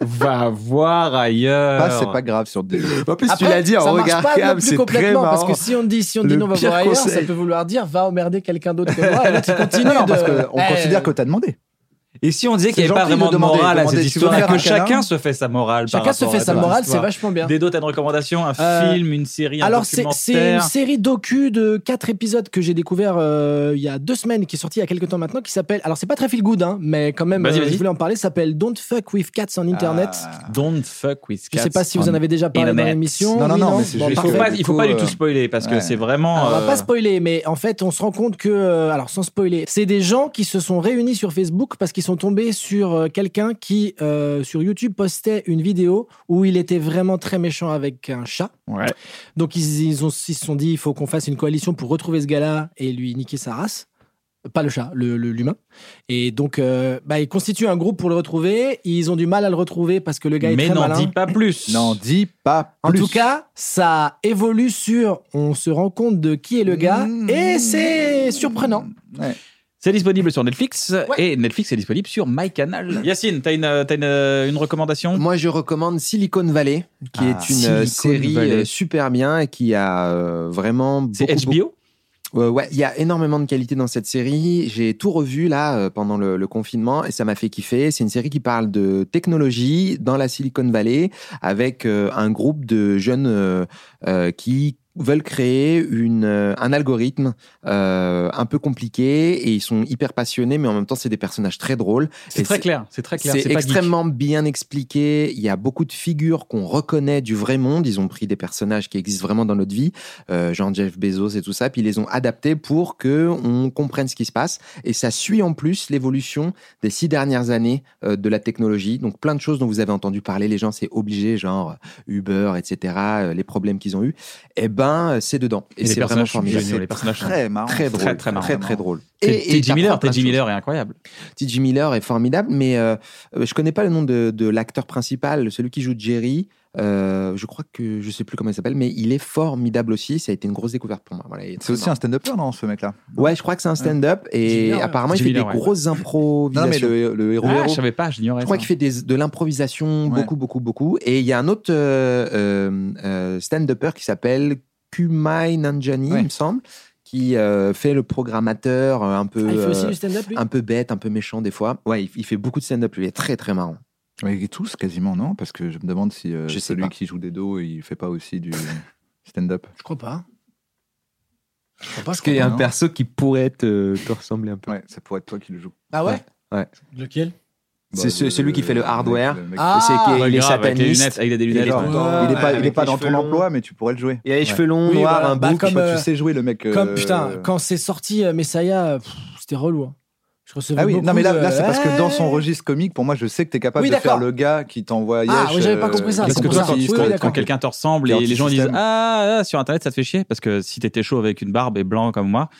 [SPEAKER 4] va voir ailleurs.
[SPEAKER 5] Pas, Bah, c'est pas grave sur des.
[SPEAKER 2] En plus,
[SPEAKER 3] Après,
[SPEAKER 2] tu l'as dit en
[SPEAKER 3] ça marche
[SPEAKER 2] regard
[SPEAKER 3] pas non
[SPEAKER 2] câble,
[SPEAKER 3] plus
[SPEAKER 2] c'est très
[SPEAKER 3] complètement,
[SPEAKER 2] marrant.
[SPEAKER 3] parce que si on dit si on dit
[SPEAKER 2] Le
[SPEAKER 3] non, on va
[SPEAKER 2] pire
[SPEAKER 3] voir ailleurs, ça
[SPEAKER 2] conseil.
[SPEAKER 3] peut vouloir dire va emmerder quelqu'un d'autre que moi. Et là, tu continues.
[SPEAKER 5] Non, non, parce
[SPEAKER 3] de-
[SPEAKER 5] qu'on
[SPEAKER 3] Eh,
[SPEAKER 5] considère que t'as demandé.
[SPEAKER 4] Et si on disait qu'il n'y
[SPEAKER 5] C'est
[SPEAKER 4] avait pas
[SPEAKER 5] gentil de
[SPEAKER 4] vraiment de
[SPEAKER 5] demander,
[SPEAKER 4] morale à
[SPEAKER 5] demander,
[SPEAKER 4] cette
[SPEAKER 5] tu veux
[SPEAKER 4] histoire, et
[SPEAKER 5] faire
[SPEAKER 4] que
[SPEAKER 5] un câlin
[SPEAKER 4] chacun se fait sa morale. par
[SPEAKER 3] chacun se
[SPEAKER 4] rapport
[SPEAKER 3] fait
[SPEAKER 4] à
[SPEAKER 3] sa
[SPEAKER 4] cette
[SPEAKER 3] morale, c'est
[SPEAKER 4] histoire.
[SPEAKER 3] vachement bien.
[SPEAKER 4] Dedo, t'as une recommandation, un
[SPEAKER 3] Euh,
[SPEAKER 4] film, une série, un
[SPEAKER 3] Alors, c'est c'est une
[SPEAKER 4] documentaire
[SPEAKER 3] série docu de quatre épisodes que j'ai découvert euh, il y a deux semaines, qui est sortie il y a quelques temps maintenant, qui s'appelle. Alors, c'est pas très feel good, hein, mais quand même,
[SPEAKER 4] Vas-y,
[SPEAKER 3] euh,
[SPEAKER 4] vas-y.
[SPEAKER 3] je voulais en parler. ça s'appelle Don't Fuck with Cats on Internet.
[SPEAKER 5] Ah,
[SPEAKER 4] Don't fuck with
[SPEAKER 3] je
[SPEAKER 4] cats.
[SPEAKER 3] sais pas si vous
[SPEAKER 4] on
[SPEAKER 3] en avez déjà parlé
[SPEAKER 4] Internet.
[SPEAKER 3] dans l'émission.
[SPEAKER 5] Non, non,
[SPEAKER 3] Oui,
[SPEAKER 5] non, mais c'est
[SPEAKER 3] Bon,
[SPEAKER 5] juste
[SPEAKER 4] Il
[SPEAKER 3] parfait.
[SPEAKER 4] faut
[SPEAKER 5] que-
[SPEAKER 4] pas,
[SPEAKER 5] du
[SPEAKER 4] il faut
[SPEAKER 5] coup,
[SPEAKER 4] pas du
[SPEAKER 5] euh,
[SPEAKER 4] tout spoiler parce que
[SPEAKER 5] ouais.
[SPEAKER 4] c'est vraiment.
[SPEAKER 3] Alors, on va
[SPEAKER 4] euh,
[SPEAKER 3] pas spoiler, mais en fait, on se rend compte que, euh, alors sans spoiler, c'est des gens qui se sont réunis sur Facebook parce qu'ils sont tombés sur euh, quelqu'un qui, euh, sur YouTube, postait une vidéo où il était vraiment très méchant avec un chat.
[SPEAKER 4] Ouais.
[SPEAKER 3] Donc, ils, ils ont, ils se sont dit, il faut qu'on fasse une coalition pour retrouver ce gars-là et lui niquer sa race. Pas le chat, l'humain. Le, l'humain. et donc, euh, bah, ils constituent un groupe pour le retrouver. Ils ont du mal à le retrouver parce que le gars est
[SPEAKER 4] Mais
[SPEAKER 3] très
[SPEAKER 4] n'en
[SPEAKER 3] malin.
[SPEAKER 4] dis pas plus.
[SPEAKER 5] N'en dis pas
[SPEAKER 3] En
[SPEAKER 5] plus.
[SPEAKER 3] tout cas, ça évolue sur on se rend compte de qui est le gars
[SPEAKER 4] Mmh.
[SPEAKER 5] Mmh.
[SPEAKER 3] et c'est surprenant.
[SPEAKER 4] C'est disponible sur Netflix et Netflix est disponible sur MyCanal. Yacine, t'as une, euh, t'as une, euh, une recommandation
[SPEAKER 2] Moi, je recommande Silicon Valley, qui
[SPEAKER 4] Ah,
[SPEAKER 2] est une euh,
[SPEAKER 4] Silicon
[SPEAKER 2] série
[SPEAKER 4] Valley.
[SPEAKER 2] euh, super bien et qui a euh, vraiment beaucoup.
[SPEAKER 4] C'est HBO
[SPEAKER 2] beaucoup- Ouais, ouais, il y a énormément de qualité dans cette série. J'ai tout revu là euh, pendant le, le confinement et ça m'a fait kiffer. C'est une série qui parle de technologie dans la Silicon Valley avec euh, un groupe de jeunes euh, euh, qui veulent créer une, euh, un algorithme euh, un peu compliqué et ils sont hyper passionnés mais en même temps c'est des personnages très drôles
[SPEAKER 4] C'est
[SPEAKER 2] Et
[SPEAKER 4] très clair, c'est très clair.
[SPEAKER 2] c'est
[SPEAKER 4] pas geek.
[SPEAKER 2] extrêmement bien expliqué. Il y a beaucoup de figures qu'on reconnaît du vrai monde. Ils ont pris des personnages qui existent vraiment dans notre vie, euh, genre Jeff Bezos et tout ça, puis ils les ont adaptés pour que on comprenne ce qui se passe. Et ça suit en plus l'évolution des six dernières années euh, de la technologie. Donc plein de choses dont vous avez entendu parler. Les gens, c'est obligé, genre Uber, etc. euh, Les problèmes qu'ils ont eu. Eh ben, euh, c'est dedans. Et,
[SPEAKER 4] Et les
[SPEAKER 2] c'est vraiment
[SPEAKER 4] personnages sont
[SPEAKER 2] formidable.
[SPEAKER 4] géniaux, les personnages sont
[SPEAKER 5] Très marrant.
[SPEAKER 2] Très drôle, très
[SPEAKER 4] Très, très
[SPEAKER 2] très,
[SPEAKER 4] marrant.
[SPEAKER 2] très, drôle.
[SPEAKER 4] T- T.J.
[SPEAKER 2] t'apprends
[SPEAKER 4] Miller,
[SPEAKER 2] plein de
[SPEAKER 4] T.J.
[SPEAKER 2] choses.
[SPEAKER 4] Miller est incroyable.
[SPEAKER 2] T.J. Miller est formidable, mais euh, euh, je connais pas le nom de, de l'acteur principal, celui qui joue Jerry. Euh, je crois que je sais plus comment il s'appelle, mais il est formidable aussi. Ça a été une grosse découverte pour moi. Voilà, il est
[SPEAKER 5] C'est
[SPEAKER 2] très
[SPEAKER 5] aussi un stand-upper, non, ce mec-là
[SPEAKER 2] marrant. Ouais, je crois que c'est un stand-up et
[SPEAKER 3] Miller, ouais.
[SPEAKER 2] apparemment
[SPEAKER 4] T.J.
[SPEAKER 2] il fait
[SPEAKER 4] Miller,
[SPEAKER 2] des
[SPEAKER 4] ouais.
[SPEAKER 2] grosses
[SPEAKER 5] Non, mais
[SPEAKER 2] improvisations.
[SPEAKER 5] le, le héros.
[SPEAKER 4] Ah,
[SPEAKER 5] héros.
[SPEAKER 4] je savais pas, j'ignorais.
[SPEAKER 2] Je crois
[SPEAKER 4] ça.
[SPEAKER 2] qu'il fait des- de l'improvisation
[SPEAKER 5] Ouais.
[SPEAKER 2] beaucoup, beaucoup, beaucoup. Et il y a un autre euh, euh, euh, stand-upper qui s'appelle Kumai Nanjani,
[SPEAKER 5] Ouais.
[SPEAKER 2] il me semble, qui euh, fait le programmateur euh, un peu.
[SPEAKER 3] Ah, il fait aussi
[SPEAKER 2] euh,
[SPEAKER 3] du stand-up lui
[SPEAKER 2] un peu bête, un peu méchant des fois. Ouais, il, il fait beaucoup de stand-up, lui, il est très très marrant.
[SPEAKER 5] Mais tous quasiment, non Parce que je me demande si euh,
[SPEAKER 2] Je sais
[SPEAKER 5] celui
[SPEAKER 2] pas.
[SPEAKER 5] qui joue des dos, il fait pas aussi du stand-up.
[SPEAKER 3] Je crois pas. Je crois pas. Je
[SPEAKER 2] Parce qu'il y
[SPEAKER 3] crois
[SPEAKER 2] a
[SPEAKER 3] pas.
[SPEAKER 2] un
[SPEAKER 5] non
[SPEAKER 2] perso qui pourrait te, te ressembler un peu.
[SPEAKER 5] Ouais, ça pourrait être toi qui le joues.
[SPEAKER 3] Ah ouais
[SPEAKER 2] Ouais.
[SPEAKER 3] Lequel
[SPEAKER 2] C'est ce- celui qui fait le hardware.
[SPEAKER 5] Bah, mec-
[SPEAKER 3] Ah,
[SPEAKER 2] C'est qu'il-
[SPEAKER 4] Ouais,
[SPEAKER 2] il est
[SPEAKER 4] grave, avec les
[SPEAKER 2] sataniste.
[SPEAKER 4] lunettes, avec des
[SPEAKER 2] Il est
[SPEAKER 4] lunettes.
[SPEAKER 2] dans-
[SPEAKER 4] ouais.
[SPEAKER 2] il est pas, il est pas dans ton emploi.
[SPEAKER 5] mais tu pourrais le jouer.
[SPEAKER 2] Il a les
[SPEAKER 5] Ouais.
[SPEAKER 2] cheveux longs,
[SPEAKER 3] Oui,
[SPEAKER 2] noirs,
[SPEAKER 3] voilà.
[SPEAKER 2] un
[SPEAKER 3] Bah,
[SPEAKER 2] bouc.
[SPEAKER 3] comme,
[SPEAKER 5] Soit
[SPEAKER 3] euh,
[SPEAKER 5] tu sais jouer le mec.
[SPEAKER 3] Comme
[SPEAKER 5] euh,
[SPEAKER 3] putain, quand c'est sorti euh, Messiah, pff, c'était relou. hein. Je recevais
[SPEAKER 5] Ah oui,
[SPEAKER 3] beaucoup
[SPEAKER 5] non mais là,
[SPEAKER 3] de-
[SPEAKER 5] là c'est parce que dans son
[SPEAKER 3] Ouais.
[SPEAKER 5] registre comique, pour moi, je sais que t'es capable
[SPEAKER 3] Oui,
[SPEAKER 5] de faire
[SPEAKER 3] d'accord.
[SPEAKER 5] le gars qui euh, t'envoie.
[SPEAKER 3] Ah,
[SPEAKER 5] Yesh,
[SPEAKER 3] oui, j'avais pas compris ça,
[SPEAKER 4] Parce
[SPEAKER 3] c'est
[SPEAKER 4] que
[SPEAKER 3] pour
[SPEAKER 4] toi,
[SPEAKER 3] ça.
[SPEAKER 4] quand,
[SPEAKER 3] Oui, oui,
[SPEAKER 4] quand
[SPEAKER 3] d'accord.
[SPEAKER 4] quelqu'un te ressemble
[SPEAKER 5] T'es
[SPEAKER 4] et les gens disent
[SPEAKER 5] anti-système.
[SPEAKER 4] ah, ah, sur internet ça te fait chier parce que si t'étais chaud avec une barbe et blanc comme moi,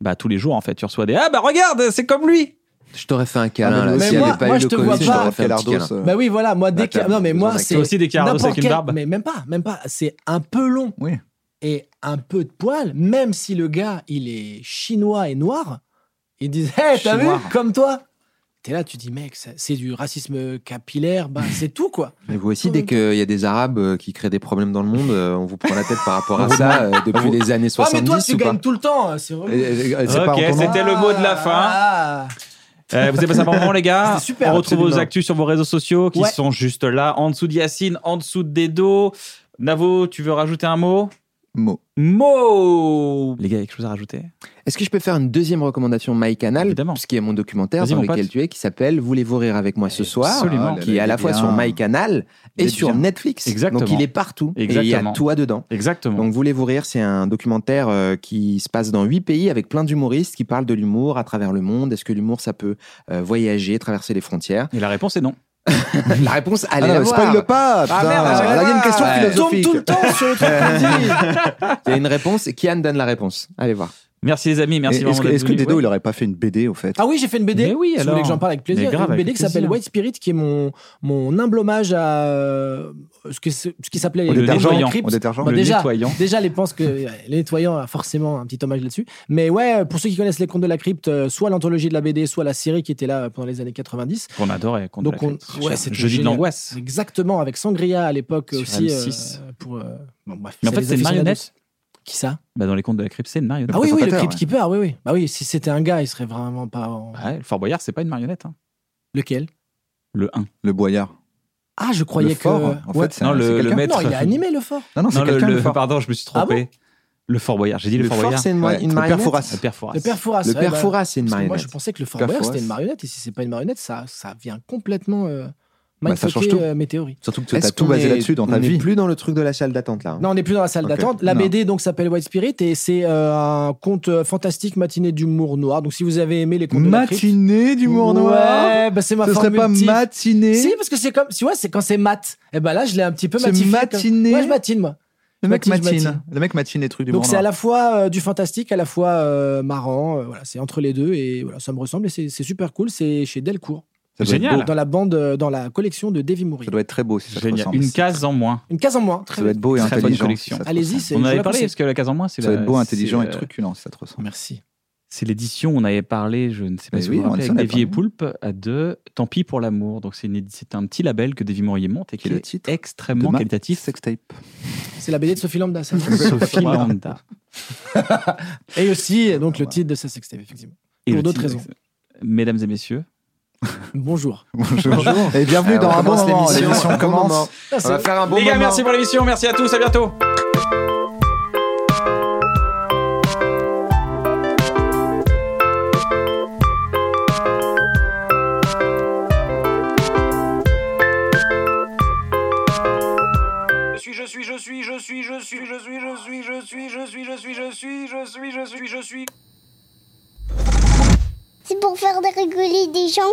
[SPEAKER 4] bah tous les jours en fait tu reçois des ah bah regarde c'est comme lui.
[SPEAKER 2] Je t'aurais fait un
[SPEAKER 5] câlin,
[SPEAKER 2] câlin.
[SPEAKER 5] là,
[SPEAKER 2] Là,
[SPEAKER 3] s'il y
[SPEAKER 2] n'y
[SPEAKER 3] avait
[SPEAKER 2] avait pas
[SPEAKER 3] pas eu le
[SPEAKER 2] eu de
[SPEAKER 3] Covid,
[SPEAKER 2] Covid,
[SPEAKER 3] je
[SPEAKER 2] je
[SPEAKER 3] t'aurais
[SPEAKER 2] t'aurais
[SPEAKER 3] fait
[SPEAKER 2] fait un petit câlin.
[SPEAKER 3] Bah oui, voilà, moi dès
[SPEAKER 5] Bah,
[SPEAKER 3] que
[SPEAKER 5] t'as
[SPEAKER 3] non mais
[SPEAKER 5] besoin
[SPEAKER 3] moi
[SPEAKER 5] d'un
[SPEAKER 3] c'est
[SPEAKER 4] C'est aussi des carrosses
[SPEAKER 3] n'importe
[SPEAKER 4] avec une
[SPEAKER 3] quel-
[SPEAKER 4] barbe.
[SPEAKER 3] mais même pas, même pas, c'est un peu long.
[SPEAKER 5] Oui.
[SPEAKER 3] Et un peu de poil, même si le gars il est chinois et noir, ils disent hey, t'as vu
[SPEAKER 5] Chinois.
[SPEAKER 3] comme toi. T'es là, tu dis mec, ça- c'est du racisme capillaire, bah c'est tout quoi.
[SPEAKER 2] Mais vous aussi, dès qu'il y a des Arabes euh, qui créent des problèmes dans le monde, euh, on vous prend la tête par rapport à ça euh, depuis les années
[SPEAKER 3] Ah mais toi
[SPEAKER 2] 70
[SPEAKER 3] tu
[SPEAKER 2] ou pas
[SPEAKER 3] gagnes tout le temps, euh, c'est relou.
[SPEAKER 5] Et- et- et- c'est
[SPEAKER 4] Ok,
[SPEAKER 5] pas en ton nom.
[SPEAKER 4] c'était le mot de la fin.
[SPEAKER 3] Ah.
[SPEAKER 4] Euh, vous avez passé un bon moment, les gars.
[SPEAKER 3] C'était super,
[SPEAKER 4] On retrouve vos
[SPEAKER 3] absolument.
[SPEAKER 4] actus sur vos réseaux sociaux qui
[SPEAKER 3] Ouais.
[SPEAKER 4] sont juste là, en dessous de Yacine, en dessous des dos. Navo, tu veux rajouter un mot
[SPEAKER 5] Mot.
[SPEAKER 4] Mot Les gars, il y a quelque chose à rajouter
[SPEAKER 2] Est-ce que je peux faire une deuxième recommandation My Canal,
[SPEAKER 4] Évidemment.
[SPEAKER 2] ce qui est mon documentaire
[SPEAKER 4] Vas-y,
[SPEAKER 2] dans
[SPEAKER 4] mon
[SPEAKER 2] lequel
[SPEAKER 4] pote.
[SPEAKER 2] tu es, qui s'appelle Voulez-vous rire avec moi ce soir Ah,
[SPEAKER 4] Absolument.
[SPEAKER 2] qui est à la fois sur My Canal
[SPEAKER 5] Il est
[SPEAKER 2] et sur
[SPEAKER 5] bien.
[SPEAKER 2] Netflix.
[SPEAKER 4] Exactement.
[SPEAKER 2] Donc il est partout. Et il y
[SPEAKER 4] Exactement.
[SPEAKER 2] a toi dedans.
[SPEAKER 4] Exactement.
[SPEAKER 2] Donc Voulez-vous rire, c'est un documentaire euh, qui se passe dans huit pays avec plein d'humoristes qui parlent de l'humour à travers le monde. Est-ce que l'humour, ça peut euh, voyager, traverser les frontières
[SPEAKER 4] Et la réponse est non.
[SPEAKER 2] La réponse, allez
[SPEAKER 5] Ah
[SPEAKER 2] la
[SPEAKER 5] non, mais
[SPEAKER 2] voir.
[SPEAKER 5] spoil pas putain.
[SPEAKER 2] merde, j'allais
[SPEAKER 5] Là, Ah, il y a une
[SPEAKER 2] voir.
[SPEAKER 5] question
[SPEAKER 2] Ouais.
[SPEAKER 5] philosophique.
[SPEAKER 3] Tombe tout le temps sur le truc qu'il dit.
[SPEAKER 2] Il y a une réponse, et Kian donne la réponse. Allez voir.
[SPEAKER 4] Merci, les amis. Merci
[SPEAKER 5] Et
[SPEAKER 4] vraiment
[SPEAKER 5] Est-ce que,
[SPEAKER 4] d'être
[SPEAKER 5] est-ce que
[SPEAKER 4] venus.
[SPEAKER 5] Dedo, il aurait pas fait une BD, au fait
[SPEAKER 3] Ah oui, j'ai fait une BD.
[SPEAKER 4] Mais oui,
[SPEAKER 3] Si vous
[SPEAKER 4] alors.
[SPEAKER 3] voulez que j'en parle avec plaisir.
[SPEAKER 4] Mais grave,
[SPEAKER 3] une BD
[SPEAKER 4] avec
[SPEAKER 3] qui s'appelle
[SPEAKER 4] plaisir.
[SPEAKER 3] White Spirit, qui est mon, mon humble hommage à euh, ce, que, ce qui s'appelait
[SPEAKER 4] Au
[SPEAKER 3] les
[SPEAKER 4] détergent,
[SPEAKER 3] Dark
[SPEAKER 4] au
[SPEAKER 3] Crypt.
[SPEAKER 5] détergent.
[SPEAKER 3] Bah,
[SPEAKER 4] Le
[SPEAKER 3] déjà,
[SPEAKER 4] nettoyant.
[SPEAKER 3] déjà, les pense que euh, les nettoyants a forcément un petit hommage là-dessus. Mais ouais, euh, pour ceux qui connaissent les contes de la crypte, euh, soit l'anthologie de la BD, soit la série qui était là euh, pendant les années 90.
[SPEAKER 4] Qu'on adorait. qu'on
[SPEAKER 3] Donc
[SPEAKER 4] adorait.
[SPEAKER 3] on- ouais, c'était
[SPEAKER 4] Jeudi de
[SPEAKER 3] génial.
[SPEAKER 4] l'angoisse.
[SPEAKER 3] Exactement, avec Sangria à l'époque
[SPEAKER 4] Sur
[SPEAKER 3] aussi. euh,
[SPEAKER 4] M6.
[SPEAKER 3] pour, euh, bon, bref,
[SPEAKER 4] Mais en fait,
[SPEAKER 3] les
[SPEAKER 4] c'est une
[SPEAKER 3] aficionados.
[SPEAKER 4] marionnette.
[SPEAKER 3] Qui ça
[SPEAKER 4] Bah, dans les contes de la crypte, c'est une marionnette.
[SPEAKER 3] Ah oui, oui, le
[SPEAKER 5] présentateur,
[SPEAKER 3] Crypt
[SPEAKER 5] ouais.
[SPEAKER 3] Keeper, oui, oui. Bah oui, si c'était un gars, il serait vraiment pas. en-
[SPEAKER 4] Ouais, le Fort Boyard, c'est pas une marionnette. hein.
[SPEAKER 3] Lequel
[SPEAKER 4] Le 1.
[SPEAKER 5] Le boyard.
[SPEAKER 3] Ah, je croyais
[SPEAKER 5] le fort,
[SPEAKER 3] que.
[SPEAKER 5] en
[SPEAKER 3] Ouais.
[SPEAKER 5] fait, c'est
[SPEAKER 4] Non,
[SPEAKER 5] un-
[SPEAKER 4] le-
[SPEAKER 5] c'est
[SPEAKER 4] le
[SPEAKER 5] quelqu'un.
[SPEAKER 4] maître.
[SPEAKER 3] Non, il a animé le fort.
[SPEAKER 5] Non, non, c'est
[SPEAKER 4] Non, le,
[SPEAKER 5] quelqu'un,
[SPEAKER 4] le-
[SPEAKER 5] le fort.
[SPEAKER 4] pardon, je me suis
[SPEAKER 3] Ah
[SPEAKER 4] trompé. le Fort Boyard. J'ai dit le, Fort
[SPEAKER 2] fort,
[SPEAKER 4] Boyard.
[SPEAKER 2] c'est une,
[SPEAKER 5] Ouais,
[SPEAKER 2] une
[SPEAKER 5] le père
[SPEAKER 2] marionnette.
[SPEAKER 5] Fouras.
[SPEAKER 4] Le Père Fouras.
[SPEAKER 3] Le père Fouras.
[SPEAKER 2] Le
[SPEAKER 3] ouais,
[SPEAKER 2] père
[SPEAKER 3] bah,
[SPEAKER 2] Fouras, c'est une
[SPEAKER 3] parce que Moi,
[SPEAKER 2] marionnette.
[SPEAKER 3] je pensais que le Fort
[SPEAKER 5] Père
[SPEAKER 3] Boyard,
[SPEAKER 5] Fouras.
[SPEAKER 3] c'était une marionnette. Et si c'est pas une marionnette, ça, ça vient complètement euh,
[SPEAKER 5] Bah, ça change
[SPEAKER 3] mindfucker,
[SPEAKER 5] tout.
[SPEAKER 3] euh, mes théories.
[SPEAKER 5] Surtout que
[SPEAKER 2] Est-ce
[SPEAKER 5] t'as tout
[SPEAKER 2] qu'on
[SPEAKER 5] basé
[SPEAKER 2] est-
[SPEAKER 5] là-dessus dans ta
[SPEAKER 2] on est
[SPEAKER 5] vie.
[SPEAKER 2] plus dans le truc de la salle d'attente, là. hein.
[SPEAKER 3] Non, on n'est plus dans la salle
[SPEAKER 5] Ok,
[SPEAKER 3] d'attente. La
[SPEAKER 5] non.
[SPEAKER 3] BD donc s'appelle White Spirit et c'est euh, un conte euh, fantastique matinée d'humour noir. Donc si vous avez aimé les contes de la crypte,
[SPEAKER 5] Matinée d'humour noir.
[SPEAKER 3] ouais, bah, c'est ma
[SPEAKER 5] Ce serait
[SPEAKER 3] formule
[SPEAKER 5] pas
[SPEAKER 3] type.
[SPEAKER 5] matinée.
[SPEAKER 3] Si parce que c'est comme, tu vois, c'est quand c'est mat. Et ben Eh là, je l'ai un petit peu
[SPEAKER 5] C'est
[SPEAKER 3] matifié.
[SPEAKER 5] matiné.
[SPEAKER 3] Moi, je matine moi.
[SPEAKER 5] Le mec
[SPEAKER 3] Baptiste
[SPEAKER 5] matine.
[SPEAKER 3] Matine.
[SPEAKER 5] Le mec matine les trucs du
[SPEAKER 3] Donc
[SPEAKER 5] monde
[SPEAKER 3] c'est à
[SPEAKER 5] noir.
[SPEAKER 3] la fois euh, du fantastique, à la fois euh, marrant. euh, voilà, c'est entre les deux et voilà, ça me ressemble et c'est c'est super cool. C'est chez Delcourt,
[SPEAKER 5] Ça doit être
[SPEAKER 4] Génial.
[SPEAKER 5] beau.
[SPEAKER 3] dans la bande, euh, dans la collection de Davy
[SPEAKER 5] Ça
[SPEAKER 3] Moury.
[SPEAKER 5] doit être très beau si ça te
[SPEAKER 4] Génial.
[SPEAKER 5] ressemble.
[SPEAKER 4] Une case en moins.
[SPEAKER 3] Une case en moins. Très
[SPEAKER 5] Ça doit
[SPEAKER 3] bien.
[SPEAKER 5] être beau et
[SPEAKER 4] Très bonne
[SPEAKER 5] intelligent. si
[SPEAKER 4] collection.
[SPEAKER 5] ça te
[SPEAKER 3] Allez-y,
[SPEAKER 5] ressemble.
[SPEAKER 3] c'est.
[SPEAKER 4] On en
[SPEAKER 3] je
[SPEAKER 4] avait
[SPEAKER 3] la
[SPEAKER 4] parlé
[SPEAKER 3] conseille.
[SPEAKER 4] parce que la case en moins, c'est
[SPEAKER 5] Ça doit
[SPEAKER 4] la-
[SPEAKER 5] être beau, hein,
[SPEAKER 4] c'est,
[SPEAKER 5] intelligent
[SPEAKER 4] euh,
[SPEAKER 5] et truculent si ça te ressemble.
[SPEAKER 3] Merci.
[SPEAKER 4] C'est l'édition, on avait parlé, je ne sais pas
[SPEAKER 5] Mais
[SPEAKER 4] si
[SPEAKER 5] Bah oui,
[SPEAKER 4] vous vous
[SPEAKER 5] on
[SPEAKER 4] rappelez,
[SPEAKER 5] en
[SPEAKER 4] avec
[SPEAKER 5] a
[SPEAKER 4] Davy et
[SPEAKER 5] parlé.
[SPEAKER 4] Poulpe, à deux, Tant pis pour l'amour. Donc c'est, une édi- c'est un petit label que Davy Morier monte et qui
[SPEAKER 5] Qui est le
[SPEAKER 4] est
[SPEAKER 5] titre
[SPEAKER 4] extrêmement
[SPEAKER 5] de ma-
[SPEAKER 4] qualitatif.
[SPEAKER 5] Sextape.
[SPEAKER 3] C'est la BD de Sophie Lambda. ça.
[SPEAKER 4] Sophie Lambda.
[SPEAKER 3] et aussi euh, donc le
[SPEAKER 5] Voilà.
[SPEAKER 3] titre de sa sextape effectivement.
[SPEAKER 4] Et
[SPEAKER 3] Pour
[SPEAKER 4] le
[SPEAKER 3] d'autres
[SPEAKER 4] titre,
[SPEAKER 3] raisons.
[SPEAKER 4] Mesdames et messieurs,
[SPEAKER 3] Bonjour.
[SPEAKER 5] Bonjour. Et bienvenue
[SPEAKER 2] Eh,
[SPEAKER 9] Euh,
[SPEAKER 2] Ah
[SPEAKER 5] dans
[SPEAKER 9] on
[SPEAKER 5] un bon
[SPEAKER 9] commence
[SPEAKER 5] moment.
[SPEAKER 9] l'émission. Un
[SPEAKER 5] L'émission
[SPEAKER 9] bon
[SPEAKER 5] commence.
[SPEAKER 9] moment.
[SPEAKER 3] Ah,
[SPEAKER 9] On
[SPEAKER 3] c'est-
[SPEAKER 9] va faire un bon
[SPEAKER 4] Les gars,
[SPEAKER 9] moment.
[SPEAKER 4] merci pour l'émission, merci à tous, à bientôt.
[SPEAKER 10] Je suis, je suis, je suis, je suis, je suis, je suis, je suis, je suis, je suis, je suis, je suis, je suis, je suis, je suis.
[SPEAKER 11] C'est pour faire de rigoler des gens.